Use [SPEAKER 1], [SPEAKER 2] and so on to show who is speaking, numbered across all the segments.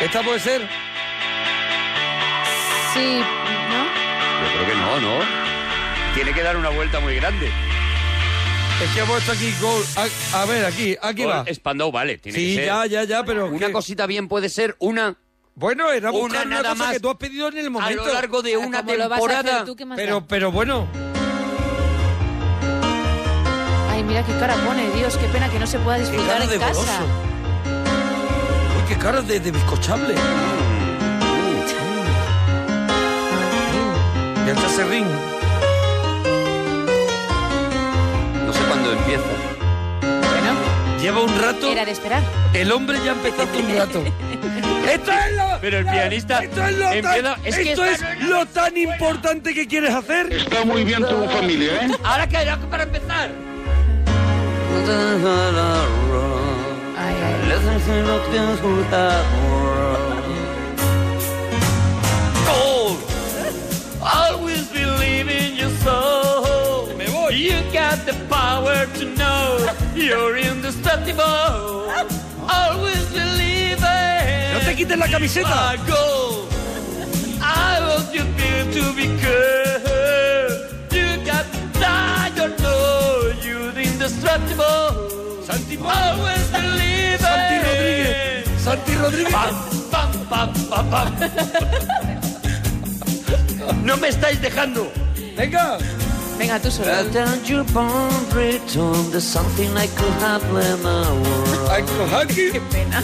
[SPEAKER 1] ¿Esta puede ser?
[SPEAKER 2] Sí, ¿no?
[SPEAKER 3] Yo creo que no, ¿no? Tiene que dar una vuelta muy grande.
[SPEAKER 1] Es que he puesto aquí Gold. A, a ver, aquí, aquí
[SPEAKER 3] Gol
[SPEAKER 1] va.
[SPEAKER 3] Spandau vale, tiene
[SPEAKER 1] Sí,
[SPEAKER 3] que ser.
[SPEAKER 1] ya, ya, ya, pero.
[SPEAKER 3] Una
[SPEAKER 1] que-
[SPEAKER 3] cosita bien puede ser una
[SPEAKER 1] Bueno, era
[SPEAKER 3] una
[SPEAKER 1] buscar una,
[SPEAKER 3] nada
[SPEAKER 1] cosa
[SPEAKER 3] más
[SPEAKER 1] que tú has pedido en el
[SPEAKER 3] a
[SPEAKER 1] momento.
[SPEAKER 3] lo largo de una
[SPEAKER 2] ¿Cómo lo vas a hacer
[SPEAKER 3] temporada.
[SPEAKER 2] tú? ¿Qué más
[SPEAKER 1] Pero, pero bueno.
[SPEAKER 2] da? Ay, mira qué cara pone, Dios, qué pena que no se pueda
[SPEAKER 1] Qué
[SPEAKER 2] disfrutar
[SPEAKER 1] cara de
[SPEAKER 2] en casa.
[SPEAKER 1] goloso. Uy, qué cara de, de bizcochable. Ya está ese ring.
[SPEAKER 3] No sé cuándo empieza.
[SPEAKER 2] Bueno,
[SPEAKER 1] Lleva un rato.
[SPEAKER 2] era de esperar.
[SPEAKER 1] El hombre ya empezó hace un rato. ¡Esto es lo!
[SPEAKER 3] Pero el pianista
[SPEAKER 1] ¡Esto es lo,
[SPEAKER 3] empieza-
[SPEAKER 1] tan,
[SPEAKER 3] es que
[SPEAKER 1] esto es
[SPEAKER 3] esta no era-
[SPEAKER 1] lo tan importante que quieres hacer!
[SPEAKER 4] Está muy bien tu familia, ¿eh?
[SPEAKER 3] Ahora que era para empezar.
[SPEAKER 2] Ay, ay.
[SPEAKER 3] Gold. Always believe in your soul.
[SPEAKER 1] Me voy.
[SPEAKER 3] You got the power to know you're indestructible. Always believe it.
[SPEAKER 1] ¡No te quites la camiseta!
[SPEAKER 3] My goal. I want you feel to be good. You got to die or know you're indestructible.
[SPEAKER 1] Santi-
[SPEAKER 3] Always believe
[SPEAKER 1] ¡Santi
[SPEAKER 3] it.
[SPEAKER 1] Rodríguez! ¡Santi Rodríguez!
[SPEAKER 3] Pam, pam, pam, pam, pam. No me estáis dejando.
[SPEAKER 1] ¡Venga!
[SPEAKER 2] Venga, tú solo.
[SPEAKER 1] ¡Ay, Kohaki!
[SPEAKER 2] Qué pena.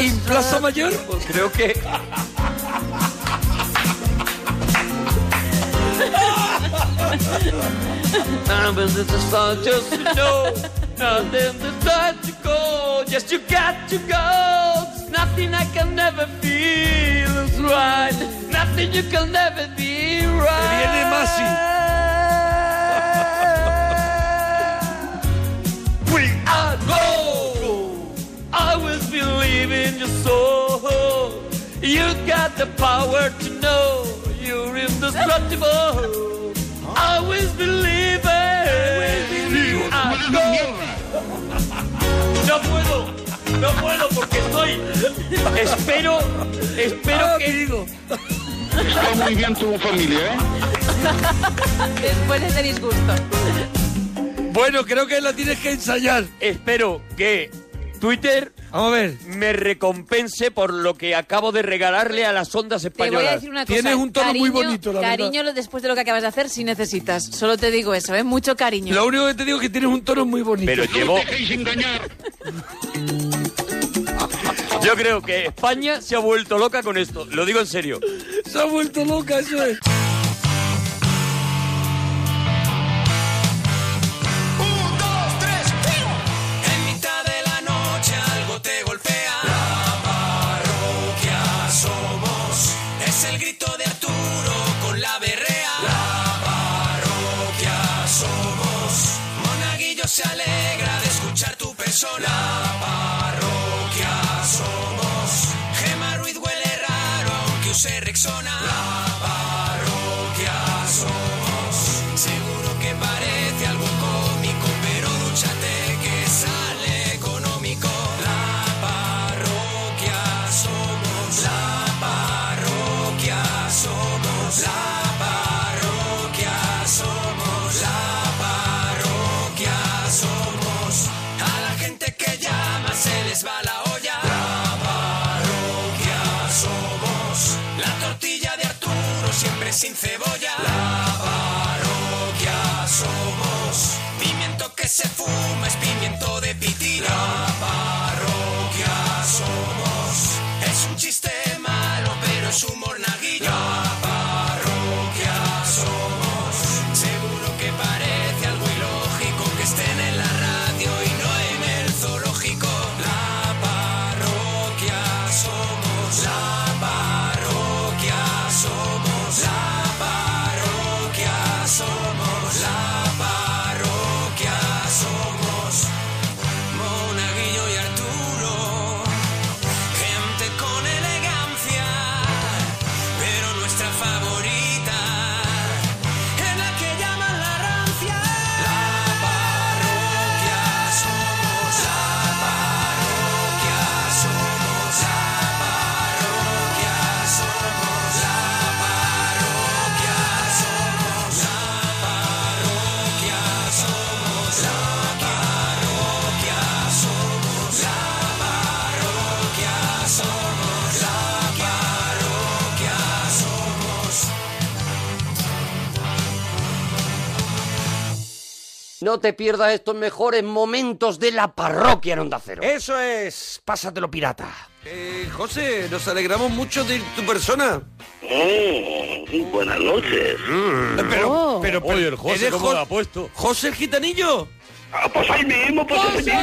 [SPEAKER 1] ¿Y Plaza Mayor?
[SPEAKER 3] Creo que. Just know nothing decides to go. Yes, you got to go. There's nothing I can never feel is right. Nothing you can never be right.
[SPEAKER 1] viene Masi.
[SPEAKER 3] We are gold. Always believe in your soul. You got the power to know you're indestructible. Always believe it. You are gold. No puedo, no puedo porque estoy. Espero,
[SPEAKER 1] Ah,
[SPEAKER 3] espero que digo.
[SPEAKER 4] Está muy bien tu familia, ¿eh?
[SPEAKER 2] Después de ese disgusto.
[SPEAKER 1] Bueno, creo que la tienes que ensayar.
[SPEAKER 3] Espero que Twitter
[SPEAKER 1] Vamos a ver.
[SPEAKER 3] me recompense por lo que acabo de regalarle a las ondas
[SPEAKER 2] Te voy a
[SPEAKER 3] españolas.
[SPEAKER 2] decir una cosa.
[SPEAKER 1] Tienes un tono muy bonito, la verdad.
[SPEAKER 2] cariño lo- después de lo que acabas de hacer, si necesitas. Solo te digo eso, ¿eh? Mucho cariño.
[SPEAKER 1] Lo único que te digo es que tienes un tono muy bonito.
[SPEAKER 3] Pero
[SPEAKER 4] No
[SPEAKER 3] llevo,
[SPEAKER 4] os dejéis engañar.
[SPEAKER 3] yo creo que España se ha vuelto loca con esto. Lo digo en serio.
[SPEAKER 1] Se ha vuelto loca, eso es.
[SPEAKER 5] Un, dos, tres, En mitad de la noche algo te golpea. La parroquia somos. Es el grito de Arturo con la berrea. La parroquia somos. Monaguillo se alegra de escuchar tu persona. La parroquia somos. Gema Ruiz huele raro aunque use Rexona. La parroquia somos. Seguro que parece algo cómico, pero dúchate que sale económico. La parroquia somos, la parroquia somos, la parroquia somos, la parroquia somos. A la gente que llama se les va la olla. La parroquia somos, la tortilla de Arturo siempre sin cebolla. La parroquia somos. Pimiento que se fuma es pimiento de pitira. Parroquia somos. Es un chiste malo, pero es humor naguillo. Parroquia somos. Seguro que parece algo ilógico que estén en la radio y no en el zoológico. La parroquia somos. La parroquia somos. La parroquia
[SPEAKER 6] No te pierdas estos mejores momentos de la parroquia en Onda Cero.
[SPEAKER 1] Eso es, pásatelo pirata. Eh, José, nos alegramos mucho de tu persona.
[SPEAKER 7] Oh, buenas noches.
[SPEAKER 1] Pero,
[SPEAKER 2] Oh.
[SPEAKER 1] pero, pero,
[SPEAKER 8] Oye, el José,
[SPEAKER 1] ¿eres
[SPEAKER 8] ¿cómo
[SPEAKER 1] Jo-
[SPEAKER 8] lo ha puesto?
[SPEAKER 1] José el Gitanillo.
[SPEAKER 7] Ah, pues ahí mismo, pues ahí mismo.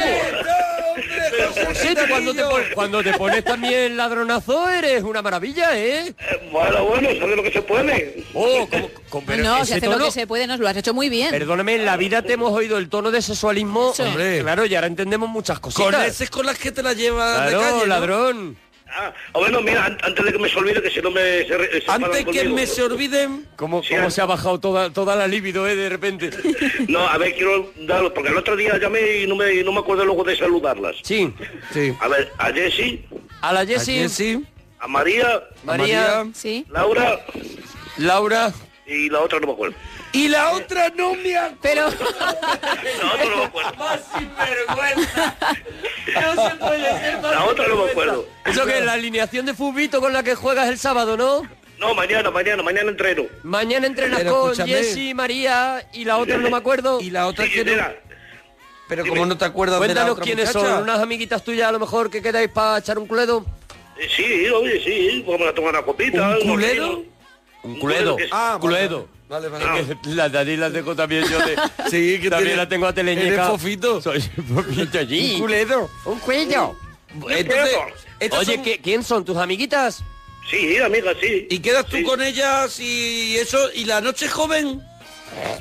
[SPEAKER 6] José, tú cuando te, pon- cuando te pones también ladronazo eres una maravilla, ¿eh?
[SPEAKER 7] Eh, Bueno, bueno, sabe lo que se puede.
[SPEAKER 6] Oh, como, como- pero
[SPEAKER 2] no,
[SPEAKER 6] ese
[SPEAKER 2] se hace lo
[SPEAKER 6] tono-
[SPEAKER 2] que se puede, nos lo has hecho muy bien.
[SPEAKER 6] Perdóname, en la vida te hemos oído el tono de sexualismo.
[SPEAKER 2] Eso.
[SPEAKER 1] Hombre.
[SPEAKER 6] Claro, y ahora entendemos muchas cositas.
[SPEAKER 1] Con esas con las que te la llevas
[SPEAKER 6] Claro,
[SPEAKER 1] de calle. ¿no?
[SPEAKER 6] ladrón.
[SPEAKER 7] Ah, o bueno, mira, an- antes de que me se olvide, que si no me se, re- se
[SPEAKER 1] Antes
[SPEAKER 7] enfadan
[SPEAKER 1] que
[SPEAKER 7] conmigo.
[SPEAKER 1] me se olviden.
[SPEAKER 6] ¿Cómo,
[SPEAKER 7] Sí,
[SPEAKER 6] cómo
[SPEAKER 7] eh.
[SPEAKER 6] se ha bajado toda, toda la libido, eh, de repente?
[SPEAKER 7] No, a ver, quiero darlo, porque el otro día llamé y no me, y no me acuerdo luego de saludarlas.
[SPEAKER 6] Sí.
[SPEAKER 1] Sí.
[SPEAKER 7] A ver, a Jessy,
[SPEAKER 6] A la
[SPEAKER 1] Así
[SPEAKER 6] Jessie,
[SPEAKER 1] es, sí.
[SPEAKER 7] a María,
[SPEAKER 6] María,
[SPEAKER 1] María.
[SPEAKER 2] Sí.
[SPEAKER 7] Laura
[SPEAKER 6] Laura.
[SPEAKER 7] y la otra no me acuerdo.
[SPEAKER 1] Y la otra no me acuerdo.
[SPEAKER 2] Pero
[SPEAKER 7] La otra no me acuerdo.
[SPEAKER 9] Más sinvergüenza. No se puede ser más
[SPEAKER 7] La otra no me acuerdo.
[SPEAKER 6] Eso que es la alineación de fubito con la que juegas el sábado, ¿no?
[SPEAKER 7] No, mañana, mañana, mañana entreno.
[SPEAKER 6] Mañana entrenas
[SPEAKER 1] Pero
[SPEAKER 6] con
[SPEAKER 1] escúchame.
[SPEAKER 6] Jessy, María y la otra no me acuerdo.
[SPEAKER 1] Y la otra
[SPEAKER 7] Sí,
[SPEAKER 1] que no-
[SPEAKER 7] mira,
[SPEAKER 1] Pero
[SPEAKER 7] Dime.
[SPEAKER 1] como no te acuerdas de la
[SPEAKER 6] Cuéntanos
[SPEAKER 1] otra
[SPEAKER 6] quiénes
[SPEAKER 1] muchacha.
[SPEAKER 6] son, unas amiguitas tuyas a lo mejor que quedáis para echar un culedo.
[SPEAKER 7] eh, sí, oye, sí, vamos a tomar una copita.
[SPEAKER 1] ¿Un
[SPEAKER 7] unos
[SPEAKER 1] culero?
[SPEAKER 7] vinos.
[SPEAKER 6] Un
[SPEAKER 7] culedo.
[SPEAKER 1] Ah, vale.
[SPEAKER 6] Cluedo.
[SPEAKER 1] Vale,
[SPEAKER 7] Ah.
[SPEAKER 1] vale.
[SPEAKER 6] Las de allí las tengo también yo de...
[SPEAKER 1] Sí, que
[SPEAKER 6] también
[SPEAKER 1] tiene-
[SPEAKER 6] la tengo a
[SPEAKER 1] eres
[SPEAKER 6] Teleñeca.
[SPEAKER 1] fofito.
[SPEAKER 6] Soy fofito allí.
[SPEAKER 1] Un culedo.
[SPEAKER 6] Un cuello.
[SPEAKER 1] Entonces, estas
[SPEAKER 6] Oye,
[SPEAKER 1] son-
[SPEAKER 6] ¿qué- ¿quién son tus amiguitas?
[SPEAKER 7] Sí, amiga, sí.
[SPEAKER 1] ¿Y quedas tú
[SPEAKER 7] Sí.
[SPEAKER 1] con ellas y eso? ¿Y la noche joven?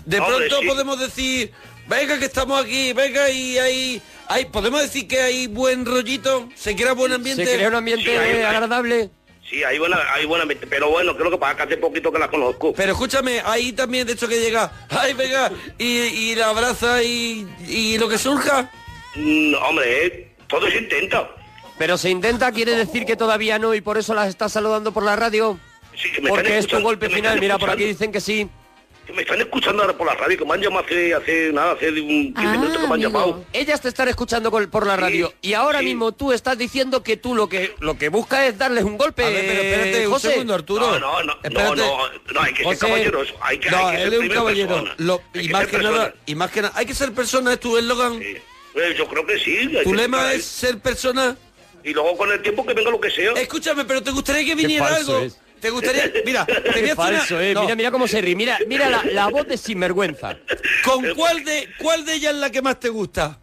[SPEAKER 1] De
[SPEAKER 7] Hombre,
[SPEAKER 1] pronto
[SPEAKER 7] sí.
[SPEAKER 1] podemos decir, venga que estamos aquí, venga y hay... hay podemos decir que hay buen rollito, se crea buen ambiente.
[SPEAKER 6] ¿Se crea un
[SPEAKER 7] Sí, hay
[SPEAKER 6] ambiente
[SPEAKER 7] una-
[SPEAKER 6] agradable?
[SPEAKER 7] Sí, hay buena, hay buena mente, pero bueno, creo que para acá hace poquito que la conozco.
[SPEAKER 1] Pero escúchame, ahí también de hecho que llega, ay venga, y, y la abraza y, y lo que surja.
[SPEAKER 7] Mm, hombre, eh, todo se intenta.
[SPEAKER 6] Pero se intenta, quiere decir que todavía no y por eso las estás saludando por la radio.
[SPEAKER 7] Sí, que me
[SPEAKER 6] Porque
[SPEAKER 7] están
[SPEAKER 6] es tu
[SPEAKER 7] escuchando,
[SPEAKER 6] golpe
[SPEAKER 7] que me
[SPEAKER 6] final.
[SPEAKER 7] están
[SPEAKER 6] Mira, por aquí
[SPEAKER 7] escuchando,
[SPEAKER 6] dicen que sí.
[SPEAKER 7] que me están escuchando ahora por la radio, que me han llamado hace, hace nada, hace un 15
[SPEAKER 2] Ah,
[SPEAKER 7] minutos que me han
[SPEAKER 2] amigo.
[SPEAKER 7] llamado.
[SPEAKER 6] Ellas te están escuchando col- por la
[SPEAKER 7] Sí,
[SPEAKER 6] radio y ahora
[SPEAKER 7] sí.
[SPEAKER 6] mismo tú estás diciendo que tú lo que lo que buscas es darles un golpe.
[SPEAKER 1] A ver, pero espérate un
[SPEAKER 6] José.
[SPEAKER 1] segundo, Arturo.
[SPEAKER 7] No, no, no,
[SPEAKER 1] Espérate.
[SPEAKER 7] no, no, no, hay que ser
[SPEAKER 1] José,
[SPEAKER 7] caballeros, hay que-
[SPEAKER 1] no,
[SPEAKER 7] hay que ser
[SPEAKER 1] él es un
[SPEAKER 7] primera
[SPEAKER 1] caballero.
[SPEAKER 7] persona.
[SPEAKER 1] Lo-
[SPEAKER 7] Hay
[SPEAKER 1] y,
[SPEAKER 7] que
[SPEAKER 1] más
[SPEAKER 7] ser
[SPEAKER 1] que nada,
[SPEAKER 7] persona.
[SPEAKER 1] y más que nada, hay que ser persona, es tu eslogan.
[SPEAKER 7] Sí. Eh, yo creo que sí. hay
[SPEAKER 1] Tu
[SPEAKER 7] que
[SPEAKER 1] lema
[SPEAKER 7] estar
[SPEAKER 1] es ser persona.
[SPEAKER 7] ahí. Y luego con el tiempo que venga lo que sea.
[SPEAKER 1] Escúchame, pero te gustaría que viniera
[SPEAKER 6] falso
[SPEAKER 1] algo.
[SPEAKER 6] es.
[SPEAKER 1] Te gustaría. Mira, te voy a
[SPEAKER 6] Qué
[SPEAKER 1] hacer una-
[SPEAKER 6] falso, eh.
[SPEAKER 1] no,
[SPEAKER 6] Mira, mira cómo se ríe. Mira, mira la, la voz de sinvergüenza.
[SPEAKER 1] ¿Con cuál de cuál de ellas es la que más te gusta?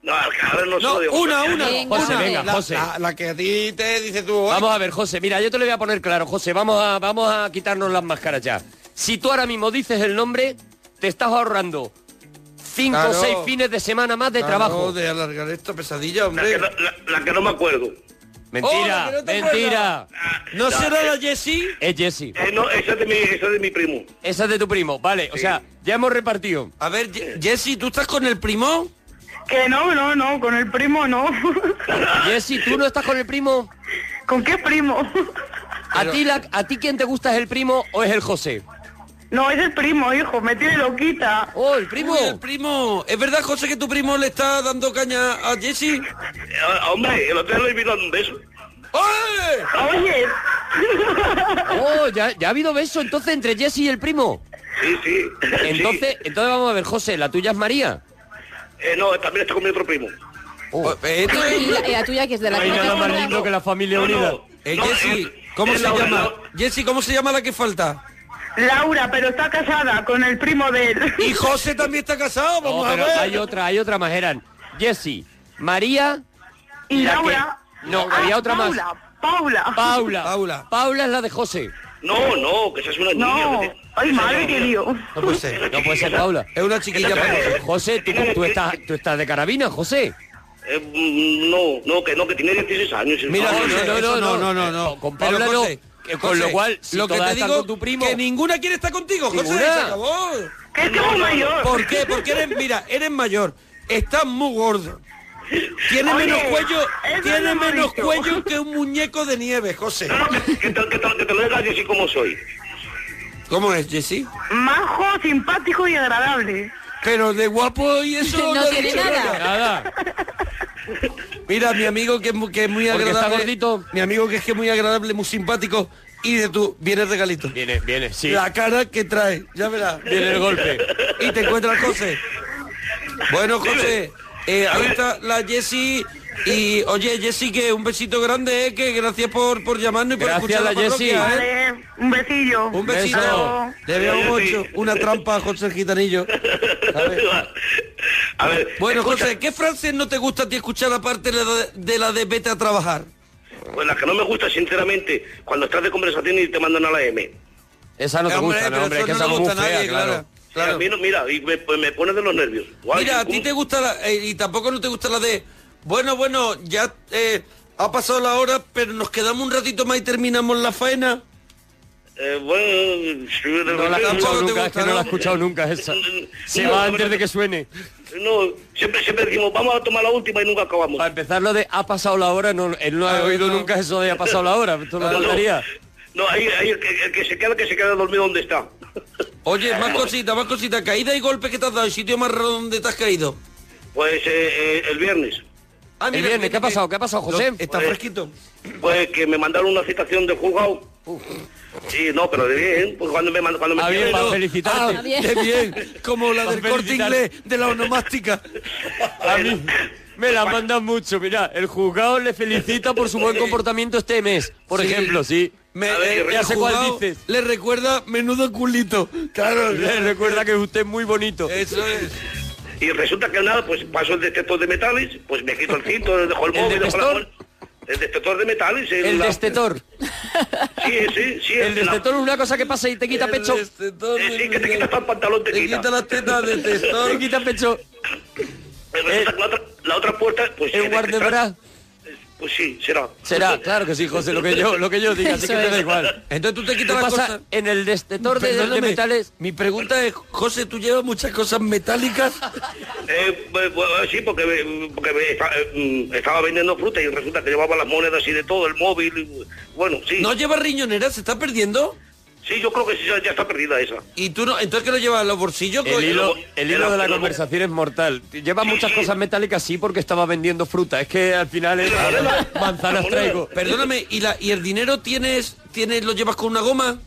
[SPEAKER 7] No, ahora no, se
[SPEAKER 1] No,
[SPEAKER 7] lo digo.
[SPEAKER 1] una, una.
[SPEAKER 2] Venga,
[SPEAKER 1] una.
[SPEAKER 6] José, venga,
[SPEAKER 1] la,
[SPEAKER 6] José.
[SPEAKER 1] La, la que a ti te dice tú. "Ay,
[SPEAKER 6] Vamos a ver, José. Mira, yo te lo voy a poner claro, José. Vamos a vamos a quitarnos las máscaras ya. Si tú ahora mismo dices el nombre, te estás ahorrando cinco o
[SPEAKER 1] Claro.
[SPEAKER 6] seis fines de semana más de
[SPEAKER 1] claro,
[SPEAKER 6] trabajo.
[SPEAKER 1] de alargar esta pesadilla,
[SPEAKER 7] La que,
[SPEAKER 1] hombre.
[SPEAKER 7] no- la- la que no me acuerdo.
[SPEAKER 6] Mentira,
[SPEAKER 1] Oh, no, que no te
[SPEAKER 6] mentira.
[SPEAKER 7] Ah,
[SPEAKER 1] ¿No será
[SPEAKER 7] eh,
[SPEAKER 1] la Jessie?
[SPEAKER 6] Es Jessy.
[SPEAKER 7] eh, no, esa es de mi, esa es de mi primo.
[SPEAKER 6] Esa es de tu primo. Vale, o sea, ya hemos repartido.
[SPEAKER 1] A ver, Ye- Jessie, ¿tú estás con el primo?
[SPEAKER 3] Que no, no, no, con el primo no.
[SPEAKER 6] Jessy, ¿tú no estás con el primo?
[SPEAKER 3] ¿Con qué primo?
[SPEAKER 6] ¿A ti, la, ¿A ti quién te gusta es el primo o es el José?
[SPEAKER 3] No, es el primo, hijo, me tiene loquita.
[SPEAKER 6] ¡Oh, el primo!
[SPEAKER 1] Uy, el primo. ¿Es verdad, José, que tu primo le está dando caña a Jessie?
[SPEAKER 7] Eh, hombre, el otro día le vi dando un beso.
[SPEAKER 1] ¡Oye!
[SPEAKER 3] Oye,
[SPEAKER 6] ¡Oh, ya, ya ha habido beso entonces entre Jessy y el primo!
[SPEAKER 7] Sí, sí.
[SPEAKER 6] Entonces, entonces vamos a ver, José, ¿la tuya es María?
[SPEAKER 7] Sí. Eh, no, también está con mi otro primo.
[SPEAKER 6] Eh,
[SPEAKER 1] Oh, esto
[SPEAKER 2] y
[SPEAKER 1] es-
[SPEAKER 2] la, y la tuya que es de la
[SPEAKER 6] No hay
[SPEAKER 2] que no te
[SPEAKER 6] nada más
[SPEAKER 2] acuerdas.
[SPEAKER 6] lindo que la familia
[SPEAKER 7] No,
[SPEAKER 6] unida.
[SPEAKER 7] no.
[SPEAKER 1] Eh,
[SPEAKER 7] No,
[SPEAKER 1] Jessie,
[SPEAKER 7] eh,
[SPEAKER 1] ¿cómo
[SPEAKER 7] eh,
[SPEAKER 1] se
[SPEAKER 7] Laura,
[SPEAKER 1] llama?
[SPEAKER 7] no.
[SPEAKER 1] Jessie, ¿cómo se llama la que falta?
[SPEAKER 3] Laura, pero está casada con el primo de él.
[SPEAKER 1] Y José también está casado,
[SPEAKER 6] No,
[SPEAKER 1] vamos a
[SPEAKER 6] pero
[SPEAKER 1] ver.
[SPEAKER 6] hay otra, hay otra más, eran Jessy, María...
[SPEAKER 3] Y
[SPEAKER 6] la
[SPEAKER 3] Laura.
[SPEAKER 6] que- No,
[SPEAKER 3] Ah,
[SPEAKER 6] había otra más.
[SPEAKER 3] Paula, Paula.
[SPEAKER 6] Paula.
[SPEAKER 1] Paula.
[SPEAKER 6] Paula es la de José.
[SPEAKER 7] No, no, que esa es una
[SPEAKER 3] No.
[SPEAKER 7] niña. que-
[SPEAKER 3] Ay, madre que Dios.
[SPEAKER 1] No puede ser.
[SPEAKER 6] No puede ser Paula.
[SPEAKER 1] Es una chiquilla para
[SPEAKER 6] José, ¿tú, tú estás, tú estás de carabina, José.
[SPEAKER 7] Eh, mm, no, no, que no, que tiene 16 años.
[SPEAKER 1] Mira,
[SPEAKER 7] no,
[SPEAKER 1] José,
[SPEAKER 7] no,
[SPEAKER 1] eso no, no, no, no.
[SPEAKER 6] Con- con Paula
[SPEAKER 1] Pero,
[SPEAKER 6] no.
[SPEAKER 1] José,
[SPEAKER 6] Que con lo cual, si
[SPEAKER 1] lo que
[SPEAKER 6] todas
[SPEAKER 1] te
[SPEAKER 6] están
[SPEAKER 1] digo,
[SPEAKER 6] con tu primo-
[SPEAKER 1] que ninguna quiere estar contigo, José,
[SPEAKER 6] Ninguna.
[SPEAKER 1] se acabó.
[SPEAKER 3] Que es que muy mayor.
[SPEAKER 1] ¿Por qué? Porque eres, mira, eres mayor, estás muy gordo. Tiene
[SPEAKER 3] Oye,
[SPEAKER 1] menos cuello,
[SPEAKER 3] eso
[SPEAKER 1] tiene
[SPEAKER 3] no me ha
[SPEAKER 1] menos
[SPEAKER 3] dicho.
[SPEAKER 1] cuello que un muñeco de nieve, José.
[SPEAKER 7] no, que, que te, que te- que te lo diga así como soy.
[SPEAKER 1] ¿Cómo es, Jessy?
[SPEAKER 3] Majo, simpático y agradable.
[SPEAKER 1] Pero de guapo y eso
[SPEAKER 2] No
[SPEAKER 1] ha
[SPEAKER 2] tiene
[SPEAKER 1] dicho
[SPEAKER 2] nada.
[SPEAKER 6] Nada.
[SPEAKER 1] Mira, mi amigo que es muy, que es muy
[SPEAKER 6] Porque
[SPEAKER 1] agradable.
[SPEAKER 6] está gordito.
[SPEAKER 1] Mi amigo que es que es muy agradable, muy simpático. Y de tú, viene el regalito.
[SPEAKER 6] Viene, viene, sí.
[SPEAKER 1] La cara que trae, ya verás.
[SPEAKER 6] Viene el golpe.
[SPEAKER 1] Y te encuentras cosas. Bueno, José, eh, ahí está la Jessie. Y oye, Jessie, que un besito grande, eh, que gracias por, por llamarnos y por
[SPEAKER 6] Gracias,
[SPEAKER 1] escuchar la
[SPEAKER 6] la Jessie.
[SPEAKER 1] parroquia, eh.
[SPEAKER 3] Vale, un besillo.
[SPEAKER 1] Un besito.
[SPEAKER 6] Beso.
[SPEAKER 1] Le veo
[SPEAKER 7] Adiós,
[SPEAKER 1] mucho.
[SPEAKER 7] Jessie.
[SPEAKER 1] Una trampa a José el Gitanillo.
[SPEAKER 7] A ver,
[SPEAKER 1] Bueno,
[SPEAKER 7] escucha,
[SPEAKER 1] José, ¿qué frases no te gusta a ti escuchar aparte de la de, de la de vete a trabajar?
[SPEAKER 7] pues la que no me gusta, sinceramente, cuando estás de conversación y te mandan a la M.
[SPEAKER 6] Esa no te
[SPEAKER 1] Hombre,
[SPEAKER 6] gusta,
[SPEAKER 1] pero
[SPEAKER 6] no, hombre,
[SPEAKER 1] eso
[SPEAKER 6] que
[SPEAKER 1] no
[SPEAKER 6] esa
[SPEAKER 1] le
[SPEAKER 6] es muy
[SPEAKER 1] gusta a
[SPEAKER 6] fea,
[SPEAKER 1] nadie,
[SPEAKER 6] claro.
[SPEAKER 1] claro. Claro.
[SPEAKER 7] Y Eh, a mí no- mira, y me, pues me pone de los nervios. Guay,
[SPEAKER 1] Mira, a ti
[SPEAKER 7] ¿cómo?
[SPEAKER 1] te gusta la, eh, y tampoco no te gusta la de, bueno, bueno, ya eh, ha pasado la hora, pero nos quedamos un ratito más y terminamos la faena.
[SPEAKER 7] Eh, bueno, sí, de
[SPEAKER 6] No la he
[SPEAKER 7] repente-
[SPEAKER 6] escuchado
[SPEAKER 1] te
[SPEAKER 6] nunca, es
[SPEAKER 1] gusta,
[SPEAKER 6] que no la he
[SPEAKER 1] ¿no?
[SPEAKER 6] escuchado nunca esa. Se
[SPEAKER 7] No,
[SPEAKER 6] va
[SPEAKER 7] no,
[SPEAKER 6] antes
[SPEAKER 7] no.
[SPEAKER 6] de que suene.
[SPEAKER 7] No, siempre, siempre decimos, vamos a tomar la última y nunca acabamos.
[SPEAKER 6] Para empezar lo de ha pasado la hora, no, él no ha
[SPEAKER 1] Ah,
[SPEAKER 6] oído
[SPEAKER 1] no.
[SPEAKER 6] nunca eso de ha pasado la hora, esto lo
[SPEAKER 7] Ah, No, no,
[SPEAKER 6] faltaría.
[SPEAKER 7] no, ahí, ahí el, que, el que se queda, que se queda dormido donde está.
[SPEAKER 1] Oye, más cositas, más cositas, caída y golpe que te has dado, el sitio más raro donde te has caído.
[SPEAKER 7] Pues eh, eh, el viernes.
[SPEAKER 1] Ah,
[SPEAKER 6] El viernes, Eh, ¿qué ha pasado? ¿Qué ha pasado,
[SPEAKER 7] eh,
[SPEAKER 6] José?
[SPEAKER 1] Está fresquito.
[SPEAKER 7] Pues que me mandaron una citación del juzgado. Sí, no, pero de bien, pues cuando me mand- cuando me
[SPEAKER 6] Ah, bien,
[SPEAKER 7] pidieron-
[SPEAKER 6] va, felicitarte.
[SPEAKER 1] Ah,
[SPEAKER 10] bien.
[SPEAKER 1] qué bien, como la
[SPEAKER 6] Para
[SPEAKER 1] del corte
[SPEAKER 6] felicitar.
[SPEAKER 1] inglés de la onomástica.
[SPEAKER 6] A mí me la mandan mucho, mira, el juzgado le felicita por su buen comportamiento este mes, por
[SPEAKER 1] Sí.
[SPEAKER 6] ejemplo, sí.
[SPEAKER 1] Me,
[SPEAKER 7] A ver,
[SPEAKER 1] eh,
[SPEAKER 6] ya sé cuál
[SPEAKER 1] juzgado
[SPEAKER 6] dices.
[SPEAKER 1] Le recuerda menudo culito. Claro,
[SPEAKER 6] Le recuerda que usted es muy bonito.
[SPEAKER 1] Eso es.
[SPEAKER 7] Y resulta que nada, pues paso el detector de metales, pues me quito el cinto, dejo el móvil, dejo la
[SPEAKER 6] detector?
[SPEAKER 7] bol- El detector de metales. en
[SPEAKER 6] El
[SPEAKER 7] la-
[SPEAKER 6] destetor.
[SPEAKER 7] Sí, sí, sí.
[SPEAKER 6] El
[SPEAKER 7] en la-
[SPEAKER 6] destetor es una cosa que pasa y te quita
[SPEAKER 1] El
[SPEAKER 6] pecho.
[SPEAKER 1] destetón
[SPEAKER 7] Eh, sí, que te
[SPEAKER 1] del-
[SPEAKER 7] quita hasta el pantalón, te
[SPEAKER 1] Te
[SPEAKER 7] quita.
[SPEAKER 1] quita las tetas del testor.
[SPEAKER 6] Te quita pecho.
[SPEAKER 7] Pero resulta que la otra, la otra puerta, pues...
[SPEAKER 6] El
[SPEAKER 7] tiene que
[SPEAKER 6] guardabrá.
[SPEAKER 7] estar- Pues sí, será.
[SPEAKER 6] Será, claro que sí, José, lo que yo, lo que yo diga, así
[SPEAKER 10] Eso
[SPEAKER 6] que te da
[SPEAKER 10] es.
[SPEAKER 6] igual.
[SPEAKER 7] Eh,
[SPEAKER 1] Entonces tú te
[SPEAKER 6] ¿Qué
[SPEAKER 1] quitas las
[SPEAKER 6] pasa
[SPEAKER 1] cosas.
[SPEAKER 6] en el destetor de, de
[SPEAKER 1] Perdóname,
[SPEAKER 6] metales?
[SPEAKER 1] Mi pregunta es, José, ¿tú llevas muchas cosas metálicas?
[SPEAKER 7] Eh, pues, pues, sí, porque, me- porque me esta- eh, mm, estaba vendiendo fruta y resulta que llevaba las monedas y de todo, el móvil. y, bueno, sí.
[SPEAKER 1] ¿No llevas riñonera? ¿Se está perdiendo?
[SPEAKER 7] Sí, yo creo que sí, ya, ya está perdida esa.
[SPEAKER 1] ¿Y tú no? ¿Entonces qué lo llevas? ¿Los bolsillos?
[SPEAKER 6] El
[SPEAKER 1] coño?
[SPEAKER 6] hilo,
[SPEAKER 7] luego-
[SPEAKER 6] el
[SPEAKER 7] y
[SPEAKER 6] hilo
[SPEAKER 7] luego-
[SPEAKER 6] de la
[SPEAKER 7] y luego-
[SPEAKER 6] conversación es mortal. Lleva muchas cosas metálicas, sí, porque estaba vendiendo fruta. Es que al final es manzanas traigo.
[SPEAKER 1] Perdóname, ¿y, la, ¿y el dinero tienes, tienes, lo llevas con una goma?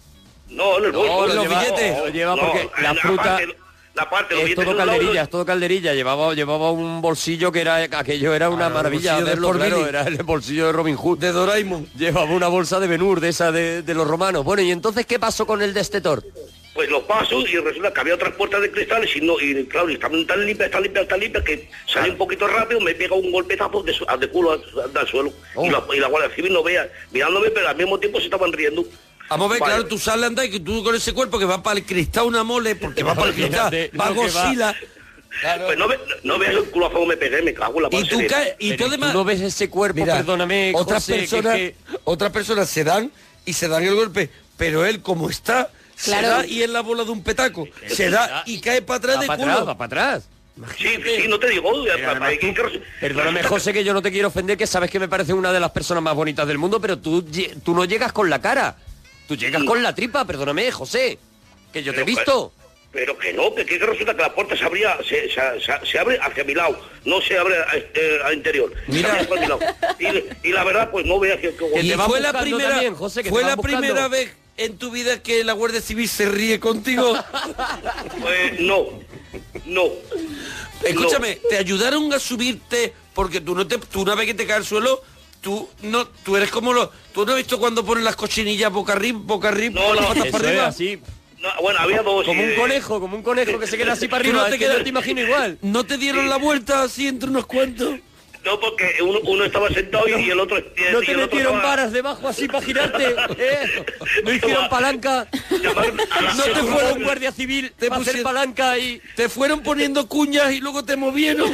[SPEAKER 7] No, en el bolso.
[SPEAKER 6] No,
[SPEAKER 1] los
[SPEAKER 7] No,
[SPEAKER 1] billetes,
[SPEAKER 7] no,
[SPEAKER 6] lo lleva porque
[SPEAKER 7] en
[SPEAKER 6] la fruta
[SPEAKER 7] parte- la parte, los
[SPEAKER 6] Es
[SPEAKER 7] billetes en
[SPEAKER 6] todo
[SPEAKER 7] un lado,
[SPEAKER 6] calderilla,
[SPEAKER 7] los-
[SPEAKER 6] es todo calderilla. Llevaba, llevaba un bolsillo que era, aquello era una
[SPEAKER 1] Ah, el
[SPEAKER 6] maravilla
[SPEAKER 1] bolsillo de
[SPEAKER 6] verlo,
[SPEAKER 1] Fort
[SPEAKER 6] claro,
[SPEAKER 1] Billy.
[SPEAKER 6] era el bolsillo de Robin Hood.
[SPEAKER 1] De Doraemon.
[SPEAKER 6] Llevaba una bolsa de Benur, de esa de, de los romanos. Bueno, ¿y entonces qué pasó con el este destetor?
[SPEAKER 7] Pues los pasos y resulta que había otras puertas de cristales y no, y claro, y estaban tan limpias, tan limpias, tan limpias que salí un poquito rápido, me pega un golpetazo de, su- de culo al, al suelo.
[SPEAKER 6] Oh.
[SPEAKER 7] Y, la, y la Guardia Civil no vea, mirándome, pero al mismo tiempo se estaban riendo.
[SPEAKER 1] Vamos a ver,
[SPEAKER 7] Vale.
[SPEAKER 1] claro, tú sales a andar y que tú con ese cuerpo que va para el cristal una mole, porque va para el cristal,
[SPEAKER 6] Imagínate
[SPEAKER 1] va
[SPEAKER 6] lo que va.
[SPEAKER 1] Godzilla,
[SPEAKER 7] Pues no, ve, no veas el culo a fuego me pegué, me cago en la
[SPEAKER 1] y tú
[SPEAKER 7] panzereta.
[SPEAKER 1] caes, y tú
[SPEAKER 6] Pero
[SPEAKER 1] además...
[SPEAKER 6] no ves ese cuerpo,
[SPEAKER 1] Mira,
[SPEAKER 6] perdóname,
[SPEAKER 1] otras
[SPEAKER 6] José, que-
[SPEAKER 1] personas,
[SPEAKER 6] que-
[SPEAKER 1] otras personas se dan y se dan el golpe, pero él como está,
[SPEAKER 10] Claro.
[SPEAKER 1] se da y es la bola de un petaco, se da y cae para atrás
[SPEAKER 6] Va
[SPEAKER 1] de
[SPEAKER 6] para
[SPEAKER 1] culo.
[SPEAKER 6] atrás, va para atrás.
[SPEAKER 7] Sí, sí, no te digo. ya,
[SPEAKER 6] Pero
[SPEAKER 7] pa- pa-
[SPEAKER 6] además
[SPEAKER 7] que-
[SPEAKER 6] tú-
[SPEAKER 7] que-
[SPEAKER 6] Perdóname,
[SPEAKER 7] resulta-
[SPEAKER 6] José, que yo no te quiero ofender, que sabes que me parece una de las personas más bonitas del mundo, pero tú, lle- tú no llegas con la cara. Tú llegas con la tripa, perdóname, José. Que yo te he
[SPEAKER 7] Pero que-
[SPEAKER 1] eh,
[SPEAKER 6] visto.
[SPEAKER 7] Pero que no, que, que resulta que la puerta se abría, se, se- se- se abre hacia mi lado, no se abre a- eh, al interior. se
[SPEAKER 1] Mira.
[SPEAKER 7] abre hacia mi lado. Y, y la verdad, pues no veas que...
[SPEAKER 6] Que
[SPEAKER 1] Y
[SPEAKER 6] te van
[SPEAKER 1] fue la
[SPEAKER 6] buscando
[SPEAKER 1] primera,
[SPEAKER 6] también, José, que te
[SPEAKER 1] fue
[SPEAKER 6] van
[SPEAKER 1] la
[SPEAKER 6] buscando.
[SPEAKER 1] primera vez en tu vida que la Guardia Civil se ríe contigo.
[SPEAKER 7] Pues no, no.
[SPEAKER 1] Escúchame, te ayudaron a subirte porque tú no te, tú una vez que te caes al suelo, tú no, tú eres como los, tú no has visto cuando ponen las cochinillas boca arriba, boca arriba,
[SPEAKER 7] No,
[SPEAKER 1] con las
[SPEAKER 7] no.
[SPEAKER 1] patas
[SPEAKER 6] Eso
[SPEAKER 1] para
[SPEAKER 6] es
[SPEAKER 1] arriba.
[SPEAKER 6] así.
[SPEAKER 7] No, bueno, había dos.
[SPEAKER 6] Como
[SPEAKER 7] y,
[SPEAKER 6] un
[SPEAKER 7] eh,
[SPEAKER 6] conejo, como un conejo que se queda así para
[SPEAKER 1] Tú no
[SPEAKER 6] arriba.
[SPEAKER 1] te
[SPEAKER 6] es que
[SPEAKER 1] quedas-
[SPEAKER 6] yo te imagino igual.
[SPEAKER 1] No te dieron la vuelta así entre unos cuantos.
[SPEAKER 7] No, porque uno, uno estaba sentado y el otro... y el-
[SPEAKER 6] No
[SPEAKER 7] y
[SPEAKER 6] te
[SPEAKER 7] el otro
[SPEAKER 6] metieron
[SPEAKER 7] estaba-
[SPEAKER 6] varas debajo así para girarte. ¿eh? No hicieron palanca.
[SPEAKER 7] llamaron a la-
[SPEAKER 6] No te fue un guardia civil
[SPEAKER 1] Te
[SPEAKER 6] para hacer
[SPEAKER 1] pusieron-
[SPEAKER 6] palanca y...
[SPEAKER 1] Te fueron poniendo cuñas y luego te movieron.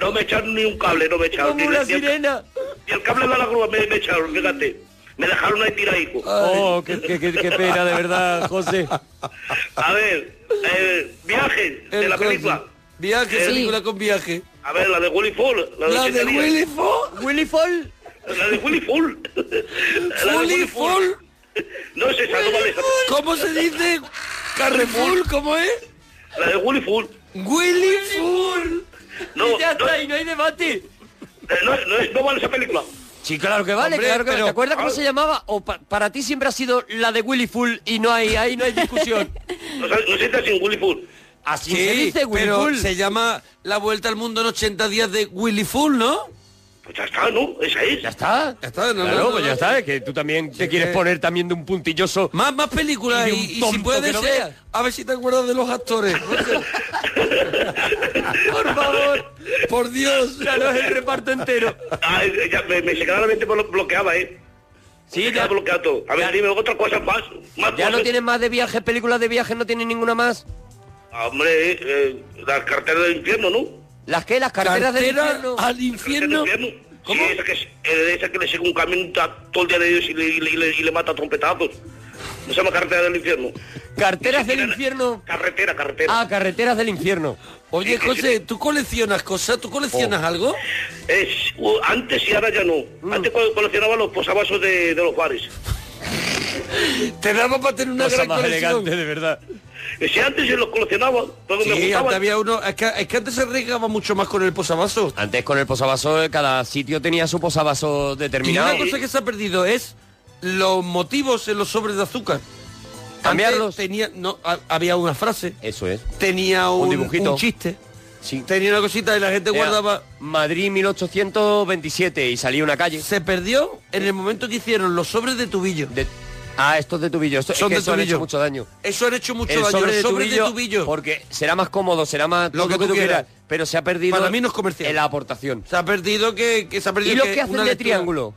[SPEAKER 7] No me echaron ni un cable, no me echaron.
[SPEAKER 6] Como
[SPEAKER 7] ni-
[SPEAKER 6] una
[SPEAKER 7] ni el-
[SPEAKER 6] sirena.
[SPEAKER 7] ni el cable de la grúa me, me echaron, fíjate. Me dejaron ahí tiraico.
[SPEAKER 6] Oh, qué, qué- qué- qué pena, de verdad, José.
[SPEAKER 7] A ver, eh, viaje de
[SPEAKER 1] El
[SPEAKER 7] la
[SPEAKER 1] coche.
[SPEAKER 7] película.
[SPEAKER 1] Viaje,
[SPEAKER 7] Sí.
[SPEAKER 1] película con viaje.
[SPEAKER 7] A ver, la de Willy Fall. La de,
[SPEAKER 1] La de
[SPEAKER 7] 80 días.
[SPEAKER 1] Willy Fox.
[SPEAKER 6] Willy Fall.
[SPEAKER 7] La de Willy Fall. La de
[SPEAKER 1] Willy
[SPEAKER 7] Fall.
[SPEAKER 1] Fall.
[SPEAKER 7] No sé, esa no vale esa.
[SPEAKER 1] ¿Cómo se dice? Carrefour, ¿cómo es?
[SPEAKER 7] La de Willy Fall.
[SPEAKER 1] Willy Fool.
[SPEAKER 7] No,
[SPEAKER 6] Y ya
[SPEAKER 7] no,
[SPEAKER 6] está, y no hay debate.
[SPEAKER 7] eh, no, no es- no vale esa película. Ah,
[SPEAKER 6] Sí, claro que vale,
[SPEAKER 1] Hombre,
[SPEAKER 6] claro que vale.
[SPEAKER 1] pero-
[SPEAKER 6] ¿Te acuerdas cómo se llamaba? O pa- para ti siempre ha sido la de Willy Full y no hay, ahí no hay discusión.
[SPEAKER 7] No, sé- no se está sin Willy Fall.
[SPEAKER 6] Así
[SPEAKER 1] Sí,
[SPEAKER 6] se dice, Willy
[SPEAKER 1] pero
[SPEAKER 6] Pool.
[SPEAKER 1] se llama La Vuelta al Mundo en 80 días de Willy Full, ¿no?
[SPEAKER 7] Pues ya está, ¿no? Esa es.
[SPEAKER 6] Ya está.
[SPEAKER 1] Ya está, no,
[SPEAKER 6] claro,
[SPEAKER 1] no, no,
[SPEAKER 6] pues ya
[SPEAKER 1] no.
[SPEAKER 6] está. Es que tú también te quieres
[SPEAKER 1] que-
[SPEAKER 6] poner también de un puntilloso.
[SPEAKER 1] Más, más películas
[SPEAKER 6] Y
[SPEAKER 1] y,
[SPEAKER 6] de un
[SPEAKER 1] y si
[SPEAKER 6] tonto que
[SPEAKER 1] puede
[SPEAKER 6] no
[SPEAKER 1] ser,
[SPEAKER 6] veas.
[SPEAKER 1] a ver si te acuerdas de los actores.
[SPEAKER 6] Por favor.
[SPEAKER 1] Por Dios.
[SPEAKER 6] Ya no es el reparto entero.
[SPEAKER 7] Ah, eh, ya, me, me se quedaba la mente blo- bloqueada, ¿eh?
[SPEAKER 6] Sí,
[SPEAKER 7] se
[SPEAKER 6] ya,
[SPEAKER 7] quedaba bloqueado todo. A ver,
[SPEAKER 6] Ya.
[SPEAKER 7] dime otra cosa más. más
[SPEAKER 6] ya no
[SPEAKER 7] cosas.
[SPEAKER 6] tienes más de viajes, películas de viajes, no tienes ninguna más.
[SPEAKER 7] Ah, Hombre, eh, eh, las carteras del infierno, ¿no?
[SPEAKER 6] ¿Las qué? ¿Las carteras del
[SPEAKER 1] Cartera
[SPEAKER 6] infierno?
[SPEAKER 1] al
[SPEAKER 7] Carteras
[SPEAKER 1] infierno.
[SPEAKER 7] del infierno.
[SPEAKER 1] ¿Cómo?
[SPEAKER 7] Sí, esa que, se- eh, esa que le sigue un camión ta- todo el día de Dios y le, y le- y le- y le mata a trompetazos. No se llama carretera del infierno.
[SPEAKER 6] ¿Carteras del
[SPEAKER 7] Carretera-
[SPEAKER 6] infierno?
[SPEAKER 7] Carretera, carretera.
[SPEAKER 6] Ah, carreteras del infierno.
[SPEAKER 1] Oye, José, ¿tú coleccionas cosas? ¿Tú coleccionas algo?
[SPEAKER 7] Oh.
[SPEAKER 1] Mm.
[SPEAKER 7] Es, u- antes y ahora ya no. Antes cuando coleccionaba los posavasos de, de los bares.
[SPEAKER 1] Te daba para tener una
[SPEAKER 6] Cosa
[SPEAKER 1] gran
[SPEAKER 6] más
[SPEAKER 1] colección.
[SPEAKER 6] elegante, de verdad.
[SPEAKER 7] Eh, Si antes yo los coleccionaba, todo me
[SPEAKER 1] Sí,
[SPEAKER 7] gustaba.
[SPEAKER 1] antes había uno. Es que, es que antes se arriesgaba mucho más con el posavasos.
[SPEAKER 6] Antes con el posavasos, eh, cada sitio tenía su posavasos
[SPEAKER 1] Y
[SPEAKER 6] determinado.
[SPEAKER 1] una cosa que se ha perdido es los motivos en los sobres de azúcar.
[SPEAKER 6] Cambiarlos.
[SPEAKER 1] Antes Tenía, no, ha- había una frase,
[SPEAKER 6] Eso es.
[SPEAKER 1] tenía un,
[SPEAKER 6] dibujito.
[SPEAKER 1] un chiste,
[SPEAKER 6] Sí.
[SPEAKER 1] tenía una cosita y la gente
[SPEAKER 6] Era
[SPEAKER 1] guardaba.
[SPEAKER 6] Madrid 1827 y salí a una calle.
[SPEAKER 1] Se perdió en el momento que hicieron los sobres de tubillo.
[SPEAKER 6] De- Ah, estos de tubillo. Esto,
[SPEAKER 1] Son
[SPEAKER 6] es que
[SPEAKER 1] de
[SPEAKER 6] eso han
[SPEAKER 1] tubillo.
[SPEAKER 6] hecho mucho daño.
[SPEAKER 1] Eso han hecho mucho
[SPEAKER 6] El
[SPEAKER 1] daño.
[SPEAKER 6] sobre
[SPEAKER 1] los
[SPEAKER 6] de
[SPEAKER 1] sobres
[SPEAKER 6] tubillo,
[SPEAKER 1] de tubillo.
[SPEAKER 6] Porque será más cómodo, será más
[SPEAKER 1] Lo que tú quieras.
[SPEAKER 6] Pero se ha perdido
[SPEAKER 1] Para mí no es comercial.
[SPEAKER 6] en la aportación.
[SPEAKER 1] Se ha perdido que, que se ha perdido.
[SPEAKER 6] ¿Y los que hacen
[SPEAKER 1] una
[SPEAKER 6] de
[SPEAKER 1] lectura-
[SPEAKER 6] triángulo?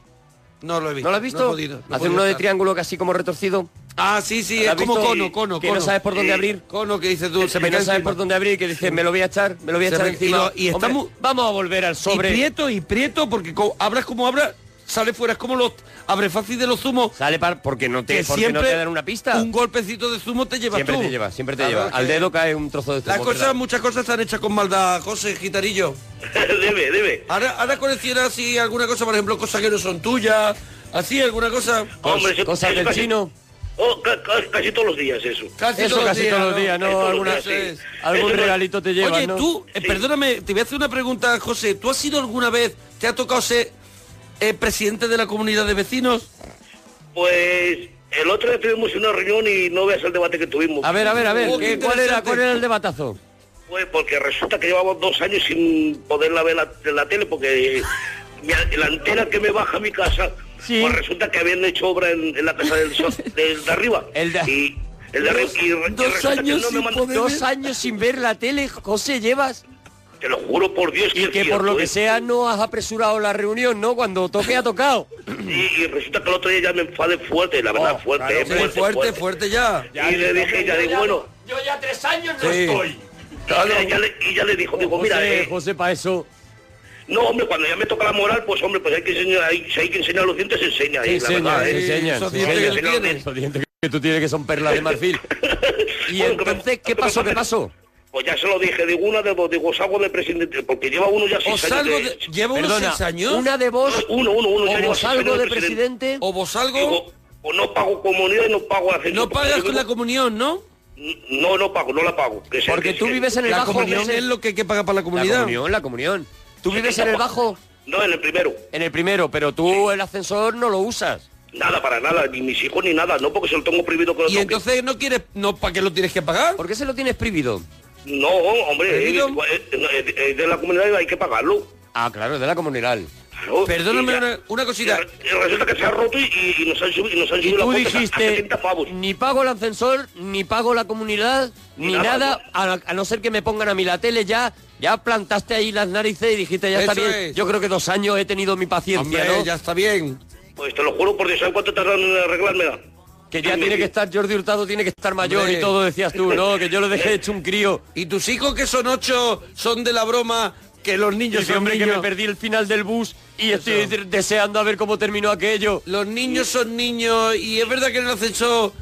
[SPEAKER 1] No lo he visto.
[SPEAKER 6] ¿No lo has visto?
[SPEAKER 1] he podido, no he
[SPEAKER 6] Hacen
[SPEAKER 1] podido
[SPEAKER 6] uno de
[SPEAKER 1] estar.
[SPEAKER 6] triángulo que así como retorcido.
[SPEAKER 1] Ah, sí, sí,
[SPEAKER 6] ¿Lo
[SPEAKER 1] es
[SPEAKER 6] has
[SPEAKER 1] como
[SPEAKER 6] visto?
[SPEAKER 1] cono, cono,
[SPEAKER 6] Que
[SPEAKER 1] cono.
[SPEAKER 6] no sabes por dónde abrir.
[SPEAKER 1] Cono que dices tú, se me
[SPEAKER 6] que no
[SPEAKER 1] cae
[SPEAKER 6] sabes
[SPEAKER 1] encima.
[SPEAKER 6] por dónde abrir, que dices, me lo voy a echar, me lo voy a
[SPEAKER 1] Se
[SPEAKER 6] echar
[SPEAKER 1] me- y
[SPEAKER 6] encima.
[SPEAKER 1] lo- y está
[SPEAKER 6] Hombre,
[SPEAKER 1] mu-
[SPEAKER 6] vamos a volver al sobre.
[SPEAKER 1] Y prieto, y prieto, porque co- abras como abras, sale fuera. Es como los abre fácil de los zumos.
[SPEAKER 6] Sale par porque no te,
[SPEAKER 1] que
[SPEAKER 6] porque
[SPEAKER 1] siempre
[SPEAKER 6] no te dan una pista.
[SPEAKER 1] Un golpecito de zumo te llevas
[SPEAKER 6] Siempre
[SPEAKER 1] tú.
[SPEAKER 6] te lleva, siempre te
[SPEAKER 1] Claro,
[SPEAKER 6] lleva.
[SPEAKER 1] es
[SPEAKER 6] Al
[SPEAKER 1] que
[SPEAKER 6] dedo cae un trozo de zumo,
[SPEAKER 1] Las
[SPEAKER 6] ¿verdad?
[SPEAKER 1] cosas, muchas cosas están hechas con maldad, José Gitarillo.
[SPEAKER 7] dime, dime.
[SPEAKER 1] Ahora, ahora colecciona así alguna cosa, por ejemplo, cosas que no son tuyas, así alguna cosa.
[SPEAKER 6] Cos-
[SPEAKER 7] Hombre, eso-
[SPEAKER 6] cosas
[SPEAKER 7] eso
[SPEAKER 6] del
[SPEAKER 7] casi-
[SPEAKER 6] chino.
[SPEAKER 7] Oh, ca- ca- casi todos los días eso.
[SPEAKER 1] Casi
[SPEAKER 6] Eso
[SPEAKER 1] todos los
[SPEAKER 6] casi
[SPEAKER 1] días,
[SPEAKER 6] todos los días, ¿no?
[SPEAKER 7] Eso
[SPEAKER 6] Alguna-
[SPEAKER 7] es, sí.
[SPEAKER 6] Algún
[SPEAKER 7] Eso es.
[SPEAKER 6] regalito te lleva,
[SPEAKER 1] Oye,
[SPEAKER 6] ¿no?
[SPEAKER 1] tú, eh,
[SPEAKER 7] Sí.
[SPEAKER 1] perdóname, te voy a hacer una pregunta, José. ¿Tú has sido alguna vez, te ha tocado ser eh, presidente de la comunidad de vecinos?
[SPEAKER 7] Pues el otro día tuvimos una reunión y no veas el debate que tuvimos.
[SPEAKER 6] A ver, a ver, a ver.
[SPEAKER 1] Oh, qué
[SPEAKER 6] ¿qué- ¿cuál, era,
[SPEAKER 1] interesante.
[SPEAKER 6] ¿Cuál era el debatazo?
[SPEAKER 7] Pues porque resulta que llevamos dos años sin poderla ver la, en la tele porque eh, mi a- la antena que me baja a mi casa,
[SPEAKER 6] Sí.
[SPEAKER 7] pues resulta que habían hecho obra en, en la casa del, so- del de arriba.
[SPEAKER 6] El de-
[SPEAKER 7] y, el de arriba. y re- y
[SPEAKER 1] dos
[SPEAKER 7] resulta que
[SPEAKER 1] años
[SPEAKER 7] no me
[SPEAKER 1] sin
[SPEAKER 7] mand-
[SPEAKER 1] poder-
[SPEAKER 6] Dos años sin ver la tele, José, llevas.
[SPEAKER 7] Te lo juro por Dios
[SPEAKER 6] Y
[SPEAKER 7] es
[SPEAKER 6] que por lo
[SPEAKER 7] cierto,
[SPEAKER 6] que
[SPEAKER 7] ¿eh?
[SPEAKER 6] sea no has apresurado la reunión, ¿no? Cuando toque ha tocado.
[SPEAKER 7] Y, y resulta que el otro día ya me enfadé fuerte, la verdad,
[SPEAKER 6] Oh,
[SPEAKER 7] fuerte,
[SPEAKER 6] claro,
[SPEAKER 7] eh,
[SPEAKER 1] Sí, fuerte, fuerte, ya.
[SPEAKER 7] Y le dije, ya digo, bueno,
[SPEAKER 6] Yo ya tres años
[SPEAKER 1] no Sí. estoy.
[SPEAKER 7] y ya le, y ya le dijo, digo, mira,
[SPEAKER 6] José,
[SPEAKER 7] eh,
[SPEAKER 6] José, para eso.
[SPEAKER 7] no, hombre, cuando ya me toca la moral, pues hombre, pues hay que enseñar, hay, si hay que enseñar los dientes, se enseña, eh, la
[SPEAKER 6] enseña,
[SPEAKER 7] verdad, eh.
[SPEAKER 6] enseña,
[SPEAKER 1] esos
[SPEAKER 6] enseña.
[SPEAKER 1] dientes que tú
[SPEAKER 7] Pero
[SPEAKER 1] tienes.
[SPEAKER 6] Esos dientes que tú tienes que son perlas de marfil. Y
[SPEAKER 7] Bueno, que me-
[SPEAKER 6] entonces,
[SPEAKER 7] que
[SPEAKER 6] ¿qué
[SPEAKER 7] me
[SPEAKER 6] pasó? ¿Qué
[SPEAKER 7] manden-
[SPEAKER 6] pasó?
[SPEAKER 7] Pues ya se lo dije, digo una de dos, digo, salgo de presidente, porque lleva uno ya
[SPEAKER 1] Os
[SPEAKER 7] seis años
[SPEAKER 1] salgo
[SPEAKER 7] de...
[SPEAKER 1] de, llevo unos
[SPEAKER 6] Perdona,
[SPEAKER 1] seis años.
[SPEAKER 6] una de vos
[SPEAKER 7] Uno, uno, uno, ya
[SPEAKER 6] o
[SPEAKER 7] lleva
[SPEAKER 6] vos
[SPEAKER 7] seis
[SPEAKER 6] algo
[SPEAKER 7] años
[SPEAKER 6] de presidente.
[SPEAKER 1] O vos
[SPEAKER 7] Digo,
[SPEAKER 1] salgo.
[SPEAKER 7] o no pago comunidad y no pago hacienda.
[SPEAKER 1] No pagas
[SPEAKER 7] Porque
[SPEAKER 1] con la
[SPEAKER 7] digo,
[SPEAKER 1] comunión, ¿no?
[SPEAKER 7] No, no pago, no la pago. que sea-
[SPEAKER 6] Porque
[SPEAKER 7] que
[SPEAKER 6] tú
[SPEAKER 7] sea-
[SPEAKER 6] vives en
[SPEAKER 1] Eh,
[SPEAKER 6] el
[SPEAKER 1] La
[SPEAKER 6] bajo.
[SPEAKER 1] comunión
[SPEAKER 6] José.
[SPEAKER 1] es lo que hay que pagar para la
[SPEAKER 6] La
[SPEAKER 1] comunidad.
[SPEAKER 6] comunión, la comunión. Tú vives en el bajo,
[SPEAKER 7] No, en el primero.
[SPEAKER 6] en el primero, pero tú el ascensor no lo usas.
[SPEAKER 7] Nada, para nada, ni mis hijos ni nada, no porque se lo tengo prohibido que lo
[SPEAKER 1] Y
[SPEAKER 7] toque.
[SPEAKER 1] entonces no quieres, no, ¿para qué lo tienes que pagar?
[SPEAKER 6] ¿Por qué se lo tienes prohibido?
[SPEAKER 7] No, hombre, eh,
[SPEAKER 1] Prohibido.
[SPEAKER 7] eh, no, eh, eh, de la comunidad hay que pagarlo.
[SPEAKER 6] Ah, claro, de la comunidad.
[SPEAKER 7] Claro,
[SPEAKER 1] Perdóname
[SPEAKER 7] y ya-
[SPEAKER 1] una, una
[SPEAKER 7] y
[SPEAKER 1] cosita.
[SPEAKER 7] re- y resulta que se ha roto y, y- y nos han subido, y nos han
[SPEAKER 6] Y
[SPEAKER 7] subido la
[SPEAKER 6] tú
[SPEAKER 7] cuota a- a
[SPEAKER 6] dijiste,
[SPEAKER 7] 70 pavos.
[SPEAKER 6] ni pago el ascensor, ni pago la comunidad, ni
[SPEAKER 7] nada,
[SPEAKER 6] nada, a, a no ser que me pongan a mí la tele ya. Ya plantaste ahí las narices y dijiste, ya está
[SPEAKER 1] Eso
[SPEAKER 6] bien.
[SPEAKER 1] es.
[SPEAKER 6] Yo creo que dos años he tenido mi paciencia,
[SPEAKER 1] Hombre,
[SPEAKER 6] ¿no?
[SPEAKER 1] ya está bien.
[SPEAKER 7] Pues te lo juro por Dios, ¿sabes cuánto tardaron en arreglármela?
[SPEAKER 6] Que ya tiene que estar Jordi Hurtado, tiene que estar mayor
[SPEAKER 1] Hombre.
[SPEAKER 6] y todo, decías tú, ¿no? Que yo lo dejé hecho un crío.
[SPEAKER 1] ¿Y tus hijos que son ocho son de la broma que los niños
[SPEAKER 6] Dice,
[SPEAKER 1] son
[SPEAKER 6] hombre, que
[SPEAKER 1] niños?
[SPEAKER 6] me perdí el final del bus y estoy de- deseando a ver cómo terminó aquello.
[SPEAKER 1] Los niños son niños y es verdad que en el ascensor, Este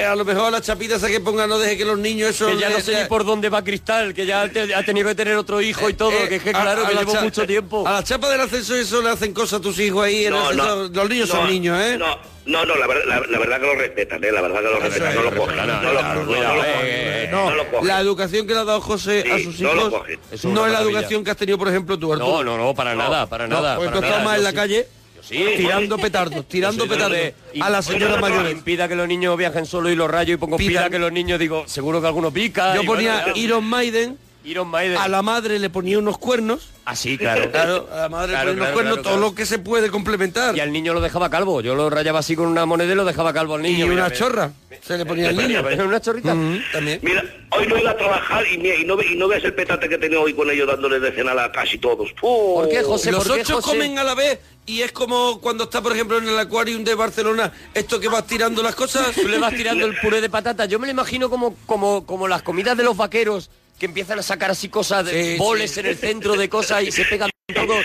[SPEAKER 1] eh, a lo mejor a las chapitas a que pongan no deje que los niños eso...
[SPEAKER 6] Que ya no
[SPEAKER 1] le-
[SPEAKER 6] sé ni
[SPEAKER 1] le-
[SPEAKER 6] por dónde va Cristal, que ya te- ha tenido que tener otro hijo y todo,
[SPEAKER 1] Eh,
[SPEAKER 6] que es que
[SPEAKER 1] a-
[SPEAKER 6] claro,
[SPEAKER 1] a
[SPEAKER 6] que
[SPEAKER 1] la
[SPEAKER 6] llevo
[SPEAKER 1] cha-
[SPEAKER 6] mucho tiempo.
[SPEAKER 1] A la chapa del ascensor eso le hacen cosas a tus hijos ahí. en el ascensor. los niños
[SPEAKER 7] no,
[SPEAKER 1] son niños, ¿eh?
[SPEAKER 7] No, no, no, la, verdad, la, la verdad que lo respetan, ¿eh? La verdad que lo respetan, no lo cogen.
[SPEAKER 6] respetan,
[SPEAKER 7] No lo
[SPEAKER 6] no,
[SPEAKER 7] cogen,
[SPEAKER 6] cuidado,
[SPEAKER 7] no lo
[SPEAKER 6] eh,
[SPEAKER 7] cogen,
[SPEAKER 6] eh, eh,
[SPEAKER 7] no lo cogen.
[SPEAKER 1] La educación que le ha dado José
[SPEAKER 7] Sí,
[SPEAKER 1] a sus
[SPEAKER 7] no
[SPEAKER 1] hijos
[SPEAKER 7] lo cogen.
[SPEAKER 6] Eso es
[SPEAKER 1] no
[SPEAKER 6] una
[SPEAKER 1] es la
[SPEAKER 6] maravilla.
[SPEAKER 1] educación que has tenido, por ejemplo, tú, Arturo.
[SPEAKER 6] No, no, no, para nada, para
[SPEAKER 1] No,
[SPEAKER 6] nada.
[SPEAKER 1] porque
[SPEAKER 6] para
[SPEAKER 1] tú has estado
[SPEAKER 6] nada.
[SPEAKER 1] más
[SPEAKER 6] Yo
[SPEAKER 1] en la
[SPEAKER 6] sí-
[SPEAKER 1] calle.
[SPEAKER 6] yo sí.
[SPEAKER 1] Tirando petardos, tirando
[SPEAKER 6] Yo soy de los
[SPEAKER 1] petardos
[SPEAKER 6] que-
[SPEAKER 1] a la señora
[SPEAKER 6] Oye,
[SPEAKER 1] mayor.
[SPEAKER 6] Impida que los niños viajen solo y los rayos y pongo pida,
[SPEAKER 1] Pidan.
[SPEAKER 6] que los niños, digo, seguro que alguno pica.
[SPEAKER 1] Yo
[SPEAKER 6] y
[SPEAKER 1] ponía
[SPEAKER 6] bueno,
[SPEAKER 1] Iron Maiden,
[SPEAKER 6] Iron Maiden.
[SPEAKER 1] a la madre le ponía unos cuernos.
[SPEAKER 6] Así, claro.
[SPEAKER 1] Claro, a la madre
[SPEAKER 6] Claro,
[SPEAKER 1] le ponía unos
[SPEAKER 6] claro,
[SPEAKER 1] cuernos,
[SPEAKER 6] claro,
[SPEAKER 1] todo
[SPEAKER 6] claro.
[SPEAKER 1] lo que se puede complementar.
[SPEAKER 6] Y al niño lo dejaba calvo. Yo lo rayaba así con una moneda y lo dejaba calvo al
[SPEAKER 1] Y
[SPEAKER 6] niño.
[SPEAKER 1] una
[SPEAKER 6] Mira,
[SPEAKER 1] chorra se le ponía al
[SPEAKER 6] mira,
[SPEAKER 1] niño.
[SPEAKER 6] mira, una chorrita.
[SPEAKER 1] Mm, También.
[SPEAKER 7] Mira, hoy no iba a trabajar y, mira, y no, ve- y no veas el petate que tenía hoy con ellos dándole de cenar a casi todos. ¡Oh!
[SPEAKER 6] ¿Por qué, José?
[SPEAKER 1] Los
[SPEAKER 6] ¿Por qué,
[SPEAKER 1] ocho
[SPEAKER 6] José?
[SPEAKER 1] comen a la vez y es como cuando está, por ejemplo, en el acuarium de Barcelona, esto que vas tirando las cosas.
[SPEAKER 6] Tú le vas tirando el puré de patata. Yo me lo imagino como, como, como las comidas de los vaqueros que empiezan a sacar así cosas, de
[SPEAKER 1] Sí,
[SPEAKER 6] boles
[SPEAKER 1] sí.
[SPEAKER 6] en el centro de cosas y se pegan todos.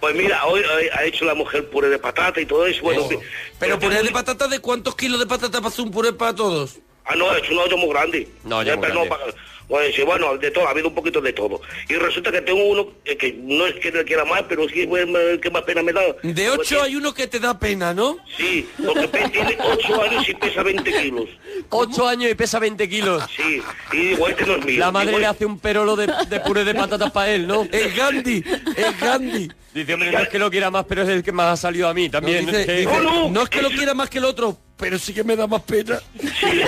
[SPEAKER 7] Pues mira, hoy hoy ha hecho la mujer puré de patata y todo eso. Bueno,
[SPEAKER 1] Eso.
[SPEAKER 7] que-
[SPEAKER 1] Pero puré de patata, ¿de cuántos kilos de patata para hacer un puré para todos?
[SPEAKER 7] Ah, no, ha hecho un hoyo muy grande.
[SPEAKER 6] No, ya
[SPEAKER 7] Eh,
[SPEAKER 6] muy
[SPEAKER 7] pero no,
[SPEAKER 6] grande.
[SPEAKER 7] pa- bueno, sí, bueno, de todo, ha habido un poquito de todo. Y resulta que tengo uno eh, que no es que le quiera más, pero sí es el que más pena me da.
[SPEAKER 1] De
[SPEAKER 7] Porque-
[SPEAKER 1] ocho hay uno que te da pena, ¿no?
[SPEAKER 7] Sí, porque pe- tiene 8 años y pesa 20 kilos.
[SPEAKER 6] Ocho años y pesa 20 kilos.
[SPEAKER 7] Sí, y digo, este no es mío.
[SPEAKER 6] La madre
[SPEAKER 7] Digo,
[SPEAKER 6] le hace un perolo de, de puré de patatas para él, ¿no?
[SPEAKER 1] Es Gandhi, es Gandhi.
[SPEAKER 6] Dice, hombre, no es que lo quiera más, pero es el que más ha salido a mí
[SPEAKER 1] No,
[SPEAKER 6] también.
[SPEAKER 1] dice-
[SPEAKER 6] es, que,
[SPEAKER 1] dice,
[SPEAKER 7] no!
[SPEAKER 1] "No es que lo quiera más que el otro, pero sí que me da más pena.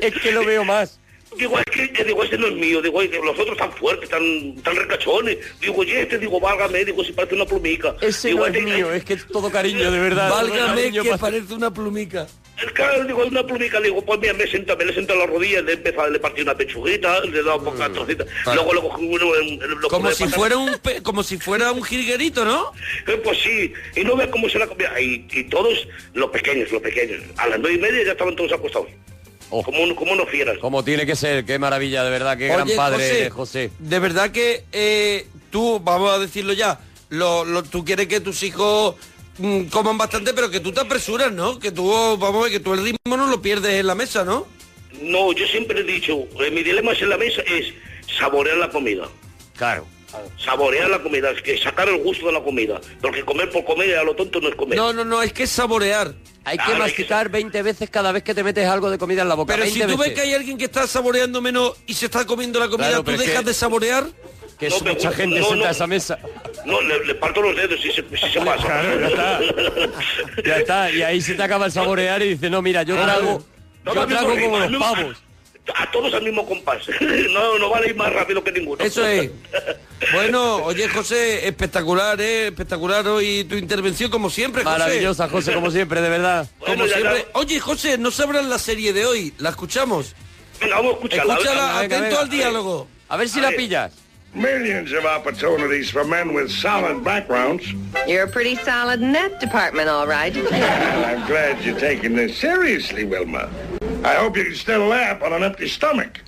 [SPEAKER 6] es que lo veo más.
[SPEAKER 7] Digo, es que eh, digo, ese no es mío, digo, oye, los otros están fuertes, están, están recachones. Digo, oye, este, digo, válgame, digo, si parece una plumica.
[SPEAKER 6] Ese
[SPEAKER 7] digo,
[SPEAKER 6] no es
[SPEAKER 7] este-
[SPEAKER 6] mío, es que es todo cariño, de verdad. todo
[SPEAKER 1] Válgame
[SPEAKER 6] cariño
[SPEAKER 1] que
[SPEAKER 6] pa-
[SPEAKER 1] parece una plumica.
[SPEAKER 7] El Claro, digo, una plumica, digo, pues mira, me siento, me le siento a las rodillas, le he empezado, le partí una pechuguita, le he dado pocas trocitas, luego lo cogí uno en- en- lo
[SPEAKER 1] Mm, Como
[SPEAKER 7] comí
[SPEAKER 1] si
[SPEAKER 7] patata.
[SPEAKER 1] fuera un pe- como si fuera un jilguerito, ¿no?
[SPEAKER 7] Eh, pues sí, y no ves cómo se la comía. Y, y todos, los pequeños, los pequeños, a las nueve y media ya estaban todos acostados.
[SPEAKER 6] Oh.
[SPEAKER 7] Como, uno- como unos fieras.
[SPEAKER 6] Como tiene que ser, qué maravilla, de verdad, qué gran
[SPEAKER 1] Oye,
[SPEAKER 6] padre eres, José.
[SPEAKER 1] De verdad que eh, tú, vamos a decirlo ya, lo, lo- tú quieres que tus hijos mm, coman bastante, pero que tú te apresuras, ¿no? Que tú, vamos a ver, que tú el ritmo no lo pierdes en la mesa, ¿no?
[SPEAKER 7] No, yo siempre he dicho, eh, mi dilema es en la mesa es saborear la comida.
[SPEAKER 6] Claro.
[SPEAKER 7] Saborear la comida, es que sacar el gusto de la comida. Porque comer por comer a lo tonto no es comer.
[SPEAKER 1] No, no, no, es que es saborear.
[SPEAKER 6] Hay que
[SPEAKER 7] Claro, hay que
[SPEAKER 6] masticar 20 veces cada vez que te metes algo de comida en la boca.
[SPEAKER 1] Pero
[SPEAKER 6] 20
[SPEAKER 1] si tú ves
[SPEAKER 6] veces.
[SPEAKER 1] que hay alguien que está saboreando menos y se está comiendo la comida,
[SPEAKER 6] Claro,
[SPEAKER 1] ¿tú
[SPEAKER 6] pero es
[SPEAKER 1] dejas
[SPEAKER 6] que-
[SPEAKER 1] de saborear?
[SPEAKER 6] Que
[SPEAKER 7] No,
[SPEAKER 6] es
[SPEAKER 7] pero-
[SPEAKER 6] mucha gente
[SPEAKER 7] no,
[SPEAKER 6] sentada
[SPEAKER 7] no.
[SPEAKER 6] a esa mesa.
[SPEAKER 7] No, le, le parto los dedos si se, si se pasa.
[SPEAKER 6] Claro, ya está. Ya está, y ahí se te acaba el saborear y dices, no, mira, yo trago,
[SPEAKER 7] No,
[SPEAKER 6] yo
[SPEAKER 7] no,
[SPEAKER 6] trago
[SPEAKER 7] no,
[SPEAKER 6] como
[SPEAKER 7] no,
[SPEAKER 6] los
[SPEAKER 7] no,
[SPEAKER 6] pavos.
[SPEAKER 7] A, a todos al mismo compás. No, no van a ir más rápido que ninguno.
[SPEAKER 1] Eso es. Bueno, oye José, espectacular, ¿eh? espectacular hoy tu intervención, como siempre, José.
[SPEAKER 6] Maravillosa, José, como siempre, de verdad.
[SPEAKER 1] Como
[SPEAKER 7] Bueno, ya
[SPEAKER 1] siempre.
[SPEAKER 7] la-
[SPEAKER 1] Oye José, no sabrán la serie de hoy, la escuchamos.
[SPEAKER 7] Venga, vamos a escucharla.
[SPEAKER 1] Escúchala,
[SPEAKER 6] venga,
[SPEAKER 1] atento
[SPEAKER 6] venga.
[SPEAKER 1] al diálogo.
[SPEAKER 6] A ver si
[SPEAKER 7] A
[SPEAKER 6] la
[SPEAKER 7] ver.
[SPEAKER 6] pillas.
[SPEAKER 11] Millions of opportunities for men with solid backgrounds.
[SPEAKER 3] You're pretty solid in that department, all right.
[SPEAKER 11] And I'm glad you're taking this seriously, Wilma. I hope you can still laugh on an empty stomach.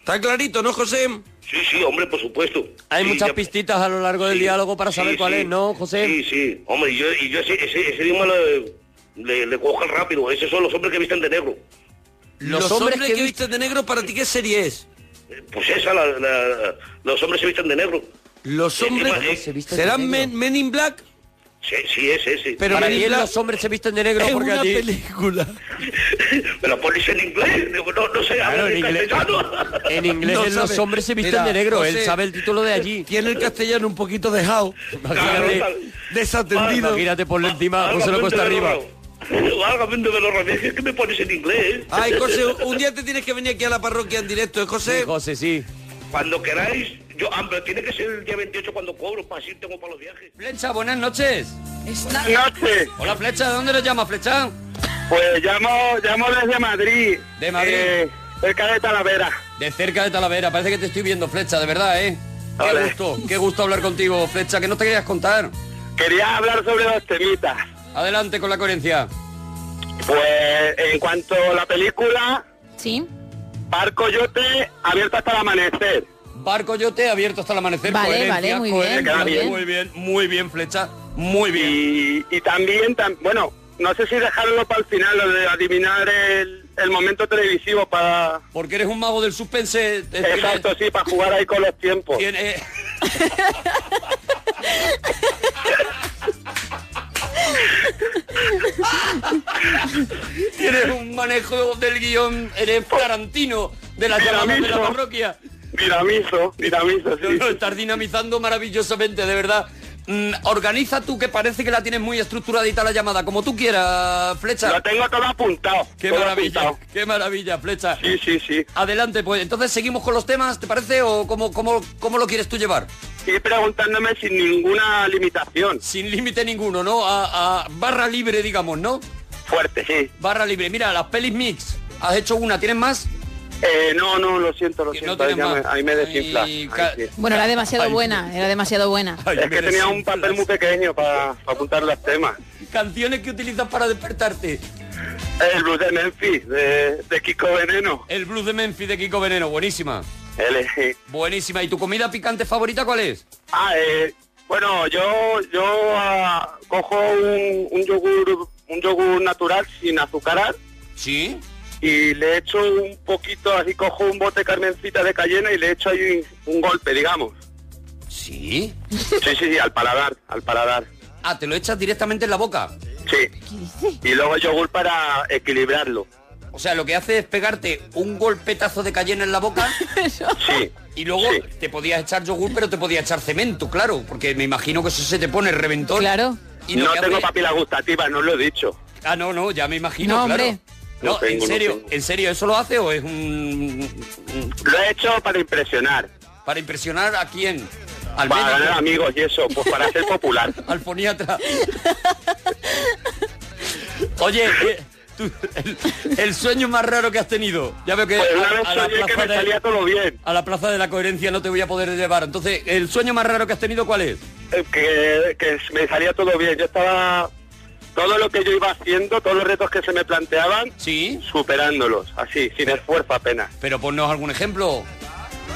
[SPEAKER 1] Está clarito, ¿no, José?
[SPEAKER 7] Sí, sí, hombre, por supuesto.
[SPEAKER 6] Hay
[SPEAKER 7] Sí,
[SPEAKER 6] muchas
[SPEAKER 7] ya-
[SPEAKER 6] pistitas a lo largo del
[SPEAKER 7] Sí,
[SPEAKER 6] diálogo para
[SPEAKER 7] sí,
[SPEAKER 6] saber cuál
[SPEAKER 7] sí.
[SPEAKER 6] es, ¿no, José?
[SPEAKER 7] Sí, sí. Hombre, y yo, y yo ese, ese, ese idioma le, le, le cojo al rápido. Esos son los hombres que visten de negro.
[SPEAKER 1] Los, hombres, que, visten de negro, ¿para ti qué serie es?
[SPEAKER 7] Eh, Pues esa, la, la- los hombres se visten de negro.
[SPEAKER 1] Los hombres...
[SPEAKER 7] Encima, eh, se
[SPEAKER 6] visten de
[SPEAKER 1] ¿Serán
[SPEAKER 6] negro.
[SPEAKER 1] men, Men in Black?
[SPEAKER 7] Sí, sí, ese, ese.
[SPEAKER 1] Pero
[SPEAKER 6] para
[SPEAKER 1] Men in
[SPEAKER 6] ti
[SPEAKER 1] Black
[SPEAKER 6] los hombres se visten de negro
[SPEAKER 1] es
[SPEAKER 6] porque
[SPEAKER 1] una
[SPEAKER 6] allí...
[SPEAKER 1] película.
[SPEAKER 7] Me lo pones en inglés. Digo, no, no sé,
[SPEAKER 6] Claro,
[SPEAKER 7] habla
[SPEAKER 6] en
[SPEAKER 7] en
[SPEAKER 6] inglés.
[SPEAKER 7] castellano.
[SPEAKER 6] En inglés
[SPEAKER 1] No
[SPEAKER 6] los
[SPEAKER 1] sabe.
[SPEAKER 6] hombres se visten
[SPEAKER 1] Mira,
[SPEAKER 6] de negro, él
[SPEAKER 1] José,
[SPEAKER 6] sabe el título de allí.
[SPEAKER 1] Tiene el castellano un poquito dejado.
[SPEAKER 6] Imagínate,
[SPEAKER 7] Claro,
[SPEAKER 1] Desatendido.
[SPEAKER 6] imagínate ponle encima, José lo cuesta arriba.
[SPEAKER 7] Válgame de los radios, es que me pones en inglés.
[SPEAKER 1] Ay, José, un día te tienes que venir aquí a la parroquia en directo, ¿eh,
[SPEAKER 6] Sí,
[SPEAKER 1] José?
[SPEAKER 6] José, sí.
[SPEAKER 7] Cuando queráis, yo, ah, pero tiene que ser el día 28 cuando cobro, para así tengo para los viajes.
[SPEAKER 6] Flecha, buenas noches.
[SPEAKER 11] Noche,
[SPEAKER 6] Hola, Flecha, ¿de dónde nos llama, Flecha?
[SPEAKER 11] pues llamo, llamo desde Madrid.
[SPEAKER 6] De Madrid.
[SPEAKER 11] Eh, cerca de Talavera.
[SPEAKER 6] De cerca de Talavera, parece que te estoy viendo, Flecha, de verdad, ¿eh? Qué
[SPEAKER 11] Hola.
[SPEAKER 6] gusto, qué gusto hablar contigo, Flecha, que no te querías contar.
[SPEAKER 11] Quería hablar sobre dos temitas.
[SPEAKER 6] Adelante con la coherencia.
[SPEAKER 11] Pues en cuanto a la película,
[SPEAKER 12] Sí.
[SPEAKER 11] Bar Coyote abierto hasta el amanecer.
[SPEAKER 6] Bar Coyote abierto hasta el amanecer.
[SPEAKER 12] Vale,
[SPEAKER 6] coherencia,
[SPEAKER 12] vale, muy bien,
[SPEAKER 6] coherencia,
[SPEAKER 11] muy bien.
[SPEAKER 6] muy bien, muy bien, Flecha, muy bien.
[SPEAKER 11] Y, y también, tam- bueno, no sé si dejarlo para el final, lo de adivinar el, el momento televisivo para...
[SPEAKER 6] Porque eres un mago del suspense. te-
[SPEAKER 11] Exacto, sí, para jugar ahí con los tiempos.
[SPEAKER 6] Tiene- Tienes un manejo del guión, eres Tarantino de la llamadas de la
[SPEAKER 11] Dinamizo.
[SPEAKER 6] parroquia.
[SPEAKER 11] Dinamizo, dinamizo,
[SPEAKER 6] No,
[SPEAKER 11] sí.
[SPEAKER 6] no, estás dinamizando maravillosamente, de verdad. Mm, organiza tú, que parece que la tienes muy estructuradita la llamada, como tú quieras, Flecha.
[SPEAKER 12] Lo tengo todo apuntado.
[SPEAKER 6] Qué
[SPEAKER 12] todo
[SPEAKER 6] maravilla,
[SPEAKER 12] apuntado.
[SPEAKER 6] qué maravilla, Flecha.
[SPEAKER 12] Sí, sí, sí.
[SPEAKER 6] Adelante, pues entonces seguimos con los temas, ¿te parece? ¿O cómo, cómo, cómo lo quieres tú llevar?
[SPEAKER 12] Y preguntándome sin ninguna limitación.
[SPEAKER 6] Sin límite ninguno, ¿no? A, a barra libre, digamos, ¿no?
[SPEAKER 12] Fuerte, sí.
[SPEAKER 6] Barra libre. Mira, las pelis mix. Has hecho una, ¿tienes más?
[SPEAKER 12] Eh, no, no, lo siento, lo
[SPEAKER 6] Que no
[SPEAKER 12] siento. ahí,
[SPEAKER 6] tienes
[SPEAKER 12] ya me,
[SPEAKER 6] más.
[SPEAKER 12] ahí me desinfla.
[SPEAKER 6] Ay,
[SPEAKER 12] Ahí
[SPEAKER 6] ca-
[SPEAKER 12] sí.
[SPEAKER 2] Bueno, era demasiado
[SPEAKER 12] Ay,
[SPEAKER 2] buena, era demasiado buena.
[SPEAKER 12] es que tenía un papel muy pequeño para apuntar los temas.
[SPEAKER 6] Canciones que utilizas para despertarte.
[SPEAKER 12] El blues de Memphis, de, de Kiko Veneno.
[SPEAKER 6] El blues de Memphis de Kiko Veneno, buenísima.
[SPEAKER 12] El-
[SPEAKER 6] Buenísima. ¿Y tu comida picante favorita cuál es?
[SPEAKER 12] Ah, eh, bueno, yo yo ah, cojo un, un yogur un yogur natural sin azucarar.
[SPEAKER 6] Sí.
[SPEAKER 12] Y le echo un poquito, así cojo un bote carmencita de cayena y le echo ahí un, un golpe, digamos.
[SPEAKER 6] Sí.
[SPEAKER 12] Sí, sí, sí, al paladar, al paladar.
[SPEAKER 6] Ah, te lo echas directamente en la boca.
[SPEAKER 12] Sí. Y luego el yogur para equilibrarlo.
[SPEAKER 6] O sea, lo que hace es pegarte un golpetazo de cayena en la boca
[SPEAKER 12] Sí.
[SPEAKER 6] y luego te podías echar yogur, pero te podías echar cemento, claro, porque me imagino que eso se te pone reventón.
[SPEAKER 2] Claro.
[SPEAKER 6] Y lo
[SPEAKER 12] no
[SPEAKER 6] que
[SPEAKER 12] tengo
[SPEAKER 6] hace-
[SPEAKER 12] papila gustativa, no os lo he dicho.
[SPEAKER 6] Ah, no, no, ya me imagino,
[SPEAKER 12] No,
[SPEAKER 6] claro.
[SPEAKER 12] hombre.
[SPEAKER 6] No,
[SPEAKER 12] No tengo,
[SPEAKER 6] en
[SPEAKER 12] no
[SPEAKER 6] serio,
[SPEAKER 12] tengo.
[SPEAKER 6] en serio, ¿eso lo hace o es un, un-
[SPEAKER 12] Lo he hecho para impresionar,
[SPEAKER 6] para impresionar a quién? Al
[SPEAKER 12] para
[SPEAKER 6] médico?
[SPEAKER 12] ganar amigos y eso, pues para ser popular.
[SPEAKER 6] al foniatra. Oye, eh, tú, el, el sueño más raro que has tenido. Ya veo que,
[SPEAKER 12] Pues una
[SPEAKER 6] a-
[SPEAKER 12] vez
[SPEAKER 6] a la
[SPEAKER 12] soñé que
[SPEAKER 6] plaza
[SPEAKER 12] me salía todo bien.
[SPEAKER 6] a la plaza de la coherencia no te voy a poder llevar. Entonces, el sueño más raro que has tenido, ¿cuál es?
[SPEAKER 12] Eh, que, que me salía todo bien. Yo estaba todo lo que yo iba haciendo, todos los retos que se me planteaban,
[SPEAKER 6] sí.
[SPEAKER 12] superándolos, así, sin esfuerzo apenas.
[SPEAKER 6] Pero ponnos algún ejemplo.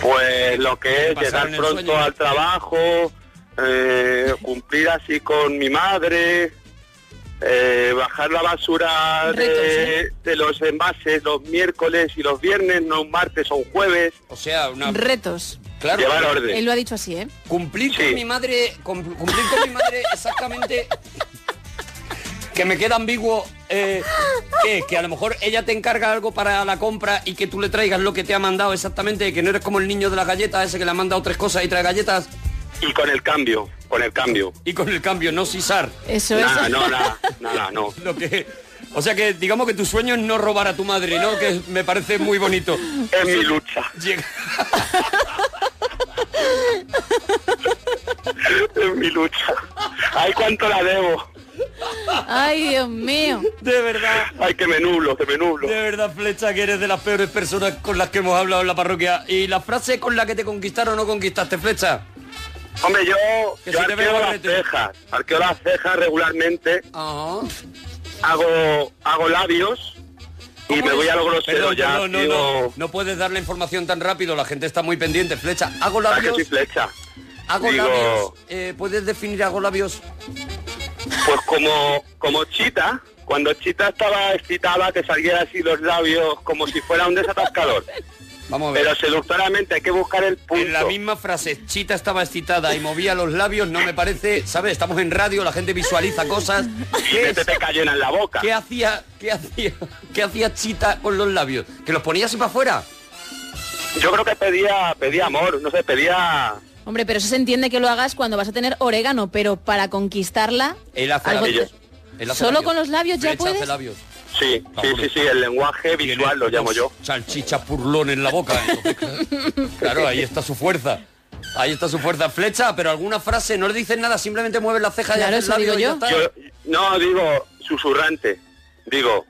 [SPEAKER 12] Pues lo que es
[SPEAKER 6] Pasaron
[SPEAKER 12] llegar
[SPEAKER 6] el
[SPEAKER 12] pronto
[SPEAKER 6] sueño.
[SPEAKER 12] al trabajo, eh, cumplir así con mi madre, eh, bajar la basura de,
[SPEAKER 2] ¿eh?
[SPEAKER 12] de los envases los miércoles y los viernes, no un martes o un jueves.
[SPEAKER 6] O sea, una...
[SPEAKER 2] Retos.
[SPEAKER 6] Claro.
[SPEAKER 12] Llevar orden.
[SPEAKER 2] Él lo ha dicho así, ¿eh?
[SPEAKER 6] Cumplir
[SPEAKER 12] Sí.
[SPEAKER 6] con mi madre, cum- cumplir con mi madre exactamente... Que me queda ambiguo, eh, ¿qué? que a lo mejor ella te encarga algo para la compra y que tú le traigas lo que te ha mandado exactamente, que no eres como el niño de las galletas, ese que le ha mandado tres cosas y trae galletas,
[SPEAKER 12] Y con el cambio, con el cambio.
[SPEAKER 6] y con el cambio, no sisar.
[SPEAKER 2] Eso
[SPEAKER 12] Nada,
[SPEAKER 2] es.
[SPEAKER 12] no, nada, nada, no.
[SPEAKER 6] Lo que, o sea que digamos que tu sueño es no robar a tu madre, ¿no? Que me parece muy bonito.
[SPEAKER 12] Es mi lucha,
[SPEAKER 6] Llega-
[SPEAKER 12] es mi lucha. Ay, cuánto la debo.
[SPEAKER 2] Ay, Dios mío.
[SPEAKER 6] De verdad,
[SPEAKER 12] Ay, que me nublo, que me nublo.
[SPEAKER 6] de verdad, Flecha, que eres de las peores personas con las que hemos hablado en la parroquia. ¿Y la frase con la que te conquistaron o no conquistaste, Flecha?
[SPEAKER 12] Hombre, yo,
[SPEAKER 6] Que
[SPEAKER 12] yo
[SPEAKER 6] se te vea
[SPEAKER 12] arqueo las
[SPEAKER 6] barrete.
[SPEAKER 12] cejas, arqueo las cejas regularmente,
[SPEAKER 6] Ah.
[SPEAKER 12] hago, hago labios y me voy a lo grosero
[SPEAKER 6] Perdón,
[SPEAKER 12] ya.
[SPEAKER 6] perdón, no,
[SPEAKER 12] digo,
[SPEAKER 6] no, no puedes dar la información tan rápido, la gente está muy pendiente. Flecha, hago
[SPEAKER 12] "Ah, que
[SPEAKER 6] labios,
[SPEAKER 12] soy flecha.
[SPEAKER 6] hago
[SPEAKER 12] digo-
[SPEAKER 6] labios. Eh, ¿Puedes definir hago labios?
[SPEAKER 12] Pues como, como Chita, cuando Chita estaba excitada, te salía así los labios como si fuera un desatascador.
[SPEAKER 6] Vamos a ver.
[SPEAKER 12] Pero seductoramente hay que buscar el punto.
[SPEAKER 6] En la misma frase, Chita estaba excitada y movía los labios, no me parece, ¿sabes? Estamos en radio, la gente visualiza cosas.
[SPEAKER 12] Y que te, te cayera en la boca.
[SPEAKER 6] ¿Qué hacía, qué hacía, qué hacía Chita con los labios? ¿Que los ponía así para afuera?
[SPEAKER 12] Yo creo que pedía, pedía amor, no sé, pedía...
[SPEAKER 2] Hombre, pero eso se entiende que lo hagas cuando vas a tener orégano, pero para conquistarla.
[SPEAKER 6] Él hace
[SPEAKER 2] algo-
[SPEAKER 12] labios.
[SPEAKER 6] Él hace
[SPEAKER 2] ¿Solo
[SPEAKER 6] labios.
[SPEAKER 2] con los labios ya
[SPEAKER 6] Flecha
[SPEAKER 2] puedes?
[SPEAKER 6] hace labios.
[SPEAKER 12] Sí, sí,
[SPEAKER 6] Hombre.
[SPEAKER 12] sí, sí, el lenguaje visual lo llamo yo.
[SPEAKER 6] Salchicha purlón en la boca. eh. entonces, claro. claro, ahí está su fuerza. Ahí está su fuerza. Flecha, pero alguna frase, no le dices nada, simplemente mueves la ceja
[SPEAKER 2] Claro,
[SPEAKER 6] y haces
[SPEAKER 2] eso digo
[SPEAKER 6] labios y ya
[SPEAKER 2] yo.
[SPEAKER 6] está.
[SPEAKER 12] Yo no digo susurrante, digo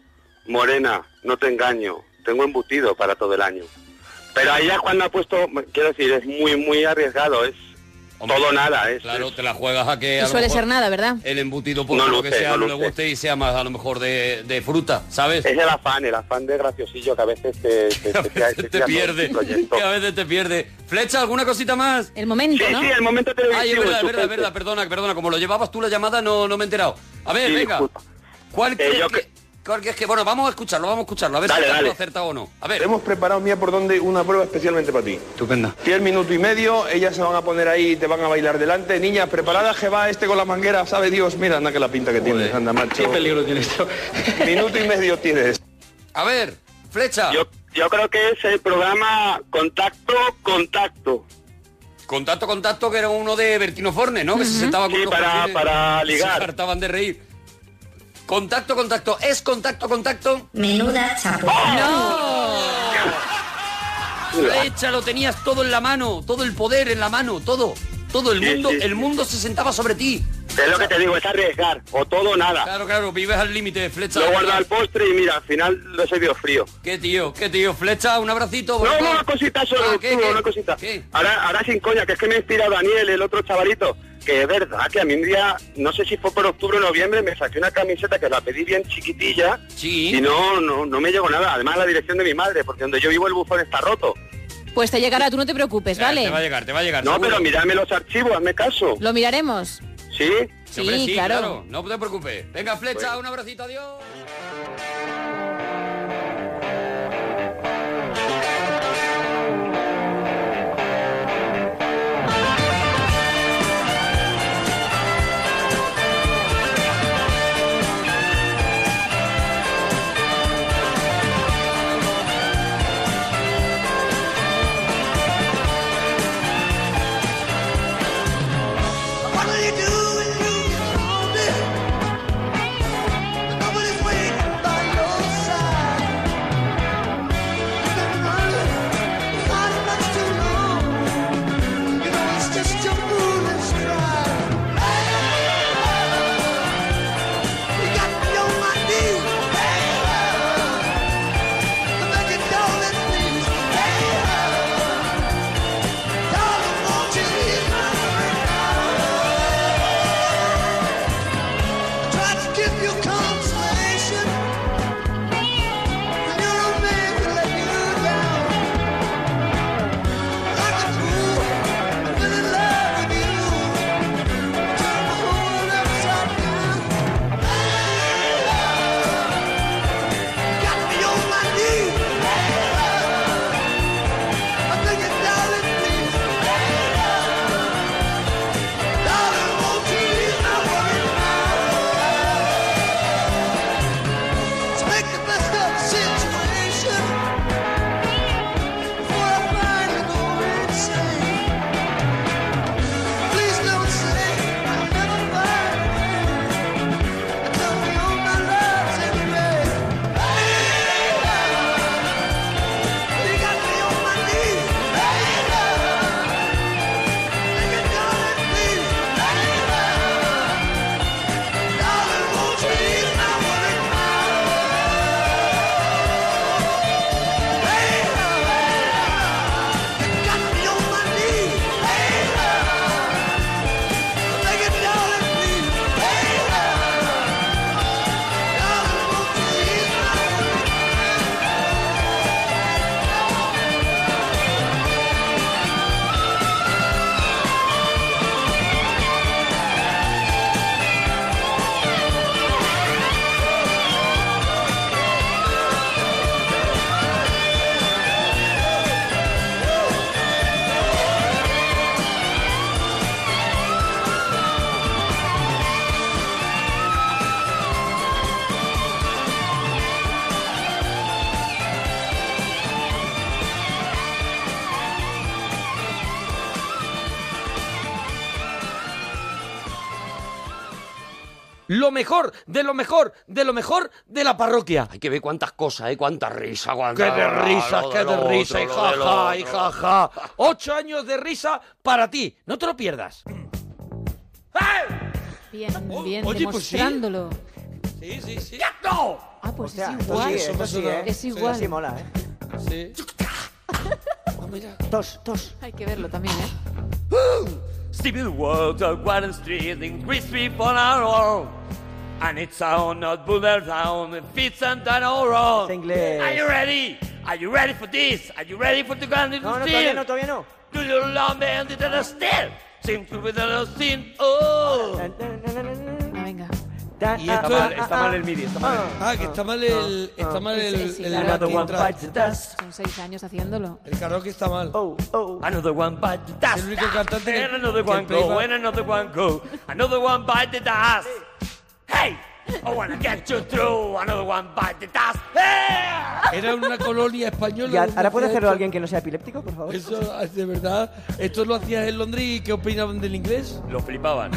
[SPEAKER 12] Morena, no te engaño, tengo embutido para todo el año. Pero ahí ya cuando ha puesto, quiero decir, es muy muy arriesgado, es
[SPEAKER 6] Hombre,
[SPEAKER 12] todo nada, es,
[SPEAKER 6] Claro,
[SPEAKER 12] es-
[SPEAKER 6] te la juegas a que... a
[SPEAKER 2] No
[SPEAKER 6] lo
[SPEAKER 2] suele
[SPEAKER 6] mejor
[SPEAKER 2] ser nada, ¿verdad?
[SPEAKER 6] El embutido por
[SPEAKER 12] No
[SPEAKER 6] lo
[SPEAKER 12] luce,
[SPEAKER 6] que sea,
[SPEAKER 12] no
[SPEAKER 6] le
[SPEAKER 12] luce.
[SPEAKER 6] guste y sea más a lo mejor de, de fruta, ¿sabes?
[SPEAKER 12] es el afán, el afán de graciosillo que a veces te, te, te- te- te-
[SPEAKER 6] te
[SPEAKER 12] te-
[SPEAKER 6] pierde,
[SPEAKER 12] proyecto.
[SPEAKER 6] que a veces te pierde. Flecha, ¿alguna cosita más?
[SPEAKER 2] El
[SPEAKER 12] Sí,
[SPEAKER 2] momento, ¿no?
[SPEAKER 12] sí, el momento televisivo.
[SPEAKER 6] Ay, es verdad, es verdad, es
[SPEAKER 12] estupendo.
[SPEAKER 6] verdad, perdona, perdona, como lo llevabas tú la llamada no, no me he enterado. A ver,
[SPEAKER 12] Sí,
[SPEAKER 6] venga.
[SPEAKER 12] disculpa.
[SPEAKER 6] ¿Cuál
[SPEAKER 12] Eh,
[SPEAKER 6] crees
[SPEAKER 12] yo
[SPEAKER 6] que,
[SPEAKER 12] que-
[SPEAKER 6] cuál crees que- bueno, vamos a escucharlo, vamos a escucharlo, a ver
[SPEAKER 12] Dale,
[SPEAKER 6] si
[SPEAKER 12] dale.
[SPEAKER 6] lo acertado o no. A ver.
[SPEAKER 13] Hemos preparado, mía, por donde una prueba especialmente para ti.
[SPEAKER 6] Estupenda.
[SPEAKER 13] Fiel minuto y medio, ellas se van a poner ahí y te van a bailar delante. Niñas, preparadas que va este con la manguera, sabe Dios. Mira, anda que la pinta que tienes, anda, macho. Qué peligro tiene esto. Minuto y medio tienes.
[SPEAKER 6] A ver, Flecha.
[SPEAKER 12] Yo, yo creo que es el programa Contacto, Contacto.
[SPEAKER 6] Contacto, contacto, que era uno de Bertino Forne, ¿no? Que se sentaba con
[SPEAKER 12] Sí,
[SPEAKER 6] unos
[SPEAKER 12] para-
[SPEAKER 6] jardines,
[SPEAKER 12] para ligar.
[SPEAKER 6] Se hartaban de reír. Contacto, contacto, es contacto, contacto. ¡Oh!
[SPEAKER 14] Menuda chapuza.
[SPEAKER 12] ¡Oh!
[SPEAKER 6] ¡No! Hecha, lo tenías todo en la mano, todo el poder en la mano, todo. Todo el
[SPEAKER 12] Sí,
[SPEAKER 6] mundo,
[SPEAKER 12] sí,
[SPEAKER 6] el mundo se sentaba sobre ti.
[SPEAKER 12] Es lo que te digo, es arriesgar, o todo o nada.
[SPEAKER 6] Claro, claro, vives al límite de flecha.
[SPEAKER 12] Lo guarda al postre y mira, al final lo se vio frío.
[SPEAKER 6] Qué tío, qué tío, flecha, un abracito.
[SPEAKER 12] No,
[SPEAKER 6] bonito.
[SPEAKER 12] no, una cosita solo,
[SPEAKER 6] Ah, ¿qué,
[SPEAKER 12] tú,
[SPEAKER 6] qué?
[SPEAKER 12] una cosita. Ahora, ahora sin coña, que es que me ha inspirado Daniel, el otro chavalito, que es verdad que a mí un día, no sé si fue por octubre o noviembre, me saqué una camiseta que la pedí bien chiquitilla y no, no, no me llegó nada. Además la dirección de mi madre, porque donde yo vivo el buzón está roto.
[SPEAKER 2] Pues te llegará, tú no te preocupes, ¿vale?
[SPEAKER 6] llegar, te va a llegar.
[SPEAKER 12] No,
[SPEAKER 6] seguro.
[SPEAKER 12] pero miradme los archivos, hazme caso.
[SPEAKER 2] Lo miraremos.
[SPEAKER 12] ¿Sí?
[SPEAKER 2] Sí, hombre, sí, claro. claro.
[SPEAKER 6] No te preocupes. Venga, flecha, un abracito, adiós.
[SPEAKER 5] What will you do when you get older? Nobody's waiting by your side. You've been running not much too long. You know it's just your ruling stride. You got me on my knees. I'm making darling things. Darling, won't you hear my Tried to give you consolation when your old man would let you down. Like a fool, I've been in love with you. Turn the world upside down. Got me on my knees. I'm thinking, darling, please. Darling, won't you hear my word Let's make the best of the situation before I finally go insane. Please don't say I'll never find a way. Tell me all my love's in vain. You got me on my knees. Think it done it, please. Darling, won't you hear my word
[SPEAKER 15] Lo mejor, de lo mejor, de lo mejor de la parroquia. Hay que ver cuántas cosas, ¿eh? Cuántas risas,
[SPEAKER 1] ¡Qué
[SPEAKER 15] cuántas...
[SPEAKER 1] de risas, qué de risas! ¡Y jaja, y jaja! ¡Ocho años de risa para ti! ¡No te lo pierdas!
[SPEAKER 2] Bien, bien,
[SPEAKER 1] oye, pues sí.
[SPEAKER 2] demostrándolo.
[SPEAKER 1] Sí, sí, sí.
[SPEAKER 15] ¡No!
[SPEAKER 2] Ah, pues
[SPEAKER 16] Hostia,
[SPEAKER 2] es igual.
[SPEAKER 16] esto sí, esto sí, ¿eh?
[SPEAKER 2] Es
[SPEAKER 16] Sí,
[SPEAKER 2] igual.
[SPEAKER 16] sí mola, ¿eh?
[SPEAKER 1] Sí.
[SPEAKER 16] Tos, tos.
[SPEAKER 2] Hay que verlo también, ¿eh?
[SPEAKER 3] Stevie walked up Warren Street in crispy for an hour. And it's on not Buddha down and fits and done all wrong.
[SPEAKER 16] inglés.
[SPEAKER 3] Are you ready? Are you ready for this? Are you ready for the grand
[SPEAKER 16] No, no, todavía no, todavía no.
[SPEAKER 3] Do you love me and did I still? Seem to be the last thing. Oh.
[SPEAKER 2] venga.
[SPEAKER 1] Y esto
[SPEAKER 3] ah,
[SPEAKER 1] es-
[SPEAKER 3] ah, está mal el MIDI, está mal.
[SPEAKER 1] Ah, que está mal el... Está mal el...
[SPEAKER 2] Sí, sí,
[SPEAKER 1] el-
[SPEAKER 2] claro.
[SPEAKER 1] que entra-
[SPEAKER 2] Son seis años haciéndolo.
[SPEAKER 1] El karaoke está mal.
[SPEAKER 3] Another one by the dust.
[SPEAKER 1] El único cantante que...
[SPEAKER 3] And another
[SPEAKER 1] que
[SPEAKER 3] one
[SPEAKER 1] playback-
[SPEAKER 3] go, and another one go, another one bite the dust. Hey, I wanna get you through another one bite the dust. ¡Eh!
[SPEAKER 1] Era una colonia española.
[SPEAKER 17] Ya,
[SPEAKER 1] donde
[SPEAKER 17] ¿Ahora puede
[SPEAKER 1] hacía
[SPEAKER 17] hacerlo
[SPEAKER 1] esto.
[SPEAKER 17] alguien que no sea epiléptico, por favor?
[SPEAKER 1] Eso, de verdad. ¿Esto lo hacías en Londres y qué opinaban del inglés?
[SPEAKER 6] Lo flipaban.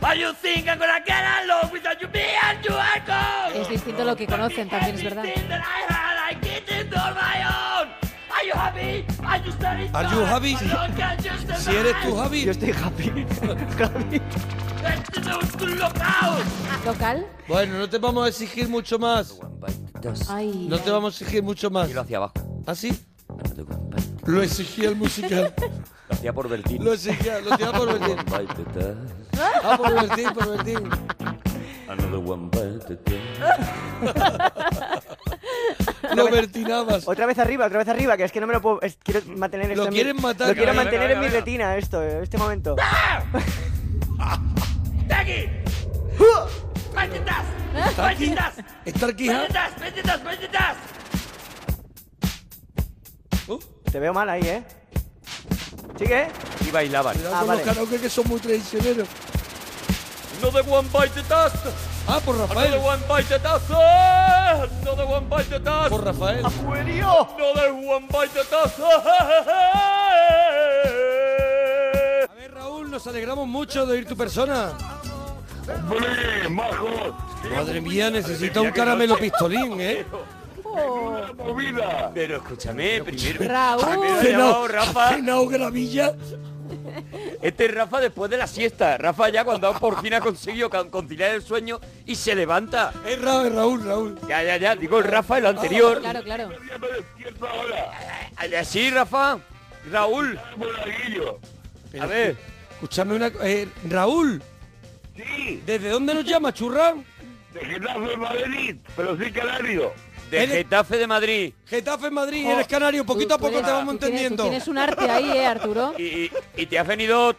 [SPEAKER 3] Why you think I'm gonna get along without you being your alcohol?
[SPEAKER 2] Es distinto a lo que conocen, también es verdad.
[SPEAKER 3] I get it on my own. Are you happy? Are you sorry?
[SPEAKER 1] Are you happy?
[SPEAKER 3] Alone can just
[SPEAKER 1] Si eres tú, Javi. Yo estoy happy.
[SPEAKER 2] ¿Local?
[SPEAKER 1] Bueno, no te vamos a exigir mucho más.
[SPEAKER 2] Ay.
[SPEAKER 1] No te vamos a exigir mucho más. Y lo
[SPEAKER 6] hacía abajo.
[SPEAKER 1] ¿Ah, sí? Lo exigía el musical.
[SPEAKER 6] Lo hacía por Bertín.
[SPEAKER 1] Lo exigía, lo hacía por Bertín.
[SPEAKER 6] One bite the dust,
[SPEAKER 1] Ah, por Bertín, por Bertín.
[SPEAKER 6] another one bite the dust.
[SPEAKER 1] Lo vertinabas.
[SPEAKER 17] Otra vez arriba, otra vez arriba, que es que no me lo puedo. es- quiero mantener
[SPEAKER 1] Lo
[SPEAKER 17] esto en mi-
[SPEAKER 1] quieren matar,
[SPEAKER 17] Lo quiero
[SPEAKER 1] venga,
[SPEAKER 17] mantener
[SPEAKER 1] venga,
[SPEAKER 17] en mi
[SPEAKER 1] venga.
[SPEAKER 17] retina esto, eh, este momento.
[SPEAKER 3] Becky! Bite the dust! Bite the dust!
[SPEAKER 1] Estar aquí,
[SPEAKER 3] Bite the dust! Bite the dust! Bite the dust!
[SPEAKER 17] Te veo mal ahí, ¿eh? ¿Sigue?
[SPEAKER 6] Y bailaban.
[SPEAKER 1] Cuidado
[SPEAKER 17] Ah,
[SPEAKER 1] con
[SPEAKER 17] vale.
[SPEAKER 1] los karaoke que son muy traicioneros.
[SPEAKER 6] Another one bite the dust.
[SPEAKER 1] Ah, por Rafael.
[SPEAKER 6] Another one bite the dust. Ah, Another one bite the dust.
[SPEAKER 1] Por Rafael.
[SPEAKER 6] Another one bite the dust. Ah, ah, ah,
[SPEAKER 1] A ver, Raúl, nos alegramos mucho de oír tu persona.
[SPEAKER 11] ¡Hombre, majo!
[SPEAKER 1] Madre mía, necesita un caramelo pistolín, ¿eh?
[SPEAKER 11] ¡Movida!
[SPEAKER 6] Pero escúchame, primero.
[SPEAKER 2] Raúl.
[SPEAKER 1] Ah,
[SPEAKER 6] Primero ha llamado Rafa. Este es Rafa después de la siesta. Rafa ya cuando por fin ha conseguido con- conciliar el sueño y se levanta.
[SPEAKER 1] Es Raúl, Ah, Raúl, Raúl.
[SPEAKER 6] Ya, ya, ya. Digo el Rafa, el anterior.
[SPEAKER 2] Ah, Claro, claro.
[SPEAKER 6] Así, Rafa. Raúl. A ver.
[SPEAKER 1] Escúchame una cosa. Raúl.
[SPEAKER 11] Sí.
[SPEAKER 1] ¿Desde dónde nos llama, churra?
[SPEAKER 11] De Getafe de Madrid, pero soy canario.
[SPEAKER 6] De Getafe de Madrid.
[SPEAKER 1] Getafe en Madrid,
[SPEAKER 6] Oh.
[SPEAKER 1] eres canario, poquito a
[SPEAKER 2] Tú
[SPEAKER 1] poco
[SPEAKER 2] eres-
[SPEAKER 1] te vamos
[SPEAKER 2] tú tienes-
[SPEAKER 1] entendiendo.
[SPEAKER 2] tú Tienes, un arte ahí, ¿eh, Arturo?
[SPEAKER 6] Y, y- y te has venido,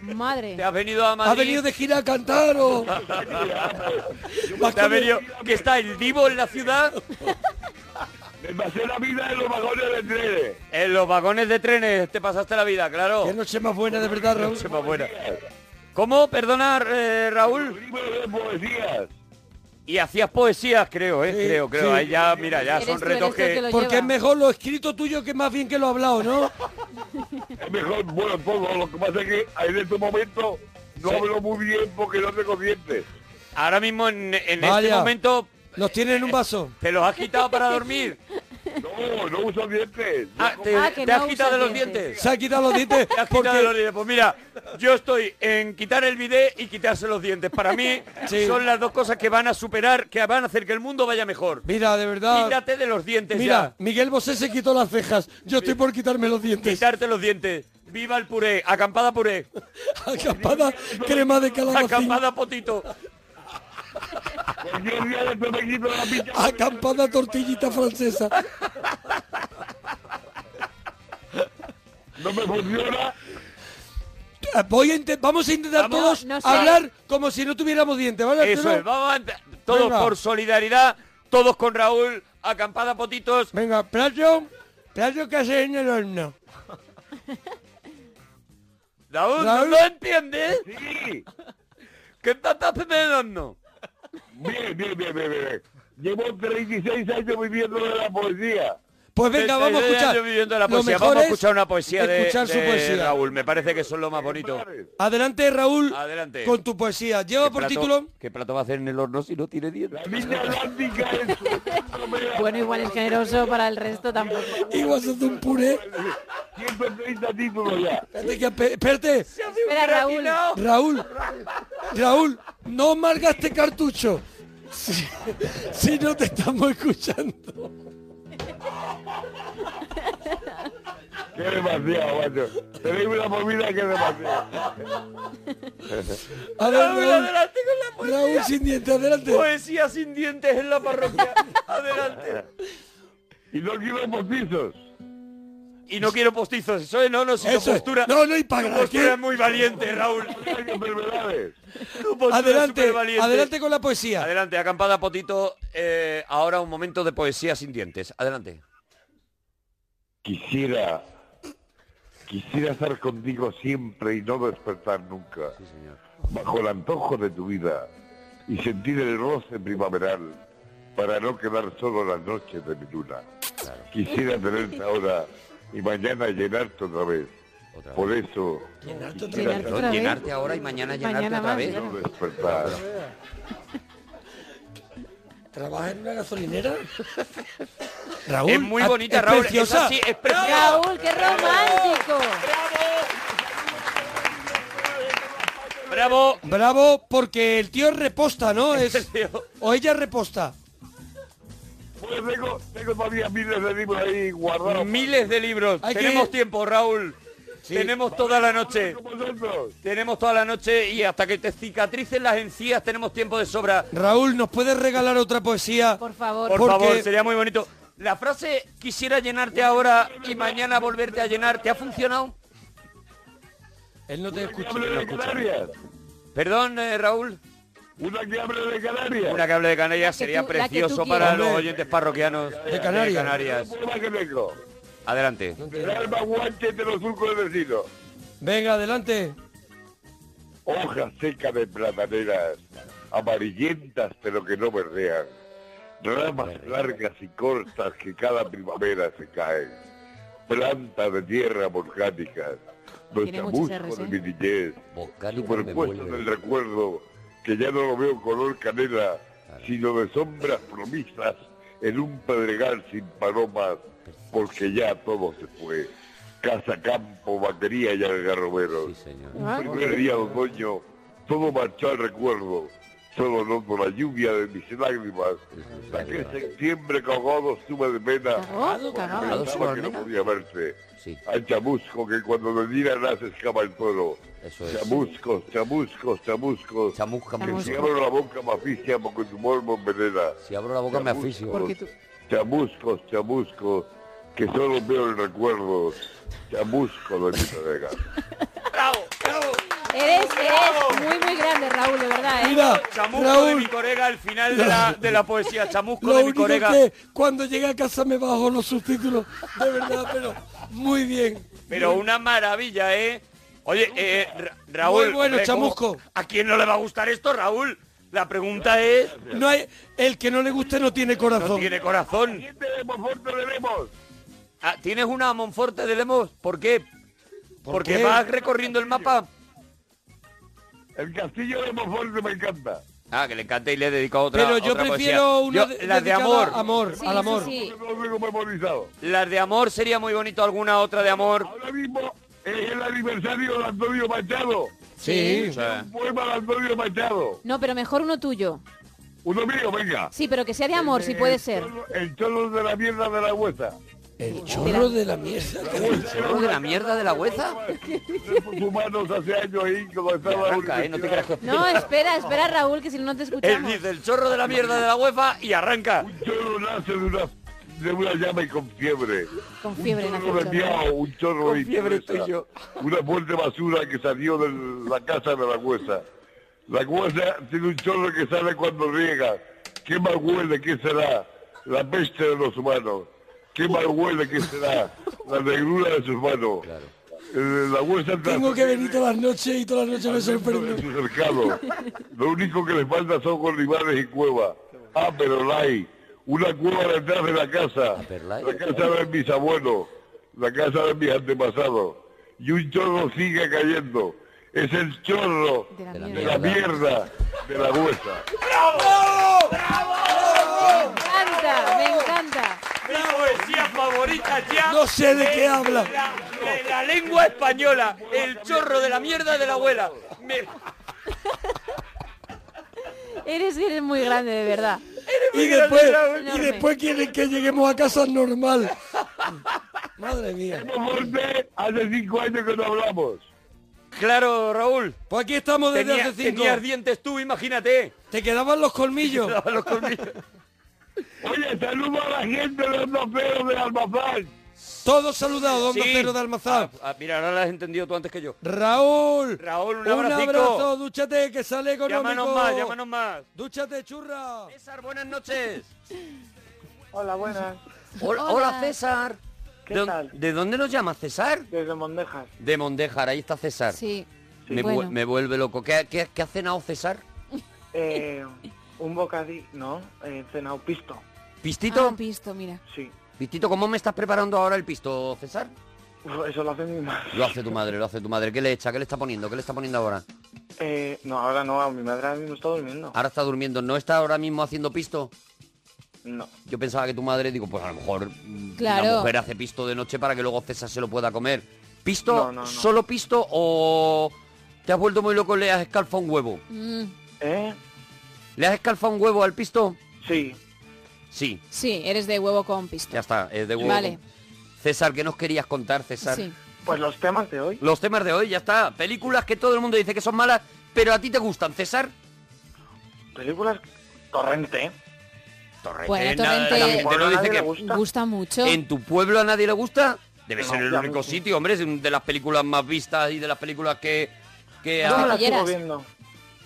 [SPEAKER 2] Madre.
[SPEAKER 6] te has venido a Madrid.
[SPEAKER 1] Ha venido de gira a cantar o...
[SPEAKER 6] Te ha venido, que está el vivo en la ciudad,
[SPEAKER 11] Me pasé la vida en los vagones de trenes.
[SPEAKER 6] en los vagones de trenes, te pasaste la vida, claro.
[SPEAKER 1] Qué noche más buena, de verdad, Raúl.
[SPEAKER 6] Noche más buena. ¿Cómo? Perdona, eh, Raúl.
[SPEAKER 11] Libro de poesías.
[SPEAKER 6] Y hacías poesías, creo, ¿eh?
[SPEAKER 1] Sí,
[SPEAKER 6] creo, creo.
[SPEAKER 1] sí.
[SPEAKER 6] Ahí ya, mira, ya
[SPEAKER 2] Eres
[SPEAKER 6] son
[SPEAKER 2] tú,
[SPEAKER 6] retos
[SPEAKER 2] eres tú el este que
[SPEAKER 6] que...
[SPEAKER 2] lo
[SPEAKER 1] Porque
[SPEAKER 2] lleva.
[SPEAKER 1] es mejor lo escrito tuyo que más bien que lo hablado, ¿no?
[SPEAKER 11] Es mejor, bueno, todo. Lo que pasa es que en este momento no hablo muy bien porque no tengo dientes.
[SPEAKER 6] Ahora mismo, en, en este
[SPEAKER 1] Vaya.
[SPEAKER 6] momento,
[SPEAKER 1] Nos tienen en un vaso.
[SPEAKER 6] te los has quitado para dormir.
[SPEAKER 11] No, no uso dientes.
[SPEAKER 6] Ah, te,
[SPEAKER 2] Ah, que
[SPEAKER 6] te
[SPEAKER 2] no
[SPEAKER 6] has quitado
[SPEAKER 2] usas
[SPEAKER 6] de los
[SPEAKER 2] dientes.
[SPEAKER 6] dientes.
[SPEAKER 1] Se ha quitado los dientes
[SPEAKER 6] Te has quitado de los
[SPEAKER 1] porque...
[SPEAKER 6] dientes. Pues mira, yo estoy en quitar el bidet y quitarse los dientes. Para mí
[SPEAKER 1] Sí.
[SPEAKER 6] son las dos cosas que van a superar, que van a hacer que el mundo vaya mejor.
[SPEAKER 1] Mira, de verdad...
[SPEAKER 6] Quítate de los dientes
[SPEAKER 1] Mira, Miguel Bosé se quitó las cejas. Yo estoy por quitarme los
[SPEAKER 6] ya.
[SPEAKER 1] dientes.
[SPEAKER 6] Quitarte los dientes. Viva el puré, acampada puré,
[SPEAKER 1] Acampada, crema de calabacín.
[SPEAKER 6] acampada potito.
[SPEAKER 11] Cualquier día después me quito la pincha.
[SPEAKER 1] Acampada tortillita francesa.
[SPEAKER 11] No me funciona.
[SPEAKER 1] Voy a inte- vamos a intentar
[SPEAKER 6] Vamos,
[SPEAKER 1] todos
[SPEAKER 2] no sé.
[SPEAKER 1] hablar como si no tuviéramos dientes, ¿vale?
[SPEAKER 6] Eso
[SPEAKER 1] Arturo?
[SPEAKER 6] es, vamos a, todos
[SPEAKER 1] Venga.
[SPEAKER 6] por solidaridad, todos con Raúl, acampada potitos.
[SPEAKER 1] Venga, plato, plato que haces en el horno.
[SPEAKER 6] Raúl, ¿no
[SPEAKER 1] Raúl.
[SPEAKER 6] lo entiendes?
[SPEAKER 11] Sí.
[SPEAKER 6] ¿Qué estás no?
[SPEAKER 11] Bien, bien, bien, bien, bien. Llevo 36 años viviendo de la poesía.
[SPEAKER 1] Pues venga, vamos a
[SPEAKER 6] 36
[SPEAKER 1] escuchar.
[SPEAKER 6] años viviendo la
[SPEAKER 1] Lo
[SPEAKER 6] poesía.
[SPEAKER 1] mejor
[SPEAKER 6] Vamos a
[SPEAKER 1] es
[SPEAKER 6] escuchar una poesía de,
[SPEAKER 1] escuchar su
[SPEAKER 6] de
[SPEAKER 1] poesía.
[SPEAKER 6] Raúl. Me parece que eso es lo más bonito.
[SPEAKER 1] Adelante, Raúl,
[SPEAKER 6] Adelante.
[SPEAKER 1] con tu poesía. Lleva por título...
[SPEAKER 6] ¿Qué plato va a hacer en el horno si no tiene
[SPEAKER 11] La
[SPEAKER 6] dientes?
[SPEAKER 11] niña atlántica es...
[SPEAKER 2] Bueno, igual es generoso para el resto tampoco.
[SPEAKER 1] Igual se hace un puré.
[SPEAKER 11] 130 títulos ya.
[SPEAKER 1] Espérate, que ape- espérate.
[SPEAKER 2] Espera, Raúl.
[SPEAKER 1] Raúl, Raúl, no malgaste cartucho. Si, si no te estamos escuchando.
[SPEAKER 11] Qué demasiado, macho. Tenéis una movida que es demasiado.
[SPEAKER 1] A ver,
[SPEAKER 6] Raúl,
[SPEAKER 1] Raúl,
[SPEAKER 6] adelante con la
[SPEAKER 1] Raúl
[SPEAKER 6] poesía.
[SPEAKER 1] sin dientes, adelante.
[SPEAKER 6] Poesía sin dientes en la parroquia. Adelante.
[SPEAKER 11] Y no quiero postizos.
[SPEAKER 6] Y no quiero postizos. Eso es, no, no, si tu
[SPEAKER 1] Eso es.
[SPEAKER 6] postura,
[SPEAKER 1] No, no, y
[SPEAKER 6] tu
[SPEAKER 1] para
[SPEAKER 6] postura
[SPEAKER 1] qué.
[SPEAKER 6] es muy valiente, Raúl.
[SPEAKER 11] No hay enfermedades.
[SPEAKER 6] Tu postura es
[SPEAKER 1] Adelante,
[SPEAKER 6] supervaliente.
[SPEAKER 1] adelante con la poesía.
[SPEAKER 6] Adelante, acampada Potito. Eh, ahora un momento de poesía sin dientes. Adelante.
[SPEAKER 11] Quisiera... Quisiera estar contigo siempre y no despertar nunca.
[SPEAKER 6] señor.
[SPEAKER 11] Bajo el antojo de tu vida. y sentir el roce primaveral para no quedar solo las noches de mi luna. Quisiera tenerte ahora y mañana llenarte otra vez. Por eso...
[SPEAKER 6] Llenarte
[SPEAKER 11] otra Llenarte vez. otra vez.
[SPEAKER 6] Llenarte ahora y mañana
[SPEAKER 11] Mañana
[SPEAKER 6] llenarte otra
[SPEAKER 11] más,
[SPEAKER 6] vez.
[SPEAKER 11] mañana. No despertar.
[SPEAKER 1] ¿Trabaja en una gasolinera?
[SPEAKER 18] Raúl,
[SPEAKER 6] es muy
[SPEAKER 18] ah,
[SPEAKER 6] bonita,
[SPEAKER 18] es
[SPEAKER 6] Raúl.
[SPEAKER 18] preciosa.
[SPEAKER 6] Es así, es preciosa.
[SPEAKER 2] Raúl, qué romántico.
[SPEAKER 6] Bravo.
[SPEAKER 1] Bravo, porque el tío es reposta, ¿no? Es, o ella es reposta.
[SPEAKER 11] Pues tengo, tengo todavía miles de libros ahí guardados.
[SPEAKER 6] Miles de libros.
[SPEAKER 11] Hay que
[SPEAKER 6] Tenemos
[SPEAKER 11] ir.
[SPEAKER 6] tiempo, Raúl.
[SPEAKER 11] Sí.
[SPEAKER 6] Tenemos toda la noche. Tenemos toda la noche y hasta que te cicatricen las encías tenemos tiempo de sobra.
[SPEAKER 1] Raúl, ¿nos puedes regalar otra poesía?
[SPEAKER 2] Por favor.
[SPEAKER 6] Por
[SPEAKER 1] Porque-
[SPEAKER 6] favor, sería muy bonito. La frase quisiera llenarte ahora y mañana volverte a llenar, ¿te ha funcionado?
[SPEAKER 1] Él no te escucha.
[SPEAKER 6] Perdón, eh, Raúl.
[SPEAKER 11] Una que hable de Canarias.
[SPEAKER 6] Una que hable de Canarias
[SPEAKER 11] Que
[SPEAKER 6] sería
[SPEAKER 11] tú- la que tú
[SPEAKER 6] precioso para
[SPEAKER 11] quieras.
[SPEAKER 6] los oyentes parroquianos
[SPEAKER 11] De Canarias. Una que tengo.
[SPEAKER 6] Adelante.
[SPEAKER 11] El alma guanche de los surcos del vecino.
[SPEAKER 1] Venga, adelante.
[SPEAKER 11] Hojas secas de plataneras, amarillentas pero que no berrean. Ramas largas y cortas que cada primavera se caen. Plantas de tierra volcánicas.
[SPEAKER 3] Tiene ¿eh?
[SPEAKER 11] Nuestra
[SPEAKER 3] muchas Rs,
[SPEAKER 11] musgo de mi niñez. Superpuesto
[SPEAKER 3] vuelve.
[SPEAKER 11] del recuerdo, que ya no lo veo color canela, sino de sombras promisas en un pedregal sin palomas, porque ya todo se fue. Casa, campo, batería y algarroberos.
[SPEAKER 3] Ah.
[SPEAKER 11] Un primer día de otoño, todo marchó al recuerdo. Solo noto la lluvia de mis lágrimas. Aquel septiembre cagado sube de pena.
[SPEAKER 3] Cagado,
[SPEAKER 11] porque pensaba
[SPEAKER 3] cagado. Cagado sube de
[SPEAKER 11] que no
[SPEAKER 3] pena.
[SPEAKER 11] podía verte. Al chamusco que cuando me diera nace escapa el toro.
[SPEAKER 3] es.
[SPEAKER 11] Chamuscos, chamuscos, chamuscos. Que si
[SPEAKER 3] Chamusco.
[SPEAKER 11] abro la boca me asfixia porque tu humor me envenena.
[SPEAKER 6] Si abro la boca me asfixio. Porque tú-
[SPEAKER 11] Chamuscos, chamuscos, que solo veo el recuerdo. Chamusco de mi colega.
[SPEAKER 2] Eres, eres muy, muy grande, Raúl, de verdad, ¿eh?
[SPEAKER 6] chamusco de mi corega al final de la, de la poesía, chamusco
[SPEAKER 1] Lo
[SPEAKER 6] de mi
[SPEAKER 1] único
[SPEAKER 6] corega.
[SPEAKER 1] que cuando llegue a casa me bajo los subtítulos. De verdad, pero muy bien.
[SPEAKER 6] Pero una maravilla, ¿eh? Oye, eh, Ra- Raúl. eh,
[SPEAKER 1] Muy bueno,
[SPEAKER 6] ¿cómo-
[SPEAKER 1] chamusco.
[SPEAKER 6] ¿A quién no le va a gustar esto, Raúl? La pregunta es.
[SPEAKER 1] No hay, el que no le guste no tiene corazón.
[SPEAKER 6] No tiene corazón. Ah, ¿Tienes una Monforte de Lemos? ¿Por qué? Porque
[SPEAKER 11] qué?
[SPEAKER 6] vas recorriendo el mapa.
[SPEAKER 11] El castillo de Monforte me encanta.
[SPEAKER 6] Ah, que le encanta y le he dedicado otra.
[SPEAKER 1] Pero yo
[SPEAKER 6] otra
[SPEAKER 1] prefiero
[SPEAKER 6] poesía.
[SPEAKER 1] una
[SPEAKER 6] Yo-
[SPEAKER 1] de-
[SPEAKER 6] las de
[SPEAKER 1] dedicada
[SPEAKER 6] amor.
[SPEAKER 1] a amor, Sí, al sí, amor. sí.
[SPEAKER 11] No tengo memorizado.
[SPEAKER 6] Las de amor sería muy bonito alguna otra de amor.
[SPEAKER 11] Ahora mismo es el aniversario de Antonio Machado.
[SPEAKER 6] Sí. Sí.
[SPEAKER 11] Un poema de Antonio Machado.
[SPEAKER 2] No, pero mejor uno tuyo.
[SPEAKER 11] Uno mío, venga.
[SPEAKER 2] Sí, pero que sea de amor, si puede ser.
[SPEAKER 11] El cholo de la mierda de la huesa.
[SPEAKER 1] El chorro de la mierda.
[SPEAKER 6] ¿El chorro de la mierda de la hueza?
[SPEAKER 11] humanos hace años ahí cuando estaba...
[SPEAKER 6] Arranca, ¿eh? No te creas que...
[SPEAKER 2] No, espera, espera, Raúl, que si no, no te
[SPEAKER 6] Él
[SPEAKER 2] escuchamos.
[SPEAKER 6] dice el chorro de la mierda de la UEFA y arranca.
[SPEAKER 11] Un chorro nace de una, de una llama y con fiebre.
[SPEAKER 2] Con fiebre
[SPEAKER 11] Un
[SPEAKER 2] nace
[SPEAKER 11] chorro
[SPEAKER 2] el
[SPEAKER 11] enviado,
[SPEAKER 2] chorro.
[SPEAKER 11] un chorro
[SPEAKER 2] Con
[SPEAKER 11] de
[SPEAKER 2] fiebre
[SPEAKER 11] impureza.
[SPEAKER 2] estoy yo.
[SPEAKER 11] Una fuerte basura que salió de la casa de la huesa. La huesa tiene un chorro que sale cuando riega. ¿Qué mal huele? ¿Qué será? La peste de los humanos. ¿Qué mal huele? ¿Qué será? La negrura de sus manos. Eh, La huesa
[SPEAKER 1] Tengo que venir todas las noches y todas las noches me sorprendo.
[SPEAKER 11] su cercado. Lo único que les falta son rivales y cuevas. Ah, pero la hay. Una cueva detrás de la casa. La casa de mis abuelos. La casa de mis antepasados. Y un chorro sigue cayendo. Es el chorro de la, mierda de la huesa.
[SPEAKER 6] ¡Bravo!
[SPEAKER 2] Me encanta, me encanta.
[SPEAKER 6] Mi poesía favorita ya.
[SPEAKER 1] No sé de qué habla.
[SPEAKER 6] la- de la lengua española. El chorro de la mierda de la abuela. Me-
[SPEAKER 2] Eres, eres muy grande, de verdad.
[SPEAKER 1] Y después, y
[SPEAKER 2] Enorme.
[SPEAKER 1] después quieren que lleguemos a casa normal. Madre mía.
[SPEAKER 11] Hace cinco años que no hablamos.
[SPEAKER 6] Claro, Raúl.
[SPEAKER 1] Pues aquí estamos desde
[SPEAKER 6] Tenía-
[SPEAKER 1] hace cinco.
[SPEAKER 6] tenías dientes tú, imagínate.
[SPEAKER 1] Te quedaban los colmillos.
[SPEAKER 6] Te quedaban los colmillos.
[SPEAKER 11] Oye, saludo a la gente de los feos de Almazán.
[SPEAKER 1] Todos saludados, don
[SPEAKER 6] Sí.
[SPEAKER 1] Cero de Almazán.
[SPEAKER 6] Ah, mira, ahora las has entendido tú antes que yo.
[SPEAKER 1] Raúl.
[SPEAKER 6] Raúl, un
[SPEAKER 1] un
[SPEAKER 6] abracico.
[SPEAKER 1] abrazo, dúchate, que sale económico.
[SPEAKER 6] Llámanos más, llámanos más.
[SPEAKER 1] Dúchate, churra.
[SPEAKER 6] César, buenas noches.
[SPEAKER 17] Hola, buenas.
[SPEAKER 6] Hola, César.
[SPEAKER 17] ¿Qué
[SPEAKER 6] ¿De, dó-
[SPEAKER 17] tal?
[SPEAKER 6] de dónde nos llama César?
[SPEAKER 17] Desde Mondejas.
[SPEAKER 6] De Mondejar, ahí está César.
[SPEAKER 17] Sí.
[SPEAKER 6] Me, vu- me vuelve loco. ¿Qué, qué, qué ha cenado César?
[SPEAKER 17] Eh, un bocadillo, no, eh, cenado pisto.
[SPEAKER 6] ¿Pistito?
[SPEAKER 2] Ah, pisto, mira.
[SPEAKER 17] Sí.
[SPEAKER 6] Pistito, ¿cómo me estás preparando ahora el pisto, César?
[SPEAKER 17] Uf, Eso lo hace mi madre.
[SPEAKER 6] Lo hace tu madre, lo hace tu madre. ¿Qué le echa? ¿Qué le está poniendo? ¿Qué le está poniendo ahora?
[SPEAKER 17] Eh, no, ahora no, mi madre ahora mismo está durmiendo.
[SPEAKER 6] Ahora está durmiendo. ¿No está ahora mismo haciendo pisto?
[SPEAKER 17] No.
[SPEAKER 6] Yo pensaba que tu madre, digo, pues a lo mejor mm,
[SPEAKER 2] Claro.
[SPEAKER 6] la mujer hace pisto de noche para que luego César se lo pueda comer. ¿Pisto?
[SPEAKER 17] No, no, no.
[SPEAKER 6] ¿Solo pisto o te has vuelto muy loco y le has escalfado un huevo?
[SPEAKER 2] Mm,
[SPEAKER 17] ¿Eh?
[SPEAKER 6] ¿Le has escalfado un huevo al pisto?
[SPEAKER 17] Sí.
[SPEAKER 6] Sí,
[SPEAKER 2] Sí, eres de huevo con pisto.
[SPEAKER 6] ya está, es de huevo.
[SPEAKER 2] Vale.
[SPEAKER 6] César, ¿qué nos querías contar, César?
[SPEAKER 2] Sí.
[SPEAKER 17] Pues los temas de hoy.
[SPEAKER 6] Los temas de hoy, ya está. Películas que todo el mundo dice que son malas, pero a ti te gustan, César.
[SPEAKER 17] Películas Torrente.
[SPEAKER 6] Torrente.
[SPEAKER 2] Bueno,
[SPEAKER 6] nada, la
[SPEAKER 2] Torrente
[SPEAKER 6] gente no dice que-
[SPEAKER 2] gusta mucho.
[SPEAKER 6] ¿En tu pueblo a nadie le gusta? Debe
[SPEAKER 2] No,
[SPEAKER 6] ser el
[SPEAKER 2] ya
[SPEAKER 6] único
[SPEAKER 2] no.
[SPEAKER 6] sitio, hombre, es de las películas más vistas y de las películas que... que
[SPEAKER 17] Yo
[SPEAKER 6] ha-
[SPEAKER 17] me la estuve viendo.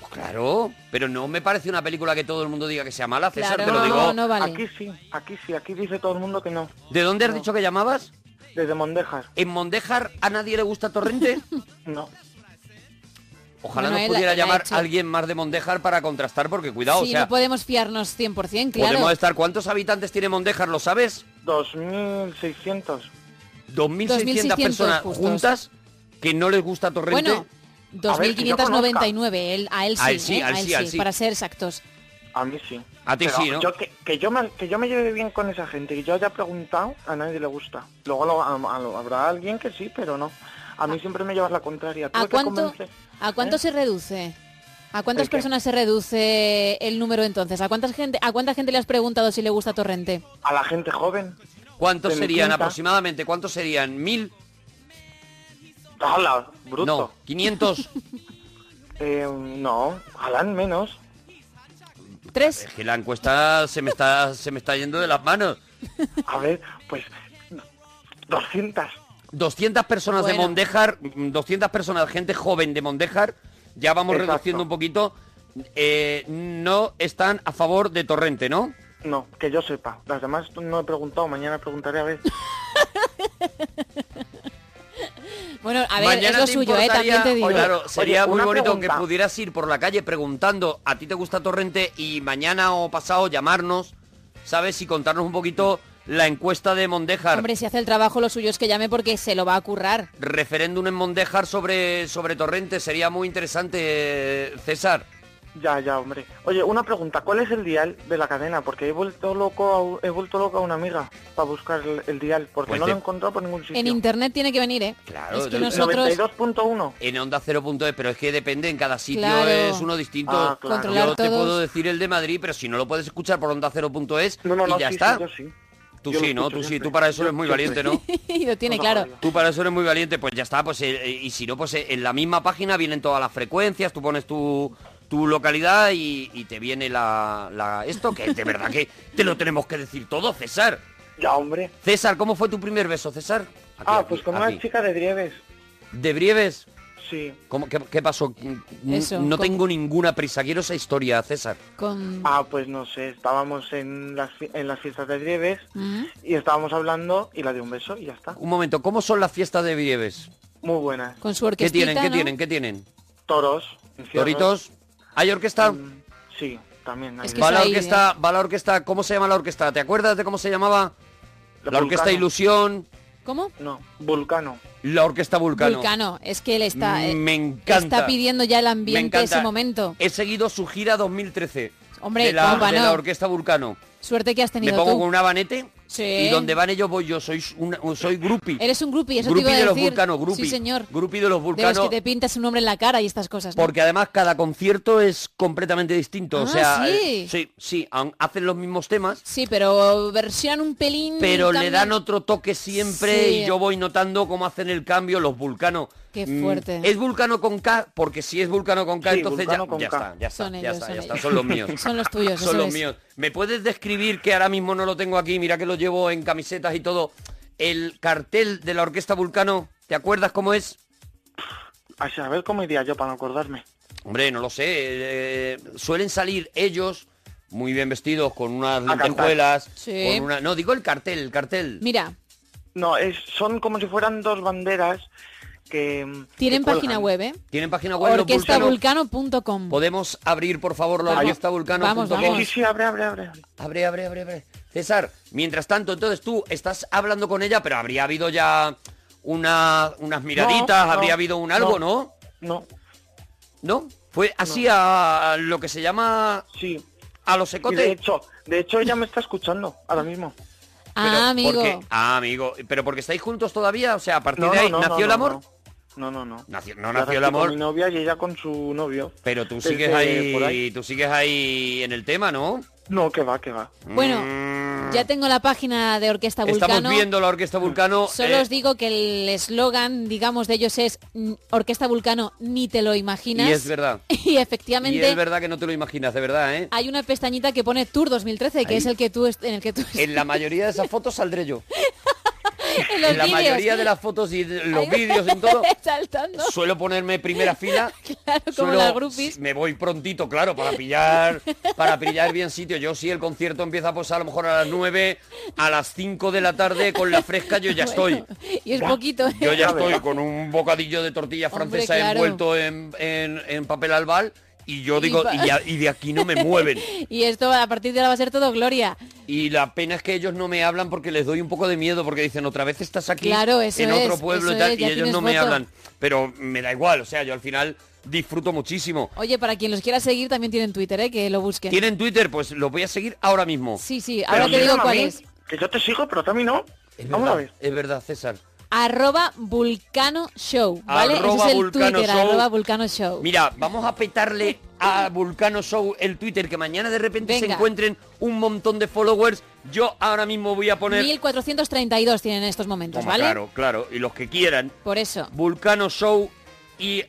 [SPEAKER 6] Pues claro, pero no me parece una película que todo el mundo diga que sea mala, César,
[SPEAKER 17] Claro,
[SPEAKER 6] te lo digo.
[SPEAKER 17] Aquí sí, aquí sí, aquí dice todo el mundo que no.
[SPEAKER 6] ¿De dónde has dicho que llamabas?
[SPEAKER 17] Desde Mondejar.
[SPEAKER 6] ¿En Mondejar a nadie le gusta Torrente?
[SPEAKER 17] no.
[SPEAKER 6] Ojalá
[SPEAKER 2] Bueno,
[SPEAKER 6] nos
[SPEAKER 2] él la-
[SPEAKER 6] pudiera
[SPEAKER 2] la ha
[SPEAKER 6] llamar
[SPEAKER 2] hecho.
[SPEAKER 6] alguien más de Mondejar para contrastar, porque cuidado,
[SPEAKER 2] sí,
[SPEAKER 6] o sea,
[SPEAKER 2] no podemos fiarnos 100%, claro.
[SPEAKER 6] podemos estar... ¿Cuántos habitantes tiene Mondejar, lo sabes?
[SPEAKER 17] 2.600.
[SPEAKER 6] 2.600 personas
[SPEAKER 2] justos.
[SPEAKER 6] juntas que no les gusta Torrente.
[SPEAKER 2] Bueno,
[SPEAKER 6] A ver, que yo conozca.
[SPEAKER 2] 2599, él, a él sí,
[SPEAKER 6] A él sí,
[SPEAKER 2] ¿eh?
[SPEAKER 6] a él sí, a él sí.
[SPEAKER 2] para ser exactos.
[SPEAKER 17] A mí sí.
[SPEAKER 6] A ti
[SPEAKER 17] Pero
[SPEAKER 6] sí, ¿no?
[SPEAKER 17] yo que, que yo me, que yo me lleve bien con esa gente, que yo haya preguntado, a nadie le gusta. Luego lo- a- a- habrá alguien que sí, pero no. A
[SPEAKER 6] Ah.
[SPEAKER 17] mí siempre me llevas la contraria. Tuve
[SPEAKER 2] ¿A
[SPEAKER 17] que
[SPEAKER 2] cuánto,
[SPEAKER 17] convencer-
[SPEAKER 2] ¿A
[SPEAKER 6] ¿Eh?
[SPEAKER 2] cuánto se reduce? ¿A cuántas
[SPEAKER 17] ¿El qué?
[SPEAKER 2] personas se reduce el número entonces? ¿A cuánta gente, a cuánta gente le has preguntado si le gusta Torrente?
[SPEAKER 17] A la gente joven.
[SPEAKER 6] ¿Cuántos
[SPEAKER 17] de mi
[SPEAKER 6] serían
[SPEAKER 17] quinta.
[SPEAKER 6] aproximadamente? ¿Cuántos serían? ¿Mil?
[SPEAKER 17] ¡Hala! Bruto.
[SPEAKER 6] No, 500.
[SPEAKER 17] Eh, no, ojalá menos.
[SPEAKER 2] ¿Tres?
[SPEAKER 6] es que la encuesta se me está, se me está yendo de las manos.
[SPEAKER 17] A ver, pues 200.
[SPEAKER 6] 200 personas de
[SPEAKER 17] Bueno.
[SPEAKER 6] Mondejar, mm, 200 personas, gente joven de Mondejar, ya vamos
[SPEAKER 17] Exacto.
[SPEAKER 6] reduciendo un poquito, eh, no están a favor de Torrente, ¿no?
[SPEAKER 17] No, que yo sepa. Las demás no he preguntado, mañana preguntaré a ver.
[SPEAKER 2] Bueno, a ver, es lo
[SPEAKER 6] te
[SPEAKER 2] suyo, ¿eh?
[SPEAKER 6] importaría-
[SPEAKER 2] También te digo.
[SPEAKER 6] Oye, claro, sería
[SPEAKER 17] oye,
[SPEAKER 6] muy
[SPEAKER 17] una
[SPEAKER 6] bonito
[SPEAKER 17] pregunta.
[SPEAKER 6] que pudieras ir por la calle preguntando a ti te gusta Torrente y mañana o pasado llamarnos, ¿sabes? Y contarnos un poquito la encuesta de Mondejar,
[SPEAKER 2] Hombre, si hace el trabajo, lo suyo es que llame porque se lo va a currar.
[SPEAKER 6] referéndum en Mondejar sobre, sobre Torrente, sería muy interesante, eh, César.
[SPEAKER 17] Ya, ya, hombre. Oye, una pregunta, ¿cuál es el dial de la cadena? Porque he vuelto loco a, he vuelto loco a una amiga para buscar el, el dial, porque
[SPEAKER 6] Pues
[SPEAKER 17] no
[SPEAKER 6] te-
[SPEAKER 17] lo he encontrado por ningún sitio.
[SPEAKER 2] En internet tiene que venir, ¿eh?
[SPEAKER 6] Claro,
[SPEAKER 2] es que
[SPEAKER 6] el
[SPEAKER 2] nosotros...
[SPEAKER 17] 92.1.
[SPEAKER 6] En onda 0.es, pero es que depende, en cada sitio
[SPEAKER 2] Claro.
[SPEAKER 6] es uno distinto.
[SPEAKER 17] Ah, claro.
[SPEAKER 2] Controlar
[SPEAKER 6] Yo te
[SPEAKER 2] todos.
[SPEAKER 6] puedo decir el de Madrid, pero si no lo puedes escuchar por onda 0.es
[SPEAKER 17] No, no,
[SPEAKER 6] y
[SPEAKER 17] no,
[SPEAKER 6] ya
[SPEAKER 17] sí,
[SPEAKER 6] está.
[SPEAKER 17] sí, yo sí.
[SPEAKER 6] Tú
[SPEAKER 17] Yo lo
[SPEAKER 6] sí, ¿no?
[SPEAKER 17] escucho
[SPEAKER 6] Tú sí,
[SPEAKER 17] siempre.
[SPEAKER 6] tú para
[SPEAKER 17] Yo
[SPEAKER 6] eso eres muy
[SPEAKER 17] siempre.
[SPEAKER 6] valiente, ¿no?
[SPEAKER 2] lo tiene claro.
[SPEAKER 6] Tú para eso eres muy valiente, pues ya está, pues eh, y si no, pues eh, en la misma página vienen todas las frecuencias, tú pones tu, tu localidad y, y te viene la, la- esto, que de verdad que te lo tenemos que decir todo, César.
[SPEAKER 17] Ya, hombre.
[SPEAKER 6] César, ¿cómo fue tu primer beso, César? Aquí,
[SPEAKER 17] ah,
[SPEAKER 6] aquí,
[SPEAKER 17] pues con
[SPEAKER 6] aquí.
[SPEAKER 17] una chica de Drieves.
[SPEAKER 6] ¿De Brieves?
[SPEAKER 17] Sí.
[SPEAKER 6] ¿Cómo- qué, qué pasó? N-
[SPEAKER 17] Eso,
[SPEAKER 6] no
[SPEAKER 17] ¿cómo?
[SPEAKER 6] tengo ninguna prisa, quiero esa historia, César.
[SPEAKER 17] Ah, pues no sé, estábamos en las, fi- en las fiestas de Drieves
[SPEAKER 2] Mm.
[SPEAKER 17] y estábamos hablando y la de un beso y ya está.
[SPEAKER 6] Un momento, ¿cómo son las fiestas de Brieves?
[SPEAKER 17] Muy buenas.
[SPEAKER 2] Con su
[SPEAKER 6] ¿Qué
[SPEAKER 2] orquestita,
[SPEAKER 6] tienen? ¿Qué
[SPEAKER 2] ¿no?
[SPEAKER 6] tienen? ¿Qué tienen?
[SPEAKER 17] Toros. encierros. Mm,
[SPEAKER 6] ¿Toritos? ¿Hay orquesta?
[SPEAKER 17] Sí, también. hay-
[SPEAKER 6] va la
[SPEAKER 2] ¿eh?
[SPEAKER 6] orquesta, va la orquesta, ¿cómo se llama la orquesta? ¿Te acuerdas de cómo se llamaba? La, orquesta
[SPEAKER 17] Vulcano.
[SPEAKER 6] Ilusión,
[SPEAKER 2] ¿Cómo?
[SPEAKER 17] No, Vulcano.
[SPEAKER 6] la orquesta Vulcano.
[SPEAKER 2] Vulcano, es que él está, eh,
[SPEAKER 6] Me encanta.
[SPEAKER 2] está pidiendo ya el
[SPEAKER 6] Me
[SPEAKER 2] ambiente
[SPEAKER 6] encanta.
[SPEAKER 2] ese momento.
[SPEAKER 6] He seguido su gira 2013.
[SPEAKER 2] Hombre,
[SPEAKER 6] de la,
[SPEAKER 2] ¿cómo
[SPEAKER 6] de
[SPEAKER 2] no?
[SPEAKER 6] la orquesta Vulcano.
[SPEAKER 2] Suerte que has
[SPEAKER 6] Me
[SPEAKER 2] tenido
[SPEAKER 6] pongo
[SPEAKER 2] tú.
[SPEAKER 6] con un abanete
[SPEAKER 2] Sí.
[SPEAKER 6] y donde van ellos voy yo. Soy una- soy groupie.
[SPEAKER 2] Eres un groupie, eso
[SPEAKER 6] Grupi
[SPEAKER 2] te iba a
[SPEAKER 6] de los
[SPEAKER 2] decir.
[SPEAKER 6] vulcanos, grupi.
[SPEAKER 2] Sí, señor.
[SPEAKER 6] Grupi de los
[SPEAKER 2] De los
[SPEAKER 6] vulcanos.
[SPEAKER 2] que te pintas un nombre en la cara y estas cosas. ¿no?
[SPEAKER 6] Porque además cada concierto es completamente distinto. o
[SPEAKER 2] Ah,
[SPEAKER 6] sea,
[SPEAKER 2] ¿sí?
[SPEAKER 6] eh, sí, sí, aun- hacen los mismos temas,
[SPEAKER 2] Sí, pero versionan un pelín.
[SPEAKER 6] pero le
[SPEAKER 2] cambian.
[SPEAKER 6] dan otro toque siempre
[SPEAKER 2] Mm, Sí.
[SPEAKER 6] y yo voy notando cómo hacen el cambio los vulcanos.
[SPEAKER 2] Qué
[SPEAKER 6] Mm,
[SPEAKER 2] fuerte.
[SPEAKER 6] ¿Es vulcano con K? Porque si es vulcano con K,
[SPEAKER 2] Sí,
[SPEAKER 6] entonces ya,
[SPEAKER 2] Vulcano con
[SPEAKER 6] ya
[SPEAKER 2] K.
[SPEAKER 6] está, ya está,
[SPEAKER 2] Son
[SPEAKER 6] ya
[SPEAKER 2] ellos,
[SPEAKER 6] está,
[SPEAKER 2] son
[SPEAKER 6] ya está,
[SPEAKER 2] ellos.
[SPEAKER 6] son los míos.
[SPEAKER 2] Son los tuyos,
[SPEAKER 6] Son
[SPEAKER 2] eso
[SPEAKER 6] los
[SPEAKER 2] es.
[SPEAKER 6] míos. ¿Me puedes describir que ahora mismo no lo tengo aquí? Mira que lo llevo en camisetas y todo. El cartel de la Orquesta Vulcano, ¿te acuerdas cómo es?
[SPEAKER 17] A saber cómo iría yo para no acordarme.
[SPEAKER 6] Hombre, no lo sé. eh, suelen salir ellos muy bien vestidos, con unas
[SPEAKER 17] cantar.
[SPEAKER 6] lentejuelas.
[SPEAKER 2] Sí.
[SPEAKER 6] con una- No, digo el cartel, el cartel.
[SPEAKER 2] Mira,
[SPEAKER 17] No, es, son como si fueran dos banderas que... mm,
[SPEAKER 2] Tienen
[SPEAKER 17] que cuelgan.
[SPEAKER 2] página web, ¿eh?
[SPEAKER 6] Tienen página web. los vulcanos.
[SPEAKER 2] Orquestavulcano.com.
[SPEAKER 6] Podemos abrir, por favor, la
[SPEAKER 2] Vamos.
[SPEAKER 6] orquestavulcano.com.
[SPEAKER 2] Vamos, vamos. Sí, sí,
[SPEAKER 17] abre, abre, abre.
[SPEAKER 6] Abre, abre, abre, abre. César, mientras tanto, entonces tú estás hablando con ella, pero habría habido ya una, unas miraditas,
[SPEAKER 17] No,
[SPEAKER 6] habría
[SPEAKER 17] no,
[SPEAKER 6] habido un algo, ¿no?
[SPEAKER 17] No.
[SPEAKER 6] ¿No? Fue así a lo que se llama...
[SPEAKER 17] Sí.
[SPEAKER 6] A los
[SPEAKER 17] Y
[SPEAKER 6] secotes.
[SPEAKER 17] de hecho, de hecho ella me está escuchando ahora mismo.
[SPEAKER 6] Pero, ¿por qué? Ah, amigo. ¿Pero porque estáis juntos todavía? O sea, a partir
[SPEAKER 17] No,
[SPEAKER 6] de
[SPEAKER 17] no,
[SPEAKER 6] ahí,
[SPEAKER 17] no,
[SPEAKER 6] ¿nació
[SPEAKER 17] no,
[SPEAKER 6] el amor?
[SPEAKER 17] no. No, no, no.
[SPEAKER 6] Nació- no
[SPEAKER 17] Ahora
[SPEAKER 6] nació el
[SPEAKER 17] estoy con
[SPEAKER 6] amor.
[SPEAKER 17] mi novia y ella con su novio.
[SPEAKER 6] Pero tú
[SPEAKER 17] Desde
[SPEAKER 6] sigues
[SPEAKER 17] por
[SPEAKER 6] ahí,
[SPEAKER 17] ahí.
[SPEAKER 6] tú sigues ahí en el tema, ¿no?
[SPEAKER 17] No, que va, que va. Mm,
[SPEAKER 6] Bueno,
[SPEAKER 2] Ya tengo la página de Orquesta
[SPEAKER 6] estamos
[SPEAKER 2] Vulcano.
[SPEAKER 6] viendo la Orquesta Vulcano.
[SPEAKER 2] Solo
[SPEAKER 6] eh,
[SPEAKER 2] os digo que el eslogan, digamos, de ellos es mm, Orquesta Vulcano, ni te lo imaginas.
[SPEAKER 6] y es verdad.
[SPEAKER 2] Y
[SPEAKER 6] Y
[SPEAKER 2] efectivamente
[SPEAKER 6] es verdad que no te lo imaginas, de verdad, ¿eh?
[SPEAKER 2] hay una pestañita que pone Tour 2013, que
[SPEAKER 6] Ahí.
[SPEAKER 2] es el que tú est- en el que tú
[SPEAKER 6] En la mayoría de esas fotos saldré yo.
[SPEAKER 2] en los
[SPEAKER 6] En la
[SPEAKER 2] vídeos.
[SPEAKER 6] mayoría de las fotos y de los
[SPEAKER 2] Ahí me
[SPEAKER 6] vídeos en todo,
[SPEAKER 2] saltando.
[SPEAKER 6] suelo ponerme primera fila.
[SPEAKER 2] Claro, como
[SPEAKER 6] suelo-
[SPEAKER 2] la groupies.
[SPEAKER 6] me voy prontito, claro, para pillar, para pillar bien sitio. Yo sí, el concierto empieza pues a lo mejor a las 9, a las 5 de la tarde con la fresca yo ya estoy.
[SPEAKER 2] Y es poquito. ¿eh?
[SPEAKER 6] Yo ya estoy con un bocadillo de tortilla
[SPEAKER 2] Hombre,
[SPEAKER 6] francesa
[SPEAKER 2] claro.
[SPEAKER 6] envuelto en, en- en papel albal y yo digo,
[SPEAKER 2] pa-
[SPEAKER 6] y, ya- y de aquí no me mueven.
[SPEAKER 2] Y esto a partir de ahora va a ser todo gloria.
[SPEAKER 6] Y la pena es que ellos no me hablan porque les doy un poco de miedo, porque dicen, otra vez estás aquí
[SPEAKER 2] Claro, eso
[SPEAKER 6] en otro
[SPEAKER 2] es,
[SPEAKER 6] pueblo
[SPEAKER 2] eso
[SPEAKER 6] y tal,
[SPEAKER 2] es,
[SPEAKER 6] y
[SPEAKER 2] ya
[SPEAKER 6] ellos
[SPEAKER 2] tienes
[SPEAKER 6] no me
[SPEAKER 2] voto.
[SPEAKER 6] hablan. Pero me da igual, o sea, yo al final disfruto muchísimo.
[SPEAKER 2] Oye, para quien los quiera seguir también tienen Twitter, ¿eh? que lo busquen.
[SPEAKER 6] ¿Tienen Twitter? Pues los voy a seguir ahora mismo.
[SPEAKER 2] Sí, sí, ahora te digo cuál es.
[SPEAKER 17] Que yo te sigo, pero también no.
[SPEAKER 6] Es
[SPEAKER 17] Vamos
[SPEAKER 6] verdad,
[SPEAKER 17] a ver.
[SPEAKER 6] Es verdad, César.
[SPEAKER 2] Arroba Vulcano Show, ¿vale? Ese
[SPEAKER 6] Arroba
[SPEAKER 2] es el
[SPEAKER 6] Vulcano
[SPEAKER 2] Twitter,
[SPEAKER 6] Show.
[SPEAKER 2] arroba Vulcano Show.
[SPEAKER 6] Mira, vamos a petarle a Vulcano Show el Twitter, que mañana de repente se
[SPEAKER 2] Venga.
[SPEAKER 6] encuentren un montón de followers. Yo ahora mismo voy a poner...
[SPEAKER 2] 1432 tienen en estos momentos,
[SPEAKER 6] Toma,
[SPEAKER 2] ¿vale?
[SPEAKER 6] Claro, claro. Y los que quieran,
[SPEAKER 2] Por eso.
[SPEAKER 6] Vulcano Show y...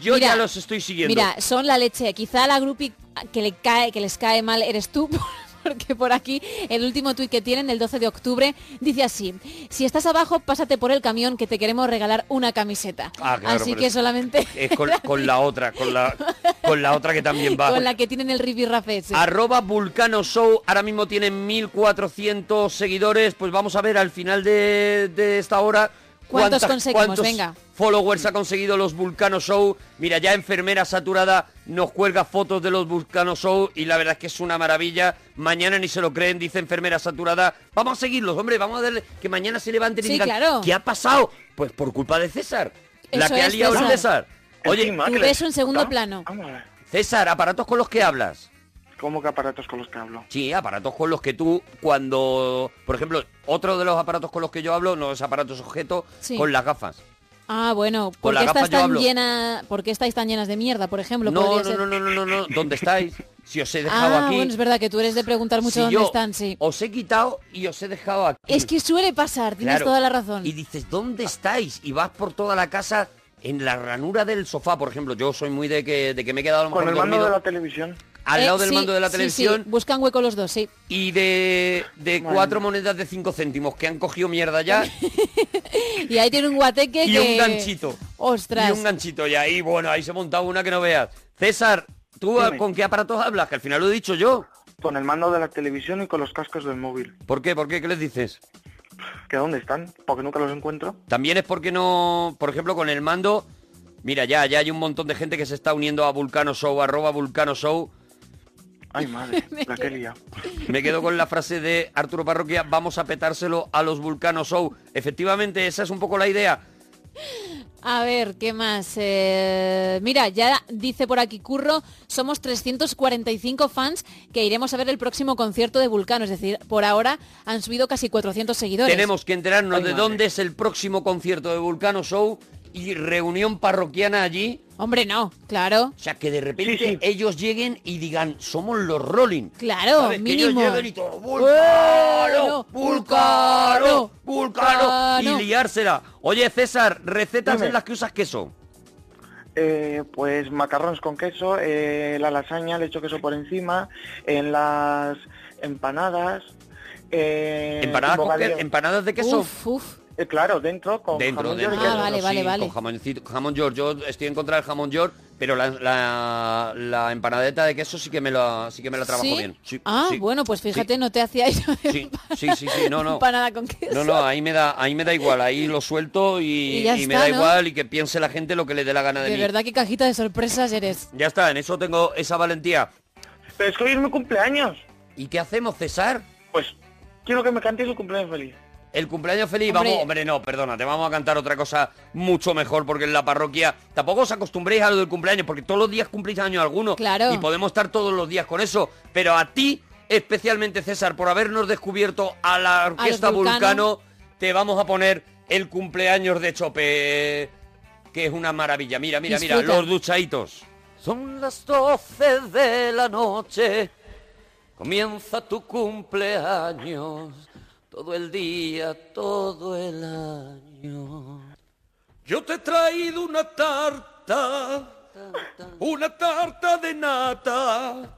[SPEAKER 6] Yo
[SPEAKER 2] Mira,
[SPEAKER 6] ya los estoy siguiendo.
[SPEAKER 2] Mira, son la leche. Quizá la grupi que, le cae, que les cae mal eres tú, porque por aquí el último tuit que tienen del 12 de octubre dice así, si estás abajo, pásate por el camión que te queremos regalar una camiseta.
[SPEAKER 6] Ah, claro,
[SPEAKER 2] Así
[SPEAKER 6] pero
[SPEAKER 2] que
[SPEAKER 6] es-
[SPEAKER 2] solamente
[SPEAKER 6] Es con, con la otra, con la, con la otra que también va.
[SPEAKER 2] con la que tienen el ribirrafe ese.
[SPEAKER 6] Arroba Vulcano Show, ahora mismo tienen 1400 seguidores, pues vamos a ver al final de, de esta hora
[SPEAKER 2] ¿Cuántos
[SPEAKER 6] cuántas-
[SPEAKER 2] conseguimos?
[SPEAKER 6] cuántos
[SPEAKER 2] Venga.
[SPEAKER 6] followers ha conseguido los Vulcano Show. Mira, ya enfermera saturada nos cuelga fotos de los Vulcano Show y la verdad es que es una maravilla. Mañana ni se lo creen, dice enfermera saturada. Vamos a seguirlos, hombre, vamos a darle que mañana se levanten y
[SPEAKER 2] Sí,
[SPEAKER 6] digan,
[SPEAKER 2] claro.
[SPEAKER 6] ¿qué ha pasado? Pues por culpa de César, la
[SPEAKER 2] Eso
[SPEAKER 6] que ha
[SPEAKER 2] es,
[SPEAKER 6] liado el
[SPEAKER 2] César.
[SPEAKER 6] César. Oye,
[SPEAKER 17] Encima,
[SPEAKER 2] Tú ves un segundo plano.
[SPEAKER 6] César, aparatos con los que hablas.
[SPEAKER 17] ¿Cómo que aparatos con los que hablo?
[SPEAKER 6] Sí, aparatos con los que tú, cuando, por ejemplo, otro de los aparatos con los que yo hablo, no es aparatos objeto,
[SPEAKER 2] Sí.
[SPEAKER 6] con las gafas.
[SPEAKER 2] Ah, bueno, ¿por
[SPEAKER 6] Con la
[SPEAKER 2] qué,
[SPEAKER 6] gafa
[SPEAKER 2] estás
[SPEAKER 6] yo
[SPEAKER 2] tan
[SPEAKER 6] hablo.
[SPEAKER 2] llena, ¿por qué estáis tan llenas de mierda, por ejemplo?
[SPEAKER 6] No, no,
[SPEAKER 2] Podría ser-
[SPEAKER 6] no, no, no, no, no, ¿dónde estáis? Si os he dejado
[SPEAKER 2] Ah,
[SPEAKER 6] aquí,
[SPEAKER 2] bueno, es verdad que tú eres de preguntar mucho
[SPEAKER 6] Si
[SPEAKER 2] dónde
[SPEAKER 6] yo-
[SPEAKER 2] están, sí.
[SPEAKER 6] os he quitado y os he dejado aquí.
[SPEAKER 2] Es que suele pasar, tienes
[SPEAKER 6] Claro.
[SPEAKER 2] toda la razón.
[SPEAKER 6] Y dices, ¿dónde estáis? Y vas por toda la casa en la ranura del sofá, por ejemplo. Yo soy muy de que, de que me he quedado a lo
[SPEAKER 17] Con
[SPEAKER 6] mejor
[SPEAKER 17] el mando
[SPEAKER 6] dormido
[SPEAKER 17] de la televisión.
[SPEAKER 6] al lado
[SPEAKER 2] Eh,
[SPEAKER 6] del
[SPEAKER 2] sí,
[SPEAKER 6] mando de la
[SPEAKER 2] sí, sí,
[SPEAKER 6] televisión.
[SPEAKER 2] Buscan hueco los dos, sí.
[SPEAKER 6] Y de, de cuatro monedas de cinco céntimos que han cogido mierda ya
[SPEAKER 2] Y ahí tiene un guateque
[SPEAKER 6] y
[SPEAKER 2] que...
[SPEAKER 6] un ganchito.
[SPEAKER 2] Ostras.
[SPEAKER 6] Y un ganchito. Y ahí, bueno, ahí se montaba una que no veas. César, ¿tú a-
[SPEAKER 17] Dime.
[SPEAKER 6] con qué aparatos hablas? Que al final lo he dicho yo.
[SPEAKER 17] Con el mando de la televisión y con los cascos del móvil.
[SPEAKER 6] ¿Por qué? ¿Por qué? ¿Qué les dices?
[SPEAKER 17] ¿Que dónde están? Porque nunca los encuentro.
[SPEAKER 6] También es porque no, por ejemplo, con el mando... Mira, ya, ya hay un montón de gente que se está uniendo a Vulcano Show, arroba Vulcano Show.
[SPEAKER 17] Ay, madre, la que he liado.
[SPEAKER 6] Me quedo con la frase de Arturo Parroquia, vamos a petárselo a los Vulcano Show. Efectivamente, esa es un poco la idea.
[SPEAKER 2] A ver, ¿qué más? Eh, mira, ya dice por aquí Curro, somos 345 fans que iremos a ver el próximo concierto de Vulcano. Es decir, por ahora han subido casi 400 seguidores.
[SPEAKER 6] Tenemos que enterarnos
[SPEAKER 2] Ay,
[SPEAKER 6] de
[SPEAKER 2] madre.
[SPEAKER 6] dónde es el próximo concierto de Vulcano Show y reunión parroquiana allí.
[SPEAKER 2] Hombre, no, claro.
[SPEAKER 6] O sea, que de repente ellos lleguen y digan, somos los Rolling.
[SPEAKER 2] Claro,
[SPEAKER 6] ¿Sabes? Que ellos
[SPEAKER 2] mínimo. ¿Eh?
[SPEAKER 6] lleguen y todo, ¡Vulcano! ¡Vulcano! ¡Vulcano!
[SPEAKER 2] ¡Vulcano!
[SPEAKER 6] Y liársela. Oye, César, recetas
[SPEAKER 17] Dime.
[SPEAKER 6] en las que usas queso.
[SPEAKER 17] Eh, pues macarrones con queso, eh, la lasaña, le echo queso por encima, en las empanadas. eh,
[SPEAKER 6] ¿Empanadas, con
[SPEAKER 17] bocadillo.
[SPEAKER 6] que- empanadas de queso?
[SPEAKER 2] Uf, uf.
[SPEAKER 17] Eh, claro, dentro, con
[SPEAKER 6] Dentro,
[SPEAKER 17] jamón y
[SPEAKER 6] dentro.
[SPEAKER 17] queso.
[SPEAKER 2] Ah, vale, vale, vale.
[SPEAKER 6] Con jamoncito, jamón york. Yo estoy en contra del jamón york, Pero la, la, la empanadeta de queso sí que me la, sí que me la trabajo
[SPEAKER 2] ¿Sí?
[SPEAKER 6] bien. Sí,
[SPEAKER 2] ah,
[SPEAKER 6] sí,
[SPEAKER 2] bueno, pues fíjate, no te hacía yo
[SPEAKER 6] sí, sí, sí, sí, no, no.
[SPEAKER 2] empanada con queso.
[SPEAKER 6] No, no, ahí me da, ahí me da igual, ahí lo suelto y,
[SPEAKER 2] Y ya
[SPEAKER 6] y me
[SPEAKER 2] está,
[SPEAKER 6] da
[SPEAKER 2] ¿no?
[SPEAKER 6] igual y que piense la gente lo que le dé la gana de,
[SPEAKER 2] de
[SPEAKER 6] mí.
[SPEAKER 2] verdad, qué cajita de sorpresas eres.
[SPEAKER 6] Ya está, en eso tengo esa valentía.
[SPEAKER 17] Pero es que hoy es mi cumpleaños.
[SPEAKER 6] ¿Y qué hacemos, César?
[SPEAKER 17] Pues quiero que me cantes un cumpleaños feliz.
[SPEAKER 6] El cumpleaños feliz,
[SPEAKER 17] Hombre.
[SPEAKER 6] vamos, hombre, no, perdona, te vamos a cantar otra cosa mucho mejor porque en la parroquia tampoco os acostumbréis a lo del cumpleaños porque todos los días cumplís año alguno
[SPEAKER 2] Claro.
[SPEAKER 6] y podemos estar todos los días con eso, pero a ti especialmente César por habernos descubierto a la orquesta
[SPEAKER 2] Vulcano.
[SPEAKER 6] Vulcano, te vamos a poner el cumpleaños de Chope, que es una maravilla. Mira, mira, mira,
[SPEAKER 3] Disfruta.
[SPEAKER 6] los duchaitos.
[SPEAKER 3] Son las 12 de la noche, comienza tu cumpleaños, todo el día, todo el año.
[SPEAKER 1] Yo te he traído una tarta, una tarta de nata.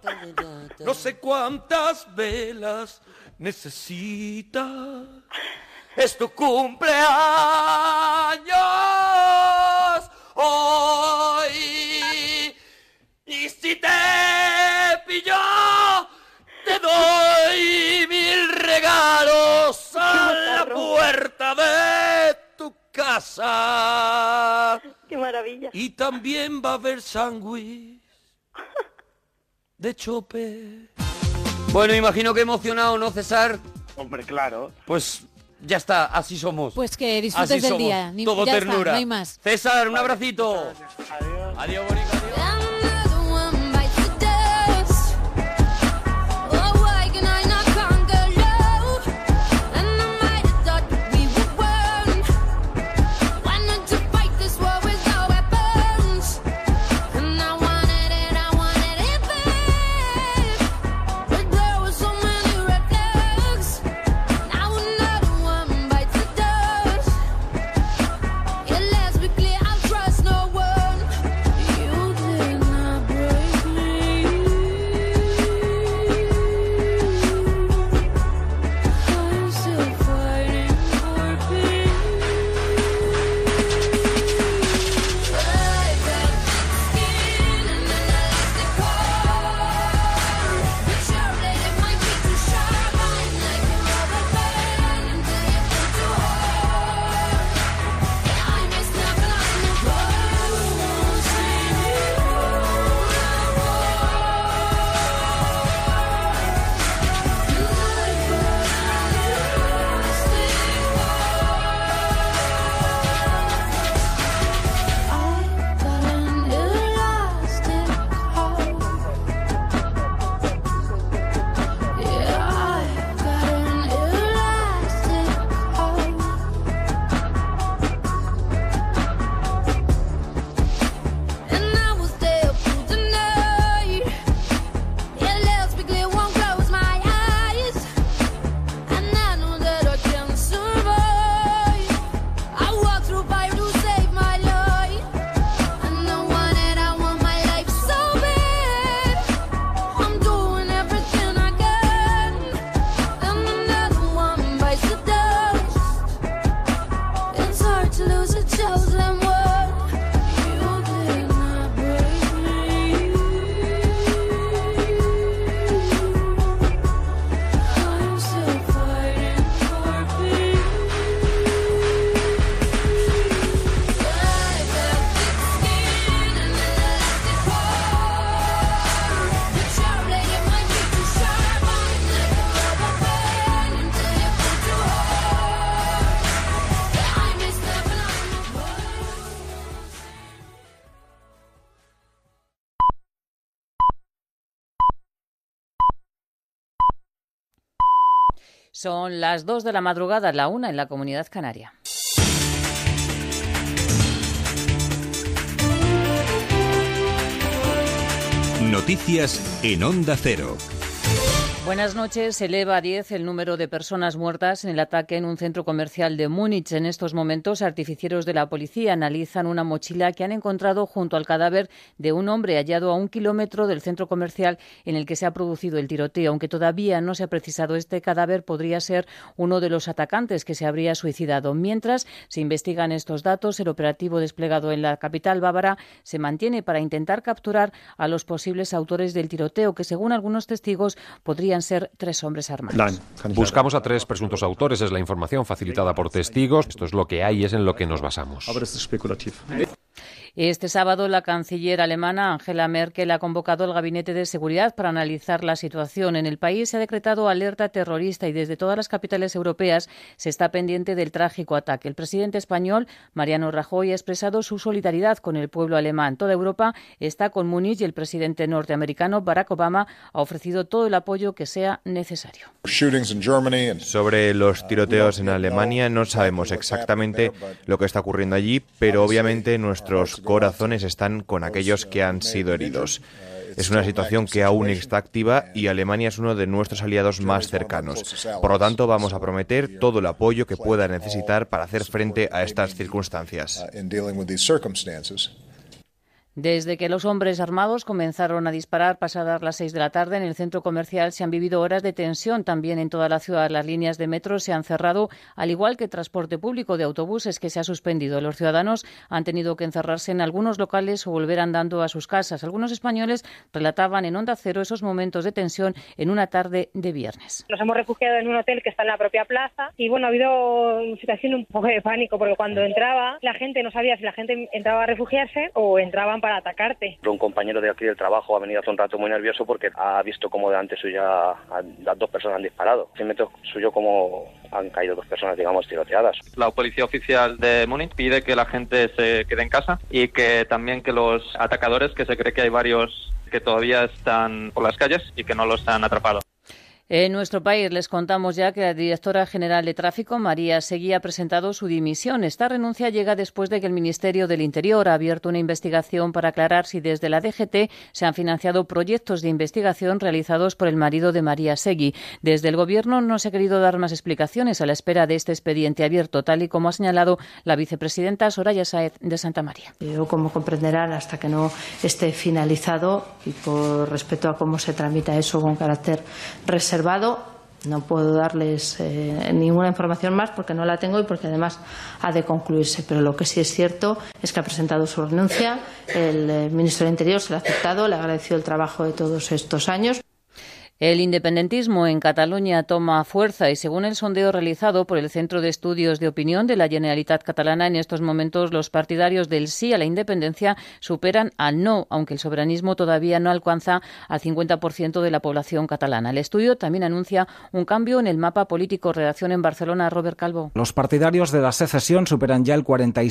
[SPEAKER 1] No sé cuántas velas necesita.
[SPEAKER 3] Es tu cumpleaños hoy. Y si te pillo, te doy mil regalos a la puerta de tu casa.
[SPEAKER 19] Qué maravilla.
[SPEAKER 1] Y también va a haber sándwich de chope.
[SPEAKER 6] Bueno, imagino que emocionado, ¿no, César?
[SPEAKER 17] Hombre, claro.
[SPEAKER 6] Pues ya está, así somos.
[SPEAKER 2] Pues que disfrutes
[SPEAKER 6] Así
[SPEAKER 2] del
[SPEAKER 6] somos,
[SPEAKER 2] día. Ni-
[SPEAKER 6] todo
[SPEAKER 2] ya está,
[SPEAKER 6] ternura.
[SPEAKER 2] no hay más.
[SPEAKER 6] César, un abracito. Adiós. Adiós, bonito.
[SPEAKER 19] Let's be clear, I trust no one. You did not break me. I'm still fighting for peace. I got thick skin and an elastic core, but your blade it might be too sharp. I'm like a rubber band until you pull too hard. I'm just not gonna It's hard to lose a chosen one.
[SPEAKER 20] Son las 2 de la madrugada, la 1 en la comunidad canaria.
[SPEAKER 21] Noticias en Onda Cero.
[SPEAKER 20] Buenas noches. Se eleva a 10 el número de personas muertas en el ataque en un centro comercial de Múnich. En estos momentos, artificieros de la policía analizan una mochila que han encontrado junto al cadáver de un hombre hallado a un kilómetro del centro comercial en el que se ha producido el tiroteo. Aunque todavía no se ha precisado este cadáver, podría ser uno de los atacantes que se habría suicidado. Mientras se investigan estos datos, el operativo desplegado en la capital bávara se mantiene para intentar capturar a los posibles autores del tiroteo, que según algunos testigos podrían ser tres hombres armados.
[SPEAKER 22] Buscamos a tres presuntos autores, es la información facilitada por testigos. Esto es lo que hay, es en lo que nos basamos.
[SPEAKER 20] Este sábado, la canciller alemana Angela Merkel ha convocado al Gabinete de Seguridad para analizar la situación en el país. Se ha decretado alerta terrorista y desde todas las capitales europeas se está pendiente del trágico ataque. El presidente español, Mariano Rajoy, ha expresado su solidaridad con el pueblo alemán. Toda Europa está con Múnich y el presidente norteamericano, Barack Obama, ha ofrecido todo el apoyo que sea necesario.
[SPEAKER 23] Sobre los tiroteos en Alemania no sabemos exactamente lo que está ocurriendo allí, pero obviamente nuestros corazones están con aquellos que han sido heridos. Es una situación que aún está activa y Alemania es uno de nuestros aliados más cercanos. Por lo tanto, vamos a prometer todo el apoyo que pueda necesitar para hacer frente a estas circunstancias.
[SPEAKER 20] Desde que los hombres armados comenzaron a disparar pasadas las seis de la tarde en el centro comercial se han vivido horas de tensión también en toda la ciudad. Las líneas de metro se han cerrado, al igual que el transporte público de autobuses que se ha suspendido. Los ciudadanos han tenido que encerrarse en algunos locales o volver andando a sus casas. Algunos españoles relataban en Onda Cero esos momentos de tensión en una tarde de viernes.
[SPEAKER 24] Nos hemos refugiado en un hotel que está en la propia plaza y bueno, ha habido una situación un poco de pánico porque cuando entraba la gente no sabía si la gente entraba a refugiarse o entraban para atacarte.
[SPEAKER 25] Un compañero de aquí del trabajo ha venido hace un rato muy nervioso porque ha visto como delante suya han- las dos personas han disparado. 100 metros suyo como han caído dos personas, digamos, tiroteadas.
[SPEAKER 26] La policía oficial de Múnich pide que la gente se quede en casa y que también que los atacadores, que se cree que hay varios que todavía están por las calles y que no los han atrapado.
[SPEAKER 20] En nuestro país les contamos ya que la directora general de tráfico, María Seguí, ha presentado su dimisión. Esta renuncia llega después de que el Ministerio del Interior ha abierto una investigación para aclarar si desde la DGT se han financiado proyectos de investigación realizados por el marido de María Seguí. Desde el Gobierno no se ha querido dar más explicaciones a la espera de este expediente abierto, tal y como ha señalado la vicepresidenta Soraya Saez de Santa María.
[SPEAKER 27] Yo, como comprenderán, hasta que no esté finalizado y por respeto a cómo se tramita eso con carácter reservado, no puedo darles eh, ninguna información más porque no la tengo y porque además ha de concluirse. Pero lo que sí es cierto es que ha presentado su renuncia, el eh, ministro del Interior se la ha aceptado, le agradeció el trabajo de todos estos años.
[SPEAKER 20] El independentismo en Cataluña toma fuerza y según el sondeo realizado por el Centro de Estudios de Opinión de la Generalitat Catalana, en estos momentos los partidarios del sí a la independencia superan al no, aunque el soberanismo todavía no alcanza al 50% de la población catalana. El estudio también anuncia un cambio en el mapa político. Redacción en Barcelona, Robert Calvo.
[SPEAKER 28] Los partidarios de la secesión superan ya el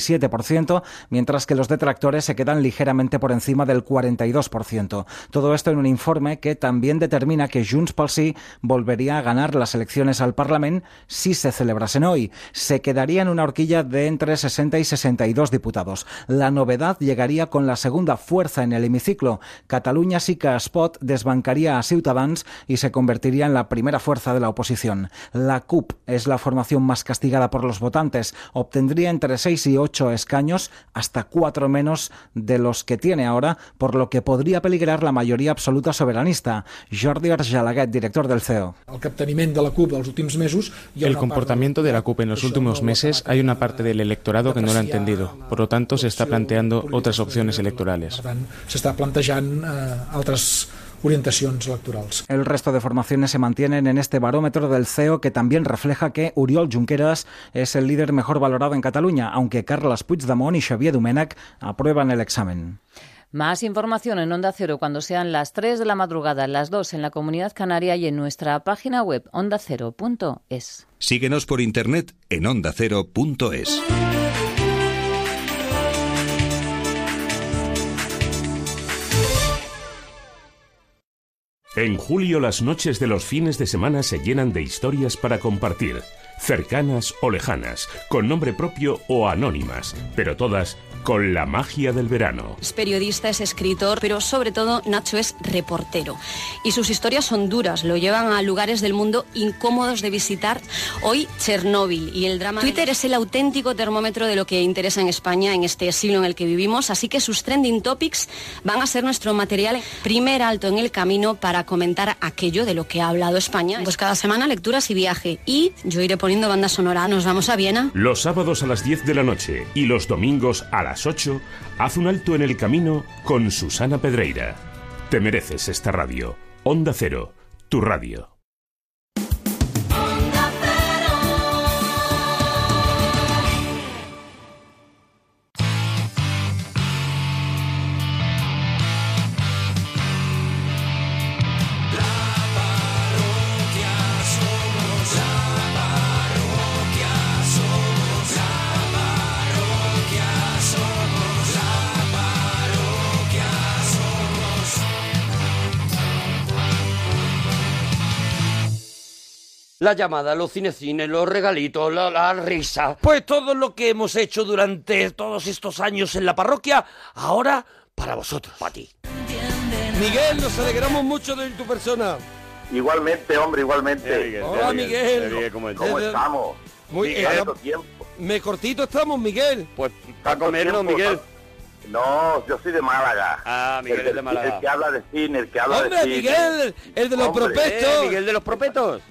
[SPEAKER 28] 47%, mientras que los detractores se quedan ligeramente por encima del 42%. Todo esto en un informe que también determina que Junts pel Sí volvería a ganar las elecciones al Parlament si se celebrasen hoy. Se quedaría en una horquilla de entre 60 y 62 diputados. La novedad llegaría con la segunda fuerza en el hemiciclo. Cataluña sí que es pot desbancaría a Ciutadans y se convertiría en la primera fuerza de la oposición. La CUP es la formación más castigada por los votantes. Obtendría entre 6 y 8 escaños, hasta 4 menos de los que tiene ahora, por lo que podría peligrar la mayoría absoluta soberanista. Jordi Argelaguet, director del E CEO.
[SPEAKER 29] el capteniment de la CUP dels últims mesos... hi ha
[SPEAKER 30] El
[SPEAKER 29] una part
[SPEAKER 30] comportamiento de la CUP en los últimos meses hay una parte del electorado que no lo ha entendido. Por lo tanto, se está planteando otras opciones electorales.
[SPEAKER 29] Per tant, s'està plantejant eh, altres orientacions electorals.
[SPEAKER 28] El resto de formaciones se mantienen en este barómetro del CEO que también refleja que Oriol Junqueras es el líder mejor valorado en Cataluña, aunque Carles Puigdemont y Xavier Domènech aprueban el examen.
[SPEAKER 20] Más información en Onda Cero cuando sean las 3 de la madrugada, las 2 en la Comunidad Canaria y en nuestra página web ondacero.es.
[SPEAKER 21] Síguenos por internet en ondacero.es.
[SPEAKER 31] En julio las noches de los fines de semana se llenan de historias para compartir. cercanas o lejanas, con nombre propio o anónimas, pero todas con la magia del verano.
[SPEAKER 32] Es periodista, es escritor, pero sobre todo Nacho es reportero. Y sus historias son duras, lo llevan a lugares del mundo incómodos de visitar. Hoy Chernóbil y el drama... Twitter es el auténtico termómetro de lo que interesa en España en este siglo en el que vivimos, así que sus trending topics van a ser nuestro material primer alto en el camino para comentar aquello de lo que ha hablado España. Pues cada semana lecturas y viaje. Y yo iré poniendo banda sonora, nos vamos a Viena.
[SPEAKER 31] Los sábados a las 10 de la noche y los domingos a las 8, haz un alto en el camino con Susana Pedreira. Te mereces esta radio. Onda Cero, tu radio.
[SPEAKER 5] parroquia somos la parroquia somos la parroquia somos la parroquia somos
[SPEAKER 6] La llamada, los cinecines, los regalitos, la, la risa.
[SPEAKER 33] Pues todo lo que hemos hecho durante todos estos años en la parroquia, ahora para vosotros. Para ti.
[SPEAKER 1] Miguel, nos alegramos mucho de tu persona.
[SPEAKER 34] Igualmente, hombre, igualmente.
[SPEAKER 1] Hola, Miguel.
[SPEAKER 34] ¿Cómo estamos?
[SPEAKER 1] Muy
[SPEAKER 34] Miguel,
[SPEAKER 1] eh,
[SPEAKER 34] ¿cuánto tiempo?
[SPEAKER 1] Me cortito estamos, Miguel.
[SPEAKER 6] Pues
[SPEAKER 34] ¿Cuánto tiempo? No, yo soy de Málaga.
[SPEAKER 6] Ah, Miguel
[SPEAKER 34] El
[SPEAKER 6] es de Málaga.
[SPEAKER 34] El que habla de cine, el que habla de
[SPEAKER 1] Hombre,
[SPEAKER 34] cine.
[SPEAKER 1] Miguel, el de los
[SPEAKER 34] Hombre.
[SPEAKER 1] prospectos.
[SPEAKER 34] Eh, Miguel
[SPEAKER 6] de los prospectos.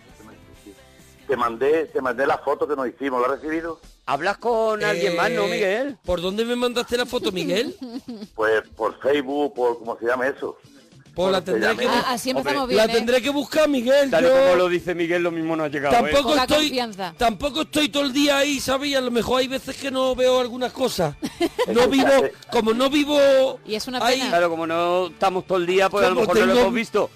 [SPEAKER 34] Te mandé, te mandé la foto que nos hicimos, ¿la has recibido?
[SPEAKER 6] ¿Hablas con
[SPEAKER 34] alguien más, no, Miguel?
[SPEAKER 1] ¿Por dónde me mandaste la foto, Miguel?
[SPEAKER 34] Pues por Facebook, por cómo se llama eso.
[SPEAKER 1] Pues la tendré
[SPEAKER 34] llame.
[SPEAKER 1] que
[SPEAKER 2] Ah, así empezamos
[SPEAKER 1] La
[SPEAKER 2] bien, ¿eh?
[SPEAKER 1] tendré que buscar, Miguel.
[SPEAKER 6] Tal y
[SPEAKER 1] yo-
[SPEAKER 6] como lo pues, dice Miguel, lo mismo no ha llegado. ¿eh?
[SPEAKER 1] Tampoco
[SPEAKER 2] Poca
[SPEAKER 1] estoy,
[SPEAKER 2] confianza.
[SPEAKER 1] tampoco estoy todo el día ahí, ¿sabes? Y A lo mejor hay veces que no veo algunas cosas. No vivo, como no vivo...
[SPEAKER 2] Y es una
[SPEAKER 1] ahí-
[SPEAKER 2] pena.
[SPEAKER 6] Claro, como no estamos todo el día, pues a lo
[SPEAKER 1] Como
[SPEAKER 6] mejor no lo
[SPEAKER 1] tengo-
[SPEAKER 6] hemos visto.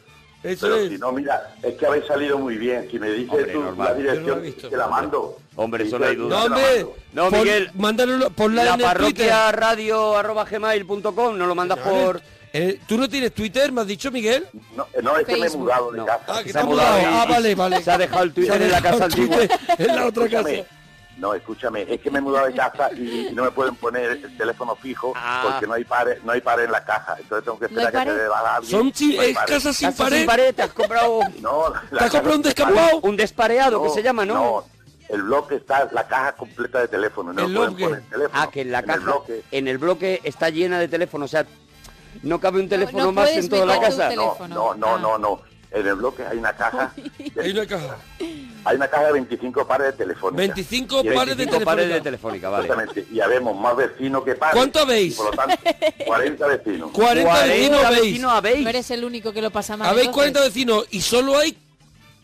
[SPEAKER 1] Eso
[SPEAKER 34] Pero si no, mira, es que habéis salido muy bien. Si me dices tú la dirección, te la mando.
[SPEAKER 6] Hombre,
[SPEAKER 34] Si
[SPEAKER 6] eso
[SPEAKER 34] tú
[SPEAKER 6] no hay
[SPEAKER 34] la
[SPEAKER 6] duda.
[SPEAKER 34] mando.
[SPEAKER 6] No,
[SPEAKER 1] pon-
[SPEAKER 6] Miguel.
[SPEAKER 1] Mándalo, ponla
[SPEAKER 6] la
[SPEAKER 1] en el
[SPEAKER 6] parroquia
[SPEAKER 1] Twitter.
[SPEAKER 6] radio arroba gmail.com, nos lo mandas
[SPEAKER 1] Señores,
[SPEAKER 6] por...
[SPEAKER 1] eh, ¿Tú no tienes Twitter, me has dicho, Miguel?
[SPEAKER 34] No, eh, no es que me he mudado de casa.
[SPEAKER 1] Ah, que te has mudado. Ah, vale, vale.
[SPEAKER 6] Se ha dejado el
[SPEAKER 1] Twitter en la casa antigua. en la otra
[SPEAKER 34] Escúchame, No, escúchame, es que me he mudado de casa y, y no me pueden poner el teléfono fijo
[SPEAKER 6] Ah.
[SPEAKER 34] porque no hay pared, no hay pared en la caja. Entonces tengo que
[SPEAKER 1] ¿No hay
[SPEAKER 34] esperar que
[SPEAKER 1] pared?
[SPEAKER 34] se deba alguien.
[SPEAKER 1] Son chi-
[SPEAKER 34] No hay
[SPEAKER 1] es
[SPEAKER 34] pared.
[SPEAKER 1] casas sin Casas sin pared. pared,
[SPEAKER 6] te has comprado...
[SPEAKER 34] No, la
[SPEAKER 1] ¿Te has
[SPEAKER 34] casa
[SPEAKER 1] comprado un
[SPEAKER 34] sin
[SPEAKER 1] descampado?
[SPEAKER 34] pared.
[SPEAKER 6] Un despareado, que se llama, ¿no?
[SPEAKER 34] No, el bloque está, la caja completa de teléfono. No
[SPEAKER 6] El
[SPEAKER 34] pueden
[SPEAKER 6] bloque.
[SPEAKER 34] poner el teléfono.
[SPEAKER 6] Ah, que en la
[SPEAKER 34] En el
[SPEAKER 6] caja,
[SPEAKER 34] bloque.
[SPEAKER 6] en el bloque está llena de teléfonos, o sea, no cabe un teléfono
[SPEAKER 34] no
[SPEAKER 6] más
[SPEAKER 34] puedes
[SPEAKER 6] en toda la
[SPEAKER 34] meter tu Ah.
[SPEAKER 6] casa.
[SPEAKER 34] No, no, no, no, no. En el bloque hay una caja. hay una
[SPEAKER 1] caja.
[SPEAKER 34] Hay una caja de 25 pares de telefónicas.
[SPEAKER 1] 25
[SPEAKER 34] Y hay
[SPEAKER 1] pares de
[SPEAKER 34] 25
[SPEAKER 1] telefónicas.
[SPEAKER 6] telefónica,
[SPEAKER 34] vale. Exactamente. Y habemos más vecinos que pares.
[SPEAKER 1] ¿Cuánto habéis?
[SPEAKER 34] Y Por lo tanto, 40 vecinos.
[SPEAKER 1] 40 vecinos habéis.
[SPEAKER 2] No eres el único que lo pasa mal.
[SPEAKER 1] Habéis
[SPEAKER 2] entonces.
[SPEAKER 1] 40 vecinos y solo hay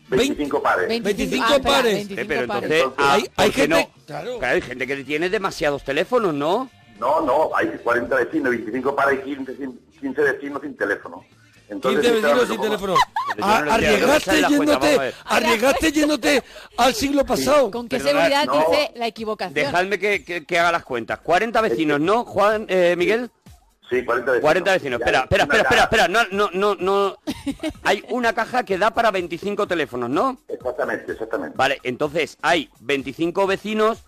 [SPEAKER 34] 25 pares.
[SPEAKER 1] 25
[SPEAKER 2] Ah, espera,
[SPEAKER 1] pares.
[SPEAKER 2] 25
[SPEAKER 6] Eh, pero
[SPEAKER 2] pares.
[SPEAKER 6] entonces, ah,
[SPEAKER 1] Hay- hay
[SPEAKER 6] ¿por qué
[SPEAKER 1] gente-
[SPEAKER 6] no? Claro. hay gente que tiene demasiados teléfonos, ¿no?
[SPEAKER 34] No, no, hay 40 vecinos, 25 pares y 15, sin- 15 vecinos sin teléfono.
[SPEAKER 1] 15 vecinos sin
[SPEAKER 34] ¿cómo?
[SPEAKER 1] teléfono.
[SPEAKER 34] Pero yo
[SPEAKER 1] Ah,
[SPEAKER 34] no lo entiendo, esa
[SPEAKER 1] Arriesgaste
[SPEAKER 34] es la cuenta, vamos a
[SPEAKER 1] yéndote,
[SPEAKER 34] ver.
[SPEAKER 1] arriesgaste yéndote al siglo pasado.
[SPEAKER 2] ¿Con qué
[SPEAKER 6] Perdonad,
[SPEAKER 2] seguridad
[SPEAKER 6] no.
[SPEAKER 2] dice la equivocación?
[SPEAKER 6] Dejadme que, que- que haga las cuentas. 40 vecinos, ¿no, Juan, eh, Miguel?
[SPEAKER 34] Sí, 40 vecinos.
[SPEAKER 6] 40 vecinos.
[SPEAKER 34] Ya,
[SPEAKER 6] Espera, espera,
[SPEAKER 34] una
[SPEAKER 6] espera, espera, espera. No, no, no, no. Hay una caja que da para 25 teléfonos, ¿no?
[SPEAKER 34] Exactamente, exactamente.
[SPEAKER 6] Vale, entonces hay 25 vecinos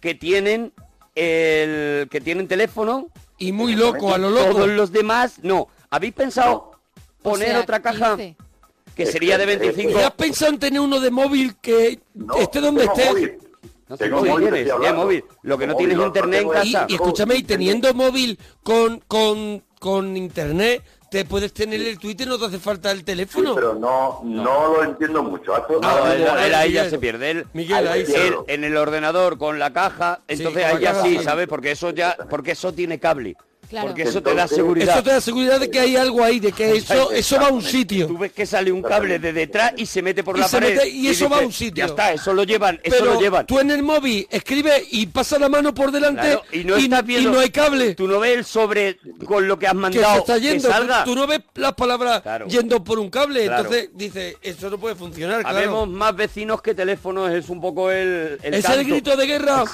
[SPEAKER 6] que tienen el que tienen teléfono
[SPEAKER 1] y muy loco, a lo loco.
[SPEAKER 6] Todos los demás no. ¿Habéis pensado poner
[SPEAKER 1] O sea,
[SPEAKER 6] otra caja
[SPEAKER 1] 15.
[SPEAKER 6] que sería de 25?
[SPEAKER 1] ¿Ya Eh, has pensado en tener uno de móvil que esté donde
[SPEAKER 6] tengo
[SPEAKER 1] esté?
[SPEAKER 6] móvil. No sé, Tengo móvil, móvil, tienes, estoy tienes hablando. móvil. Lo que no Móvil, tienes no, no internet en tengo casa.
[SPEAKER 1] Y, y
[SPEAKER 6] móvil.
[SPEAKER 1] escúchame, y teniendo móvil con, con, con internet, te puedes tener el Twitter, no te hace falta el
[SPEAKER 34] Sí,
[SPEAKER 1] teléfono.
[SPEAKER 34] pero no, no, lo entiendo mucho. Hazlo-
[SPEAKER 6] No, él, él ahí ya
[SPEAKER 34] Miguel.
[SPEAKER 6] se pierde. Él,
[SPEAKER 34] Miguel, ahí
[SPEAKER 6] él
[SPEAKER 34] sí.
[SPEAKER 6] en el ordenador con la caja, entonces
[SPEAKER 1] con la
[SPEAKER 6] ahí ya
[SPEAKER 1] caja,
[SPEAKER 6] sí,
[SPEAKER 1] sí.
[SPEAKER 6] ¿sabes? Porque eso ya, porque eso tiene cable.
[SPEAKER 1] Claro.
[SPEAKER 6] Porque eso te da
[SPEAKER 1] Entonces-
[SPEAKER 6] seguridad.
[SPEAKER 1] Eso te da seguridad de que hay algo ahí, de que eso, eso va a un sitio.
[SPEAKER 6] Tú ves que sale un cable de detrás y se mete por
[SPEAKER 1] Y
[SPEAKER 6] la
[SPEAKER 1] se
[SPEAKER 6] pared.
[SPEAKER 1] mete- y eso va a
[SPEAKER 6] dices,
[SPEAKER 1] un sitio.
[SPEAKER 6] Ya está, eso lo llevan, eso
[SPEAKER 1] Pero
[SPEAKER 6] lo llevan.
[SPEAKER 1] tú en el móvil escribes y pasa la mano por delante
[SPEAKER 6] Claro,
[SPEAKER 1] y,
[SPEAKER 6] y no estás viendo-
[SPEAKER 1] no hay cable.
[SPEAKER 6] Tú no ves el sobre con lo que has
[SPEAKER 1] que se
[SPEAKER 6] mandado.
[SPEAKER 1] está yendo. Tú-
[SPEAKER 6] salga.
[SPEAKER 1] Tú, no ves las palabras yendo por un cable.
[SPEAKER 6] Claro.
[SPEAKER 1] Entonces dices, eso no puede funcionar, claro.
[SPEAKER 6] Habemos más vecinos que teléfonos, es un poco el. el
[SPEAKER 1] es el
[SPEAKER 6] canto.
[SPEAKER 1] grito de guerra.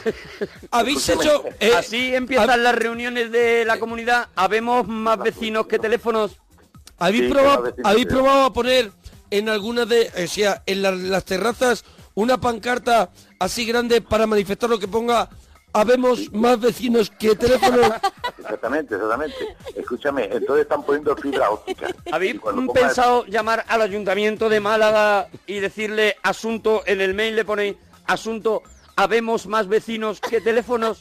[SPEAKER 1] Habéis hecho... eh,
[SPEAKER 6] Así empiezan las reuniones de la comunidad. Habemos más vecinos que teléfonos.
[SPEAKER 1] eh, ¿Habéis, probado, ¿habéis probado a poner en alguna de, o sea, en la- las terrazas una pancarta así grande para manifestar lo que ponga habemos más vecinos que teléfonos.
[SPEAKER 34] Exactamente, exactamente. Escúchame, entonces están poniendo fibra óptica.
[SPEAKER 6] ¿Habéis
[SPEAKER 34] Cuando ponga-
[SPEAKER 6] pensado llamar al ayuntamiento de Málaga y decirle asunto, en el mail le ponéis asunto, habemos más vecinos que teléfonos?